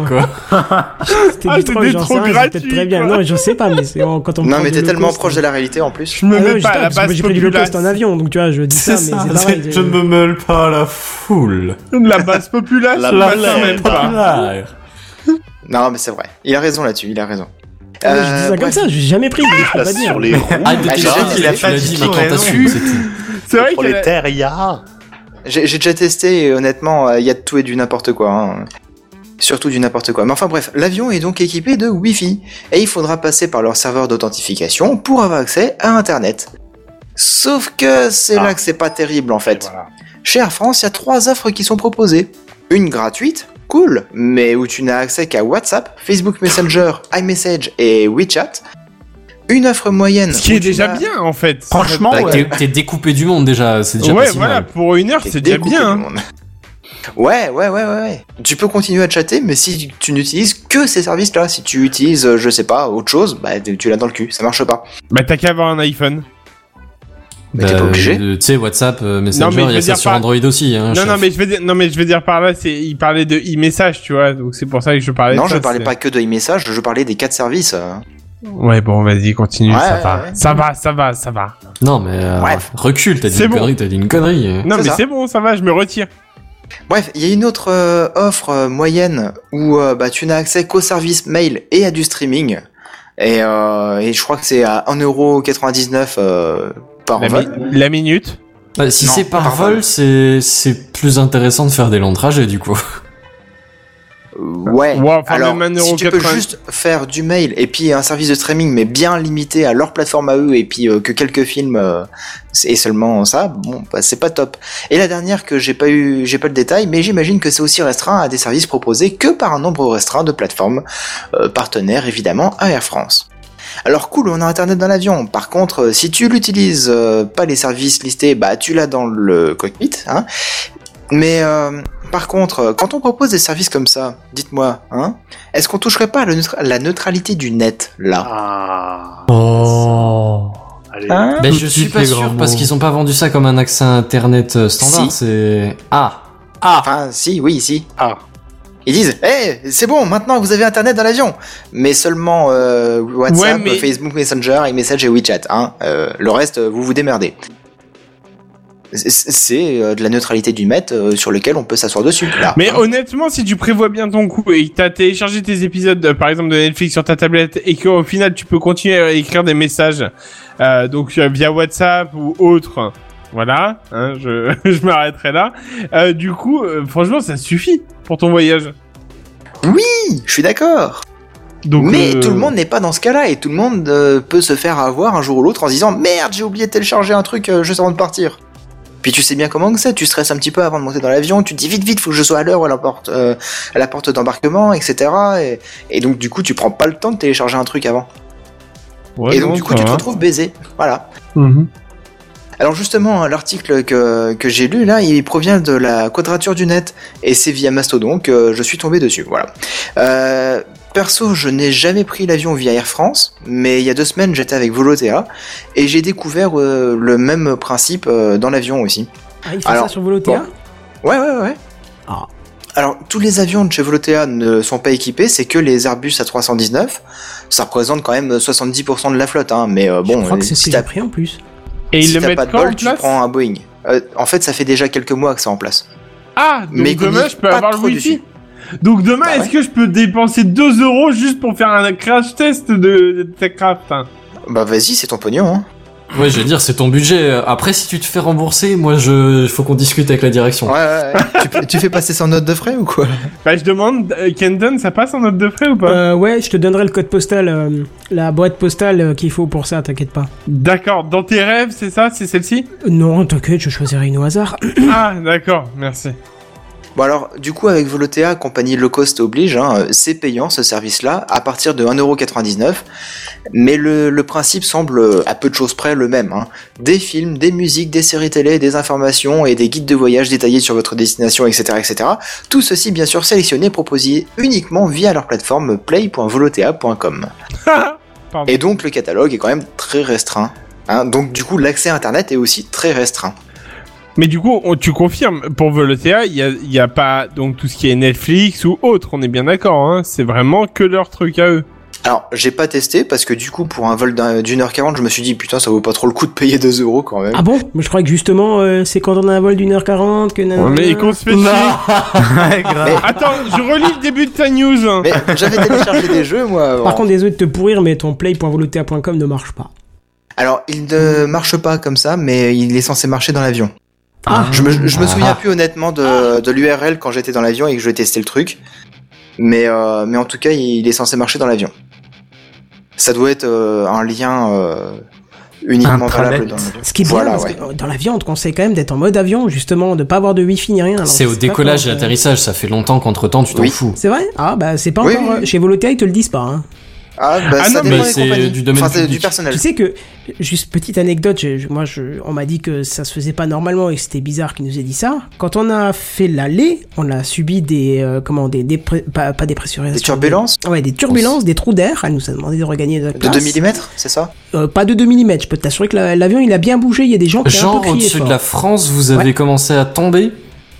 Speaker 1: hein. C'était
Speaker 7: Ah,
Speaker 1: du troll,
Speaker 7: c'était
Speaker 1: j'en
Speaker 7: trop
Speaker 1: sais rien, c'est peut-être
Speaker 7: gratuit,
Speaker 1: très bien. Non, je sais pas, mais c'est oh, quand on
Speaker 7: Non,
Speaker 1: parle
Speaker 7: mais
Speaker 1: de
Speaker 7: t'es tellement
Speaker 1: l'Holocauste-
Speaker 7: proche de la réalité en plus.
Speaker 1: hein. Ah ouais, j'étais- parce que J'ai pris du low-cost en avion, donc tu vois, je dis ça, mais c'est pareil.
Speaker 5: je ne me mêle pas à la foule.
Speaker 3: La base populaire,
Speaker 5: La
Speaker 3: c'est pas
Speaker 5: base
Speaker 3: ça, même pas.
Speaker 5: Ah,
Speaker 7: Non, mais c'est vrai. Il a raison là-dessus, il a raison. Euh,
Speaker 1: Ah, mais je dis ça comme ça, j'ai jamais pris, je peux pas
Speaker 5: bah,
Speaker 1: dire.
Speaker 5: Ah,
Speaker 4: Ah,
Speaker 7: Ah,
Speaker 4: bah,
Speaker 3: C'est vrai
Speaker 7: Pour
Speaker 3: qu'elle
Speaker 7: les
Speaker 3: a-
Speaker 7: terres, il y a. J'ai j'ai déjà testé et honnêtement, euh, il y a de tout et du n'importe quoi. hein. Surtout du n'importe quoi. Mais enfin bref, l'avion est donc équipé de Wi-Fi et il faudra passer par leur serveur d'authentification pour avoir accès à Internet. Sauf que
Speaker 3: Ah.
Speaker 7: c'est là que c'est pas terrible en fait. Chez Air France, il y a trois offres qui sont proposées. Une gratuite, cool, mais où tu n'as accès qu'à WhatsApp, Facebook Messenger, iMessage et WeChat. Une offre moyenne.
Speaker 3: Ce qui est déjà
Speaker 7: bien
Speaker 3: bien en fait.
Speaker 5: Bah, t'es- T'es découpé du monde déjà, c'est déjà pas
Speaker 3: Ouais,
Speaker 5: si
Speaker 3: voilà,
Speaker 5: mal.
Speaker 3: pour une heure, c'est déjà
Speaker 7: découpé
Speaker 3: bien. hein.
Speaker 7: du monde. Ouais, ouais, ouais, ouais, ouais. Tu peux continuer à chatter, mais si tu n'utilises que ces services-là, si tu utilises, euh, je sais pas, autre chose, bah tu tu l'as dans le cul, ça marche pas.
Speaker 3: Bah t'as qu'à avoir un iPhone.
Speaker 7: t'es pas
Speaker 5: Bah,
Speaker 7: obligé.
Speaker 5: euh, Tu sais, WhatsApp, euh,
Speaker 3: Non, mais
Speaker 5: Messenger, il
Speaker 3: je
Speaker 5: y
Speaker 3: veux
Speaker 5: a ça
Speaker 3: dire
Speaker 5: sur
Speaker 3: pas-
Speaker 5: Android aussi. hein,
Speaker 3: non,
Speaker 5: chef.
Speaker 3: non, mais je veux dire, non, mais je veux dire par là, c'est, il parlait de e-message, tu vois, donc c'est pour ça que je parlais. de
Speaker 7: non,
Speaker 3: ça,
Speaker 7: je parlais
Speaker 3: c'est-
Speaker 7: pas que de e-message, je parlais des quatre services. euh.
Speaker 3: Ouais, bon, vas-y, continue,
Speaker 7: Ouais,
Speaker 3: ça
Speaker 7: ouais,
Speaker 3: va.
Speaker 7: ouais.
Speaker 3: Ça va, ça va, ça va.
Speaker 5: Non, mais euh,
Speaker 7: Bref.
Speaker 5: recule, t'as dit
Speaker 3: C'est
Speaker 5: une
Speaker 3: bon.
Speaker 5: connerie, t'as dit une connerie. euh.
Speaker 3: Non,
Speaker 7: C'est
Speaker 3: mais
Speaker 7: ça.
Speaker 3: c'est bon, ça va, je me retire.
Speaker 7: Bref, il y a une autre euh, offre euh, moyenne où euh, bah, tu n'as accès qu'aux services mail et à du streaming. Et, euh, et je crois que c'est à 1,99€ euh, par
Speaker 3: La,
Speaker 7: vol.
Speaker 3: mi- la minute.
Speaker 5: Bah, si
Speaker 7: Non,
Speaker 5: c'est par
Speaker 7: par
Speaker 5: vol,
Speaker 7: vol.
Speaker 5: c'est c'est plus intéressant de faire des longs trajets du coup.
Speaker 7: Ouais.
Speaker 3: Euh, Ouais, enfin,
Speaker 7: Alors,
Speaker 3: même
Speaker 7: si tu peux
Speaker 3: 1,80.
Speaker 7: juste faire du mail et puis un service de streaming, mais bien limité à leur plateforme à eux et puis euh, que quelques films euh, et seulement ça, bon, bah, c'est pas top. Et la dernière que j'ai pas eu, j'ai pas le détail, mais j'imagine que c'est aussi restreint à des services proposés que par un nombre restreint de plateformes euh, partenaires, évidemment, à Air France. Alors cool, on a internet dans l'avion. Par contre, euh, si tu l'utilises euh, pas les services listés, bah tu l'as dans le cockpit, hein. Mais euh, par contre, euh, quand on propose des services comme ça, dites-moi, hein, est-ce qu'on toucherait pas à la, neutra- la neutralité du net là
Speaker 4: Ah.
Speaker 5: Oh.
Speaker 4: Allez.
Speaker 7: Hein
Speaker 5: Mais
Speaker 6: Tout
Speaker 5: je
Speaker 6: de
Speaker 5: suis
Speaker 6: suite,
Speaker 5: pas
Speaker 6: les
Speaker 5: sûr
Speaker 6: grands
Speaker 5: parce
Speaker 6: mots.
Speaker 5: qu'ils ont pas vendu ça comme un accès à internet euh, standard.
Speaker 7: Si.
Speaker 5: C'est ah.
Speaker 7: Ah Enfin, si, oui, si.
Speaker 4: Ah.
Speaker 7: Ils disent, hé, c'est bon, maintenant vous avez internet dans l'avion Mais seulement euh, WhatsApp,
Speaker 3: Ouais, mais-
Speaker 7: Facebook Messenger, iMessage et WeChat, hein. Euh, le reste, euh, vous vous démerdez. C'est- C'est euh, de la neutralité du net euh, sur lequel on peut s'asseoir dessus, là.
Speaker 3: Mais
Speaker 7: hein.
Speaker 3: honnêtement, si tu prévois bien ton coup et que t'as téléchargé tes épisodes, euh, par exemple, de Netflix sur ta tablette et qu'au final, tu peux continuer à écrire des messages, euh, donc euh, via WhatsApp ou autre, voilà, hein, je, je m'arrêterai là. Euh, du coup, euh, franchement, ça suffit pour ton voyage.
Speaker 7: Oui, je suis d'accord
Speaker 3: Donc,
Speaker 7: mais
Speaker 3: euh,
Speaker 7: tout le monde n'est pas dans ce cas-là et tout le monde euh, peut se faire avoir un jour ou l'autre en se disant merde j'ai oublié de télécharger un truc euh, juste avant de partir. Puis tu sais bien comment que c'est, tu stresses un petit peu avant de monter dans l'avion, tu te dis vite vite faut que je sois à l'heure à la porte, euh, à la porte d'embarquement etc. Et, et donc du coup tu prends pas le temps de télécharger un truc avant.
Speaker 3: ouais,
Speaker 7: et donc
Speaker 3: non, hein.
Speaker 7: du coup
Speaker 3: ça
Speaker 7: tu te
Speaker 3: va.
Speaker 7: retrouves baisé, voilà.
Speaker 3: Mhm.
Speaker 7: Alors justement, hein, l'article que, que j'ai lu là, il provient de la quadrature du net et c'est via Mastodon que euh, je suis tombé dessus. Voilà. Euh, perso, je n'ai jamais pris l'avion via Air France, mais il y a deux semaines, j'étais avec Volotea et j'ai découvert euh, le même principe euh, dans l'avion aussi.
Speaker 1: Ah, il fait ça
Speaker 7: Alors,
Speaker 1: sur Volotea
Speaker 7: Ouais, ouais, ouais.
Speaker 1: Ah.
Speaker 7: Alors, tous les avions de chez Volotea ne sont pas équipés, c'est que les Airbus A319. Ça représente quand même euh, 70% de la flotte, hein, mais euh, bon,
Speaker 1: Je crois que
Speaker 7: euh,
Speaker 1: c'est ce
Speaker 7: si
Speaker 1: que
Speaker 7: t'as
Speaker 1: j'ai pris en plus.
Speaker 3: Et
Speaker 7: si
Speaker 3: ils le
Speaker 7: t'as
Speaker 3: mettent
Speaker 7: pas de
Speaker 3: quand
Speaker 7: bol,
Speaker 3: en
Speaker 7: tu
Speaker 3: place
Speaker 7: prends un Boeing. Euh, en fait, ça fait déjà quelques mois que c'est en place.
Speaker 3: Ah, donc
Speaker 7: Mais qu'on
Speaker 3: demain
Speaker 7: y
Speaker 3: je peux
Speaker 7: est pas
Speaker 3: avoir le
Speaker 7: trop
Speaker 3: wifi.
Speaker 7: dessus.
Speaker 3: Donc demain,
Speaker 7: Bah
Speaker 3: est-ce
Speaker 7: ouais.
Speaker 3: que je peux dépenser 2 euros juste pour faire un crash test de, de Techcraft hein
Speaker 7: Bah vas-y, c'est ton pognon. Hein.
Speaker 5: Ouais, je veux dire, c'est ton budget. Après, si tu te fais rembourser, moi, je faut qu'on discute avec la direction.
Speaker 7: Ouais, ouais, ouais. tu, peux- tu fais passer sans note de frais ou quoi
Speaker 3: Bah je demande, euh, Kenton, ça passe en note de frais ou pas
Speaker 1: Euh, ouais, je te donnerai le code postal, euh, la boîte postale euh, qu'il faut pour ça, t'inquiète pas.
Speaker 3: D'accord, dans tes rêves, c'est ça C'est celle-ci
Speaker 1: Euh, Non, t'inquiète, je choisirai une au hasard.
Speaker 3: Ah, d'accord, merci.
Speaker 7: Bon alors, du coup, avec Volotea, compagnie low cost oblige, hein, c'est payant ce service-là à partir de 1,99€, mais le, le principe semble euh, à peu de choses près le même. hein. Des films, des musiques, des séries télé, des informations et des guides de voyage détaillés sur votre destination, etc. etc. Tout ceci bien sûr sélectionné et proposé uniquement via leur plateforme play.volotea.com.
Speaker 3: Pardon.
Speaker 7: Et donc le catalogue est quand même très restreint. hein. donc du coup, l'accès à Internet est aussi très restreint.
Speaker 3: Mais du coup, on- tu confirmes, pour Volotea, il n'y a, il y a pas donc tout ce qui est Netflix ou autre, on est bien d'accord, hein, c'est vraiment que leur truc à eux.
Speaker 7: Alors, j'ai pas testé parce que du coup, pour un vol d'un- d'une heure quarante, je me suis dit putain, ça vaut pas trop le coup de payer 2 euros quand même.
Speaker 1: Ah bon Mais je crois que justement, euh, c'est quand on a un vol d'une heure quarante que... nanana.
Speaker 3: mais qu'on se fait chier.
Speaker 6: Ouais, grave.
Speaker 3: Attends, je relis le début de ta news. hein.
Speaker 7: Mais j'avais téléchargé des jeux moi avant.
Speaker 1: Ah. Par contre, désolé de te pourrir, mais ton play.volotea.com ne marche pas.
Speaker 7: Alors, il ne marche pas comme ça, mais il est censé marcher dans l'avion.
Speaker 1: Ah.
Speaker 7: je me, je me souviens plus honnêtement de, de l'URL quand j'étais dans l'avion et que je testais le truc. Mais, euh, mais en tout cas, il est censé marcher dans l'avion. Ça doit être euh, un lien euh, uniquement
Speaker 6: Intranet.
Speaker 7: valable dans l'avion.
Speaker 1: Ce qui est bien,
Speaker 7: Voilà,
Speaker 1: parce
Speaker 7: ouais.
Speaker 1: que euh, dans l'avion, on te conseille quand même d'être en mode avion, justement, de pas avoir de wifi ni rien. alors
Speaker 5: C'est
Speaker 1: je
Speaker 5: au
Speaker 1: sais pas euh,
Speaker 5: décollage et
Speaker 1: comment ça-
Speaker 5: l'atterrissage, ça fait longtemps qu'entre temps tu t'en
Speaker 7: Oui.
Speaker 5: fous.
Speaker 1: C'est vrai Ah bah c'est pas
Speaker 7: Oui,
Speaker 1: encore...
Speaker 7: oui.
Speaker 1: euh, Chez Volotea, ils te le disent pas. Hein.
Speaker 7: Ah, bah,
Speaker 3: Ah
Speaker 7: ça
Speaker 3: non,
Speaker 7: dépend
Speaker 5: mais
Speaker 7: des
Speaker 5: c'est
Speaker 7: compagnies.
Speaker 5: du domaine
Speaker 7: Enfin, c'est du
Speaker 5: public.
Speaker 7: personnel.
Speaker 1: Tu sais que, juste petite anecdote, je- je- moi je, on m'a dit que ça se faisait pas normalement et que c'était bizarre qu'ils nous aient dit ça. Quand on a fait l'aller, on a subi des, euh, comment, des, des pré- pas, pas des pressurisations.
Speaker 7: Des turbulences
Speaker 1: Ouais, des turbulences, des trous d'air. Elle nous a demandé de regagner notre
Speaker 7: de
Speaker 1: place.
Speaker 7: 2 mm, c'est ça
Speaker 1: Euh, Pas de 2 mm. Je peux t'assurer que la- l'avion il a bien bougé. Il y a des gens qui ont un
Speaker 5: Genre
Speaker 1: peu crié
Speaker 5: au-dessus de
Speaker 1: fort.
Speaker 5: la France, vous avez
Speaker 1: Ouais.
Speaker 5: commencé à tomber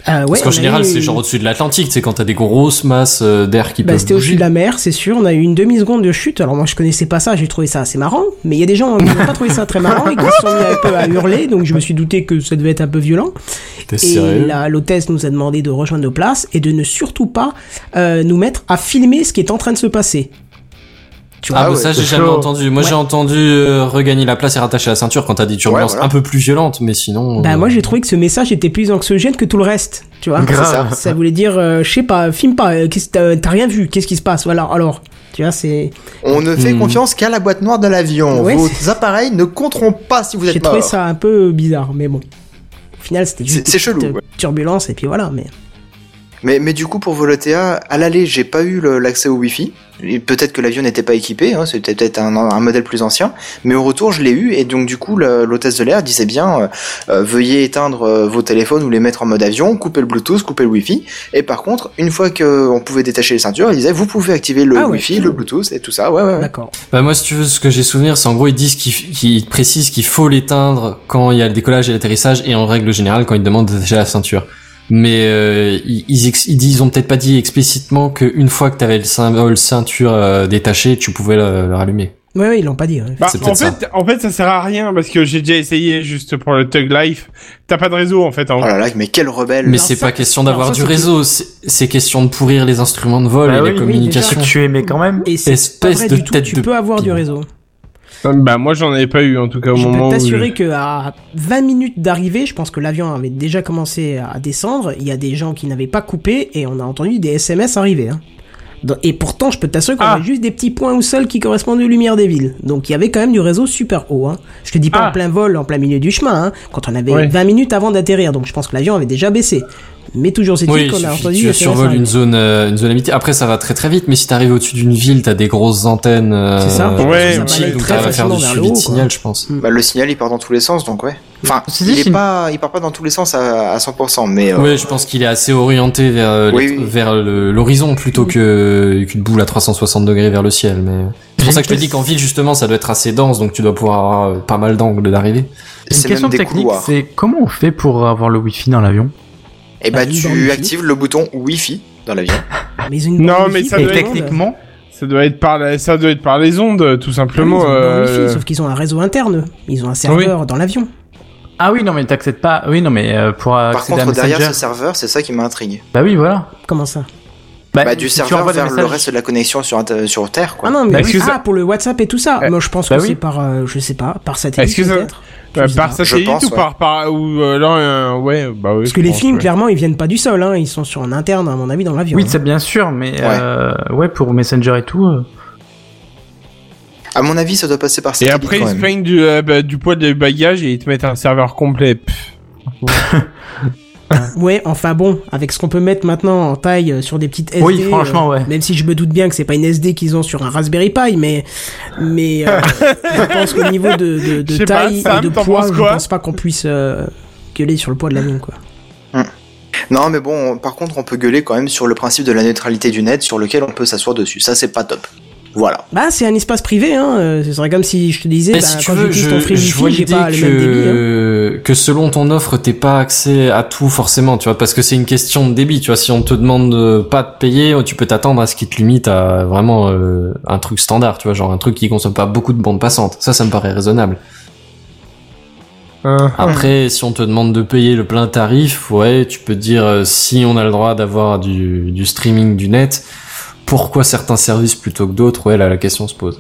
Speaker 1: Ah ouais,
Speaker 5: Parce qu'en
Speaker 1: on a
Speaker 5: général,
Speaker 1: eu-
Speaker 5: c'est genre au-dessus de l'Atlantique, c'est quand t'as des grosses masses euh, d'air qui
Speaker 1: Bah,
Speaker 5: peuvent
Speaker 1: c'était au-dessus
Speaker 5: bouger.
Speaker 1: de la mer, c'est sûr. On a eu une demi-seconde de chute. Alors, moi, je connaissais pas ça. J'ai trouvé ça assez marrant. Mais il y a des gens qui n'ont pas trouvé ça très marrant et qui se sont mis un peu à hurler. Donc, je me suis douté que ça devait être un peu violent.
Speaker 5: T'es
Speaker 1: Et
Speaker 5: sérieux
Speaker 1: là, l'hôtesse nous a demandé de rejoindre nos places et de ne surtout pas euh, nous mettre à filmer ce qui est en train de se passer. Tu vois
Speaker 5: Ah,
Speaker 7: Ah
Speaker 5: bah
Speaker 7: ouais,
Speaker 5: ça, j'ai
Speaker 3: c'est
Speaker 5: jamais
Speaker 3: chaud.
Speaker 5: entendu. Moi,
Speaker 1: Ouais.
Speaker 5: j'ai entendu euh, regagner la place et rattacher la ceinture quand t'as des turbulences
Speaker 7: voilà.
Speaker 5: un peu plus violentes, mais sinon.
Speaker 1: Bah
Speaker 5: euh,
Speaker 1: moi j'ai trouvé que ce message était plus anxiogène que tout le reste, tu vois.
Speaker 6: Grave.
Speaker 1: Ça, ça voulait dire, euh, je sais pas, filme pas, euh, qu'est-ce que t'as t'as rien vu, qu'est-ce qui se passe, voilà. Alors, tu vois, c'est,
Speaker 7: On ne fait
Speaker 5: Hmm.
Speaker 7: confiance qu'à la boîte noire de l'avion.
Speaker 1: Ouais,
Speaker 7: Vos appareils ne compteront pas si vous
Speaker 1: j'ai
Speaker 7: êtes mort.
Speaker 1: trouvé ça un peu bizarre, mais bon. Au final, c'était
Speaker 7: C'est-
Speaker 1: juste
Speaker 7: c'est chelou,
Speaker 1: petites, euh,
Speaker 7: ouais.
Speaker 1: turbulences et puis voilà. Mais
Speaker 7: Mais, mais du coup, pour Volotea, à l'aller, j'ai pas eu le- l'accès au Wi-Fi. Et Peut-être que l'avion n'était pas équipé, hein, c'était peut-être un, un modèle plus ancien. Mais au retour, je l'ai eu, et donc du coup, la- l'hôtesse de l'air disait bien euh, euh, veuillez éteindre euh, vos téléphones ou les mettre en mode avion, coupez le Bluetooth, coupez le Wi-Fi. Et par contre, une fois que euh, on pouvait détacher les ceintures, elle disait vous pouvez activer le
Speaker 1: Ah ouais.
Speaker 7: Wi-Fi, le Bluetooth et tout ça. Ouais, ouais, ouais.
Speaker 1: d'accord.
Speaker 5: Bah moi, si tu veux, ce que j'ai souvenir, c'est en gros ils disent qu'ils qu'ils précisent qu'il faut l'éteindre quand il y a le décollage et l'atterrissage, et en règle générale quand ils demandent d'attacher la ceinture. Mais euh, ils, ils, ex- ils disent, ils ont peut-être pas dit explicitement qu'une fois que t'avais le symbole ceinture euh, détaché, tu pouvais le, le rallumer.
Speaker 1: Ouais, ouais, ils l'ont pas dit. hein. ouais.
Speaker 3: Bah,
Speaker 5: C'est
Speaker 3: en,
Speaker 5: peut-être
Speaker 3: fait, en fait, ça sert à rien parce que j'ai déjà essayé juste pour le Tug Life. T'as pas de réseau en fait. hein.
Speaker 7: Oh là là, mais quel rebelle
Speaker 5: Mais
Speaker 1: alors
Speaker 5: c'est
Speaker 1: ça,
Speaker 5: pas question
Speaker 1: alors
Speaker 5: d'avoir
Speaker 1: ça,
Speaker 5: du
Speaker 1: c'est-
Speaker 5: réseau, c'est c'est question de pourrir les instruments de vol
Speaker 6: Bah
Speaker 5: et
Speaker 7: Ah
Speaker 6: oui,
Speaker 5: la
Speaker 6: oui,
Speaker 5: communication.
Speaker 1: déjà.
Speaker 6: Tu es mais quand même.
Speaker 1: Et c'est pas
Speaker 5: espèce
Speaker 1: vrai
Speaker 5: de
Speaker 1: du tout.
Speaker 5: tête
Speaker 1: Tu
Speaker 5: de
Speaker 1: peux avoir du
Speaker 5: pigme.
Speaker 1: réseau.
Speaker 3: Bah moi, j'en avais pas eu en tout cas au
Speaker 1: je
Speaker 3: moment
Speaker 1: peux
Speaker 3: où.
Speaker 1: t'assurer
Speaker 3: je-
Speaker 1: que à 20 minutes d'arrivée, je pense que l'avion avait déjà commencé à descendre. Il y a des gens qui n'avaient pas coupé et on a entendu des SMS arriver. hein. Dans- Et pourtant, je peux t'assurer qu'on
Speaker 3: Ah.
Speaker 1: avait juste des petits points au sol qui correspondent aux lumières des villes. Donc il y avait quand même du réseau super haut. Hein. Je te dis pas
Speaker 3: Ah.
Speaker 1: en plein vol, en plein milieu du chemin, hein, quand on avait
Speaker 3: Ouais.
Speaker 1: 20 minutes avant d'atterrir. Donc je pense que l'avion avait déjà baissé. Mais toujours c'est
Speaker 5: Oui,
Speaker 1: qu'on a
Speaker 5: il suffit que
Speaker 1: entendu.
Speaker 5: tu
Speaker 1: des SMS
Speaker 5: survoles
Speaker 1: arriver.
Speaker 5: une zone, euh, une zone habitée. Après, ça va très très vite, mais si t'arrives au-dessus d'une ville, t'as des grosses antennes. euh,
Speaker 1: C'est ça.
Speaker 3: Ouais,
Speaker 5: des
Speaker 3: ouais,
Speaker 5: outils,
Speaker 3: ouais,
Speaker 5: donc
Speaker 3: très
Speaker 5: t'arrives à faire du
Speaker 1: facilement vers le
Speaker 5: suivi
Speaker 1: haut,
Speaker 5: de
Speaker 1: quoi.
Speaker 5: signal, je pense.
Speaker 7: Bah, le signal il part dans tous les sens donc ouais. Enfin,
Speaker 6: Ceci
Speaker 7: il,
Speaker 6: dit,
Speaker 7: est
Speaker 6: c'est une-
Speaker 7: pas, il part pas dans tous les sens à, à 100%, mais euh,
Speaker 5: Oui, je pense qu'il est assez orienté vers euh,
Speaker 7: Oui,
Speaker 5: les-
Speaker 7: oui.
Speaker 5: vers le- l'horizon plutôt que qu'une boule à 360 degrés vers le ciel. Mais c'est pour ça que je te dis qu'en ville justement, ça doit être assez dense, donc tu dois pouvoir avoir euh, pas mal d'angles d'arrivée.
Speaker 6: Une
Speaker 7: c'est
Speaker 6: question
Speaker 7: même des
Speaker 6: technique,
Speaker 7: couloirs.
Speaker 6: c'est comment on fait pour avoir le wifi dans l'avion
Speaker 7: Et bah
Speaker 1: Ah, dans
Speaker 7: tu
Speaker 1: le
Speaker 7: actives le bouton Wi-Fi dans l'avion.
Speaker 1: Mais ils ont une
Speaker 3: Non,
Speaker 1: borne
Speaker 3: mais
Speaker 1: wifi,
Speaker 3: ça
Speaker 1: par
Speaker 6: Et
Speaker 3: doit être-
Speaker 1: exemple.
Speaker 6: techniquement,
Speaker 3: Ça doit être par la- ça doit être par les ondes tout
Speaker 1: Ah oui, ils ont
Speaker 3: simplement.
Speaker 1: une borne
Speaker 3: euh,
Speaker 1: wifi, sauf qu'ils ont un réseau interne. Ils ont un serveur dans l'avion.
Speaker 6: Ah oui, non, mais t'acceptes pas. Oui, non, mais euh, pour
Speaker 7: Par
Speaker 6: accéder
Speaker 7: contre,
Speaker 6: à Messenger.
Speaker 7: derrière ce serveur, c'est ça qui m'a intrigué.
Speaker 6: Bah oui, voilà.
Speaker 1: Comment ça
Speaker 7: Bah, du
Speaker 6: si tu
Speaker 7: serveur
Speaker 6: envoies des
Speaker 7: vers le
Speaker 6: messages-
Speaker 7: reste de la connexion sur, inter- sur Terre, quoi.
Speaker 1: Ah non, mais
Speaker 3: Bah,
Speaker 1: oui.
Speaker 3: est-ce que
Speaker 1: ah,
Speaker 3: ça-
Speaker 1: pour le WhatsApp et tout ça.
Speaker 6: Eh,
Speaker 1: Moi, je pense
Speaker 6: bah
Speaker 1: que
Speaker 6: oui.
Speaker 1: c'est par, euh, je sais pas, par satellite
Speaker 3: Est-ce que ça-
Speaker 1: peut-être. Je
Speaker 3: euh,
Speaker 1: sais
Speaker 3: par
Speaker 1: pas.
Speaker 3: satellite
Speaker 7: Je pense,
Speaker 3: ou
Speaker 7: ouais.
Speaker 3: par par ou euh, là euh, ouais bah oui.
Speaker 1: Parce
Speaker 3: je
Speaker 1: que les
Speaker 3: pense,
Speaker 1: films,
Speaker 3: ouais.
Speaker 1: clairement, ils viennent pas du sol. Hein. Ils sont sur un interne, à mon avis, dans l'avion.
Speaker 6: Oui,
Speaker 1: hein.
Speaker 6: ça bien sûr, mais
Speaker 7: Ouais.
Speaker 6: euh, ouais, pour Messenger et tout. euh,
Speaker 7: À mon avis, ça doit passer par
Speaker 3: Et
Speaker 7: satellite
Speaker 3: après,
Speaker 7: quand
Speaker 3: ils se
Speaker 7: même.
Speaker 3: plaignent du, euh, bah, du poids des bagages et ils te mettent un serveur complet. Pff.
Speaker 1: hein. Ouais, enfin bon, avec ce qu'on peut mettre maintenant en taille euh, sur des petites SD.
Speaker 6: Oui, franchement, ouais.
Speaker 1: Même si je me doute bien que c'est pas une SD qu'ils ont sur un Raspberry Pi, mais mais euh, je pense qu'au niveau de, de, de
Speaker 3: Je sais pas,
Speaker 1: taille
Speaker 3: Sam,
Speaker 1: et de
Speaker 3: t'en
Speaker 1: poids,
Speaker 3: penses
Speaker 1: je
Speaker 3: quoi
Speaker 1: pense pas qu'on puisse euh, gueuler sur le poids de la mienne, quoi.
Speaker 7: Non, mais bon, on- par contre, on peut gueuler quand même sur le principe de la neutralité du net sur lequel on peut s'asseoir dessus. Ça, c'est pas top. Voilà.
Speaker 1: Bah, c'est un espace privé, hein. euh, Ce serait comme si je te disais,
Speaker 5: Mais
Speaker 1: bah,
Speaker 5: si tu
Speaker 1: quand
Speaker 5: veux,
Speaker 1: j'utilise
Speaker 5: je,
Speaker 1: ton
Speaker 5: je vois
Speaker 1: frigidaire, j'ai
Speaker 5: l'idée
Speaker 1: pas le même débit. hein.
Speaker 5: que, que selon ton offre, t'es pas accès à tout forcément, tu vois, parce que c'est une question de débit, tu vois. Si on te demande de pas de payer, oh, tu peux t'attendre à ce qu'ils te limitent à vraiment euh, un truc standard, tu vois, genre un truc qui consomme pas beaucoup de bandes passantes. Ça, ça me paraît raisonnable.
Speaker 3: Hein.
Speaker 5: Après, si on te demande de payer le plein tarif, ouais, tu peux te dire euh, si on a le droit d'avoir du, du streaming du net, pourquoi certains services plutôt que d'autres Ouais, là, la question se pose.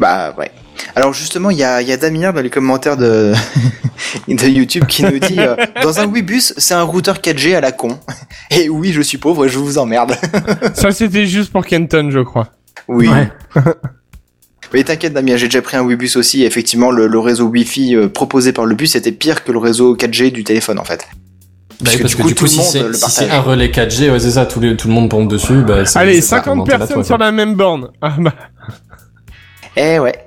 Speaker 7: Bah, ouais. Alors, justement, il y a, il y a Damien dans les commentaires de, de YouTube qui nous dit euh, Dans un Webus, c'est un routeur 4G à la con. Et oui, je suis pauvre, je vous emmerde.
Speaker 3: Ça, c'était juste pour Kenton, je crois.
Speaker 7: Oui.
Speaker 6: Ouais.
Speaker 7: Mais t'inquiète, Damien, j'ai déjà pris un Webus aussi. et Effectivement, le, le réseau Wi-Fi euh, proposé par le bus était pire que le réseau 4G du téléphone, en fait.
Speaker 5: Bah oui, parce que du coup, si c'est si c'est un relais 4G, ouais, c'est ça, tout, le- tout le monde pompe dessus. Bah, c'est-
Speaker 3: Allez,
Speaker 5: c'est pas
Speaker 3: 50
Speaker 5: vraiment tel à
Speaker 3: personnes
Speaker 5: toi,
Speaker 3: sur
Speaker 5: quoi.
Speaker 3: la même borne. Ah bah,
Speaker 7: Eh ouais.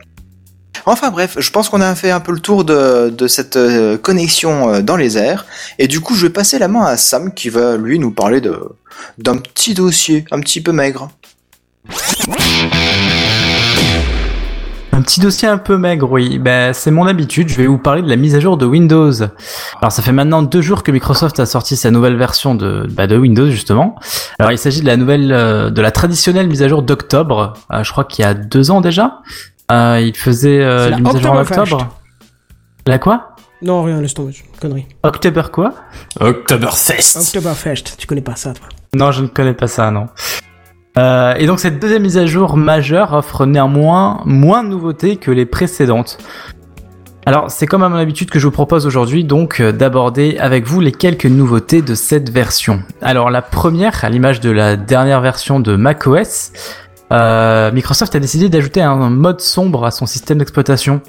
Speaker 7: Enfin bref, je pense qu'on a fait un peu le tour de, de cette euh, connexion euh, dans les airs. Et du coup, je vais passer la main à Sam qui va, lui, nous parler de d'un petit dossier, un petit peu maigre.
Speaker 6: Un petit dossier un peu maigre, oui. Ben, c'est mon habitude, je vais vous parler de la mise à jour de Windows. Alors ça fait maintenant deux jours que Microsoft a sorti sa nouvelle version de, bah, de Windows justement. Alors il s'agit de la nouvelle, euh, de la traditionnelle mise à jour d'octobre, Euh, je crois qu'il y a deux ans déjà. Euh, il faisait euh,
Speaker 1: C'est la
Speaker 6: une mise à jour en
Speaker 1: Oktoberfest.
Speaker 6: octobre. La quoi
Speaker 1: Non, rien, laisse tomber, connerie.
Speaker 6: October quoi
Speaker 5: Oktoberfest
Speaker 1: Oktoberfest, tu connais pas ça, toi.
Speaker 6: Non, je ne connais pas ça, non. Euh, et donc cette deuxième mise à jour majeure offre néanmoins moins de nouveautés que les précédentes. Alors c'est comme à mon habitude que je vous propose aujourd'hui donc euh, d'aborder avec vous les quelques nouveautés de cette version. Alors la première, à l'image de la dernière version de macOS, euh, Microsoft a décidé d'ajouter un mode sombre à son système d'exploitation.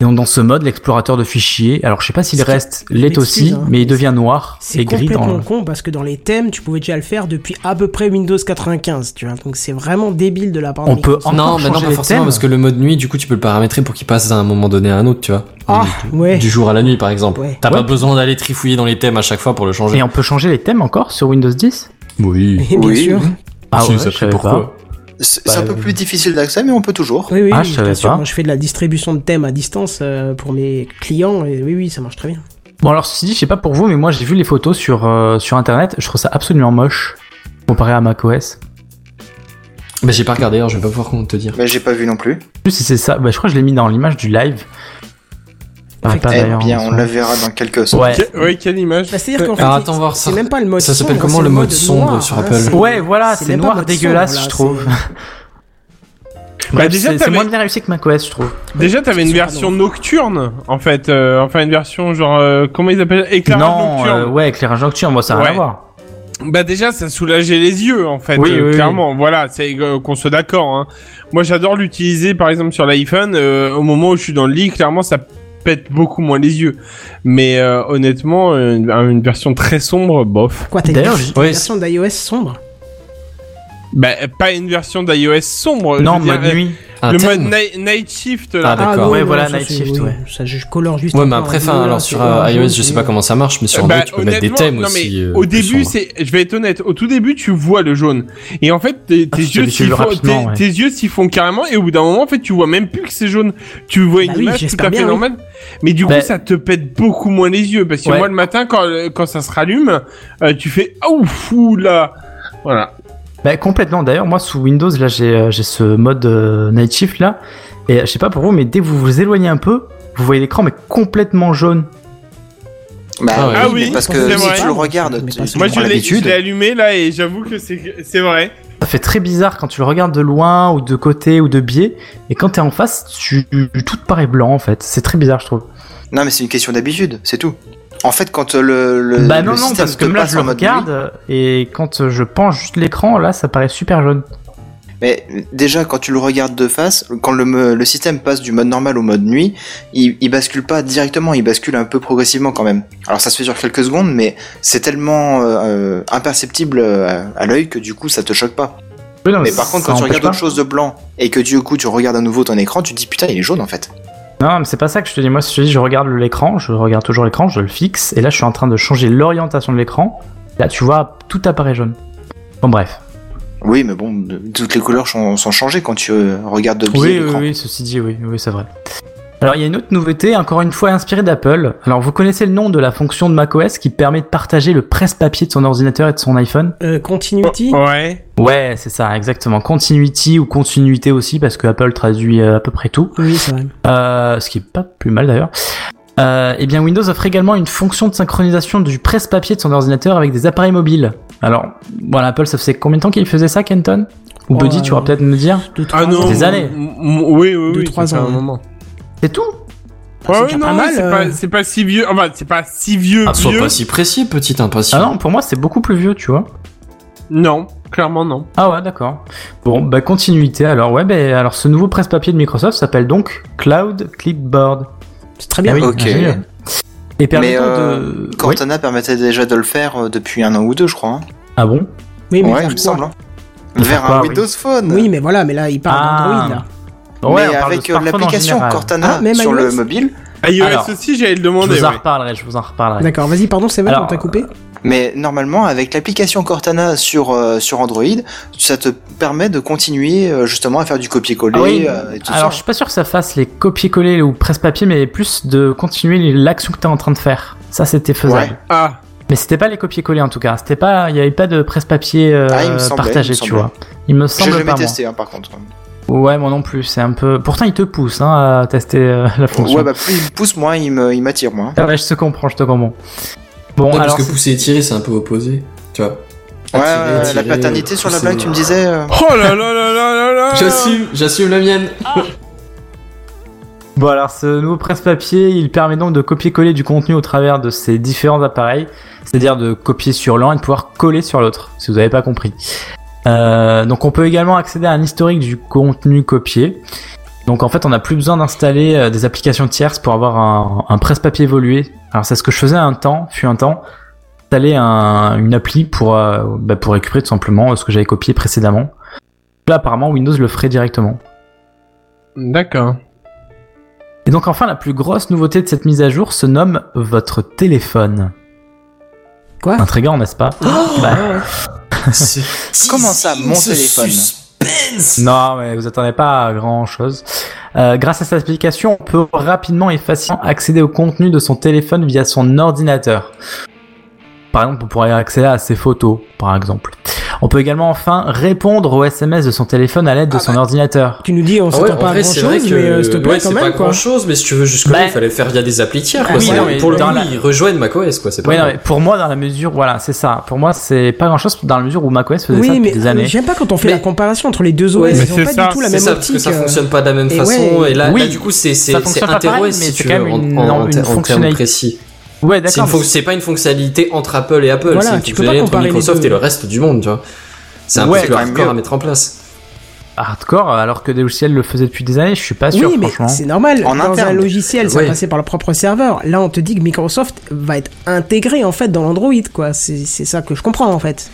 Speaker 6: Et donc dans ce mode, l'explorateur de fichiers, alors je sais pas s'il
Speaker 1: Ce qui-
Speaker 6: reste
Speaker 1: je
Speaker 6: l'est
Speaker 1: m'excuse,
Speaker 6: aussi,
Speaker 1: hein,
Speaker 6: mais il
Speaker 1: mais
Speaker 6: devient noir
Speaker 1: C'est
Speaker 6: et gris
Speaker 1: complètement
Speaker 6: dans le...
Speaker 1: con parce que dans les thèmes, tu pouvais déjà le faire depuis à peu près Windows 95, tu vois. Donc c'est vraiment débile de la part de
Speaker 6: On peut
Speaker 1: Microsoft.
Speaker 6: encore
Speaker 5: Non, bah non,
Speaker 6: changer
Speaker 5: pas
Speaker 6: les
Speaker 5: forcément,
Speaker 6: thèmes.
Speaker 5: parce que le mode nuit, du coup, tu peux le paramétrer pour qu'il passe à un moment donné à un autre, tu vois.
Speaker 1: Ah,
Speaker 5: Du-
Speaker 1: ouais.
Speaker 5: Du jour à la nuit, par exemple.
Speaker 1: Ouais.
Speaker 5: T'as
Speaker 6: Ouais.
Speaker 5: pas besoin d'aller trifouiller dans les thèmes à chaque fois pour le changer.
Speaker 6: Et on peut changer les thèmes encore sur Windows 10
Speaker 5: Oui.
Speaker 1: Bien
Speaker 7: Oui,
Speaker 1: sûr.
Speaker 7: oui.
Speaker 6: Ah
Speaker 5: Si,
Speaker 6: ouais,
Speaker 5: ça
Speaker 6: je
Speaker 5: fait
Speaker 6: savais pas.
Speaker 5: pourquoi
Speaker 7: C'est c'est un
Speaker 6: Bah,
Speaker 7: peu
Speaker 6: euh,
Speaker 7: plus difficile d'accès, mais on peut toujours.
Speaker 1: Oui, oui,
Speaker 6: Ah,
Speaker 1: oui,
Speaker 6: je
Speaker 1: bien
Speaker 6: savais
Speaker 1: sûr.
Speaker 6: pas.
Speaker 1: Moi, je fais de la distribution de thèmes à distance euh, pour mes clients et oui, oui, ça marche très bien.
Speaker 6: Bon alors ceci dit, je sais pas pour vous, mais moi j'ai vu les photos sur, euh, sur internet, je trouve ça absolument moche comparé à macOS.
Speaker 5: Bah, j'ai pas regardé, alors je vais pas pouvoir te dire.
Speaker 7: Mais j'ai pas vu non plus.
Speaker 6: En Plus si c'est ça, bah, je crois que je l'ai mis dans l'image du live. Ah, pas
Speaker 7: Eh
Speaker 6: d'ailleurs,
Speaker 7: bien, on
Speaker 6: soi.
Speaker 7: la verra dans quelques secondes.
Speaker 6: Ouais.
Speaker 3: que- ouais, quelle image.
Speaker 1: Bah, C'est-à-dire qu'en fait,
Speaker 5: Euh, Alors, attends, voir
Speaker 1: c'est
Speaker 5: ça.
Speaker 1: même pas le mode
Speaker 5: Ça s'appelle
Speaker 1: sombre,
Speaker 5: comment
Speaker 1: c'est
Speaker 5: le mode sombre
Speaker 1: noir,
Speaker 5: sur
Speaker 1: hein,
Speaker 5: Apple
Speaker 1: c'est-
Speaker 6: Ouais, voilà,
Speaker 1: même
Speaker 6: c'est
Speaker 1: pas
Speaker 6: noir
Speaker 1: mode sombre,
Speaker 6: dégueulasse,
Speaker 1: là,
Speaker 6: je trouve.
Speaker 1: c'est-
Speaker 3: Bah,
Speaker 6: Bref,
Speaker 3: déjà,
Speaker 6: c'est c'est
Speaker 3: t'avais-
Speaker 6: moins bien réussi que macOS, je trouve.
Speaker 3: Déjà, t'avais une
Speaker 1: Pardon.
Speaker 3: version nocturne, en fait. euh, enfin, une version genre euh, comment ils appellent éclairage
Speaker 6: non,
Speaker 3: nocturne.
Speaker 6: euh, ouais, éclairage nocturne, moi ça n'a rien
Speaker 3: Ouais.
Speaker 6: à voir.
Speaker 3: Bah déjà, ça soulageait les yeux, en fait.
Speaker 6: Oui,
Speaker 3: euh,
Speaker 6: oui, oui.
Speaker 3: clairement, voilà, c'est euh, qu'on soit d'accord. Hein. Moi, j'adore l'utiliser, par exemple, sur l'iPhone. euh, au moment où je suis dans le lit, clairement, ça pète beaucoup moins les yeux. Mais euh, honnêtement, euh, une, une version très sombre, bof.
Speaker 1: Quoi, t'as une
Speaker 6: D'ailleurs,
Speaker 1: ver-
Speaker 6: j'ai-
Speaker 1: une
Speaker 5: ouais,
Speaker 1: version d'iOS sombre
Speaker 3: Bah, pas une version d'iOS sombre. je
Speaker 6: Non,
Speaker 3: veux dire,
Speaker 6: mode
Speaker 3: euh,
Speaker 6: nuit. Ah,
Speaker 5: Un
Speaker 3: Le
Speaker 5: thème
Speaker 3: mode ni- Night Shift, là.
Speaker 5: Ah, d'accord.
Speaker 6: Ouais,
Speaker 1: non,
Speaker 6: voilà,
Speaker 1: non, ça,
Speaker 6: Night
Speaker 1: c'est-
Speaker 6: Shift,
Speaker 1: oui,
Speaker 6: ouais.
Speaker 1: Ça, je colore juste.
Speaker 5: Ouais, mais
Speaker 1: un peu
Speaker 5: après,
Speaker 1: en
Speaker 5: fin,
Speaker 1: bleu,
Speaker 5: alors
Speaker 1: c'est
Speaker 5: sur
Speaker 1: orange,
Speaker 5: euh, iOS, je sais
Speaker 1: c'est-
Speaker 5: pas comment ça marche, mais sur
Speaker 3: Bah,
Speaker 5: Android, tu peux mettre des
Speaker 3: honnêtement,
Speaker 5: thèmes
Speaker 3: non,
Speaker 5: aussi.
Speaker 3: mais
Speaker 5: euh,
Speaker 3: au
Speaker 5: plus
Speaker 3: début,
Speaker 5: sombres.
Speaker 3: c'est, je vais être honnête, au tout début, tu vois le jaune. Et en fait,
Speaker 5: Ah,
Speaker 3: tes,
Speaker 6: tu
Speaker 3: tes yeux s'y
Speaker 6: t'habitues
Speaker 3: font,
Speaker 6: rapidement,
Speaker 3: tes-
Speaker 6: ouais.
Speaker 3: tes yeux s'y font carrément. Et au bout d'un moment, en fait, tu vois même plus que c'est jaune. Tu vois une
Speaker 1: Bah oui,
Speaker 3: image tout
Speaker 1: j'espère
Speaker 3: à
Speaker 1: bien,
Speaker 3: fait
Speaker 1: oui.
Speaker 3: normale. Mais du
Speaker 6: Bah-
Speaker 3: coup, ça te pète beaucoup moins les yeux. Parce que
Speaker 6: Ouais.
Speaker 3: moi, le matin, quand, quand ça se rallume, euh, tu fais, oh, fou, là. Voilà.
Speaker 6: Bah complètement. D'ailleurs, moi sous Windows, là j'ai euh, j'ai ce mode euh, Night Shift là, et euh, je sais pas pour vous, mais dès que vous vous éloignez un peu, vous voyez l'écran mais complètement jaune.
Speaker 7: Bah,
Speaker 5: Ah
Speaker 7: oui,
Speaker 3: oui,
Speaker 7: mais parce
Speaker 1: c'est
Speaker 7: que si
Speaker 3: vrai.
Speaker 7: tu le regardes,
Speaker 1: Mais
Speaker 7: tu,
Speaker 1: pas
Speaker 7: tu
Speaker 1: ça.
Speaker 3: Moi,
Speaker 7: prends
Speaker 3: je l'ai, je
Speaker 7: l'habitude.
Speaker 3: l'ai allumé, là, et j'avoue que c'est, c'est vrai.
Speaker 6: Ça fait très bizarre quand tu le regardes de loin ou de côté ou de biais, et quand t'es en face, tu, tout te paraît blanc en fait. C'est très bizarre, je trouve.
Speaker 7: Non, mais c'est une question d'habitude, c'est tout. En fait, quand euh, le, le
Speaker 6: bah
Speaker 7: le
Speaker 6: non non,
Speaker 7: système
Speaker 6: parce que
Speaker 7: te
Speaker 6: là
Speaker 7: passe
Speaker 6: je le
Speaker 7: en mode nuit,
Speaker 6: regarde et quand euh, je penche juste l'écran, là ça paraît super jaune.
Speaker 7: Mais déjà, quand tu le regardes de face, quand le, mo- le système passe du mode normal au mode nuit, il, il bascule pas directement, il bascule un peu progressivement quand même. Alors ça se fait sur quelques secondes, mais c'est tellement euh, euh, imperceptible euh, à l'œil que du coup ça te choque pas.
Speaker 6: Oui, non,
Speaker 7: Mais
Speaker 6: ça-
Speaker 7: par contre,
Speaker 6: ça
Speaker 7: quand tu
Speaker 6: empêche
Speaker 7: regardes
Speaker 6: pas.
Speaker 7: autre chose de blanc et que du coup tu regardes à nouveau ton écran, tu te dis putain, il est jaune en fait.
Speaker 6: Non, mais c'est pas ça que je te dis. Moi, si je te dis, je regarde l'écran, je regarde toujours l'écran, je le fixe, et là, je suis en train de changer l'orientation de l'écran. Là, tu vois, tout apparaît jaune. Bon, bref.
Speaker 7: Oui, mais bon, de- toutes les couleurs sont, sont changées quand tu euh, regardes de biais
Speaker 6: Oui, oui,
Speaker 7: l'écran.
Speaker 6: oui, ceci dit, oui, oui, c'est vrai. Alors, il y a une autre nouveauté, encore une fois inspirée d'Apple. Alors, vous connaissez le nom de la fonction de macOS qui permet de partager le presse-papier de son ordinateur et de son iPhone
Speaker 1: Euh, continuity
Speaker 3: Oh, Ouais.
Speaker 6: Ouais, c'est ça, exactement. Continuity ou continuité aussi, parce que Apple traduit euh, à peu près tout.
Speaker 1: Oui, c'est vrai.
Speaker 6: Euh, ce qui est pas plus mal d'ailleurs. Euh, eh bien, Windows offre également une fonction de synchronisation du presse-papier de son ordinateur avec des appareils mobiles. Alors, voilà, Apple, ça faisait combien de temps qu'il faisait ça, Kenton Ou
Speaker 1: Oh,
Speaker 6: Buddy, tu vas
Speaker 1: euh,
Speaker 6: peut-être me dire
Speaker 1: Deux, trois
Speaker 3: Ah non.
Speaker 1: ans.
Speaker 6: Des années.
Speaker 3: m- m- Oui, oui,
Speaker 1: Deux,
Speaker 3: oui.
Speaker 1: trois
Speaker 3: ça fait
Speaker 1: ans,
Speaker 3: un
Speaker 1: ouais.
Speaker 3: moment.
Speaker 6: C'est tout
Speaker 1: C'est
Speaker 3: Ouais,
Speaker 1: déjà
Speaker 3: ouais, Ah non,
Speaker 1: pas mal,
Speaker 3: ouais, c'est
Speaker 1: euh.
Speaker 3: pas, c'est pas si vieux. Enfin, c'est pas si vieux,
Speaker 5: Ah, sois
Speaker 3: vieux.
Speaker 5: pas si précis, petit impatient.
Speaker 6: Ah non, pour moi, c'est beaucoup plus vieux, tu vois.
Speaker 3: Non, clairement non.
Speaker 6: Ah ouais, d'accord. Bon, bah continuité. Alors, ouais, bah, alors ce nouveau presse-papier de Microsoft s'appelle donc Cloud Clipboard.
Speaker 1: C'est très bien.
Speaker 6: Ah oui,
Speaker 7: ok.
Speaker 6: ingénieux. Et permet
Speaker 7: Mais
Speaker 6: de...
Speaker 7: euh,
Speaker 6: Oui.
Speaker 7: Cortana permettait déjà de le faire euh, depuis un an ou deux, je crois. hein.
Speaker 6: Ah bon
Speaker 1: Oui, mais
Speaker 7: ouais,
Speaker 1: faire
Speaker 7: il me
Speaker 1: quoi
Speaker 7: semble. hein.
Speaker 6: Ils
Speaker 7: Vers
Speaker 6: font
Speaker 7: un
Speaker 6: pas, Ah, oui.
Speaker 7: Windows Phone.
Speaker 1: Oui, mais voilà, mais là, il parle
Speaker 6: Ah.
Speaker 1: d'Android, là.
Speaker 6: Ouais, on parle
Speaker 7: mais
Speaker 6: de
Speaker 7: avec euh,
Speaker 6: smartphone en
Speaker 7: l'application
Speaker 6: général.
Speaker 7: Cortana
Speaker 1: Ah, même
Speaker 7: sur le
Speaker 1: iOS.
Speaker 7: mobile.
Speaker 3: iOS
Speaker 6: Alors,
Speaker 3: aussi, j'allais le
Speaker 6: Je
Speaker 3: demander.
Speaker 6: vous en
Speaker 3: ouais.
Speaker 6: reparlerai, je vous en reparlerai.
Speaker 1: D'accord, vas-y, pardon, c'est vrai,
Speaker 6: Alors, euh,
Speaker 1: on t'a coupé.
Speaker 7: Mais normalement, avec l'application Cortana sur, euh, sur Android, ça te permet de continuer euh, justement à faire du copier-coller
Speaker 6: Ah oui.
Speaker 7: euh, et tout
Speaker 6: Alors, je
Speaker 7: ça.
Speaker 6: suis pas sûr que ça fasse les copier-coller ou presse-papier, mais plus de continuer l'action que t'es en train de faire. Ça, c'était faisable.
Speaker 7: Ouais.
Speaker 3: Ah,
Speaker 6: Mais c'était pas les copier-coller en tout cas. C'était pas, il y avait pas de presse-papier euh,
Speaker 7: Ah, il me semblait,
Speaker 6: partagé,
Speaker 7: il me
Speaker 6: tu
Speaker 7: semblait.
Speaker 6: vois. Il me
Speaker 7: J'ai
Speaker 6: semble
Speaker 7: jamais
Speaker 6: pas. moi.
Speaker 7: testé, hein, par contre.
Speaker 6: Ouais, moi non plus. C'est un peu. Pourtant, il te pousse hein, à tester euh, la fonction.
Speaker 7: Ouais, bah plus il me pousse, moins il me- il m'attire, moi.
Speaker 6: Ah ouais, je te comprends, je te comprends. Bon,
Speaker 5: Ouais,
Speaker 6: alors.
Speaker 5: parce que
Speaker 6: c'est-
Speaker 5: pousser et tirer, c'est un peu opposé. Tu vois.
Speaker 6: Ah,
Speaker 7: Ouais,
Speaker 5: Attirer,
Speaker 7: ouais, ouais, la
Speaker 5: tirer,
Speaker 7: paternité sur la
Speaker 5: pousser.
Speaker 7: blague, tu me disais. euh,
Speaker 3: Oh là là là là là là
Speaker 5: J'assume, j'assume la mienne.
Speaker 6: Bon, alors, ce nouveau presse-papier, il permet donc de copier-coller du contenu au travers de ces différents appareils, c'est-à-dire de copier sur l'un et de pouvoir coller sur l'autre, si vous n'avez pas compris. Euh, donc, on peut également accéder à un historique du contenu copié. Donc, en fait, on n'a plus besoin d'installer euh, des applications tierces pour avoir un, un presse-papier évolué. Alors, c'est ce que je faisais un temps, fut un temps, installer un- une appli pour, euh, bah, pour récupérer tout simplement euh, ce que j'avais copié précédemment. Là, apparemment, Windows le ferait directement.
Speaker 3: D'accord.
Speaker 6: Et donc enfin, la plus grosse nouveauté de cette mise à jour se nomme votre téléphone.
Speaker 1: Quoi
Speaker 6: Intriguant, n'est-ce pas
Speaker 5: Oh,
Speaker 6: Bah,
Speaker 7: Comment ça, mon téléphone
Speaker 6: Non, mais vous attendez pas à grand-chose. Euh, grâce à cette application, on peut rapidement et facilement accéder au contenu de son téléphone via son ordinateur. Par exemple, on pourrait accéder à ses photos, par exemple. On peut également enfin répondre aux SMS de son téléphone à l'aide de
Speaker 5: bah.
Speaker 6: son ordinateur.
Speaker 1: Tu nous dis, on
Speaker 5: Ah ouais,
Speaker 1: s'attend
Speaker 5: en
Speaker 1: pas à
Speaker 5: vrai,
Speaker 1: grand
Speaker 5: c'est vrai
Speaker 1: chose,
Speaker 5: que
Speaker 1: mais euh, s'il te plaît,
Speaker 5: ouais,
Speaker 1: quand
Speaker 5: c'est pas
Speaker 1: même, quoi.
Speaker 5: grand chose, mais si tu veux jusque-là,
Speaker 6: Bah,
Speaker 5: il fallait le faire via des applis tiers.
Speaker 6: bah
Speaker 5: Quoi.
Speaker 6: oui,
Speaker 5: C'est-
Speaker 6: non, mais
Speaker 5: pour le
Speaker 6: dans
Speaker 5: coup,
Speaker 6: la-
Speaker 5: ils rejoignent macOS, quoi. C'est pas
Speaker 6: Oui, non,
Speaker 5: mal.
Speaker 6: mais pour moi, dans la mesure, voilà, c'est ça. Pour moi, c'est pas grand-chose dans la mesure où macOS faisait ça
Speaker 1: Oui,
Speaker 6: depuis
Speaker 1: mais
Speaker 6: des années.
Speaker 1: euh, j'aime pas quand on fait
Speaker 5: Mais-
Speaker 1: la comparaison entre les deux OS,
Speaker 5: Ouais, mais
Speaker 1: ils ont
Speaker 3: c'est
Speaker 1: pas
Speaker 3: ça,
Speaker 1: du tout la
Speaker 5: C'est
Speaker 1: même
Speaker 5: ça, parce que
Speaker 1: optique.
Speaker 5: ça
Speaker 1: euh.
Speaker 5: fonctionne pas de la même
Speaker 1: Et
Speaker 5: façon.
Speaker 1: ouais.
Speaker 5: Et là,
Speaker 6: Oui.
Speaker 5: là, du coup, c'est c'est-
Speaker 6: Ça
Speaker 5: c'est
Speaker 6: fonctionne pas pareil,
Speaker 5: intéresser,
Speaker 6: mais
Speaker 5: si
Speaker 6: c'est
Speaker 5: tu
Speaker 6: quand
Speaker 5: veux,
Speaker 6: même
Speaker 5: en-
Speaker 6: une-
Speaker 5: en-
Speaker 6: non,
Speaker 5: en
Speaker 6: une
Speaker 5: termes
Speaker 6: fonctionnalité.
Speaker 5: précis.
Speaker 6: Ouais,
Speaker 5: C'est une
Speaker 6: d'accord.
Speaker 5: fonc- C'est pas une fonctionnalité entre Apple et Apple,
Speaker 1: Voilà,
Speaker 5: c'est une
Speaker 1: tu peux pas
Speaker 5: fonctionnalité entre
Speaker 1: comparer les
Speaker 5: Microsoft
Speaker 1: deux.
Speaker 5: et le reste du monde, tu vois. C'est un
Speaker 6: Ouais,
Speaker 5: peu plus
Speaker 7: quand même
Speaker 5: hardcore
Speaker 7: mieux.
Speaker 5: à mettre en place.
Speaker 6: hardcore alors que des logiciels le faisaient depuis des années, je suis pas sûr
Speaker 1: Oui, mais
Speaker 6: franchement.
Speaker 1: c'est normal.
Speaker 7: En
Speaker 1: dans un
Speaker 7: interne.
Speaker 1: logiciel, ça
Speaker 5: Ouais.
Speaker 1: passait par leur propre serveur. Là, on te dit que Microsoft va être intégré en fait dans l'Android, quoi. C'est c'est ça que je comprends en fait.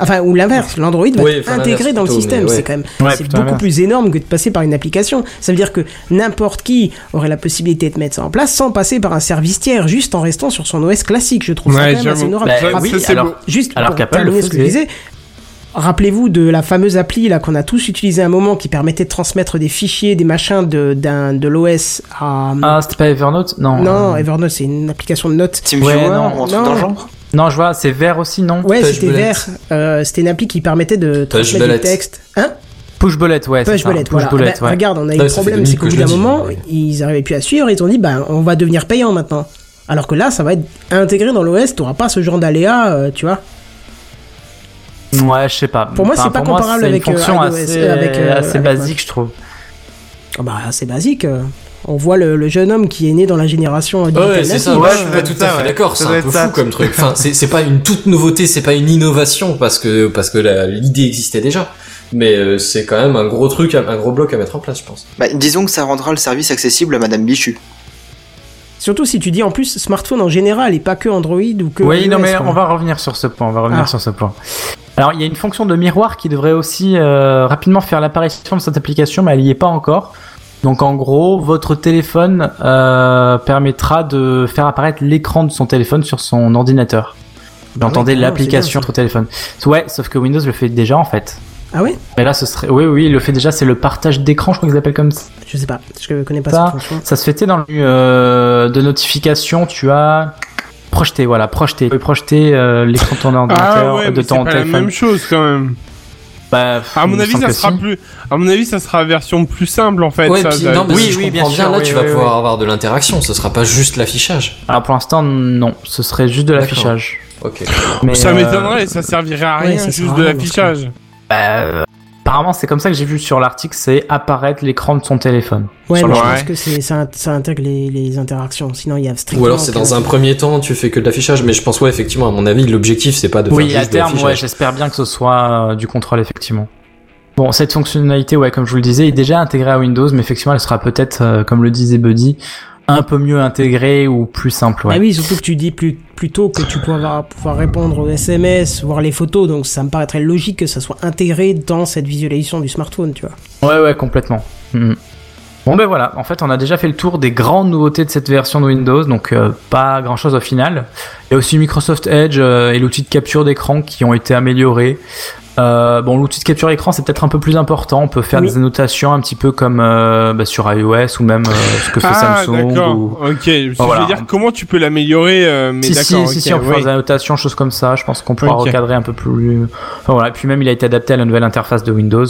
Speaker 1: Enfin, ou l'inverse, l'Android va
Speaker 5: Oui,
Speaker 1: être
Speaker 5: enfin,
Speaker 1: intégré
Speaker 5: l'inverse
Speaker 1: dans le
Speaker 5: plutôt,
Speaker 1: système.
Speaker 5: mais ouais.
Speaker 1: C'est quand même
Speaker 6: Ouais,
Speaker 1: c'est
Speaker 6: putain,
Speaker 1: beaucoup
Speaker 6: merde.
Speaker 1: plus énorme que de passer par une application. Ça veut dire que n'importe qui aurait la possibilité de mettre ça en place sans passer par un service tiers, juste en restant sur son OS classique. Je trouve ça
Speaker 3: Ouais,
Speaker 1: quand même assez
Speaker 3: j'avoue.
Speaker 1: honorable.
Speaker 6: Bah,
Speaker 1: Rappelez-
Speaker 6: oui,
Speaker 3: ça, c'est
Speaker 6: alors
Speaker 3: beau.
Speaker 1: Juste
Speaker 6: Alors
Speaker 1: pour
Speaker 6: qu'Apple le
Speaker 1: terminer ce que je
Speaker 6: faisait.
Speaker 1: disais, rappelez-vous de la fameuse appli là qu'on a tous utilisée à un moment qui permettait de transmettre des fichiers, des machins de, d'un- de l'OS à...
Speaker 6: Ah, c'était pas Evernote Non.
Speaker 1: non,
Speaker 6: euh,
Speaker 1: Evernote, c'est une application de notes.
Speaker 7: TeamViewer
Speaker 6: Ouais,
Speaker 7: ou
Speaker 6: non,
Speaker 7: un truc
Speaker 1: non.
Speaker 7: dans le genre
Speaker 6: Non, je vois, c'est vert aussi, non
Speaker 1: Ouais,
Speaker 5: Push
Speaker 1: c'était
Speaker 5: Bullet.
Speaker 1: vert. Euh, c'était une appli qui permettait de transmettre
Speaker 5: Bullet.
Speaker 1: du texte. Hein
Speaker 6: Push Bullet, ouais. c'est
Speaker 1: Push
Speaker 6: ça,
Speaker 1: bullet,
Speaker 6: Push
Speaker 1: voilà.
Speaker 6: Bullet,
Speaker 1: Bah,
Speaker 6: ouais.
Speaker 1: Regarde, on a eu
Speaker 5: Ouais,
Speaker 1: le
Speaker 5: ça fait
Speaker 1: problème,
Speaker 5: deux
Speaker 1: c'est
Speaker 5: minutes
Speaker 1: qu'au
Speaker 5: que
Speaker 1: bout
Speaker 5: je
Speaker 1: d'un
Speaker 5: le dis.
Speaker 1: moment, ils arrivaient plus à suivre, ils ont dit, bah, on va devenir payant maintenant. Alors que là, ça va être intégré dans l'OS, t'auras pas ce genre d'aléa, euh, tu vois.
Speaker 6: Ouais, je sais pas.
Speaker 1: Pour moi, c'est pas comparable
Speaker 6: c'est
Speaker 1: avec, euh,
Speaker 6: une fonction
Speaker 1: iOS,
Speaker 6: assez,
Speaker 1: euh, avec, euh,
Speaker 6: assez
Speaker 1: avec
Speaker 6: basique, je trouve.
Speaker 1: Ah Bah, c'est basique. euh. On voit le, le jeune homme qui est né dans la génération euh, digital
Speaker 5: Ouais, c'est
Speaker 1: native.
Speaker 5: ça.
Speaker 6: ouais,
Speaker 5: je suis pas
Speaker 6: ouais,
Speaker 5: tout
Speaker 6: ça,
Speaker 5: à fait
Speaker 6: ouais.
Speaker 5: d'accord.
Speaker 6: Ça
Speaker 5: C'est
Speaker 6: doit
Speaker 5: un
Speaker 6: être
Speaker 5: peu
Speaker 6: ça.
Speaker 5: fou comme truc. Enfin, c'est c'est pas une toute nouveauté, c'est pas une innovation parce que parce que la- l'idée existait déjà. Mais euh, c'est quand même un gros truc, à- un gros bloc à mettre en place, je pense.
Speaker 7: Bah, disons que ça rendra le service accessible à Madame Bichu.
Speaker 1: Surtout si tu dis en plus smartphone en général et pas que Android ou que.
Speaker 6: Oui, non,
Speaker 1: iOS,
Speaker 6: mais
Speaker 1: quoi.
Speaker 6: on va revenir sur ce point. On va revenir
Speaker 1: Ah.
Speaker 6: sur ce point. Alors, il y a une fonction de miroir qui devrait aussi euh, rapidement faire l'apparition de cette application, mais elle n'y est pas encore. Donc, en gros, votre téléphone euh, permettra de faire apparaître l'écran de son téléphone sur son ordinateur.
Speaker 1: Bah
Speaker 6: J'entendais
Speaker 1: ouais, carrément,
Speaker 6: l'application
Speaker 1: c'est
Speaker 6: sur téléphone. Ouais, sauf que Windows le fait déjà en fait.
Speaker 1: Ah ouais
Speaker 6: Mais là, ce serait. Oui, oui, il le fait déjà, c'est le partage d'écran, je crois qu'ils appellent comme ça.
Speaker 1: Je sais pas, je connais pas
Speaker 6: Ça.
Speaker 1: cette fonction.
Speaker 6: Ça se fait tu sais, dans le menu euh, de notification, tu as projeté, voilà, projeté. Tu peux projeter euh, l'écran de ton ordinateur,
Speaker 3: Ah ouais,
Speaker 6: de
Speaker 3: mais c'est
Speaker 6: ton
Speaker 3: pas la
Speaker 6: téléphone.
Speaker 3: même chose quand même.
Speaker 6: Bah, pff,
Speaker 3: À
Speaker 6: il
Speaker 3: mon
Speaker 6: me
Speaker 3: avis,
Speaker 6: semble
Speaker 3: ça
Speaker 6: que
Speaker 3: sera
Speaker 6: si.
Speaker 3: plus. À mon avis, ça sera version plus simple en fait.
Speaker 5: ouais,
Speaker 3: ça,
Speaker 5: puis,
Speaker 3: ça-
Speaker 5: non, mais
Speaker 6: oui,
Speaker 5: si je
Speaker 6: oui, bien
Speaker 5: comprends bien,
Speaker 6: sûr,
Speaker 5: là,
Speaker 6: oui,
Speaker 5: tu vas
Speaker 6: oui,
Speaker 5: pouvoir
Speaker 6: oui.
Speaker 5: avoir de l'interaction. Ce sera pas juste l'affichage.
Speaker 6: Alors pour l'instant, non, ce serait juste de
Speaker 5: D'accord.
Speaker 6: l'affichage.
Speaker 5: Ok.
Speaker 6: Mais,
Speaker 3: ça
Speaker 6: euh,
Speaker 3: m'étonnerait, ça servirait à
Speaker 1: ouais,
Speaker 3: rien,
Speaker 1: ça sert
Speaker 3: juste
Speaker 1: à
Speaker 3: de
Speaker 1: rien, dans ce cas.
Speaker 3: l'affichage.
Speaker 6: bah, euh, apparemment, c'est comme ça que j'ai vu sur l'article, c'est apparaître l'écran de son téléphone.
Speaker 1: Ouais,
Speaker 3: Sur
Speaker 1: mais
Speaker 3: le-
Speaker 1: je pense
Speaker 3: ouais.
Speaker 1: que c'est- ça, int- ça intègre les, les interactions. Sinon, il y a strictement.
Speaker 5: Ou alors c'est
Speaker 1: aucun-
Speaker 5: dans un premier temps, tu fais que de l'affichage, mais je pense ouais effectivement à mon avis l'objectif c'est pas de faire
Speaker 6: oui,
Speaker 5: juste
Speaker 6: à
Speaker 5: de
Speaker 6: terme, ouais,
Speaker 5: l'affichage.
Speaker 6: j'espère bien que ce soit euh, du contrôle, effectivement. Bon, cette fonctionnalité, ouais, comme je vous le disais, est déjà intégrée à Windows, mais effectivement, elle sera peut-être, euh, comme le disait Buddy, un peu mieux intégrée ou plus simple, ouais.
Speaker 1: Ah oui, surtout que tu dis plus, plus tôt que tu pourras pouvoir répondre aux SMS, voir les photos, donc ça me paraîtrait logique que ça soit intégré dans cette visualisation du smartphone, tu vois.
Speaker 6: Ouais, ouais, complètement. Mhm. Bon, ben voilà, en fait, on a déjà fait le tour des grandes nouveautés de cette version de Windows, donc euh, pas grand chose au final. Il y a aussi Microsoft Edge euh, et l'outil de capture d'écran qui ont été améliorés. Euh, bon, l'outil de capture d'écran, c'est peut-être un peu plus important. On peut faire
Speaker 1: Oui.
Speaker 6: des annotations un petit peu comme euh, bah, sur iOS ou même euh, ce que fait
Speaker 3: Ah,
Speaker 6: Samsung.
Speaker 3: d'accord.
Speaker 6: Ou...
Speaker 3: Ok, je
Speaker 6: Voilà.
Speaker 3: veux dire, comment tu peux l'améliorer, euh, mais
Speaker 6: Si,
Speaker 3: d'accord.
Speaker 6: si, si, si,
Speaker 3: ok,
Speaker 6: on peut
Speaker 3: ouais.
Speaker 6: faire des annotations, choses comme ça. Je pense qu'on pourra
Speaker 3: Ok.
Speaker 6: recadrer un peu plus. Enfin, voilà. Et puis même, il a été adapté à la nouvelle interface de Windows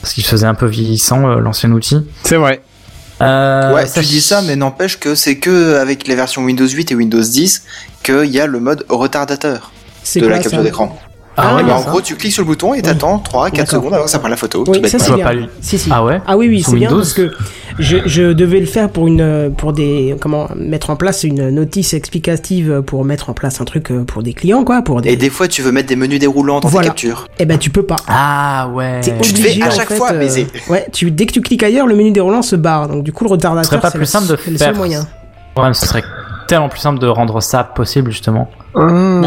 Speaker 6: parce qu'il se faisait un peu vieillissant euh, l'ancien outil.
Speaker 3: C'est vrai.
Speaker 6: Euh,
Speaker 7: ouais, tu dis ça, mais n'empêche que c'est que avec les versions Windows 8 et Windows 10 qu'il y a le mode retardateur
Speaker 1: C'est
Speaker 7: de
Speaker 1: quoi,
Speaker 7: la capture
Speaker 1: ça
Speaker 7: d'écran.
Speaker 1: Ah,
Speaker 6: Ah ouais,
Speaker 1: mais
Speaker 7: Bah,
Speaker 1: ça.
Speaker 7: en gros, tu cliques sur le bouton et t'attends 3, 4
Speaker 1: D'accord.
Speaker 7: secondes avant que ça prenne la photo. tout
Speaker 1: Oui, ça
Speaker 7: bêtement.
Speaker 1: c'est
Speaker 6: Je vois
Speaker 1: bien.
Speaker 6: pas lui.
Speaker 1: Si, si.
Speaker 6: Ah ouais
Speaker 1: Ah oui, oui,
Speaker 6: Sous
Speaker 1: c'est bien
Speaker 6: Windows
Speaker 1: parce que je, je devais le faire pour une, euh, pour des, comment, mettre en place une notice explicative pour mettre en place un truc euh, pour des clients, quoi, pour des.
Speaker 7: Et des fois, tu veux mettre des menus déroulants dans
Speaker 1: Voilà.
Speaker 7: tes captures.
Speaker 1: Eh ben, tu peux pas.
Speaker 6: Ah ouais.
Speaker 1: T'es
Speaker 7: Tu te
Speaker 1: obligé,
Speaker 7: fais à
Speaker 1: en
Speaker 7: chaque
Speaker 1: fait,
Speaker 7: fois
Speaker 1: euh,
Speaker 7: baiser.
Speaker 1: Ouais, tu, dès que tu cliques ailleurs, le menu déroulant se barre. Donc, du coup, le
Speaker 6: Ce serait
Speaker 1: retardateur,
Speaker 6: pas
Speaker 1: c'est
Speaker 6: plus
Speaker 1: le-
Speaker 6: simple de
Speaker 1: c'est le seul
Speaker 6: faire.
Speaker 1: moyen.
Speaker 6: Ouais, mais ce serait tellement plus simple de rendre ça possible justement.
Speaker 1: Bah,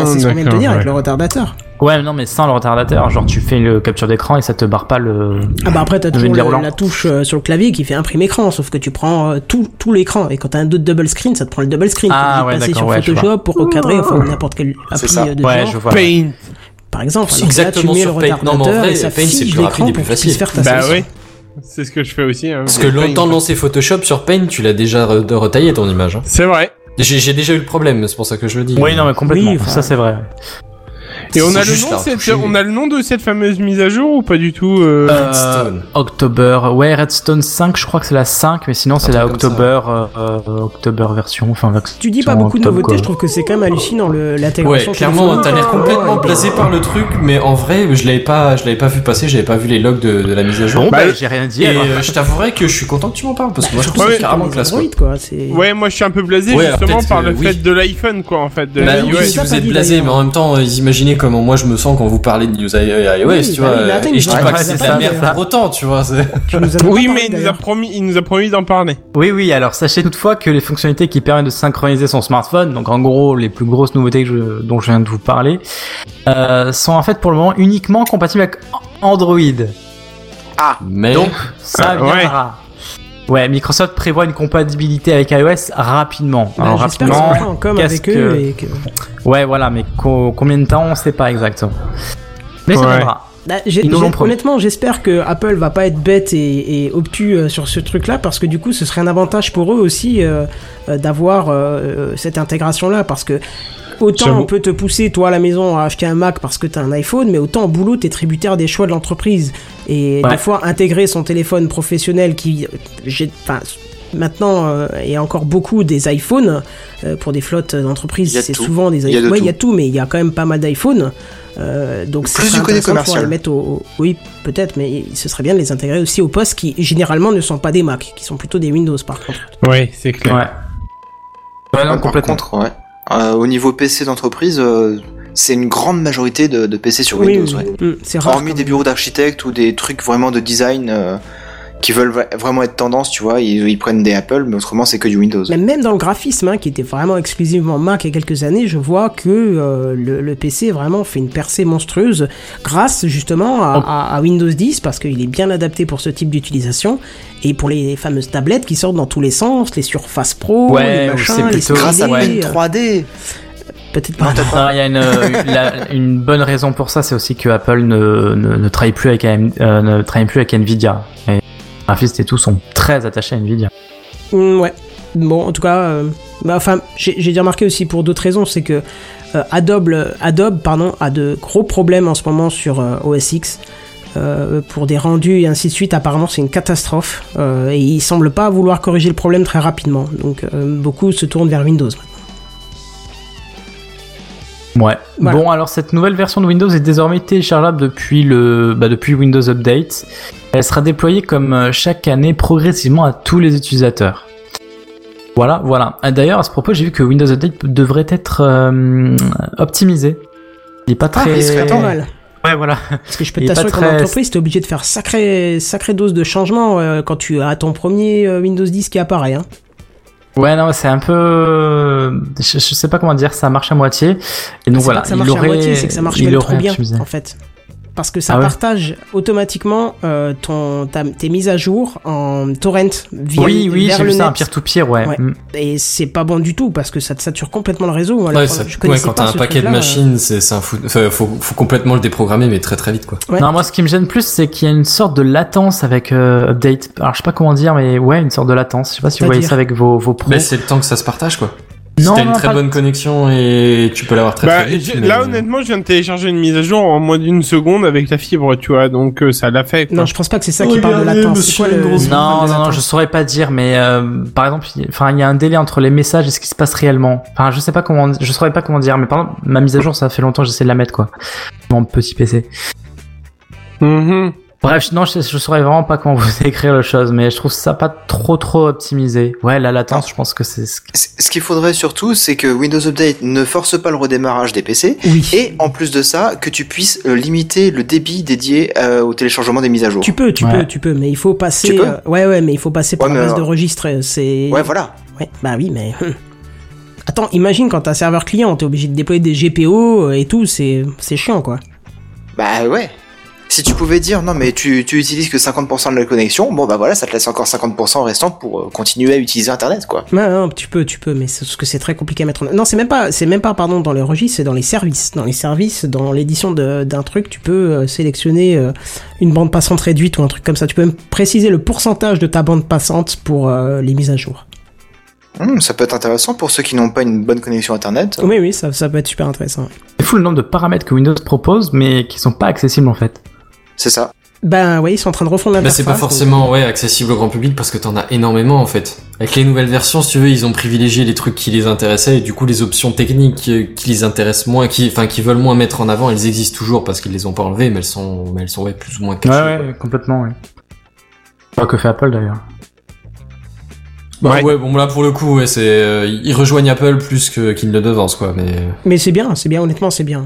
Speaker 1: c'est ce qu'on vient de te
Speaker 3: Ah, D'accord,
Speaker 1: dire avec
Speaker 3: ouais.
Speaker 1: le retardateur.
Speaker 6: Ouais, mais non, mais sans le retardateur, genre tu fais le capture d'écran et ça te barre pas le.
Speaker 1: Ah bah après t'as
Speaker 6: Le
Speaker 1: toujours
Speaker 6: menu
Speaker 1: le-
Speaker 6: déroulant.
Speaker 1: la touche euh, sur le clavier qui fait imprime écran, sauf que tu prends euh, tout, tout l'écran et quand t'as un deux double screen, ça te prend le double screen. Tu
Speaker 6: Ah,
Speaker 1: es obligé de
Speaker 6: ouais,
Speaker 1: passer sur
Speaker 6: d'accord, ouais, je
Speaker 1: Photoshop pour recadrer, enfin n'importe quel appli
Speaker 7: Ah. ça.
Speaker 1: euh, de
Speaker 6: Ouais,
Speaker 1: genre,
Speaker 6: je vois.
Speaker 3: Paint.
Speaker 1: par exemple.
Speaker 5: C'est
Speaker 1: Alors que là,
Speaker 5: exactement
Speaker 1: tu mets
Speaker 5: sur
Speaker 1: le
Speaker 5: Paint. Non, mais en
Speaker 1: retardateur
Speaker 5: vrai,
Speaker 1: et ça
Speaker 5: Paint, c'est
Speaker 1: fige
Speaker 5: plus rapide
Speaker 1: l'écran
Speaker 5: et
Speaker 1: pour
Speaker 5: plus
Speaker 1: que tu
Speaker 5: facile.
Speaker 1: puisses faire ta
Speaker 3: Bah
Speaker 1: solution.
Speaker 3: oui. C'est ce que je fais aussi. hein.
Speaker 5: Parce que le temps de lancer Photoshop sur Paint, tu l'as déjà re- de retaillé ton image. hein.
Speaker 3: C'est vrai.
Speaker 5: J'ai j'ai déjà eu le problème, c'est pour ça que je le dis.
Speaker 6: Oui, non, mais complètement.
Speaker 1: Oui, enfin-
Speaker 6: Ça c'est vrai.
Speaker 3: Et on
Speaker 5: C'est
Speaker 3: a, le
Speaker 5: juste
Speaker 3: nom
Speaker 5: la
Speaker 3: de cette,
Speaker 5: retoucher.
Speaker 3: on a le nom de cette fameuse mise à jour ou pas du tout euh,
Speaker 5: Redstone.
Speaker 6: October, ouais, Redstone 5, je crois que c'est la 5, mais sinon c'est la
Speaker 5: truc comme ça.
Speaker 6: October, euh, euh, October version, enfin version.
Speaker 1: Tu dis pas
Speaker 6: en
Speaker 1: beaucoup de
Speaker 6: octobre,
Speaker 1: nouveautés,
Speaker 6: quoi.
Speaker 1: je trouve que c'est quand même hallucinant le-
Speaker 5: Ouais,
Speaker 1: l'intégration.
Speaker 5: clairement,
Speaker 1: téléphonique.
Speaker 5: t'as l'air complètement blasé par le truc, mais en vrai, je l'avais pas, je l'avais pas vu passer, j'avais pas vu les logs de, de la mise à jour.
Speaker 6: Bon, bah,
Speaker 3: Bah,
Speaker 6: j'ai rien dit.
Speaker 5: Et
Speaker 6: alors.
Speaker 5: euh, je t'avouerais que je suis content que tu m'en parles parce que moi je trouve
Speaker 3: Ouais,
Speaker 5: ça carrément classe. quoi.
Speaker 1: Android, quoi. c'est-
Speaker 3: Ouais, moi je suis un peu blasé
Speaker 5: Ouais,
Speaker 3: justement
Speaker 5: peut-être
Speaker 3: par
Speaker 5: que
Speaker 3: le
Speaker 5: oui.
Speaker 3: fait de l'iPhone quoi en fait. De
Speaker 5: Bah
Speaker 3: la
Speaker 5: oui,
Speaker 1: ouais,
Speaker 5: si
Speaker 1: ça
Speaker 5: vous
Speaker 1: pas
Speaker 5: êtes
Speaker 1: dit,
Speaker 5: blasé,
Speaker 1: d'ailleurs.
Speaker 5: mais en même temps, euh, imaginez comment moi je me sens quand vous parlez de news euh, iOS,
Speaker 1: Oui,
Speaker 5: tu
Speaker 1: bah
Speaker 5: vois.
Speaker 1: oui, mais attends,
Speaker 5: et je
Speaker 1: ils
Speaker 5: dis pas
Speaker 1: ont
Speaker 5: que
Speaker 1: pas
Speaker 5: c'est de
Speaker 1: parlé,
Speaker 5: la merde
Speaker 1: hein.
Speaker 5: pour autant, tu vois. c'est-
Speaker 1: Tu nous en as pas parlé,
Speaker 3: Oui, mais il nous a
Speaker 1: d'ailleurs.
Speaker 3: promis, il nous a promis d'en parler.
Speaker 6: Oui, oui, alors sachez toutefois que les fonctionnalités qui permettent de synchroniser son smartphone, donc en gros les plus grosses nouveautés que je- dont je viens de vous parler, euh, sont en fait pour le moment uniquement compatibles avec Android.
Speaker 5: Mais
Speaker 6: Donc ça
Speaker 3: Ah, ouais.
Speaker 6: viendra. Ouais. Microsoft prévoit une compatibilité avec iOS rapidement.
Speaker 1: Bah,
Speaker 6: alors
Speaker 1: J'espère que ça
Speaker 6: rapidement.
Speaker 1: sera en com
Speaker 6: qu'est-ce
Speaker 1: avec
Speaker 6: que-
Speaker 1: eux et que.
Speaker 6: Ouais, voilà, mais co- combien de temps, on sait pas exactement. Mais ça
Speaker 3: Ouais.
Speaker 6: viendra.
Speaker 1: Bah, j'ai-
Speaker 6: Ils nous
Speaker 1: j'ai-
Speaker 6: l'ont promis.
Speaker 1: honnêtement, j'espère que Apple va pas être bête et, et obtus euh, sur ce truc-là, parce que du coup, ce serait un avantage pour eux aussi euh, euh, d'avoir euh, euh, cette intégration-là, parce que autant
Speaker 3: J'avoue.
Speaker 1: on peut te pousser toi à la maison à acheter un Mac parce que t'as un iPhone, mais autant au boulot t'es tributaire des choix de l'entreprise et
Speaker 6: Ouais.
Speaker 1: des fois intégrer son téléphone professionnel qui, j'ai, enfin, maintenant euh, il y a encore beaucoup des iPhones euh, pour des flottes
Speaker 7: Il y
Speaker 1: d'entreprises,
Speaker 7: a
Speaker 1: c'est
Speaker 7: tout.
Speaker 1: souvent des
Speaker 7: Il y a
Speaker 1: iPhones.
Speaker 7: de
Speaker 1: Ouais, il y a
Speaker 7: tout.
Speaker 1: tout, mais il y a quand même pas mal d'iPhones. Euh, donc
Speaker 7: Plus
Speaker 1: ce serait
Speaker 7: du côté
Speaker 1: intéressant de pouvoir
Speaker 7: commercial.
Speaker 1: les mettre au, au- oui peut-être mais ce serait bien de les intégrer aussi aux postes qui généralement ne sont pas des Mac qui sont plutôt des Windows par contre
Speaker 3: Oui, c'est clair.
Speaker 6: Ouais. Ouais, non,
Speaker 7: Par
Speaker 6: Ah, complètement.
Speaker 7: contre, ouais. Euh, au niveau PC d'entreprise, euh, c'est une grande majorité de, de PC sur
Speaker 1: Oui,
Speaker 7: Windows.
Speaker 1: oui,
Speaker 7: ouais.
Speaker 1: oui. Mm, c'est rare.
Speaker 7: Hormis
Speaker 1: quand
Speaker 7: des
Speaker 1: même.
Speaker 7: bureaux d'architectes ou des trucs vraiment de design euh, qui veulent vra- vraiment être tendance, tu vois, ils, ils prennent des Apple, mais autrement c'est que du Windows.
Speaker 1: Mais même dans le graphisme, hein, qui était vraiment exclusivement Mac il y a quelques années, je vois que euh, le, le PC vraiment fait une percée monstrueuse grâce justement
Speaker 6: Oh.
Speaker 1: à, à- à Windows 10 parce qu'il est bien adapté pour ce type d'utilisation et pour les fameuses tablettes qui sortent dans tous les sens, les surfaces pro,
Speaker 6: Ouais,
Speaker 1: les
Speaker 6: ou
Speaker 1: machins,
Speaker 6: c'est
Speaker 1: les
Speaker 6: plutôt-
Speaker 7: Grâce à
Speaker 1: stylés,
Speaker 6: ouais.
Speaker 7: Paint
Speaker 1: euh,
Speaker 7: 3D.
Speaker 1: Peut-être pas.
Speaker 6: Non, Ah, il y a une, une- la- une bonne raison pour ça, c'est aussi que Apple ne, ne, ne travaille plus avec, AM euh, ne travaille plus avec Nvidia. Et les graphistes et tout sont très attachés à Nvidia.
Speaker 1: Mm, ouais. Bon, en tout cas, euh, bah, enfin, j'ai j'ai bien remarqué aussi pour d'autres raisons, c'est que euh, Adobe, euh, Adobe pardon, a de gros problèmes en ce moment sur euh, OS X. euh, pour des rendus et ainsi de suite, apparemment c'est une catastrophe euh, et il semble pas vouloir corriger le problème très rapidement. Donc euh, beaucoup se tournent vers Windows.
Speaker 6: Ouais.
Speaker 1: Voilà.
Speaker 6: Bon, alors cette nouvelle version de Windows est désormais téléchargeable depuis le bah, depuis Windows Update. Elle sera déployée comme euh, chaque année progressivement à tous les utilisateurs. Voilà, voilà. Ah, D'ailleurs, à ce propos, j'ai vu que Windows Update devrait être euh, optimisé. Il est pas très.
Speaker 1: il serait pas mal.
Speaker 6: Ouais, voilà.
Speaker 1: Parce que je peux
Speaker 6: Il est pas
Speaker 1: t'assurer qu'en
Speaker 6: très-
Speaker 1: entreprise, t'es obligé de faire sacrée, sacrée dose de changement euh, quand tu as ton premier euh, Windows 10 qui apparaît. Hein.
Speaker 6: Ouais, non, c'est un peu. Je, je sais pas comment dire, ça marche à moitié. Et donc
Speaker 1: C'est
Speaker 6: voilà,
Speaker 1: pas que ça
Speaker 6: il
Speaker 1: marche
Speaker 6: aurait-
Speaker 1: à moitié, c'est que ça marche
Speaker 6: il
Speaker 1: même
Speaker 6: aurait
Speaker 1: trop bien,
Speaker 6: optimisé.
Speaker 1: en fait. Parce que ça
Speaker 6: Ah ouais
Speaker 1: partage automatiquement euh, ton, ta- tes mises à jour en torrent via
Speaker 6: Oui, oui,
Speaker 1: vers
Speaker 6: j'ai
Speaker 1: le
Speaker 6: vu ça,
Speaker 1: net.
Speaker 6: un peer-to-peer, ouais.
Speaker 1: Ouais.
Speaker 6: Mm.
Speaker 1: Et c'est pas bon du tout parce que ça te sature complètement le réseau. Moi, la
Speaker 5: Ouais,
Speaker 1: première-
Speaker 5: ça-
Speaker 1: je
Speaker 5: ouais,
Speaker 1: connaissais
Speaker 5: quand
Speaker 1: pas
Speaker 5: t'as un
Speaker 1: ce
Speaker 5: paquet de
Speaker 1: truc-là, euh.
Speaker 5: machines, c'est c'est un fou. Enfin, faut, faut complètement le déprogrammer, mais très très vite quoi.
Speaker 1: Ouais.
Speaker 6: Non, moi, ce qui me gêne plus, c'est qu'il y a une sorte de latence avec euh, Update. Alors, je sais pas comment dire, mais ouais, une sorte de latence. Je sais pas si vous voyez
Speaker 1: C'est-à-dire
Speaker 6: ça avec vos, vos pros.
Speaker 5: Mais c'est le temps que ça se partage quoi.
Speaker 6: Non,
Speaker 5: si t'as une
Speaker 6: non,
Speaker 5: très
Speaker 6: pas-
Speaker 5: bonne connexion et tu peux l'avoir très
Speaker 3: Bah,
Speaker 5: très euh, vite.
Speaker 3: je-
Speaker 5: mais-
Speaker 3: Là, honnêtement, je viens de télécharger une mise à jour en moins d'une seconde avec la fibre, tu vois, donc euh, ça l'a fait. quoi.
Speaker 1: Non, je pense pas que c'est ça
Speaker 7: Oh,
Speaker 1: qui parle de
Speaker 5: Regardez,
Speaker 1: latence. C'est quoi
Speaker 5: monsieur
Speaker 1: le-
Speaker 5: Grosse-
Speaker 6: Non, non, non, je saurais pas dire, mais euh, par exemple, il- enfin, il y a un délai entre les messages et ce qui se passe réellement. Enfin, je sais pas comment, je saurais pas comment dire, mais par exemple, ma mise à jour, ça fait longtemps que j'essaie de la mettre, quoi. Mon petit PC.
Speaker 3: Mhm.
Speaker 6: Bref, non, je, je saurais vraiment pas comment vous écrire la chose, mais je trouve ça pas trop trop optimisé. Ouais, la latence, je pense que c'est ce qui-
Speaker 7: C- Ce qu'il faudrait surtout, c'est que Windows Update ne force pas le redémarrage des PC,
Speaker 1: Oui.
Speaker 7: et en plus de ça, que tu puisses euh, limiter le débit dédié euh, au téléchargement des mises à jour.
Speaker 1: Tu peux, tu
Speaker 6: Ouais.
Speaker 1: peux, tu peux, mais il faut passer.
Speaker 7: Tu peux
Speaker 1: euh, ouais, ouais, mais il faut passer par
Speaker 7: Ouais,
Speaker 1: la
Speaker 7: mais
Speaker 1: base de
Speaker 7: alors-
Speaker 1: registre. euh, C'est.
Speaker 7: Ouais, voilà.
Speaker 1: Ouais, bah oui, mais. hum. Attends, imagine quand t'as un serveur client, t'es obligé de déployer des GPO euh, et tout, c'est c'est chiant quoi.
Speaker 7: Bah ouais. Si tu pouvais dire non mais tu, tu utilises que 50% de la connexion, bon bah voilà, ça te laisse encore 50% restant pour euh, continuer à utiliser internet quoi.
Speaker 1: Non, non, tu peux, tu peux, mais c'est ce que c'est très compliqué à mettre en. Non, c'est même pas, c'est même pas, pardon, dans le registre, c'est dans les services. Dans les services, dans l'édition de- d'un truc, tu peux euh, sélectionner euh, une bande passante réduite ou un truc comme ça. Tu peux même préciser le pourcentage de ta bande passante pour euh, les mises à jour.
Speaker 7: Hmm, ça peut être intéressant pour ceux qui n'ont pas une bonne connexion internet.
Speaker 1: Oui, oui, ça, ça peut être super intéressant. ouais.
Speaker 6: c'est fou le nombre de paramètres que Windows propose, mais qui sont pas accessibles en fait.
Speaker 7: C'est ça.
Speaker 1: Ben oui, ils sont en train de refondre
Speaker 5: Bah,
Speaker 1: l'interface.
Speaker 5: c'est pas forcément ouais accessible au grand public parce que t'en as énormément en fait. Avec les nouvelles versions, si tu veux, ils ont privilégié les trucs qui les intéressaient et du coup les options techniques qui, qui les intéressent moins, qui enfin qui veulent moins mettre en avant, elles existent toujours parce qu'ils les ont pas enlevées, mais elles sont mais elles sont ouais, plus ou moins
Speaker 6: Ouais,
Speaker 5: cachées.
Speaker 6: ouais,
Speaker 5: quoi.
Speaker 6: complètement. Ouais. Pas que fait Apple d'ailleurs.
Speaker 5: Bah, ouais. bon là pour le coup, ouais, c'est euh, ils rejoignent Apple plus que qu'ils ne le devancent quoi, mais euh.
Speaker 1: Mais c'est bien, c'est bien, honnêtement, c'est bien.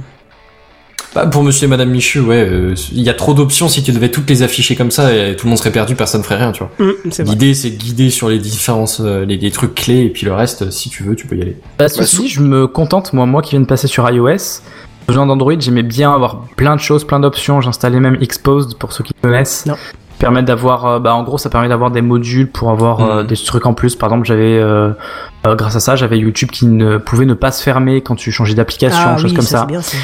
Speaker 5: bah, pour monsieur et madame Michu, ouais, euh, il y a trop d'options si tu devais toutes les afficher comme ça et tout le monde serait perdu, personne ferait rien, tu vois.
Speaker 1: Hum, c'est vrai.
Speaker 5: L'idée c'est de guider sur les différences euh, les, les trucs clés et puis le reste si tu veux, tu peux y aller.
Speaker 6: Bah, ceci
Speaker 7: sous-
Speaker 6: dit, je me contente, moi, moi qui viens de passer sur iOS. Venant d'Android, j'aimais bien avoir plein de choses, plein d'options. J'installais même Exposed pour ceux qui connaissent.
Speaker 1: Non.
Speaker 6: Permettre d'avoir, euh, bah, en gros, ça permet d'avoir des modules pour avoir euh,
Speaker 5: Mhm.
Speaker 6: des trucs en plus. Par exemple, j'avais, euh, euh, grâce à ça, j'avais YouTube qui ne pouvait ne pas se fermer quand tu changeais d'application,
Speaker 1: Ah
Speaker 6: choses
Speaker 1: oui,
Speaker 6: comme ça.
Speaker 1: c'est bien ça.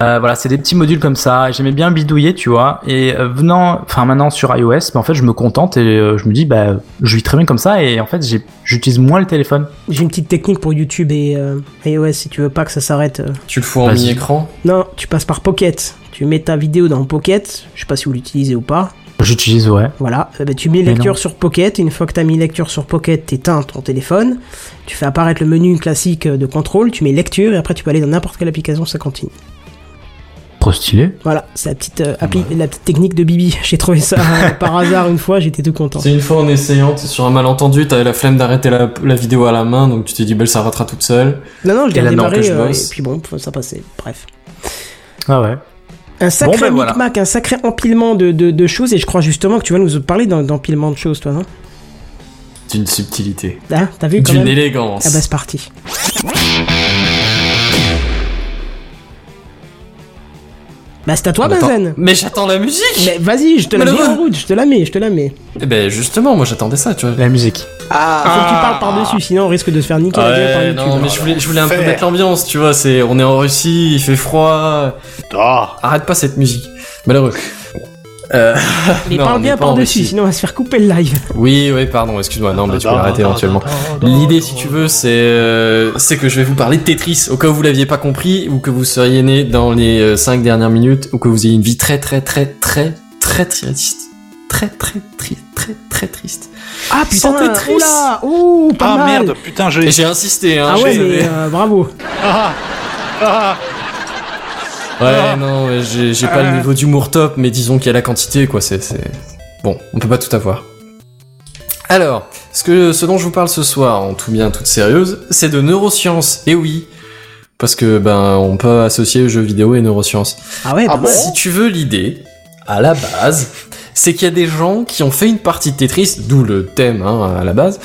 Speaker 6: Euh, voilà, c'est des petits modules comme ça. et J'aimais bien bidouiller, tu vois. Et euh, venant, enfin maintenant sur iOS, bah, en fait, je me contente et euh, je me dis, bah, je vis très bien comme ça. Et en fait, j'ai- j'utilise moins le téléphone.
Speaker 1: J'ai une petite technique pour YouTube et euh, iOS si tu veux pas que ça s'arrête. euh.
Speaker 5: Tu le fous en
Speaker 6: Vas-y.
Speaker 5: mi-écran
Speaker 1: Non, tu passes par Pocket. Tu mets ta vidéo dans Pocket. Je sais pas si vous l'utilisez ou pas.
Speaker 6: J'utilise, ouais.
Speaker 1: Voilà. Eh ben, tu mets
Speaker 6: Mais non.
Speaker 1: lecture sur Pocket. Une fois que t'as mis lecture sur Pocket, t'éteins ton téléphone. Tu fais apparaître le menu classique euh, de contrôle. Tu mets lecture et après tu peux aller dans n'importe quelle application. Ça continue.
Speaker 6: Trop stylé.
Speaker 1: Voilà. C'est la petite euh, appli, la petite technique de Bibi. J'ai trouvé ça euh, par hasard une fois. J'étais tout content.
Speaker 5: C'est une fois en essayant, t'es sur un malentendu, t'avais la flemme d'arrêter la, la vidéo à la main, donc tu t'es dit, belle, ça ratera bah, toute seule.
Speaker 1: Non, non, je l'ai
Speaker 5: Et là, non, que
Speaker 1: démarré
Speaker 5: je
Speaker 1: euh, et
Speaker 5: bosse.
Speaker 1: puis bon, ça passait. Bref.
Speaker 6: Ah ouais.
Speaker 1: Un sacré
Speaker 6: Bon, ben voilà.
Speaker 1: micmac, un sacré empilement de, de- de choses, et je crois justement que tu vas nous parler d'un- d'empilement de choses, toi, non
Speaker 5: D'une subtilité.
Speaker 1: Hein, T'as vu quand
Speaker 5: D'une
Speaker 1: même
Speaker 5: élégance.
Speaker 1: Ah bah c'est parti. Bah c'est à toi,
Speaker 5: On attend-
Speaker 1: Benzen
Speaker 5: Mais j'attends la musique
Speaker 1: Mais vas-y, je te la
Speaker 5: Mais
Speaker 1: mets
Speaker 5: le-
Speaker 1: en route, je te la mets, je te la mets. Ah,
Speaker 5: Eh ben justement, moi j'attendais ça, tu vois.
Speaker 6: La musique.
Speaker 7: Ah,
Speaker 1: Faut que tu parles par-dessus, sinon on risque de se faire niquer la gueule par
Speaker 5: Ah. Ouais,
Speaker 1: YouTube.
Speaker 5: non, mais je voulais, je voulais un peu
Speaker 4: Faire.
Speaker 5: mettre l'ambiance, tu vois, c'est, on est en Russie, il fait froid,
Speaker 4: Ah,
Speaker 5: arrête pas cette musique, malheureux. Euh,
Speaker 1: Mais
Speaker 5: non, on
Speaker 1: parle
Speaker 5: est
Speaker 1: bien
Speaker 5: pas Ah, en
Speaker 1: par-dessus,
Speaker 5: Russie.
Speaker 1: sinon on va se faire couper le live.
Speaker 5: Oui, oui, pardon, excuse-moi, non, mais tu peux l'arrêter éventuellement. L'idée, si tu veux, c'est euh, c'est que je vais vous parler de Tetris, au cas où vous l'aviez pas compris, ou que vous seriez né dans les euh, cinq dernières minutes, ou que vous ayez une vie très très très très très triste. Très très très très très triste.
Speaker 1: Ah putain,
Speaker 5: Sans Tetris.
Speaker 1: oula, ouh, pas
Speaker 4: ah
Speaker 1: mal.
Speaker 4: merde, putain, j'ai.
Speaker 5: Et j'ai insisté, hein.
Speaker 1: Ah ouais,
Speaker 5: j'ai- Ah,
Speaker 1: mais euh, bravo.
Speaker 5: Ouais, non, mais j'ai j'ai pas le niveau d'humour top, mais disons qu'il y a la quantité, quoi. C'est, c'est- Bon, on peut pas tout avoir. Alors, ce, que, ce dont je vous parle ce soir, en tout bien, toute sérieuse, c'est de neurosciences. Et oui, parce que ben, on peut associer jeux vidéo et neurosciences.
Speaker 1: Ah ouais,
Speaker 7: Ah
Speaker 1: bah,
Speaker 7: bon
Speaker 5: Si tu veux l'idée, à la base, c'est qu'il y a des gens qui ont fait une partie de Tetris, d'où le thème hein, à la base,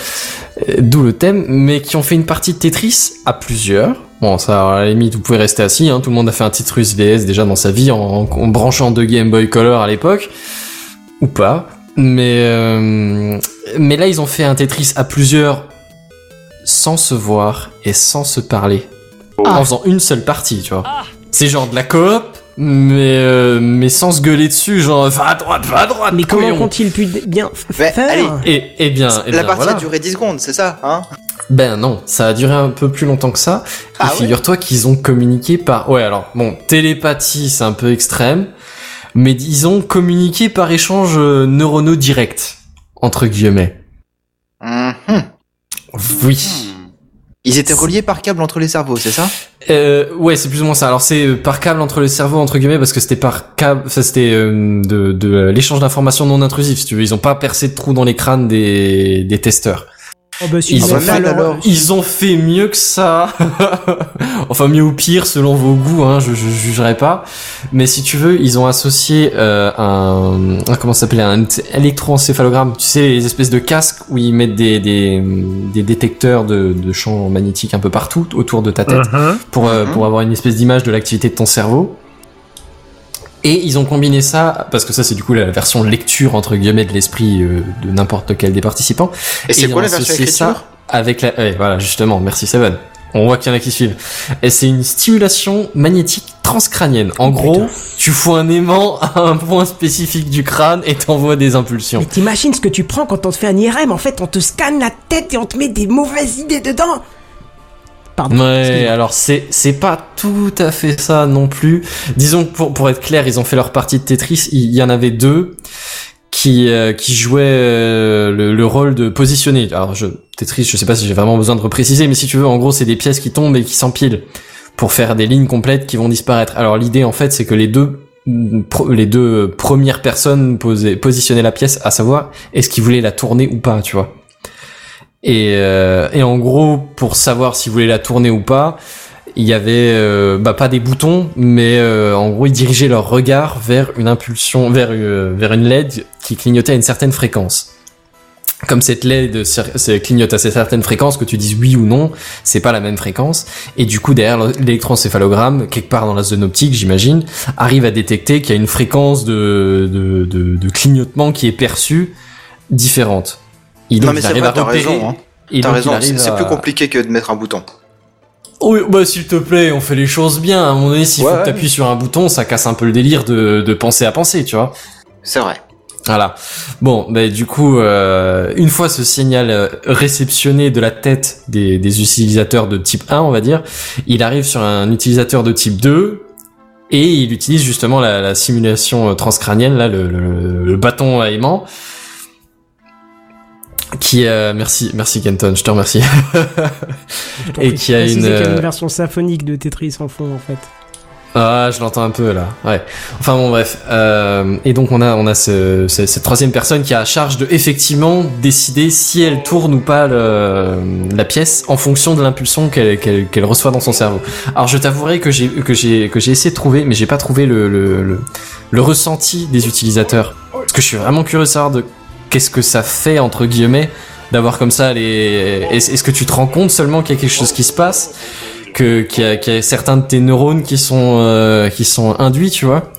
Speaker 5: euh, d'où le thème, mais qui ont fait une partie de Tetris à plusieurs. Bon, ça, à la limite, vous pouvez rester assis, hein, tout le monde a fait un Tetris VS déjà dans sa vie en, en- en branchant deux Game Boy Color à l'époque, ou pas. Mais, euh, mais là, ils ont fait un Tetris à plusieurs sans se voir et sans se parler.
Speaker 7: Oh.
Speaker 5: En faisant une seule partie, tu vois.
Speaker 7: Ah.
Speaker 5: C'est genre de la coop, mais, euh, mais sans se gueuler dessus, genre va à droite, va à droite,
Speaker 1: Mais comment
Speaker 5: Ah, couillon.
Speaker 1: compte-t-il pu bien f-
Speaker 7: Mais,
Speaker 1: faire
Speaker 7: allez.
Speaker 5: Et, et bien, eh
Speaker 7: la
Speaker 5: bien,
Speaker 7: partie
Speaker 5: voilà.
Speaker 7: a duré 10 secondes, c'est ça, hein
Speaker 5: Ben non, ça a duré un peu plus longtemps que ça.
Speaker 7: Ah
Speaker 5: et
Speaker 7: ouais
Speaker 5: figure-toi qu'ils ont communiqué par... Ouais, alors, bon, télépathie, c'est un peu extrême, mais ils ont communiqué par échange euh, neuronaux direct, entre guillemets.
Speaker 7: Mhm.
Speaker 5: Oui.
Speaker 4: Mmh.
Speaker 7: Ils étaient reliés par câble entre les cerveaux, c'est ça
Speaker 5: Euh, ouais, c'est plus ou moins ça. Alors c'est euh, par câble entre les cerveaux entre guillemets parce que c'était par câble, ça c'était euh, de, de euh, l'échange d'informations non intrusif. Si tu veux, ils ont pas percé de trou dans les crânes des, des testeurs.
Speaker 1: Oh bah si,
Speaker 5: Ils
Speaker 1: bah,
Speaker 5: ont
Speaker 1: ça,
Speaker 5: fait
Speaker 7: alors.
Speaker 5: Ils ont fait mieux que ça. enfin mieux ou pire selon vos goûts, hein, je, je jugerai pas. Mais si tu veux, ils ont associé euh, un, un- comment ça s'appelle un électroencéphalogramme. Tu sais les espèces de casques où ils mettent des des, des détecteurs de, de champs magnétiques un peu partout autour de ta tête
Speaker 3: Mhm.
Speaker 5: pour, euh,
Speaker 7: Mhm.
Speaker 5: pour avoir une espèce d'image de l'activité de ton cerveau. Et ils ont combiné ça, parce que ça c'est du coup la version lecture entre guillemets de l'esprit euh, de n'importe quel des participants.
Speaker 7: Et c'est
Speaker 5: ils ont
Speaker 7: quoi la version
Speaker 5: associé
Speaker 7: écriture
Speaker 5: ça avec la... ouais, voilà, justement, merci Seven. On voit qu'il y en a qui suivent. Et c'est une stimulation magnétique transcrânienne. En
Speaker 7: Oh,
Speaker 5: gros, tu fous un aimant à un point spécifique du crâne et t'envoies des impulsions.
Speaker 1: Mais t'imagines ce que tu prends quand on te fait un IRM, en fait on te scanne la tête et on te met des mauvaises idées dedans Pardon.
Speaker 5: Ouais,
Speaker 1: excuse-moi.
Speaker 5: alors c'est c'est pas tout à fait ça non plus. Disons que pour pour être clair, ils ont fait leur partie de Tetris. Il y en avait deux qui euh, qui jouaient euh, le, le rôle de positionner. Alors je Tetris, je sais pas si j'ai vraiment besoin de repréciser, mais si tu veux, en gros, c'est des pièces qui tombent et qui s'empilent pour faire des lignes complètes qui vont disparaître. Alors l'idée en fait, c'est que les deux pro- les deux premières personnes posaient, positionnaient la pièce, à savoir est-ce qu'ils voulaient la tourner ou pas, tu vois. Et, euh, et en gros, pour savoir si vous voulez la tourner ou pas, il y avait euh, bah, pas des boutons, mais euh, en gros, ils dirigeaient leur regard vers une impulsion, vers, euh, vers une LED qui clignotait à une certaine fréquence. Comme cette LED cir- c'est- clignote à cette certaine fréquence, que tu dises oui ou non, c'est pas la même fréquence. Et du coup, derrière l'électroencéphalogramme, quelque part dans la zone optique, j'imagine, arrive à détecter qu'il y a une fréquence de, de, de, de clignotement qui est perçue différente. Il
Speaker 7: Non, mais c'est vrai, t'as raison. Hein.
Speaker 5: et
Speaker 7: T'as
Speaker 5: donc, il
Speaker 7: raison,
Speaker 5: arrive
Speaker 7: c'est c'est
Speaker 5: à-
Speaker 7: plus compliqué que de mettre un bouton.
Speaker 5: Oui, bah s'il te plaît, on fait les choses bien. À un moment donné, s'il
Speaker 7: Ouais,
Speaker 5: faut que
Speaker 7: ouais.
Speaker 5: t'appuies sur un bouton, ça casse un peu le délire de, de penser à penser, tu vois.
Speaker 7: C'est vrai.
Speaker 5: Voilà. Bon, bah du coup, euh, une fois ce signal euh, réceptionné de la tête des, des utilisateurs de type 1, on va dire, il arrive sur un utilisateur de type 2 et il utilise justement la, la simulation euh, transcrânienne, là, le, le- le bâton à aimant. Qui euh, merci merci Kenton, je te remercie.
Speaker 1: Je t'en
Speaker 5: et
Speaker 1: prie.
Speaker 5: qui a
Speaker 1: Précisez
Speaker 5: une,
Speaker 1: qu'il y a
Speaker 5: euh,
Speaker 1: version symphonique de Tetris en fond en fait.
Speaker 5: Ah, je l'entends un peu là. Ouais. Enfin bon, bref. Euh, et donc on a on a ce, ce- cette troisième personne qui a à charge de effectivement décider si elle tourne ou pas le- la pièce en fonction de l'impulsion qu'elle qu'elle qu'elle reçoit dans son cerveau. Alors je t'avouerai que j'ai que j'ai que j'ai essayé de trouver, mais j'ai pas trouvé le le, le le ressenti des utilisateurs. Parce que je suis vraiment curieux de savoir de qu'est-ce que ça fait entre guillemets d'avoir comme ça les. Est-ce est-ce que tu te rends compte seulement qu'il y a quelque chose qui se passe? que qu'il y, a- qu'il y a certains de tes neurones qui sont euh, qui sont induits, tu vois.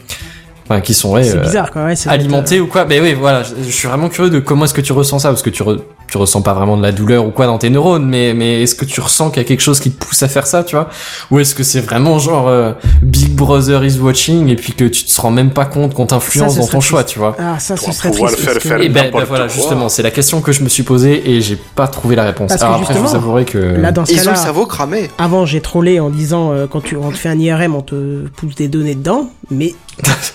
Speaker 5: Enfin, qui sont ouais,
Speaker 1: C'est
Speaker 5: euh,
Speaker 1: bizarre, quoi. Ouais, ça doit être,
Speaker 5: alimentés ou quoi. Mais oui, voilà, je, je suis vraiment curieux de comment est-ce que tu ressens ça parce que tu re- tu ressens pas vraiment de la douleur ou quoi dans tes neurones, mais mais est-ce que tu ressens qu'il y a quelque chose qui te pousse à faire ça, tu vois Ou est-ce que c'est vraiment genre euh, Big Brother is watching et puis que tu te rends même pas compte qu'on t'influence
Speaker 1: Ça, ce
Speaker 5: dans ton
Speaker 1: serait
Speaker 5: choix,
Speaker 1: triste.
Speaker 5: tu vois
Speaker 1: Ah, ça, ce
Speaker 4: Pour
Speaker 1: serait
Speaker 4: pouvoir
Speaker 1: triste.
Speaker 4: Ah, le
Speaker 1: parce
Speaker 4: faire
Speaker 1: que-
Speaker 4: faire.
Speaker 5: et ben,
Speaker 4: n'importe
Speaker 5: ben voilà,
Speaker 4: quoi.
Speaker 5: justement, c'est la question que je me suis posée et j'ai pas trouvé la réponse.
Speaker 1: Parce que
Speaker 5: Alors après, je vous
Speaker 1: justement,
Speaker 5: avouerai que
Speaker 1: Là, dans ce
Speaker 8: Ils ont le
Speaker 1: cas-là,
Speaker 8: cerveau cramé.
Speaker 1: avant, j'ai trollé en disant euh, quand tu, on te fait un IRM, on te pousse des données dedans, mais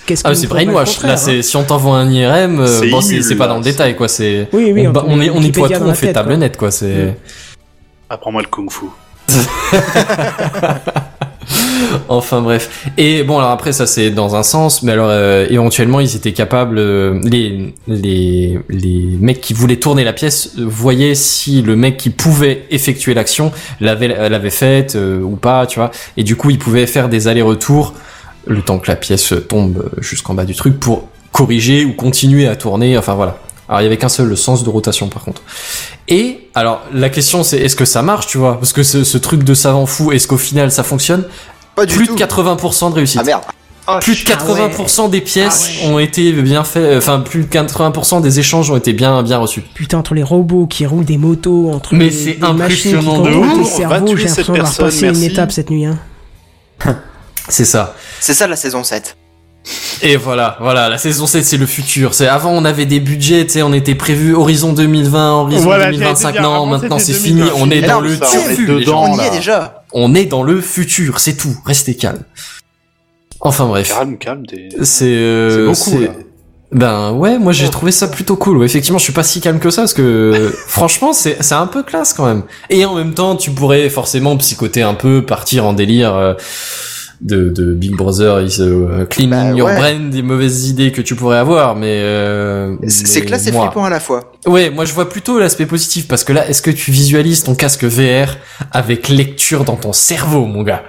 Speaker 1: qu'est-ce que
Speaker 5: Ah,
Speaker 1: nous
Speaker 5: c'est
Speaker 1: prouve le
Speaker 5: brainwash.
Speaker 1: contraire,
Speaker 5: Là,
Speaker 1: hein
Speaker 5: c'est si on t'envoie un IRM, euh,
Speaker 4: C'est
Speaker 5: bon, c'est
Speaker 4: immule,
Speaker 5: c'est pas
Speaker 4: là,
Speaker 5: dans le
Speaker 4: c'est-
Speaker 5: détail, quoi. C'est
Speaker 1: Oui, oui,
Speaker 5: on, ba-
Speaker 1: te
Speaker 5: on,
Speaker 1: met
Speaker 5: est, on nettoie
Speaker 1: Wikipédia
Speaker 5: tout,
Speaker 1: dans la
Speaker 5: on fait
Speaker 1: tête, hein.
Speaker 5: table
Speaker 1: quoi. Mm.
Speaker 5: nette, quoi. C'est
Speaker 4: Apprends-moi le kung-fu.
Speaker 5: enfin bref. Et bon, alors après, ça c'est dans un sens, mais alors euh, éventuellement, ils étaient capables. euh, les les les mecs qui voulaient tourner la pièce euh, voyaient si le mec qui pouvait effectuer l'action l'avait euh, l'avait faite euh, ou pas, tu vois. Et du coup, ils pouvaient faire des allers-retours le temps que la pièce tombe jusqu'en bas du truc pour corriger ou continuer à tourner. Enfin voilà. Alors il y avait qu'un seul le sens de rotation par contre. Et alors la question c'est est-ce que ça marche tu vois parce que ce, ce truc de savant fou est-ce qu'au final ça fonctionne
Speaker 7: Pas du
Speaker 5: Plus
Speaker 7: tout.
Speaker 5: de 80% de réussite.
Speaker 7: Ah merde.
Speaker 5: plus de 80% des pièces
Speaker 1: Ah ouais.
Speaker 5: ont été bien faites enfin plus de 80% des échanges ont été bien bien reçus.
Speaker 1: Putain, entre les robots qui roulent des motos, entre
Speaker 5: Mais
Speaker 1: les-
Speaker 5: c'est
Speaker 1: les machines qui
Speaker 5: impressionnant de
Speaker 1: contrôlent
Speaker 4: ouf.
Speaker 1: tes
Speaker 4: On va
Speaker 1: cerveaux,
Speaker 4: tuer
Speaker 1: j'ai
Speaker 4: cette
Speaker 1: l'impression d'avoir
Speaker 4: personne,
Speaker 1: passé une
Speaker 4: merci.
Speaker 1: étape cette nuit. Hein.
Speaker 5: C'est ça.
Speaker 7: C'est ça la saison 7.
Speaker 5: Et voilà, voilà, la saison 7 c'est le futur. C'est avant on avait des budgets, tu sais, on était prévu horizon 2020, horizon
Speaker 3: Voilà, j'allais
Speaker 5: 2025.
Speaker 3: dire,
Speaker 5: Non,
Speaker 3: avant,
Speaker 5: maintenant c'est
Speaker 3: c'était
Speaker 5: fini, on est
Speaker 4: Mais
Speaker 5: dans
Speaker 4: non,
Speaker 5: le
Speaker 4: ça, on est
Speaker 5: futur, les
Speaker 4: dedans.
Speaker 5: gens.
Speaker 7: On y
Speaker 4: là.
Speaker 7: est déjà.
Speaker 5: On est dans le futur, c'est tout. Restez calme. Enfin bref.
Speaker 4: Calme, calme, t'es...
Speaker 5: C'est euh,
Speaker 4: C'est beaucoup,
Speaker 5: c'est-
Speaker 4: là.
Speaker 5: Ben ouais, moi j'ai trouvé ça plutôt cool. Ouais, Effectivement, je suis pas si calme que ça parce que franchement, c'est c'est un peu classe quand même. Et en même temps, tu pourrais forcément psychoter un peu, partir en délire euh, de, de Big Brother, is euh, cleaning
Speaker 7: Bah,
Speaker 5: your
Speaker 7: ouais.
Speaker 5: brain, des mauvaises idées que tu pourrais avoir, mais euh,
Speaker 7: C'est c'est
Speaker 5: mais
Speaker 7: classe et
Speaker 5: moi-
Speaker 7: flippant à la fois.
Speaker 5: Ouais, moi je vois plutôt l'aspect positif parce que là, est-ce que tu visualises ton casque VR avec lecture dans ton cerveau, mon gars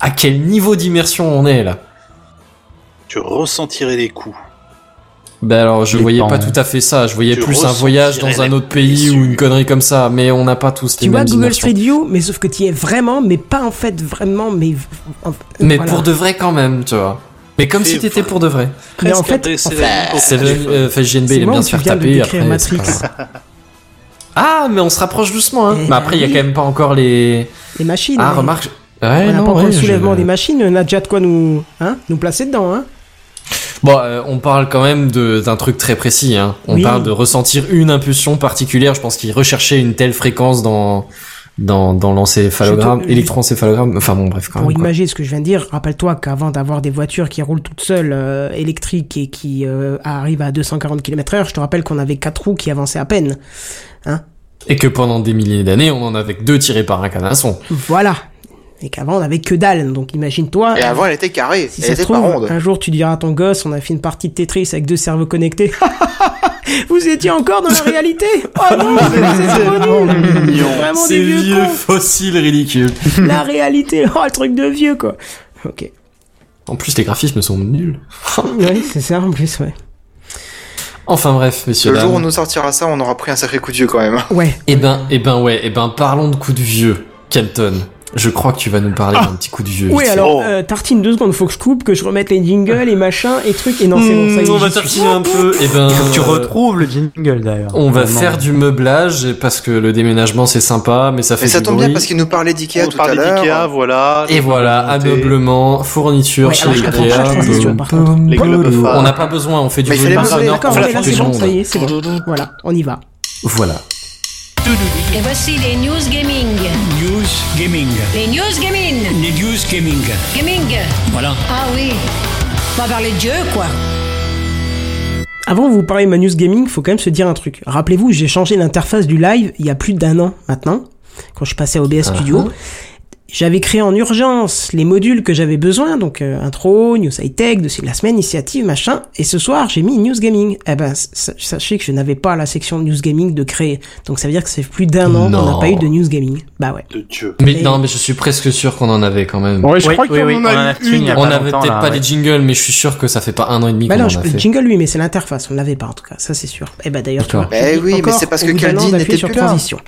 Speaker 5: À quel niveau d'immersion on est là
Speaker 4: Tu ressentirais les coups.
Speaker 5: Ben alors, je
Speaker 6: Les
Speaker 5: voyais
Speaker 6: temps.
Speaker 5: pas tout à fait ça. Je voyais
Speaker 4: Tu
Speaker 5: plus un voyage dans
Speaker 4: ressentirais
Speaker 5: un
Speaker 4: la
Speaker 5: autre pays ou
Speaker 4: blessure.
Speaker 5: une connerie comme ça. Mais on n'a pas tous les
Speaker 1: Tu vois
Speaker 5: mêmes
Speaker 1: Google
Speaker 5: immersions.
Speaker 1: Street View, mais sauf que tu y es vraiment, mais pas en fait vraiment, mais. en-
Speaker 5: Mais
Speaker 1: voilà.
Speaker 5: pour de vrai quand même, tu vois. Mais comme
Speaker 4: C'est
Speaker 5: si t'étais
Speaker 4: vrai.
Speaker 5: pour de vrai.
Speaker 1: Mais en
Speaker 4: Presque
Speaker 1: fait,
Speaker 4: adressé
Speaker 1: en
Speaker 4: la ligne pour
Speaker 5: C'est
Speaker 4: ton
Speaker 5: le
Speaker 4: téléphone.
Speaker 5: euh, fait GNB,
Speaker 1: C'est
Speaker 5: il aime
Speaker 1: moi
Speaker 5: bien
Speaker 1: où
Speaker 5: se
Speaker 1: tu
Speaker 5: faire
Speaker 1: viens de
Speaker 5: taper.
Speaker 1: décrire
Speaker 5: Après, c'est
Speaker 1: Matrix.
Speaker 5: pas grave. ah, mais on se rapproche doucement. Hein.
Speaker 1: Eh
Speaker 5: Mais après, il y a
Speaker 1: oui.
Speaker 5: quand même pas encore les.
Speaker 1: Les machines.
Speaker 5: Ah,
Speaker 1: hein.
Speaker 5: remarque.
Speaker 1: On
Speaker 5: Ouais,
Speaker 1: n'a
Speaker 5: non,
Speaker 1: pas encore
Speaker 5: ouais,
Speaker 1: le
Speaker 5: je-
Speaker 1: soulèvement des machines, on a déjà de quoi nous, hein, nous placer dedans. Hein.
Speaker 5: Bon, euh, on parle quand même de- d'un truc très précis. Hein. On
Speaker 1: Oui.
Speaker 5: parle de ressentir une impulsion particulière. Je pense qu'il recherchait une telle fréquence dans dans, dans l'encéphalogramme,
Speaker 1: Je te-
Speaker 5: électroencéphalogramme. Enfin bon, bref, quand
Speaker 1: Pour
Speaker 5: même. Ah, quoi.
Speaker 1: imaginer ce que je viens de dire, rappelle-toi qu'avant d'avoir des voitures qui roulent toutes seules, euh, électriques et qui euh, arrivent à 240 km/h, je te rappelle qu'on avait quatre roues qui avançaient à peine.
Speaker 5: Et que pendant des milliers d'années, on en avait que deux tirés par un canasson.
Speaker 1: Voilà. Et qu'avant, on n'avait que dalle. Donc imagine-toi.
Speaker 7: Et avant elle était carrée.
Speaker 1: Si
Speaker 7: elle
Speaker 1: ça se
Speaker 7: était pas
Speaker 1: trouve,
Speaker 7: ronde.
Speaker 1: un jour tu diras à ton gosse, on a fait une partie de Tetris avec deux cerveaux connectés. Vous étiez encore dans la réalité Oh non, c'est trop nul C'est Vraiment des vieux, cons.
Speaker 5: fossiles ridicules.
Speaker 1: La réalité, oh le truc de vieux quoi Ok.
Speaker 5: En plus, les graphismes sont nuls.
Speaker 1: Oui, c'est ça en plus, ouais.
Speaker 5: Enfin bref, messieurs
Speaker 7: Le jour où on
Speaker 5: dames.
Speaker 7: nous sortira ça, on aura pris un sacré coup de vieux quand même. hein.
Speaker 1: Ouais,
Speaker 5: Eh ben, eh ben ouais, eh ben parlons de coups de vieux, Kenton. Je crois que tu vas nous parler d'un petit coup de vieux.
Speaker 1: Ah. Oui,
Speaker 5: vite
Speaker 1: alors,
Speaker 4: Oh.
Speaker 1: euh, tartine, deux secondes, faut que je coupe, que je remette les jingles et machin et trucs. Et non, c'est bon, ça y
Speaker 5: fait.
Speaker 1: est.
Speaker 5: on va
Speaker 1: j'y suis.
Speaker 5: tartiner un peu. Eh ben,
Speaker 6: Il faut que tu
Speaker 5: euh,
Speaker 6: retrouves le jingle d'ailleurs.
Speaker 5: On va
Speaker 6: Vraiment.
Speaker 5: faire du meublage parce que le déménagement c'est sympa, mais ça fait
Speaker 7: Mais ça
Speaker 5: du
Speaker 7: tombe
Speaker 5: bruit.
Speaker 7: bien parce qu'il nous parlait d'Ikea
Speaker 4: On
Speaker 7: tout à
Speaker 4: parlait d'IKEA,
Speaker 7: l'heure. hein,
Speaker 4: voilà.
Speaker 5: Et voilà, ameublement, fourniture
Speaker 1: Ouais,
Speaker 5: chez
Speaker 1: alors, je comprends pas la
Speaker 5: Ikea.
Speaker 1: transition, par contre.
Speaker 4: Les globes
Speaker 5: On n'a pas besoin, on fait du
Speaker 7: Mais il fallait
Speaker 5: volume
Speaker 7: meubler,
Speaker 5: sonore
Speaker 1: D'accord,
Speaker 5: pour
Speaker 1: ouais,
Speaker 5: la
Speaker 1: là, c'est
Speaker 5: seconde.
Speaker 1: bon, ça y est, c'est bon. Voilà, on y va.
Speaker 5: Voilà.
Speaker 9: Et voici les news gaming.
Speaker 10: News Gaming.
Speaker 9: Les news gaming.
Speaker 10: Les News Gaming.
Speaker 9: Gaming.
Speaker 10: Voilà.
Speaker 9: Ah oui. On va parler de Dieu, quoi.
Speaker 1: Avant de vous parler de Manus Gaming, faut quand même se dire un truc. Rappelez-vous, j'ai changé l'interface du live il y a plus d'un an maintenant, quand je passais à OBS Studio. J'avais créé en urgence les modules que j'avais besoin, donc euh, intro, news high tech, dossier de la semaine, initiative, machin. Et ce soir, j'ai mis news gaming. Eh ben, sa- sachez que je n'avais pas la section news gaming de créer. Donc ça veut dire que c'est plus d'un an qu'on n'a
Speaker 5: Non.
Speaker 1: pas eu de news gaming. Bah ouais.
Speaker 4: de Dieu.
Speaker 5: Mais
Speaker 1: Et-
Speaker 5: non, mais je suis presque sûr qu'on en avait quand même.
Speaker 3: Ouais, je
Speaker 6: Oui,
Speaker 3: crois qu'on
Speaker 6: oui, oui,
Speaker 3: en
Speaker 6: on en
Speaker 3: a
Speaker 6: a
Speaker 3: eu
Speaker 6: une il y a
Speaker 3: une.
Speaker 5: On
Speaker 6: pas
Speaker 5: n'avait
Speaker 6: longtemps,
Speaker 5: peut-être
Speaker 6: là,
Speaker 5: pas
Speaker 6: ouais.
Speaker 5: les jingles, mais je suis sûr que ça fait pas un an et demi
Speaker 1: Bah
Speaker 5: qu'on
Speaker 1: non,
Speaker 5: en
Speaker 1: je,
Speaker 5: a fait.
Speaker 1: jingle oui, mais c'est l'interface, on l'avait pas en tout cas, ça c'est sûr. Et bah d'ailleurs, tu
Speaker 5: D'accord.
Speaker 1: vois, je
Speaker 7: Eh
Speaker 1: dis
Speaker 7: oui, mais
Speaker 1: encore
Speaker 7: c'est parce
Speaker 1: au
Speaker 7: que
Speaker 1: bout d'un
Speaker 7: Kaldi
Speaker 1: an d'appuyer
Speaker 7: n'était
Speaker 1: sur
Speaker 7: plus là.
Speaker 1: transition.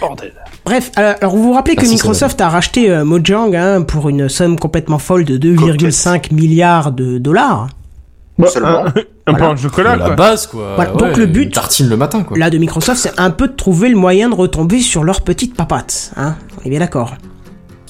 Speaker 4: Bordel.
Speaker 1: Bref, alors, alors vous vous rappelez que
Speaker 5: Ah, si, ça
Speaker 1: Microsoft a racheté euh, Mojang hein, pour une somme complètement folle de 2,5 milliards de dollars.
Speaker 5: Bah,
Speaker 7: Seulement.
Speaker 5: ah,
Speaker 3: Un pain au chocolat,
Speaker 5: Oh la
Speaker 3: quoi.
Speaker 5: base, quoi.
Speaker 1: Voilà, donc le but-
Speaker 5: une tartine le matin, quoi.
Speaker 1: Là de Microsoft, c'est un peu de trouver le moyen de retomber sur leur petite papate. Hein. On est bien d'accord.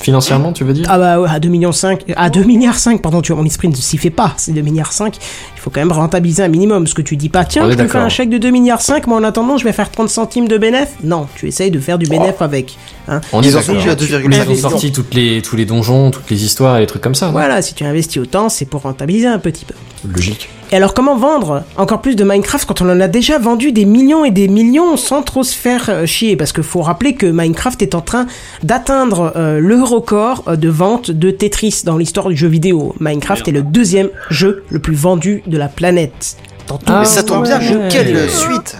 Speaker 5: Financièrement, tu veux dire
Speaker 1: Ah bah ouais, à 2 millions 5, à 2 milliards 5, pardon, tu vois, mon esprit ne s'y fait pas, c'est 2 milliards 5, il faut quand même rentabiliser un minimum, ce que tu dis pas, tiens,
Speaker 5: On est
Speaker 1: je te fais
Speaker 5: d'accord.
Speaker 1: un chèque de 2 milliards 5, moi en attendant, je vais faire 30 centimes de bénéf. Non, tu essayes de faire du bénéf
Speaker 5: Oh.
Speaker 1: avec. hein.
Speaker 5: On
Speaker 7: Ils
Speaker 5: est
Speaker 7: en sont
Speaker 5: d'accord.
Speaker 7: plus à 2,5
Speaker 5: Ils ont
Speaker 1: millions.
Speaker 5: sorti toutes les, tous les donjons, toutes les histoires et les trucs comme ça. non
Speaker 1: Voilà, si tu investis autant, c'est pour rentabiliser un petit peu.
Speaker 5: Logique.
Speaker 1: Et alors comment vendre encore plus de Minecraft quand on en a déjà vendu des millions et des millions sans trop se faire euh, chier Parce que faut rappeler que Minecraft est en train d'atteindre euh, le record euh, de vente de Tetris dans l'histoire du jeu vidéo. Minecraft est le deuxième jeu le plus vendu de la planète. Dans tout
Speaker 5: Ah
Speaker 1: le
Speaker 7: Mais ça tombe bien,
Speaker 1: monde.
Speaker 7: mais quelle suite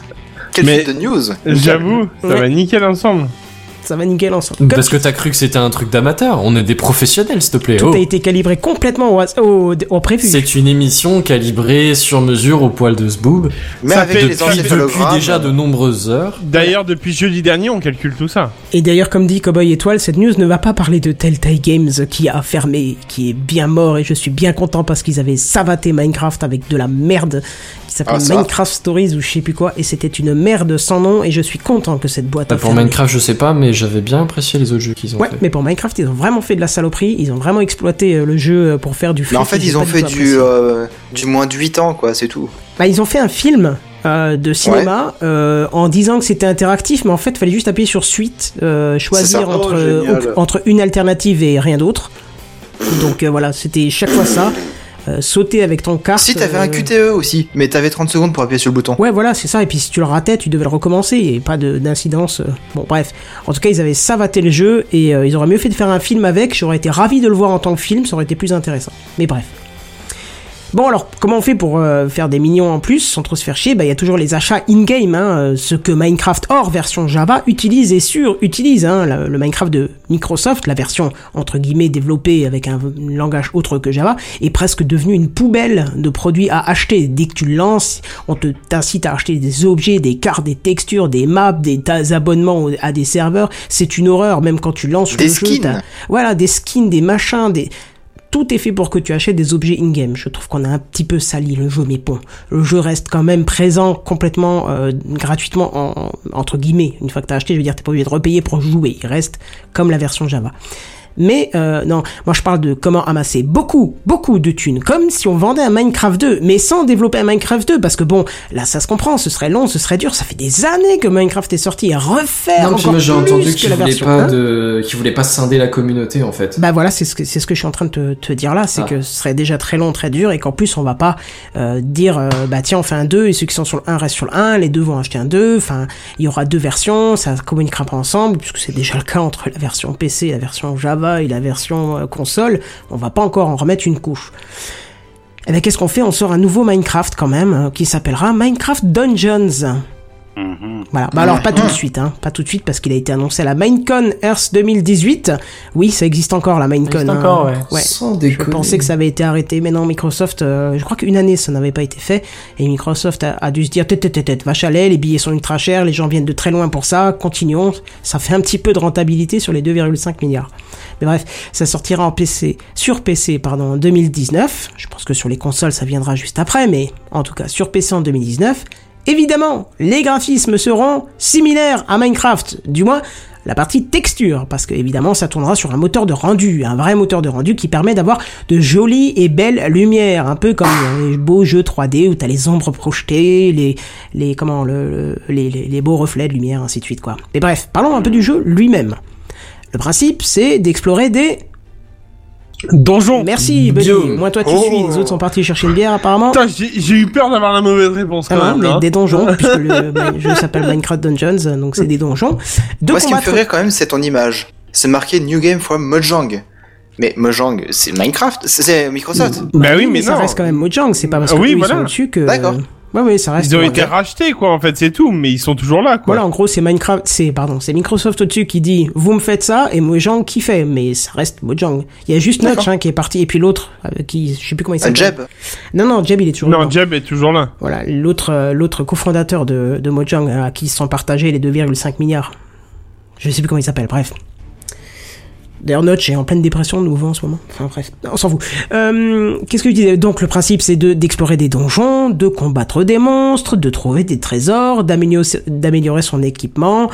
Speaker 7: Quelle
Speaker 3: Mais-
Speaker 7: suite de news
Speaker 3: J'avoue, ça
Speaker 1: Ouais.
Speaker 3: va nickel ensemble.
Speaker 1: Ça va nickel ensemble. Comme
Speaker 5: Parce que t'as cru que c'était un truc d'amateur. On est des professionnels, s'il te plaît.
Speaker 1: tout
Speaker 5: Oh.
Speaker 1: a été calibré complètement au, has- au, au prévu.
Speaker 5: C'est une émission calibrée sur mesure au poil de ce boob.
Speaker 7: Mais
Speaker 3: Ça
Speaker 7: avec
Speaker 3: fait
Speaker 7: les
Speaker 5: Depuis, depuis
Speaker 7: encéphalogrammes.
Speaker 5: déjà de nombreuses heures.
Speaker 3: D'ailleurs, depuis jeudi dernier, on calcule tout ça.
Speaker 1: Et d'ailleurs, comme dit Cowboy Étoile, cette news ne va pas parler de Telltale Games qui a fermé, qui est bien mort, et je suis bien content parce qu'ils avaient savaté Minecraft avec de la merde qui s'appelle
Speaker 7: Ah, ça.
Speaker 1: Minecraft Stories ou je sais plus quoi, et c'était une merde sans nom, et je suis content que cette boîte
Speaker 5: Bah,
Speaker 1: a
Speaker 5: pour
Speaker 1: fermé.
Speaker 5: Minecraft, je sais pas, mais j'avais bien apprécié les autres jeux qu'ils ont
Speaker 1: Ouais,
Speaker 5: fait.
Speaker 1: mais pour Minecraft, ils ont vraiment fait de la saloperie, ils ont vraiment exploité euh, le jeu euh, pour faire du
Speaker 7: Mais en fait,
Speaker 1: fric, j'ai
Speaker 7: ils
Speaker 1: pas
Speaker 7: ont fait
Speaker 1: tout
Speaker 7: du,
Speaker 1: apprécié.
Speaker 7: euh, du moins de 8 ans, quoi, c'est tout.
Speaker 1: Bah, ils ont fait un film euh, de cinéma euh, en disant que c'était interactif, mais en fait, fallait juste appuyer sur suite, euh,
Speaker 7: C'est
Speaker 1: choisir
Speaker 7: ça. Oh,
Speaker 1: entre,
Speaker 7: génial.
Speaker 1: euh, entre une alternative et rien d'autre. Donc euh, voilà, c'était chaque fois ça. Euh, sauter avec ton carte.
Speaker 7: Si t'avais
Speaker 1: euh,
Speaker 7: un QTE aussi, mais t'avais 30 secondes pour appuyer sur le bouton.
Speaker 1: Ouais, voilà, c'est ça. Et puis si tu le ratais, tu devais le recommencer. Et pas de- d'incidence. euh. Bon, bref. En tout cas, ils avaient savaté le jeu et euh, ils auraient mieux fait de faire un film avec. J'aurais été ravi de le voir en tant que film. Ça aurait été plus intéressant. Mais bref. Bon, alors, comment on fait pour euh, faire des millions en plus sans trop se faire chier Bah, il y a toujours les achats in-game, hein, euh, ce que Minecraft hors version Java utilise et sur-utilise. Hein, la- le Minecraft de Microsoft, la version entre guillemets développée avec un v- langage autre que Java, est presque devenue une poubelle de produits à acheter. Dès que tu le lances, on te t'incite à acheter des objets, des cartes, des textures, des maps, des tas- abonnements au- à des serveurs. C'est une horreur, même quand tu lances
Speaker 7: Des
Speaker 1: le jeu.
Speaker 7: skins.
Speaker 1: t'as- Voilà, des skins, des machins, des... Tout est fait pour que tu achètes des objets in-game. Je trouve qu'on a un petit peu sali le jeu, mais bon, le jeu reste quand même présent complètement euh, gratuitement en- entre guillemets. Une fois que t'as acheté, je veux dire, t'es pas obligé de repayer pour jouer. Il reste comme la version Java. Mais euh, non, moi je parle de comment amasser beaucoup, beaucoup de thunes, comme si on vendait un Minecraft 2, mais sans développer un Minecraft 2, parce que bon, là ça se comprend, ce serait long, ce serait dur, ça fait des années que Minecraft est sorti, et refaire
Speaker 5: Non, puis
Speaker 1: encore
Speaker 5: moi
Speaker 1: plus
Speaker 5: j'ai entendu
Speaker 1: que
Speaker 5: qu'ils
Speaker 1: la
Speaker 5: voulaient
Speaker 1: version
Speaker 5: pas
Speaker 1: 1.
Speaker 5: de, qu'ils voulaient pas scinder la communauté en fait.
Speaker 1: Bah voilà, c'est ce que c'est ce que je suis en train de te, te dire là, c'est
Speaker 5: Ah.
Speaker 1: que ce serait déjà très long, très dur, et qu'en plus on va pas euh, dire euh, bah tiens on fait un 2 et ceux qui sont sur le 1 restent sur le 1, les deux vont acheter un 2, enfin il y aura deux versions, ça communiquera pas ensemble, puisque c'est déjà le cas entre la version PC, la version Java et la version euh, console, on va pas encore en remettre une couche. Et bien qu'est-ce qu'on fait On sort un nouveau Minecraft quand même, euh, qui s'appellera Minecraft Dungeons.
Speaker 4: Mhm.
Speaker 1: Voilà. Bah alors pas tout de suite, hein. Pas tout de suite parce qu'il a été annoncé à la Minecon Earth 2018. Oui, ça existe encore la Minecon.
Speaker 6: Ça existe
Speaker 1: hein.
Speaker 6: encore, ouais.
Speaker 5: Sans
Speaker 1: Je
Speaker 5: déconner.
Speaker 1: pensais que ça avait été arrêté, mais non, Microsoft, euh, je crois qu'une année ça n'avait pas été fait, et Microsoft a, a dû se dire, tête, tête, tête, tête, vache à lait, les billets sont ultra chers, les gens viennent de très loin pour ça, continuons, ça fait un petit peu de rentabilité sur les 2,5 milliards. Mais bref, ça sortira en PC, sur PC, pardon, en 2019, je pense que sur les consoles ça viendra juste après, mais en tout cas sur PC en 2019, évidemment, les graphismes seront similaires à Minecraft, du moins la partie texture, parce que évidemment ça tournera sur un moteur de rendu, un vrai moteur de rendu qui permet d'avoir de jolies et belles lumières, un peu comme les beaux jeux 3D où t'as les ombres projetées, les les comment le, le- les, les, les beaux reflets de lumière, ainsi de suite quoi. Mais bref, parlons un peu du jeu lui-même. Le principe, c'est d'explorer des
Speaker 3: Donjon.
Speaker 1: Merci, Buddy.
Speaker 5: Guillaume.
Speaker 1: Moi, toi, tu
Speaker 7: Oh.
Speaker 1: suis. Les autres sont partis chercher une bière, apparemment.
Speaker 3: Putain, j'ai j'ai eu peur d'avoir la mauvaise réponse
Speaker 1: Ah
Speaker 3: quand
Speaker 1: ouais,
Speaker 3: même.
Speaker 1: des,
Speaker 3: hein.
Speaker 1: des donjons, puisque le, le jeu s'appelle Minecraft Dungeons, donc c'est des donjons. De
Speaker 7: Moi, ce qui me fait
Speaker 1: combattre
Speaker 7: rire quand même, c'est ton image. c'est marqué New Game from Mojang. Mais Mojang, c'est Minecraft, c'est- c'est Microsoft.
Speaker 3: Bah oui, mais
Speaker 1: ça
Speaker 3: non.
Speaker 1: reste quand même Mojang, c'est pas parce
Speaker 3: Ah
Speaker 1: que
Speaker 3: oui,
Speaker 1: eux, ils
Speaker 3: voilà.
Speaker 1: sont au-dessus que.
Speaker 7: D'accord.
Speaker 1: Ouais, ouais, ça reste.
Speaker 3: Ils ont
Speaker 1: Mojang.
Speaker 3: été rachetés, quoi, en fait, c'est tout, mais ils sont toujours là,
Speaker 1: Ah,
Speaker 3: quoi.
Speaker 1: Voilà, en gros, c'est Minecraft, c'est pardon, c'est Microsoft au-dessus qui dit vous me faites ça et Mojang qui fait, mais ça reste Mojang. Il y a juste Notch
Speaker 7: D'accord.
Speaker 1: hein, qui est parti et puis l'autre euh, qui je sais plus comment il
Speaker 7: Euh,
Speaker 1: s'appelle.
Speaker 7: Jeb,
Speaker 1: Non non, Jeb il est toujours.
Speaker 3: Ah, Non,
Speaker 1: dedans.
Speaker 3: Jeb est toujours là.
Speaker 1: Voilà, l'autre euh, l'autre cofondateur de, de Mojang hein, à qui sont partagés les 2,5 milliards. Je sais plus comment il s'appelle, bref. D'ailleurs, Notch est en pleine dépression de nouveau en ce moment. Enfin bref, on s'en fout. Euh, Qu'est-ce que je disais Donc le principe c'est de d'explorer des donjons, de combattre des monstres, de trouver des trésors, d'améliorer d'améliorer son équipement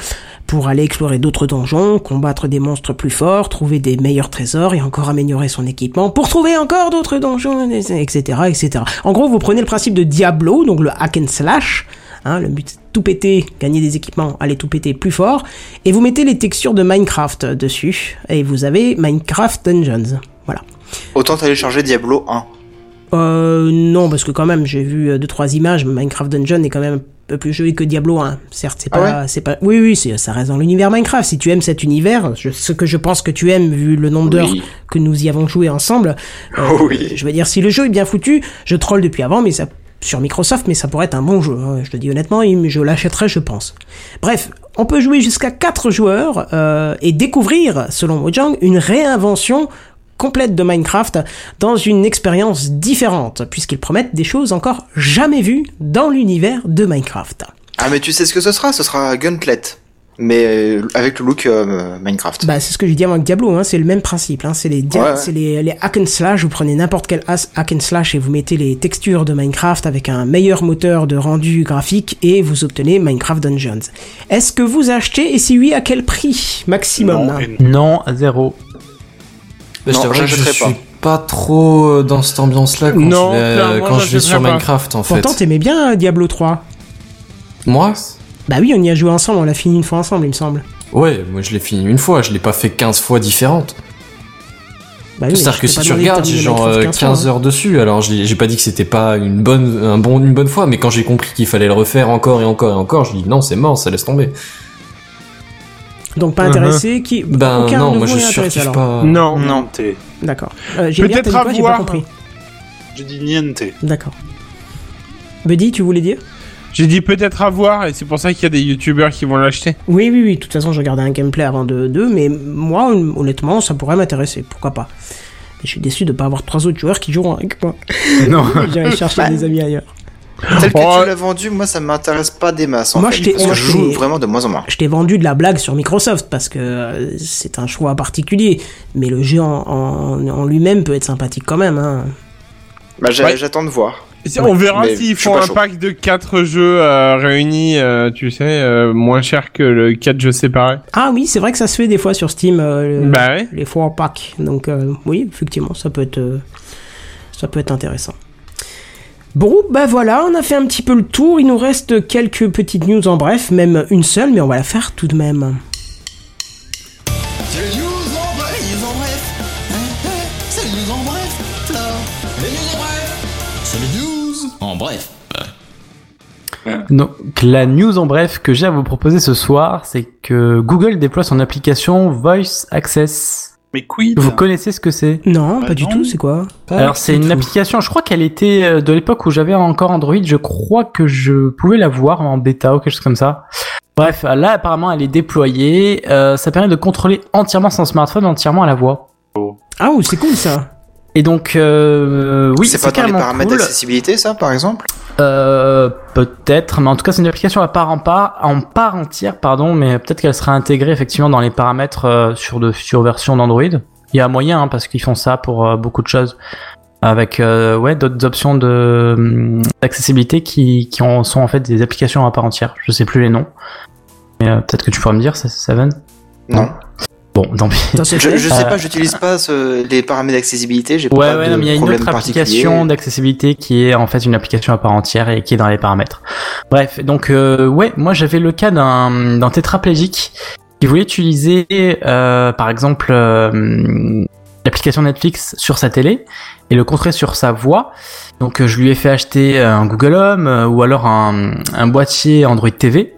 Speaker 1: pour aller explorer d'autres donjons, combattre des monstres plus forts, trouver des meilleurs trésors et encore améliorer son équipement pour trouver encore d'autres donjons, etc., etc. En gros, vous prenez le principe de Diablo, donc le hack and slash, Hein, le but, c'est de tout péter, gagner des équipements, aller tout péter plus fort. Et vous mettez les textures de Minecraft euh, dessus. Et vous avez Minecraft Dungeons. Voilà.
Speaker 7: autant télécharger Diablo 1.
Speaker 1: Euh, non, parce que quand même, j'ai vu euh, deux trois images. mais Minecraft Dungeon est quand même un peu plus joli que Diablo 1. Certes, c'est
Speaker 7: Ah
Speaker 1: pas, c'est pas. Oui, oui, c'est- ça reste dans l'univers Minecraft. Si tu aimes cet univers, je- ce que je pense que tu aimes vu le nombre d'heures que nous y avons joué ensemble. euh,
Speaker 7: oui.
Speaker 1: Je veux dire, si le jeu est bien foutu, je troll depuis avant, mais ça sur Microsoft, mais ça pourrait être un bon jeu. hein, Je te dis honnêtement, il- je l'achèterais, je pense. Bref, on peut jouer jusqu'à 4 joueurs euh, et découvrir, selon Mojang, une réinvention complète de Minecraft dans une expérience différente, puisqu'ils promettent des choses encore jamais vues dans l'univers de Minecraft.
Speaker 7: Ah, mais tu sais ce que ce sera Ce sera Gauntlet. Mais euh, avec le look euh, Minecraft.
Speaker 1: Bah, c'est ce que j'ai dit avant avec Diablo, hein, c'est le même principe. Hein, c'est les, dia-
Speaker 7: Ouais, ouais.
Speaker 1: c'est les, les hack and slash, vous prenez n'importe quel as- hack and slash et vous mettez les textures de Minecraft avec un meilleur moteur de rendu graphique et vous obtenez Minecraft Dungeons. Est-ce que vous achetez et si oui, à quel prix maximum
Speaker 4: Non,
Speaker 1: hein
Speaker 4: et-
Speaker 6: Non, à zéro.
Speaker 5: Bah, je
Speaker 7: Non,
Speaker 5: t'avouerai que je
Speaker 7: j'achèterai
Speaker 5: suis pas
Speaker 7: pas.
Speaker 5: trop euh, dans cette ambiance-là quand
Speaker 3: Non,
Speaker 5: je vais, euh,
Speaker 3: clairement,
Speaker 5: quand je vais
Speaker 3: j'achèterai
Speaker 5: sur
Speaker 3: pas.
Speaker 5: Minecraft en fait.
Speaker 1: Pourtant, t'aimais bien hein, Diablo 3.
Speaker 5: Moi
Speaker 1: Bah oui, on y a joué ensemble, on l'a fini une fois ensemble, il me semble.
Speaker 5: Ouais, moi je l'ai fini une fois, je l'ai pas fait 15 fois différentes.
Speaker 1: Bah oui, mais
Speaker 5: C'est-à-dire
Speaker 1: je
Speaker 5: que
Speaker 1: t'ai
Speaker 5: si
Speaker 1: pas
Speaker 5: tu
Speaker 1: demandé de
Speaker 5: regardes, j'ai
Speaker 1: terminer
Speaker 5: genre euh,
Speaker 1: Minecraft 15
Speaker 5: 15,
Speaker 1: fois, hein.
Speaker 5: heures dessus, alors je l'ai- j'ai pas dit que c'était pas une bonne, un bon, une bonne fois, mais quand j'ai compris qu'il fallait le refaire encore et encore et encore, je dis non, c'est mort, ça laisse tomber.
Speaker 1: Donc pas
Speaker 3: Mhm.
Speaker 1: intéressé qui
Speaker 5: Ben
Speaker 1: aucun
Speaker 5: non,
Speaker 1: de
Speaker 5: moi
Speaker 1: vous
Speaker 5: je
Speaker 1: est intéressé,
Speaker 5: surkiffe
Speaker 1: alors.
Speaker 5: pas.
Speaker 3: Non.
Speaker 4: Non, t'es.
Speaker 1: D'accord. Euh, j'ai bien
Speaker 3: Peut-être
Speaker 1: t'as dit
Speaker 3: à
Speaker 1: quoi, j'ai pas
Speaker 3: voir.
Speaker 1: compris.
Speaker 4: J'ai dit niente.
Speaker 1: D'accord. Buddy, tu voulais dire
Speaker 3: J'ai dit peut-être à voir, et c'est pour ça qu'il y a des youtubeurs qui vont l'acheter.
Speaker 1: Oui, oui, oui. De toute façon, je regardais un gameplay avant de deux, mais moi, hon- honnêtement, ça pourrait m'intéresser. Pourquoi pas Mais Je suis déçu de pas avoir trois autres joueurs qui joueront avec moi.
Speaker 6: Non.
Speaker 1: J'irai chercher
Speaker 7: Bah,
Speaker 1: des amis ailleurs.
Speaker 7: Tel que
Speaker 3: Oh.
Speaker 7: tu l'as vendu, moi ça m'intéresse pas des masses en
Speaker 1: Moi,
Speaker 7: fait,
Speaker 1: je t'ai-
Speaker 7: parce
Speaker 1: moi,
Speaker 7: que
Speaker 1: je
Speaker 7: je joue
Speaker 1: t'ai-
Speaker 7: vraiment de moins en moins.
Speaker 1: Je t'ai vendu de la blague sur Microsoft parce que euh, c'est un choix particulier, mais le jeu en, en- en lui-même peut être sympathique quand même. Hein.
Speaker 7: Bah, j'a-
Speaker 3: Ouais.
Speaker 7: j'attends de voir.
Speaker 3: Et si- On verra
Speaker 7: mais
Speaker 3: s'ils
Speaker 7: je suis
Speaker 3: font
Speaker 7: pas
Speaker 3: un
Speaker 7: chaud.
Speaker 3: pack de 4 jeux euh, réunis, euh, tu sais, euh, moins cher que le 4 jeux séparés.
Speaker 1: Ah oui, c'est vrai que ça se fait des fois sur Steam. euh, le-
Speaker 3: Bah ouais.
Speaker 1: les fois en pack. Donc euh, oui, effectivement, ça peut être euh, ça peut être intéressant. Bon, bah voilà, on a fait un petit peu le tour. Il nous reste quelques petites news en bref, même une seule, mais on va la faire tout de même.
Speaker 10: C'est les news en bref, ils en bref. Hein, hein, C'est les news en bref, Flore. Les news en bref. C'est les news en bref.
Speaker 6: Donc la news en bref que j'ai à vous proposer ce soir, c'est que Google déploie son application Voice Access.
Speaker 4: Mais quid
Speaker 6: Vous connaissez ce que c'est
Speaker 1: Non,
Speaker 4: Bah
Speaker 1: pas du
Speaker 4: non.
Speaker 1: tout, c'est quoi
Speaker 6: Alors c'est une
Speaker 5: Ah, tout.
Speaker 6: application, je crois qu'elle était euh, de l'époque où j'avais encore Android, je crois que je pouvais la voir en bêta ou quelque chose comme ça. Bref, là apparemment elle est déployée, euh, ça permet de contrôler entièrement son smartphone, entièrement à la voix.
Speaker 1: Ah oui, c'est cool ça.
Speaker 6: Et donc euh, oui,
Speaker 7: c'est pas
Speaker 6: c'est
Speaker 7: dans les
Speaker 6: carrément
Speaker 7: paramètres
Speaker 6: cool.
Speaker 7: d'accessibilité ça par exemple
Speaker 6: Euh, peut-être, mais en tout cas, c'est une application à part en part, en part entière, pardon, mais peut-être qu'elle sera intégrée effectivement dans les paramètres euh, sur de sur version d'Android. Il y a moyen hein, parce qu'ils font ça pour euh, beaucoup de choses avec euh, ouais d'autres options de hum, d'accessibilité qui qui en sont en fait des applications à part entière. Je sais plus les noms, mais euh, peut-être que tu pourras me dire, ça, Seven.
Speaker 7: Non.
Speaker 6: Bon, tant pis.
Speaker 1: Dans ce
Speaker 7: Je,
Speaker 1: fait,
Speaker 7: je sais
Speaker 6: Euh.
Speaker 7: pas, j'utilise pas ce- les paramètres d'accessibilité, j'ai
Speaker 6: Ouais,
Speaker 7: pas
Speaker 6: ouais,
Speaker 7: de
Speaker 6: non, mais il y a une
Speaker 7: problème
Speaker 6: autre
Speaker 7: particulier.
Speaker 6: application d'accessibilité qui est en fait une application à part entière et qui est dans les paramètres. Bref, donc euh, ouais, moi j'avais le cas d'un d'un tétraplégique qui voulait utiliser euh, par exemple euh, l'application Netflix sur sa télé et le contrer sur sa voix. Donc euh, je lui ai fait acheter un Google Home euh, ou alors un, un boîtier Android TV.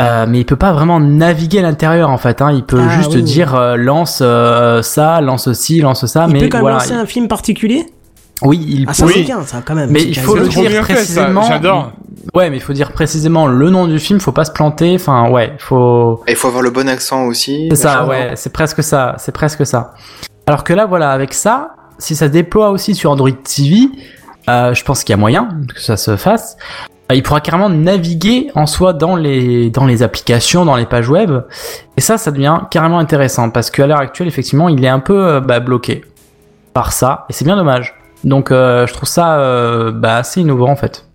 Speaker 6: Euh, mais il peut pas vraiment naviguer à l'intérieur en fait. Hein. Il peut
Speaker 1: Ah,
Speaker 6: juste
Speaker 1: oui.
Speaker 6: dire euh, lance euh, ça, lance ci, lance ça.
Speaker 1: Il
Speaker 6: Ah, mais
Speaker 1: peut quand même
Speaker 6: voilà,
Speaker 1: lancer un film particulier
Speaker 6: il- oui, il
Speaker 1: Ah, ça
Speaker 6: peut.
Speaker 1: c'est bien, ça, quand même.
Speaker 6: Mais
Speaker 1: C'est
Speaker 6: il
Speaker 1: quand
Speaker 6: faut
Speaker 1: même
Speaker 6: le
Speaker 1: bien.
Speaker 3: trop bien
Speaker 6: dire
Speaker 3: fait, ça.
Speaker 6: précisément.
Speaker 3: J'adore.
Speaker 6: Ouais, mais il faut dire précisément le nom du film. Faut pas se planter. Enfin, ouais, faut.
Speaker 7: Et il faut avoir le bon accent aussi.
Speaker 6: C'est ça,
Speaker 7: machin.
Speaker 6: ouais, c'est presque ça, c'est presque ça. Alors que là, voilà, avec ça, si ça se déploie aussi sur Android TV, euh, je pense qu'il y a moyen que ça se fasse. Euh, Il pourra carrément naviguer en soi dans les, dans les applications, dans les pages web. Et ça, ça devient carrément intéressant parce qu'à l'heure actuelle, effectivement, il est un peu euh, bah, bloqué par ça. Et c'est bien dommage. Donc, euh, je trouve ça euh, bah, assez innovant en fait.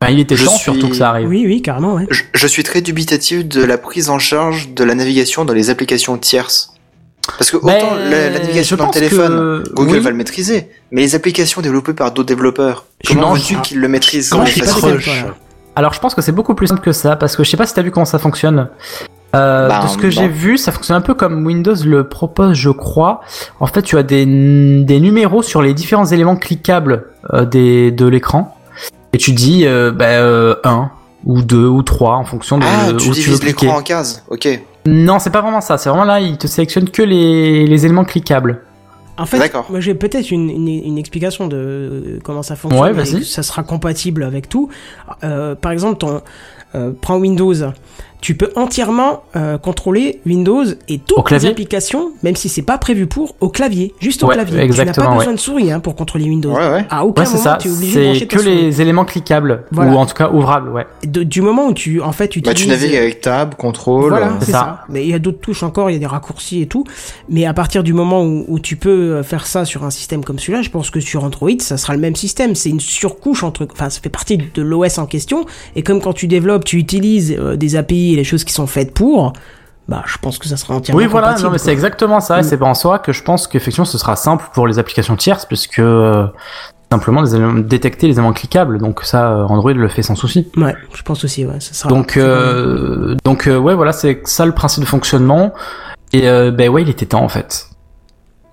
Speaker 6: Enfin, il était
Speaker 7: Je
Speaker 6: temps
Speaker 7: suis-
Speaker 6: surtout que ça arrive.
Speaker 1: Oui, oui, carrément, ouais.
Speaker 7: Je, je suis très dubitatif de la prise en charge de la navigation dans les applications tierces. Parce que autant
Speaker 6: Ben,
Speaker 7: la, la navigation
Speaker 6: je
Speaker 7: dans le
Speaker 6: pense
Speaker 7: téléphone,
Speaker 6: que-
Speaker 7: Google
Speaker 6: oui.
Speaker 7: va le maîtriser, mais les applications développées par d'autres développeurs,
Speaker 6: Je
Speaker 7: comment
Speaker 6: m'en-
Speaker 7: veux-tu
Speaker 6: ah.
Speaker 7: qu'ils le maîtrisent
Speaker 6: Comment
Speaker 7: sans
Speaker 6: je
Speaker 7: les
Speaker 6: suis
Speaker 7: faire
Speaker 6: pas
Speaker 7: croire
Speaker 6: d'accord, Alors je pense que c'est beaucoup plus simple que ça, parce que je sais pas si t'as vu comment ça fonctionne. Euh,
Speaker 7: Bah,
Speaker 6: de ce que
Speaker 7: non.
Speaker 6: j'ai vu, ça fonctionne un peu comme Windows le propose, je crois. En fait, tu as des, des numéros sur les différents éléments cliquables euh, des, de l'écran, et tu dis euh, bah, euh, 1 ou 2 ou 3 en fonction de
Speaker 7: Ah, tu
Speaker 6: euh, où tu veux
Speaker 7: divises
Speaker 6: cliquer.
Speaker 7: l'écran en cases, ok.
Speaker 6: Non, c'est pas vraiment ça, c'est vraiment là, il te sélectionne que les, les éléments cliquables.
Speaker 1: En fait,
Speaker 7: D'accord.
Speaker 1: moi j'ai peut-être une, une, une explication de euh, comment ça fonctionne.
Speaker 6: Ouais,
Speaker 1: et
Speaker 6: vas-y.
Speaker 1: que Ça sera compatible avec tout. Euh, par exemple, ton, euh, prends Windows. Tu peux entièrement euh, contrôler Windows et
Speaker 6: Au
Speaker 1: toutes les
Speaker 6: clavier
Speaker 1: applications, même si c'est pas prévu pour, au clavier, juste au
Speaker 6: Ouais,
Speaker 1: clavier. tu n'as
Speaker 6: exactement,
Speaker 1: pas
Speaker 6: ouais.
Speaker 1: besoin de souris hein, pour contrôler Windows.
Speaker 7: Ouais, ouais.
Speaker 1: À aucun
Speaker 6: Ouais, c'est
Speaker 1: moment
Speaker 6: ça,
Speaker 1: tu es obligé de
Speaker 6: c'est
Speaker 1: brancher ta
Speaker 6: que
Speaker 1: souris.
Speaker 6: les éléments cliquables,
Speaker 1: Voilà.
Speaker 6: ou en tout cas ouvrables, ouais.
Speaker 1: De- du moment où tu, en fait,
Speaker 7: Bah, tu
Speaker 1: utilises-
Speaker 7: navigues avec tab, contrôle.
Speaker 1: Voilà,
Speaker 7: euh,
Speaker 1: c'est
Speaker 6: C'est
Speaker 1: ça.
Speaker 6: ça.
Speaker 1: Mais il y a d'autres touches encore, il y a des raccourcis et tout. Mais à partir du moment où, où tu peux euh, faire ça sur un système comme celui-là, je pense que sur Android, ça sera le même système. C'est une surcouche entre, enfin, ça fait partie de l'OS en question. Et comme quand tu développes, tu utilises euh, des API et les choses qui sont faites pour, bah, je pense que ça sera entièrement
Speaker 6: Oui, voilà,
Speaker 1: compatible,
Speaker 6: non, mais
Speaker 1: quoi.
Speaker 6: c'est exactement ça. Et c'est pas en soi que je pense qu'effectivement ce sera simple pour les applications tierces, puisque euh, simplement les éléments- détecter les éléments cliquables. Donc ça, euh, Android le fait sans souci.
Speaker 1: Ouais, je pense aussi, ouais, ça sera.
Speaker 6: Donc, euh, donc euh, ouais, voilà, c'est ça le principe de fonctionnement. Et euh, ben ouais, il était temps en fait.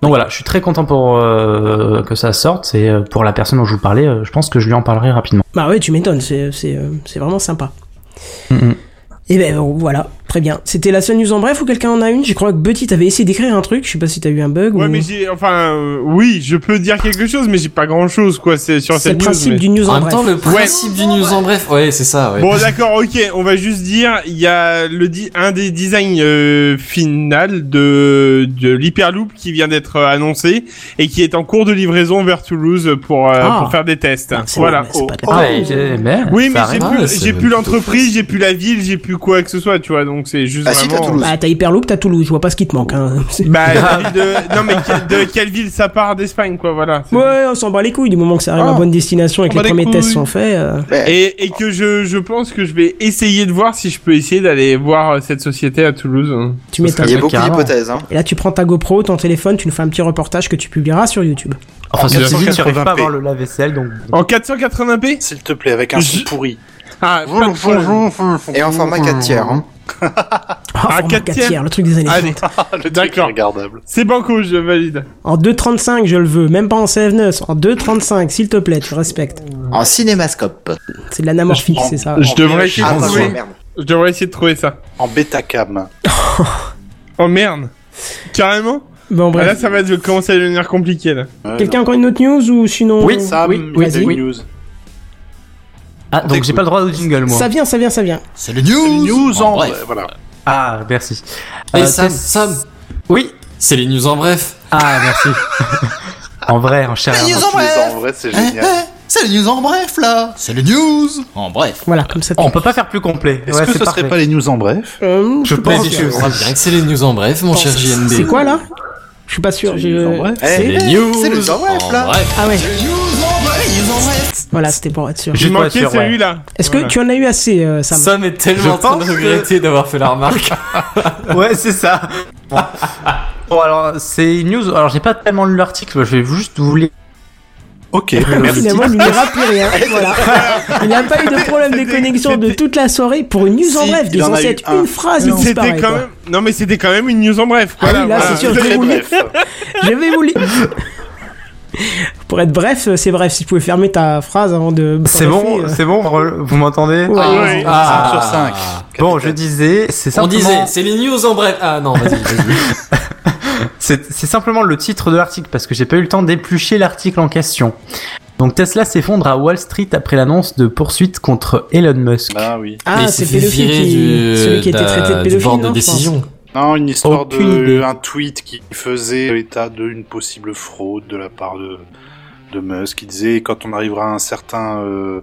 Speaker 6: Donc voilà, je suis très content pour euh, que ça sorte et euh, pour la personne dont je vous parlais, euh, je pense que je lui en parlerai rapidement.
Speaker 1: Bah ouais, tu m'étonnes, c'est, c'est, euh, c'est vraiment sympa.
Speaker 6: Mhm.
Speaker 1: Et ben bon, voilà, très bien. C'était la seule news en bref ou quelqu'un en a une Je crois que Betty t'avait essayé d'écrire un truc, je sais pas si t'as eu un bug
Speaker 3: Ouais,
Speaker 1: ou.
Speaker 3: mais j'ai, enfin, euh, oui, je peux dire quelque chose, mais j'ai pas grand chose, quoi, c'est sur
Speaker 1: C'est le
Speaker 3: cette news.
Speaker 1: principe
Speaker 3: mais-
Speaker 1: du news
Speaker 5: En
Speaker 1: en,
Speaker 5: même
Speaker 1: bref.
Speaker 5: temps, le principe du news en bref, ouais, c'est ça, ouais.
Speaker 3: Bon, d'accord, ok, on va juste dire, il y a le di- un des designs euh, final de, de l'Hyperloop qui vient d'être euh, annoncé et qui est en cours de livraison vers Toulouse pour, euh,
Speaker 1: Ah.
Speaker 3: pour faire des tests.
Speaker 1: Ah, c'est
Speaker 3: voilà.
Speaker 1: vrai, mais c'est pas de la
Speaker 6: Ah,
Speaker 1: peine.
Speaker 6: ouais, j'ai- mais
Speaker 3: Oui,
Speaker 6: ça
Speaker 3: mais j'ai
Speaker 6: arrive.
Speaker 5: Ah,
Speaker 3: plus,
Speaker 5: c'est
Speaker 3: j'ai plus
Speaker 5: plutôt
Speaker 3: l'entreprise,
Speaker 5: facile.
Speaker 3: j'ai plus la ville, j'ai plus quoi que ce soit, tu vois, donc c'est juste
Speaker 7: Ah, si, t'as
Speaker 3: vraiment...
Speaker 7: Toulouse.
Speaker 1: Bah, t'as Hyperloop, t'as Toulouse, je vois pas ce qui te manque. Hein. C'est-
Speaker 3: bah, la ville de... Non, mais que- de quelle ville ça part d'Espagne, quoi, voilà. C'est-
Speaker 1: Ouais, on s'en bat les couilles du moment que ça arrive à
Speaker 3: Ah.
Speaker 1: bonne destination et que
Speaker 3: On
Speaker 1: les
Speaker 3: bat les
Speaker 1: premiers tests
Speaker 3: couilles.
Speaker 1: sont faits. euh,
Speaker 7: ouais.
Speaker 3: Et, et que je, je pense que je vais essayer de voir si je peux essayer d'aller voir euh, cette société à Toulouse. hein.
Speaker 1: Tu
Speaker 3: Ça
Speaker 1: m'étonnes.
Speaker 7: Il y a
Speaker 6: Ouais,
Speaker 7: beaucoup
Speaker 6: carrément.
Speaker 7: d'hypothèses. Hein.
Speaker 1: Et là, tu prends ta GoPro, ton téléphone, tu nous fais un petit reportage que tu publieras sur YouTube.
Speaker 6: Enfin, ceci dit, tu n'arrives pas à
Speaker 4: 480p.
Speaker 6: voir le lave-vaisselle, donc
Speaker 3: En 480p
Speaker 4: S'il te plaît, avec un son
Speaker 3: Je-
Speaker 4: pourri.
Speaker 3: Ah, pas de problème.
Speaker 7: Et en format 4 tiers. Hein.
Speaker 1: Ah,
Speaker 3: Ah,
Speaker 1: format
Speaker 3: quatre
Speaker 1: quatre
Speaker 3: tiers.
Speaker 1: tiers, le truc des années
Speaker 3: Allez.
Speaker 1: 30.
Speaker 4: Ah, Le truc est
Speaker 3: D'accord.
Speaker 4: regardable.
Speaker 3: C'est banco, je valide.
Speaker 1: En 2.35, je le veux, même pas en CF9, en 2.35, s'il te plaît, tu respectes.
Speaker 7: En cinémascope.
Speaker 1: C'est de l'anamorphique, c'est ça.
Speaker 3: Je devrais essayer
Speaker 7: Ah,
Speaker 3: de
Speaker 7: pardon,
Speaker 3: trouver.
Speaker 7: merde.
Speaker 3: Je devrais essayer de trouver ça.
Speaker 4: En bêta-cam.
Speaker 3: Oh merde. Carrément
Speaker 1: Bon,
Speaker 3: Ah, Là,
Speaker 1: bref.
Speaker 3: ça va être- commencer à devenir compliqué, là.
Speaker 1: Quelqu'un a encore une autre news ou sinon
Speaker 6: Oui,
Speaker 4: Sam,
Speaker 6: oui,
Speaker 4: une
Speaker 6: oui.
Speaker 4: news.
Speaker 6: ah donc j'ai pas le droit au jingle moi.
Speaker 1: Ça vient, ça vient, ça vient.
Speaker 10: C'est le news.
Speaker 4: News en
Speaker 5: bref.
Speaker 4: bref. Voilà.
Speaker 6: Ah merci.
Speaker 5: Et
Speaker 6: Euh,
Speaker 5: Eh, Sam,
Speaker 6: t'as-
Speaker 5: Sam,
Speaker 6: Oui.
Speaker 5: c'est les news en bref.
Speaker 6: Ah, merci. en vrai, en chair. et en
Speaker 10: Les news
Speaker 6: vin.
Speaker 10: en
Speaker 4: Les
Speaker 10: bref.
Speaker 4: en vrai, c'est
Speaker 10: Hein,
Speaker 4: génial.
Speaker 10: hein, C'est le news en bref là. C'est le news en bref.
Speaker 1: Voilà, comme ça. tu-
Speaker 3: Oh.
Speaker 6: On peut pas faire plus complet.
Speaker 4: Est-ce
Speaker 6: Ouais,
Speaker 4: que
Speaker 6: c'est
Speaker 4: ce
Speaker 6: parfait.
Speaker 4: serait pas les news en bref
Speaker 1: Euh,
Speaker 6: Je
Speaker 5: Mais
Speaker 6: pense
Speaker 5: tu
Speaker 6: que
Speaker 5: vois bien que c'est les news en bref, mon cher JND.
Speaker 1: C'est quoi là Je suis pas sûr.
Speaker 4: C'est les news en
Speaker 1: Je...
Speaker 4: bref.
Speaker 5: C'est
Speaker 1: C'est-
Speaker 5: les news
Speaker 7: Eh, C'est les en bref, là.
Speaker 5: bref.
Speaker 1: Ah ouais,
Speaker 10: C'est le news en bref. en bref.
Speaker 1: voilà, c'était pour être sûr.
Speaker 6: Je-
Speaker 3: J'ai
Speaker 6: Juste pour
Speaker 3: manqué
Speaker 6: être sûr, ouais.
Speaker 3: celui-là.
Speaker 1: Est-ce que
Speaker 3: Voilà.
Speaker 1: tu en as eu assez, euh, Sam
Speaker 5: Sam est tellement en train de
Speaker 6: pense que-
Speaker 5: regretter d'avoir fait la remarque.
Speaker 6: Ouais, c'est ça. Bon. Bon, alors, c'est une news. Alors, j'ai pas tellement lu l'article, je vais juste vous lire.
Speaker 4: Ok,
Speaker 1: Et Finalement, il ne dira plus rien. Voilà. Il n'a pas eu de problème de connexion de toute la soirée pour une news en
Speaker 4: Si,
Speaker 1: bref.
Speaker 4: il
Speaker 1: Ils
Speaker 4: en
Speaker 1: sont
Speaker 4: a eu
Speaker 1: être
Speaker 4: un.
Speaker 1: une phrase, il disparaît.
Speaker 3: C'était quand
Speaker 1: quoi.
Speaker 3: même... Non, mais c'était quand même une news en bref, quoi.
Speaker 4: Ah,
Speaker 1: Ah oui, là, c'est sûr, je
Speaker 4: très
Speaker 1: vais vous lire.
Speaker 4: bref.
Speaker 1: Je vais vous lire. Pour être bref, euh, c'est bref. Si tu pouvais fermer ta phrase avant de.
Speaker 6: C'est bon,
Speaker 1: briefer,
Speaker 6: c'est bon, re- vous m'entendez
Speaker 1: Ouais.
Speaker 4: Ah,
Speaker 1: ouais.
Speaker 6: Ah.
Speaker 4: cinq sur 5.
Speaker 6: Bon, je disais, c'est
Speaker 5: On
Speaker 6: simplement,
Speaker 5: disait, c'est les news en bref. Ah non, vas-y, vas-y.
Speaker 6: c'est c'est simplement le titre de l'article parce que j'ai pas eu le temps d'éplucher l'article en question. Donc Tesla s'effondre à Wall Street après l'annonce de poursuites contre Elon Musk.
Speaker 4: Ah oui.
Speaker 5: Mais
Speaker 1: Ah,
Speaker 5: il
Speaker 1: c'est
Speaker 5: s'est fait
Speaker 1: pédophile
Speaker 5: virer
Speaker 1: qui.
Speaker 5: du-
Speaker 1: Celui qui était
Speaker 5: d'un-
Speaker 1: traité de
Speaker 5: du
Speaker 1: pédophile.
Speaker 5: board
Speaker 1: non,
Speaker 5: de
Speaker 1: je pense.
Speaker 5: décision.
Speaker 4: Non, une histoire de
Speaker 6: Aucune idée.
Speaker 4: un tweet qui faisait état d'une possible fraude de la part de, de Musk, qui disait quand on arrivera à un certain euh,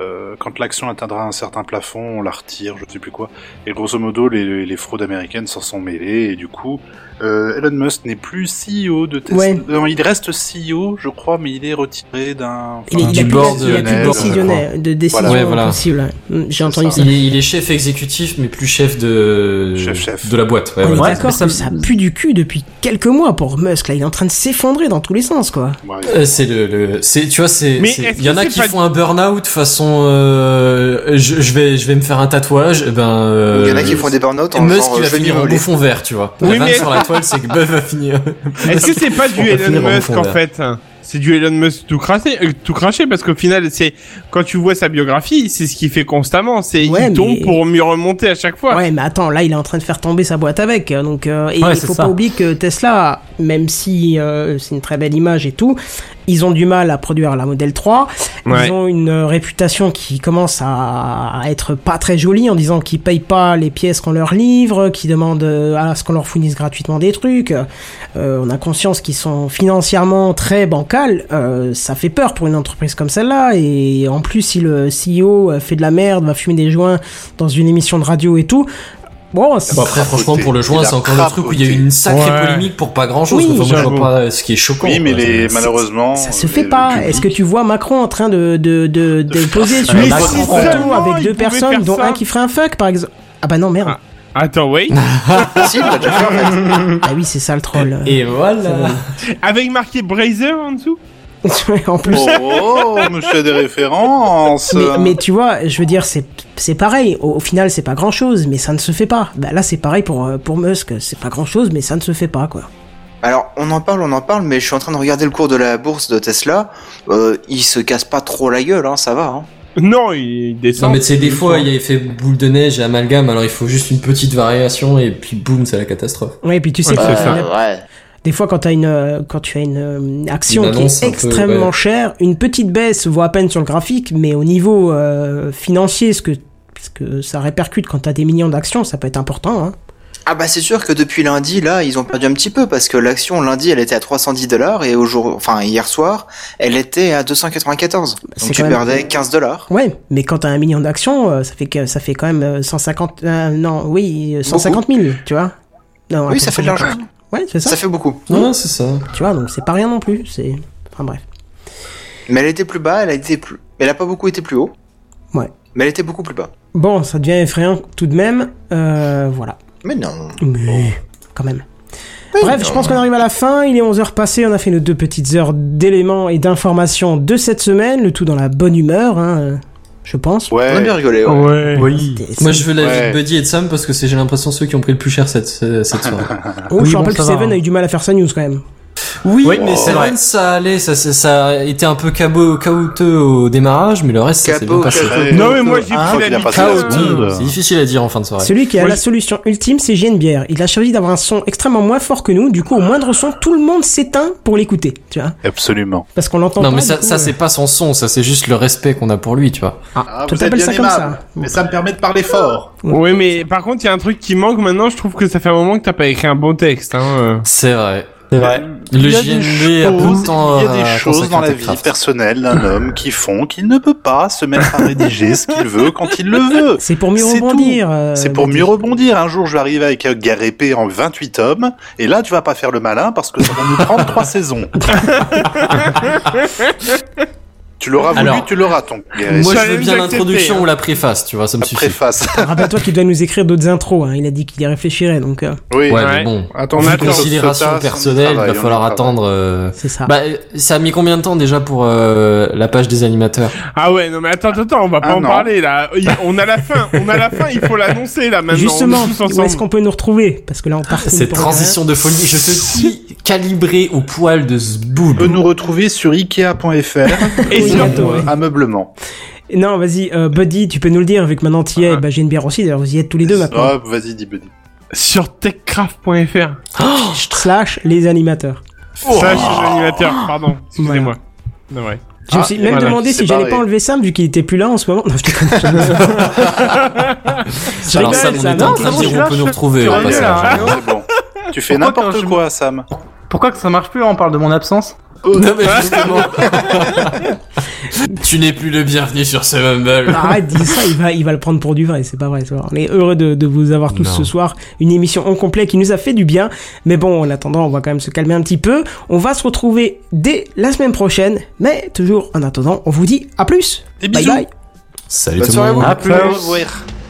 Speaker 4: euh, quand l'action atteindra un certain plafond, on la retire, je sais plus quoi. Et grosso modo, les, les fraudes américaines s'en sont mêlées et du coup, euh, Elon Musk n'est plus CEO de Tesla.
Speaker 1: Ouais.
Speaker 4: Non, Euh, il reste CEO, je crois, mais il est retiré d'un.
Speaker 1: Il, est- il
Speaker 5: Du
Speaker 1: a plus
Speaker 5: board
Speaker 1: de- il a plus de
Speaker 5: de-
Speaker 1: décisionnaire, de décision
Speaker 5: Ouais, voilà.
Speaker 1: possible. Mm, J'ai entendu ça.
Speaker 5: Il est, il est chef exécutif, mais plus chef de
Speaker 4: Chef, chef.
Speaker 5: de la boîte. Ouais,
Speaker 1: On est
Speaker 5: voilà.
Speaker 1: d'accord,
Speaker 6: ça
Speaker 1: ça,
Speaker 6: me-
Speaker 1: ça pue du cul depuis quelques mois pour Musk. Là, il est en train de s'effondrer dans tous les sens, quoi.
Speaker 4: Ouais.
Speaker 5: Euh, C'est le, le- c'est, tu vois, c'est,
Speaker 3: Mais
Speaker 5: c'est-
Speaker 3: est-ce
Speaker 5: il y en
Speaker 3: que
Speaker 5: a
Speaker 3: c'est
Speaker 5: qui
Speaker 3: pas-
Speaker 5: font un burn-out façon, euh, je, je vais, je vais me faire un tatouage, eh ben, euh,
Speaker 7: Il y en a qui font des burn-out en
Speaker 5: Musk
Speaker 7: genre, euh,
Speaker 5: qui va
Speaker 7: je vais
Speaker 5: finir en
Speaker 7: m'isoler.
Speaker 5: bouffon vert, tu vois.
Speaker 3: Oui,
Speaker 5: la vanne
Speaker 3: mais-
Speaker 5: sur la toile, c'est que Buff va finir.
Speaker 3: Est-ce que c'est pas du
Speaker 5: On va
Speaker 3: Elon
Speaker 5: finir en
Speaker 3: Musk en
Speaker 5: profondeur.
Speaker 3: fait hein C'est du Elon Musk tout craché, euh, tout craché parce qu'au final, c'est quand tu vois sa biographie, c'est ce qu'il fait constamment. C'est
Speaker 1: Ouais,
Speaker 3: il tombe
Speaker 1: mais-
Speaker 3: pour mieux remonter à chaque fois.
Speaker 1: Ouais, mais attends, là, il est en train de faire tomber sa boîte avec. euh, Donc, euh, et
Speaker 6: Ouais,
Speaker 1: il
Speaker 6: c'est
Speaker 1: faut
Speaker 6: ça.
Speaker 1: pas oublier que Tesla, même si euh, c'est une très belle image et tout, ils ont du mal à produire la Model 3.
Speaker 3: Ouais.
Speaker 1: Ils ont une euh, réputation qui commence à à être pas très jolie en disant qu'ils payent pas les pièces qu'on leur livre, qu'ils demandent euh, à ce qu'on leur fournisse gratuitement des trucs. Euh, on a conscience qu'ils sont financièrement très bancales. Euh, ça fait peur pour une entreprise comme celle-là. Et en plus, si le CEO euh, fait de la merde, va fumer des joints dans une émission de radio et tout,
Speaker 3: Ah
Speaker 1: bon, c'est-
Speaker 3: bah,
Speaker 5: Bon, après, franchement, pour le
Speaker 4: Il
Speaker 5: joint,
Speaker 4: a
Speaker 5: c'est encore le truc où il y a eu une sacrée
Speaker 3: Ouais.
Speaker 5: polémique pour pas grand chose.
Speaker 1: Oui,
Speaker 5: moi, je vois
Speaker 3: j'avoue.
Speaker 5: pas ce qui est choquant.
Speaker 4: Oui, mais
Speaker 5: quoi.
Speaker 4: les,
Speaker 5: C'est-
Speaker 4: malheureusement.
Speaker 3: euh,
Speaker 4: euh,
Speaker 1: ça se
Speaker 4: les-
Speaker 1: fait
Speaker 4: le
Speaker 1: pas.
Speaker 4: public-
Speaker 1: Est-ce que tu vois Macron en train de de de, de poser sur
Speaker 3: Mais
Speaker 1: une
Speaker 3: si
Speaker 1: photo
Speaker 3: seulement
Speaker 1: avec
Speaker 3: il
Speaker 1: deux
Speaker 3: pouvait
Speaker 1: personnes,
Speaker 3: faire
Speaker 1: dont
Speaker 3: ça.
Speaker 1: un qui ferait un fuck, par exemple Ah bah non merde.
Speaker 3: Attends, wait.
Speaker 7: Si, il l'a déjà fait, bah, en fait.
Speaker 1: Ah, oui, c'est ça le troll. Euh,
Speaker 5: Et voilà.
Speaker 3: Avec marqué Brazer en dessous.
Speaker 1: en plus.
Speaker 4: Oh, oh, monsieur des
Speaker 3: Oh,
Speaker 4: références.
Speaker 1: Mais, mais tu vois, je veux dire, c'est c'est pareil. Au, au final, c'est pas grand chose, mais ça ne se fait pas. Bah, là, c'est pareil pour euh, pour Musk. C'est pas grand chose, mais ça ne se fait pas, quoi.
Speaker 7: Alors, on en parle, on en parle, mais je suis en train de regarder le cours de la bourse de Tesla. Euh, il se casse pas trop la gueule, hein, ça va. Hein.
Speaker 3: Non, il descend.
Speaker 5: Non, hein. mais tu sais, des fois, il y a effet boule de neige et amalgame, alors il faut juste une petite variation et puis boum, c'est la catastrophe.
Speaker 1: Ouais, et puis tu sais
Speaker 3: Ouais,
Speaker 1: que
Speaker 3: c'est
Speaker 1: euh,
Speaker 3: ça.
Speaker 1: la-
Speaker 7: ouais.
Speaker 1: des fois, quand t'as une euh, quand tu as une euh, action
Speaker 5: Une
Speaker 1: qui
Speaker 5: annonce
Speaker 1: est
Speaker 5: un peu,
Speaker 1: extrêmement
Speaker 5: ouais.
Speaker 1: chère, une petite baisse se voit à peine sur le graphique, mais au niveau euh, financier, ce que ce que ça répercute quand t'as des millions d'actions, ça peut être important. Hein.
Speaker 7: Ah bah c'est sûr que depuis lundi, là, ils ont perdu un petit peu parce que l'action lundi, elle était à 310 dollars et aujourd'hui, enfin hier soir, elle était à 294.
Speaker 1: Bah, C'est
Speaker 7: Donc tu
Speaker 1: quand même-
Speaker 7: perdais 15 dollars.
Speaker 1: Ouais, mais quand t'as un million d'actions, euh, ça fait que ça fait quand même euh, 150 euh, non, oui, euh, 150 000, tu vois. Non,
Speaker 7: Oui, ça fait de l'argent.
Speaker 1: Ouais, c'est ça.
Speaker 7: Ça fait beaucoup.
Speaker 5: Ouais, c'est ça.
Speaker 1: Tu vois, donc c'est pas rien non plus. C'est. Enfin bref.
Speaker 7: Mais elle était plus bas, elle a été plus, elle a pas beaucoup été plus haut.
Speaker 1: Ouais.
Speaker 7: Mais elle était beaucoup plus bas.
Speaker 1: Bon, ça devient effrayant tout de même. Euh, voilà.
Speaker 7: Mais non.
Speaker 1: Mais. Quand même.
Speaker 7: Mais
Speaker 1: Bref,
Speaker 7: non.
Speaker 1: je pense qu'on arrive à la fin. Il est 11h passé. On a fait nos deux petites heures d'éléments et d'informations de cette semaine. Le tout dans la bonne humeur, hein, euh, je pense.
Speaker 7: On a
Speaker 4: Ouais.
Speaker 7: bien rigolé. ouais.
Speaker 3: Ouais.
Speaker 6: Oui.
Speaker 1: C'était-
Speaker 5: Moi, je veux la
Speaker 4: Ouais.
Speaker 5: vie de Buddy et de Sam parce que c'est, j'ai l'impression, ceux qui ont pris le plus cher cette, euh, cette soirée.
Speaker 1: Oh,
Speaker 6: Oui,
Speaker 1: je
Speaker 6: bon,
Speaker 1: rappelle que
Speaker 6: ça va,
Speaker 1: Seven
Speaker 6: hein.
Speaker 1: a eu du mal à faire sa news quand même.
Speaker 5: Oui, mais
Speaker 6: Oh.
Speaker 5: c'est vrai, ça allait, ça, ça- ça a été un peu cabo- chaotieux au démarrage, mais le reste, ça s'est bien
Speaker 7: Cabot,
Speaker 5: passé.
Speaker 4: Cabot.
Speaker 3: Non, mais moi j'ai
Speaker 4: Ah,
Speaker 3: pris
Speaker 4: qu'il a
Speaker 3: l'habitude.
Speaker 4: passé la
Speaker 3: euh,
Speaker 4: seconde.
Speaker 5: Chaotieux, C'est difficile à dire en fin de soirée.
Speaker 1: Celui qui a
Speaker 3: Moi,
Speaker 1: la
Speaker 3: je-
Speaker 1: solution ultime, c'est Bière. Il a choisi d'avoir un son extrêmement moins fort que nous. Du coup, au moindre son, tout le monde s'éteint pour l'écouter. Tu vois
Speaker 4: Absolument.
Speaker 1: Parce qu'on l'entend
Speaker 5: Non,
Speaker 1: pas,
Speaker 5: mais
Speaker 1: du
Speaker 5: ça,
Speaker 1: coup,
Speaker 5: ça
Speaker 1: euh,
Speaker 5: c'est pas son son, ça c'est juste le respect qu'on a pour lui, tu vois.
Speaker 1: Ah, toi, t'appelles ça comme ça.
Speaker 8: Mais ça me permet de parler fort.
Speaker 3: Oui, mais par contre, il y a un truc qui manque maintenant. Je trouve que ça fait un moment que t'as pas écrit un bon texte. Hein. euh.
Speaker 5: C'est vrai.
Speaker 6: C'est vrai.
Speaker 5: Le
Speaker 4: Il y a des
Speaker 5: JNB a
Speaker 4: choses-
Speaker 5: pourtant.
Speaker 4: il y a
Speaker 5: euh,
Speaker 4: des choses dans la
Speaker 5: consacré à
Speaker 4: vie
Speaker 5: Techcraft.
Speaker 4: personnelle d'un homme qui font qu'il ne peut pas se mettre à rédiger ce qu'il veut quand il le veut.
Speaker 1: euh, C'est pour mieux
Speaker 4: C'est tout.
Speaker 1: rebondir. euh,
Speaker 4: C'est pour
Speaker 1: Daddy.
Speaker 4: mieux rebondir. Un jour, je vais arriver avec un garépé en 28 tomes, et là, tu vas pas faire le malin parce que ça va nous prendre trois saisons. Tu l'auras voulu,
Speaker 5: Alors,
Speaker 4: tu l'auras ton. Guérez.
Speaker 5: Moi,
Speaker 3: ça
Speaker 5: je veux
Speaker 3: allait
Speaker 5: bien
Speaker 3: nous accepter,
Speaker 5: l'introduction
Speaker 3: hein.
Speaker 5: ou la préface, tu vois, ça me
Speaker 4: La
Speaker 5: suffit.
Speaker 4: préface.
Speaker 1: Rappelle-toi qu'il doit nous écrire d'autres intros, hein. il a dit qu'il y réfléchirait, donc euh,
Speaker 4: oui.
Speaker 5: Ouais,
Speaker 3: Ouais.
Speaker 5: mais bon.
Speaker 3: Attends,
Speaker 5: Vu
Speaker 3: attends,
Speaker 5: considération
Speaker 4: ça, ça,
Speaker 5: personnelle,
Speaker 4: on travaille,
Speaker 5: il va falloir
Speaker 4: on travaille.
Speaker 5: attendre. euh,
Speaker 1: c'est ça.
Speaker 5: Bah, euh, ça a mis combien de temps déjà pour euh, la page des animateurs
Speaker 3: Ah ouais, non mais attends, attends, on va pas
Speaker 4: Ah
Speaker 3: en
Speaker 4: non.
Speaker 3: parler là. Il- On a la fin, on a la fin, il faut l'annoncer là maintenant.
Speaker 1: Justement,
Speaker 3: on est tous
Speaker 1: où
Speaker 3: ensemble.
Speaker 1: est-ce qu'on peut nous retrouver Parce que là, on part.
Speaker 5: Cette transition de folie, je te suis calibré au poil de ce
Speaker 4: On
Speaker 1: Euh,
Speaker 4: peut
Speaker 5: boob.
Speaker 4: nous retrouver sur ikea.fr
Speaker 3: Et
Speaker 1: Oui,
Speaker 3: sinon-
Speaker 1: bientôt, ouais.
Speaker 4: ameublement.
Speaker 1: Non, vas-y, euh, Buddy, tu peux nous le dire, vu que maintenant t'y es, bah, j'ai une bière aussi, d'ailleurs, vous y êtes tous les deux maintenant.
Speaker 4: Ah, vas-y, dis Buddy.
Speaker 3: Sur techcraft.fr.
Speaker 1: Slash les animateurs.
Speaker 4: Oh.
Speaker 3: Ça, je suis animateur, pardon. Excusez-moi. Non, ouais.
Speaker 1: Je me suis même
Speaker 3: Ah, voilà,
Speaker 1: demandé
Speaker 4: il s'est
Speaker 1: si j'allais
Speaker 4: barré.
Speaker 1: pas enlever Sam, vu qu'il était plus là en ce moment. Non, je déconne. Je
Speaker 5: Alors
Speaker 1: rigole,
Speaker 5: ça, on
Speaker 1: Sam.
Speaker 5: est en
Speaker 1: Non,
Speaker 5: train
Speaker 1: ça
Speaker 5: de
Speaker 1: va,
Speaker 5: dire
Speaker 1: je
Speaker 5: où on peut nous retrouver.
Speaker 3: sur
Speaker 5: au
Speaker 3: les
Speaker 5: passage.
Speaker 3: liens,
Speaker 4: Ah, c'est bon. Tu fais
Speaker 3: Pourquoi quand
Speaker 4: n'importe
Speaker 3: je-
Speaker 4: quoi, Sam.
Speaker 6: Pourquoi que ça marche plus là On parle de mon absence
Speaker 5: Non mais justement. tu n'es plus le bienvenu sur ce mumble.
Speaker 1: Arrête, dis ça, il va, il va le prendre pour du vrai, c'est pas vrai. c'est pas vrai. On est heureux de, de vous avoir tous
Speaker 5: Non.
Speaker 1: ce soir. Une émission en complet qui nous a fait du bien. Mais bon, en attendant, on va quand même se calmer un petit peu. On va se retrouver dès la semaine prochaine. Mais toujours en attendant, on vous dit à plus.
Speaker 4: Des
Speaker 1: bye
Speaker 4: bisous.
Speaker 1: bye.
Speaker 5: Salut
Speaker 4: Bonne
Speaker 1: Oh.
Speaker 5: tout le
Speaker 4: soirée à
Speaker 5: monde.
Speaker 4: vous.
Speaker 6: À plus.
Speaker 4: Au revoir.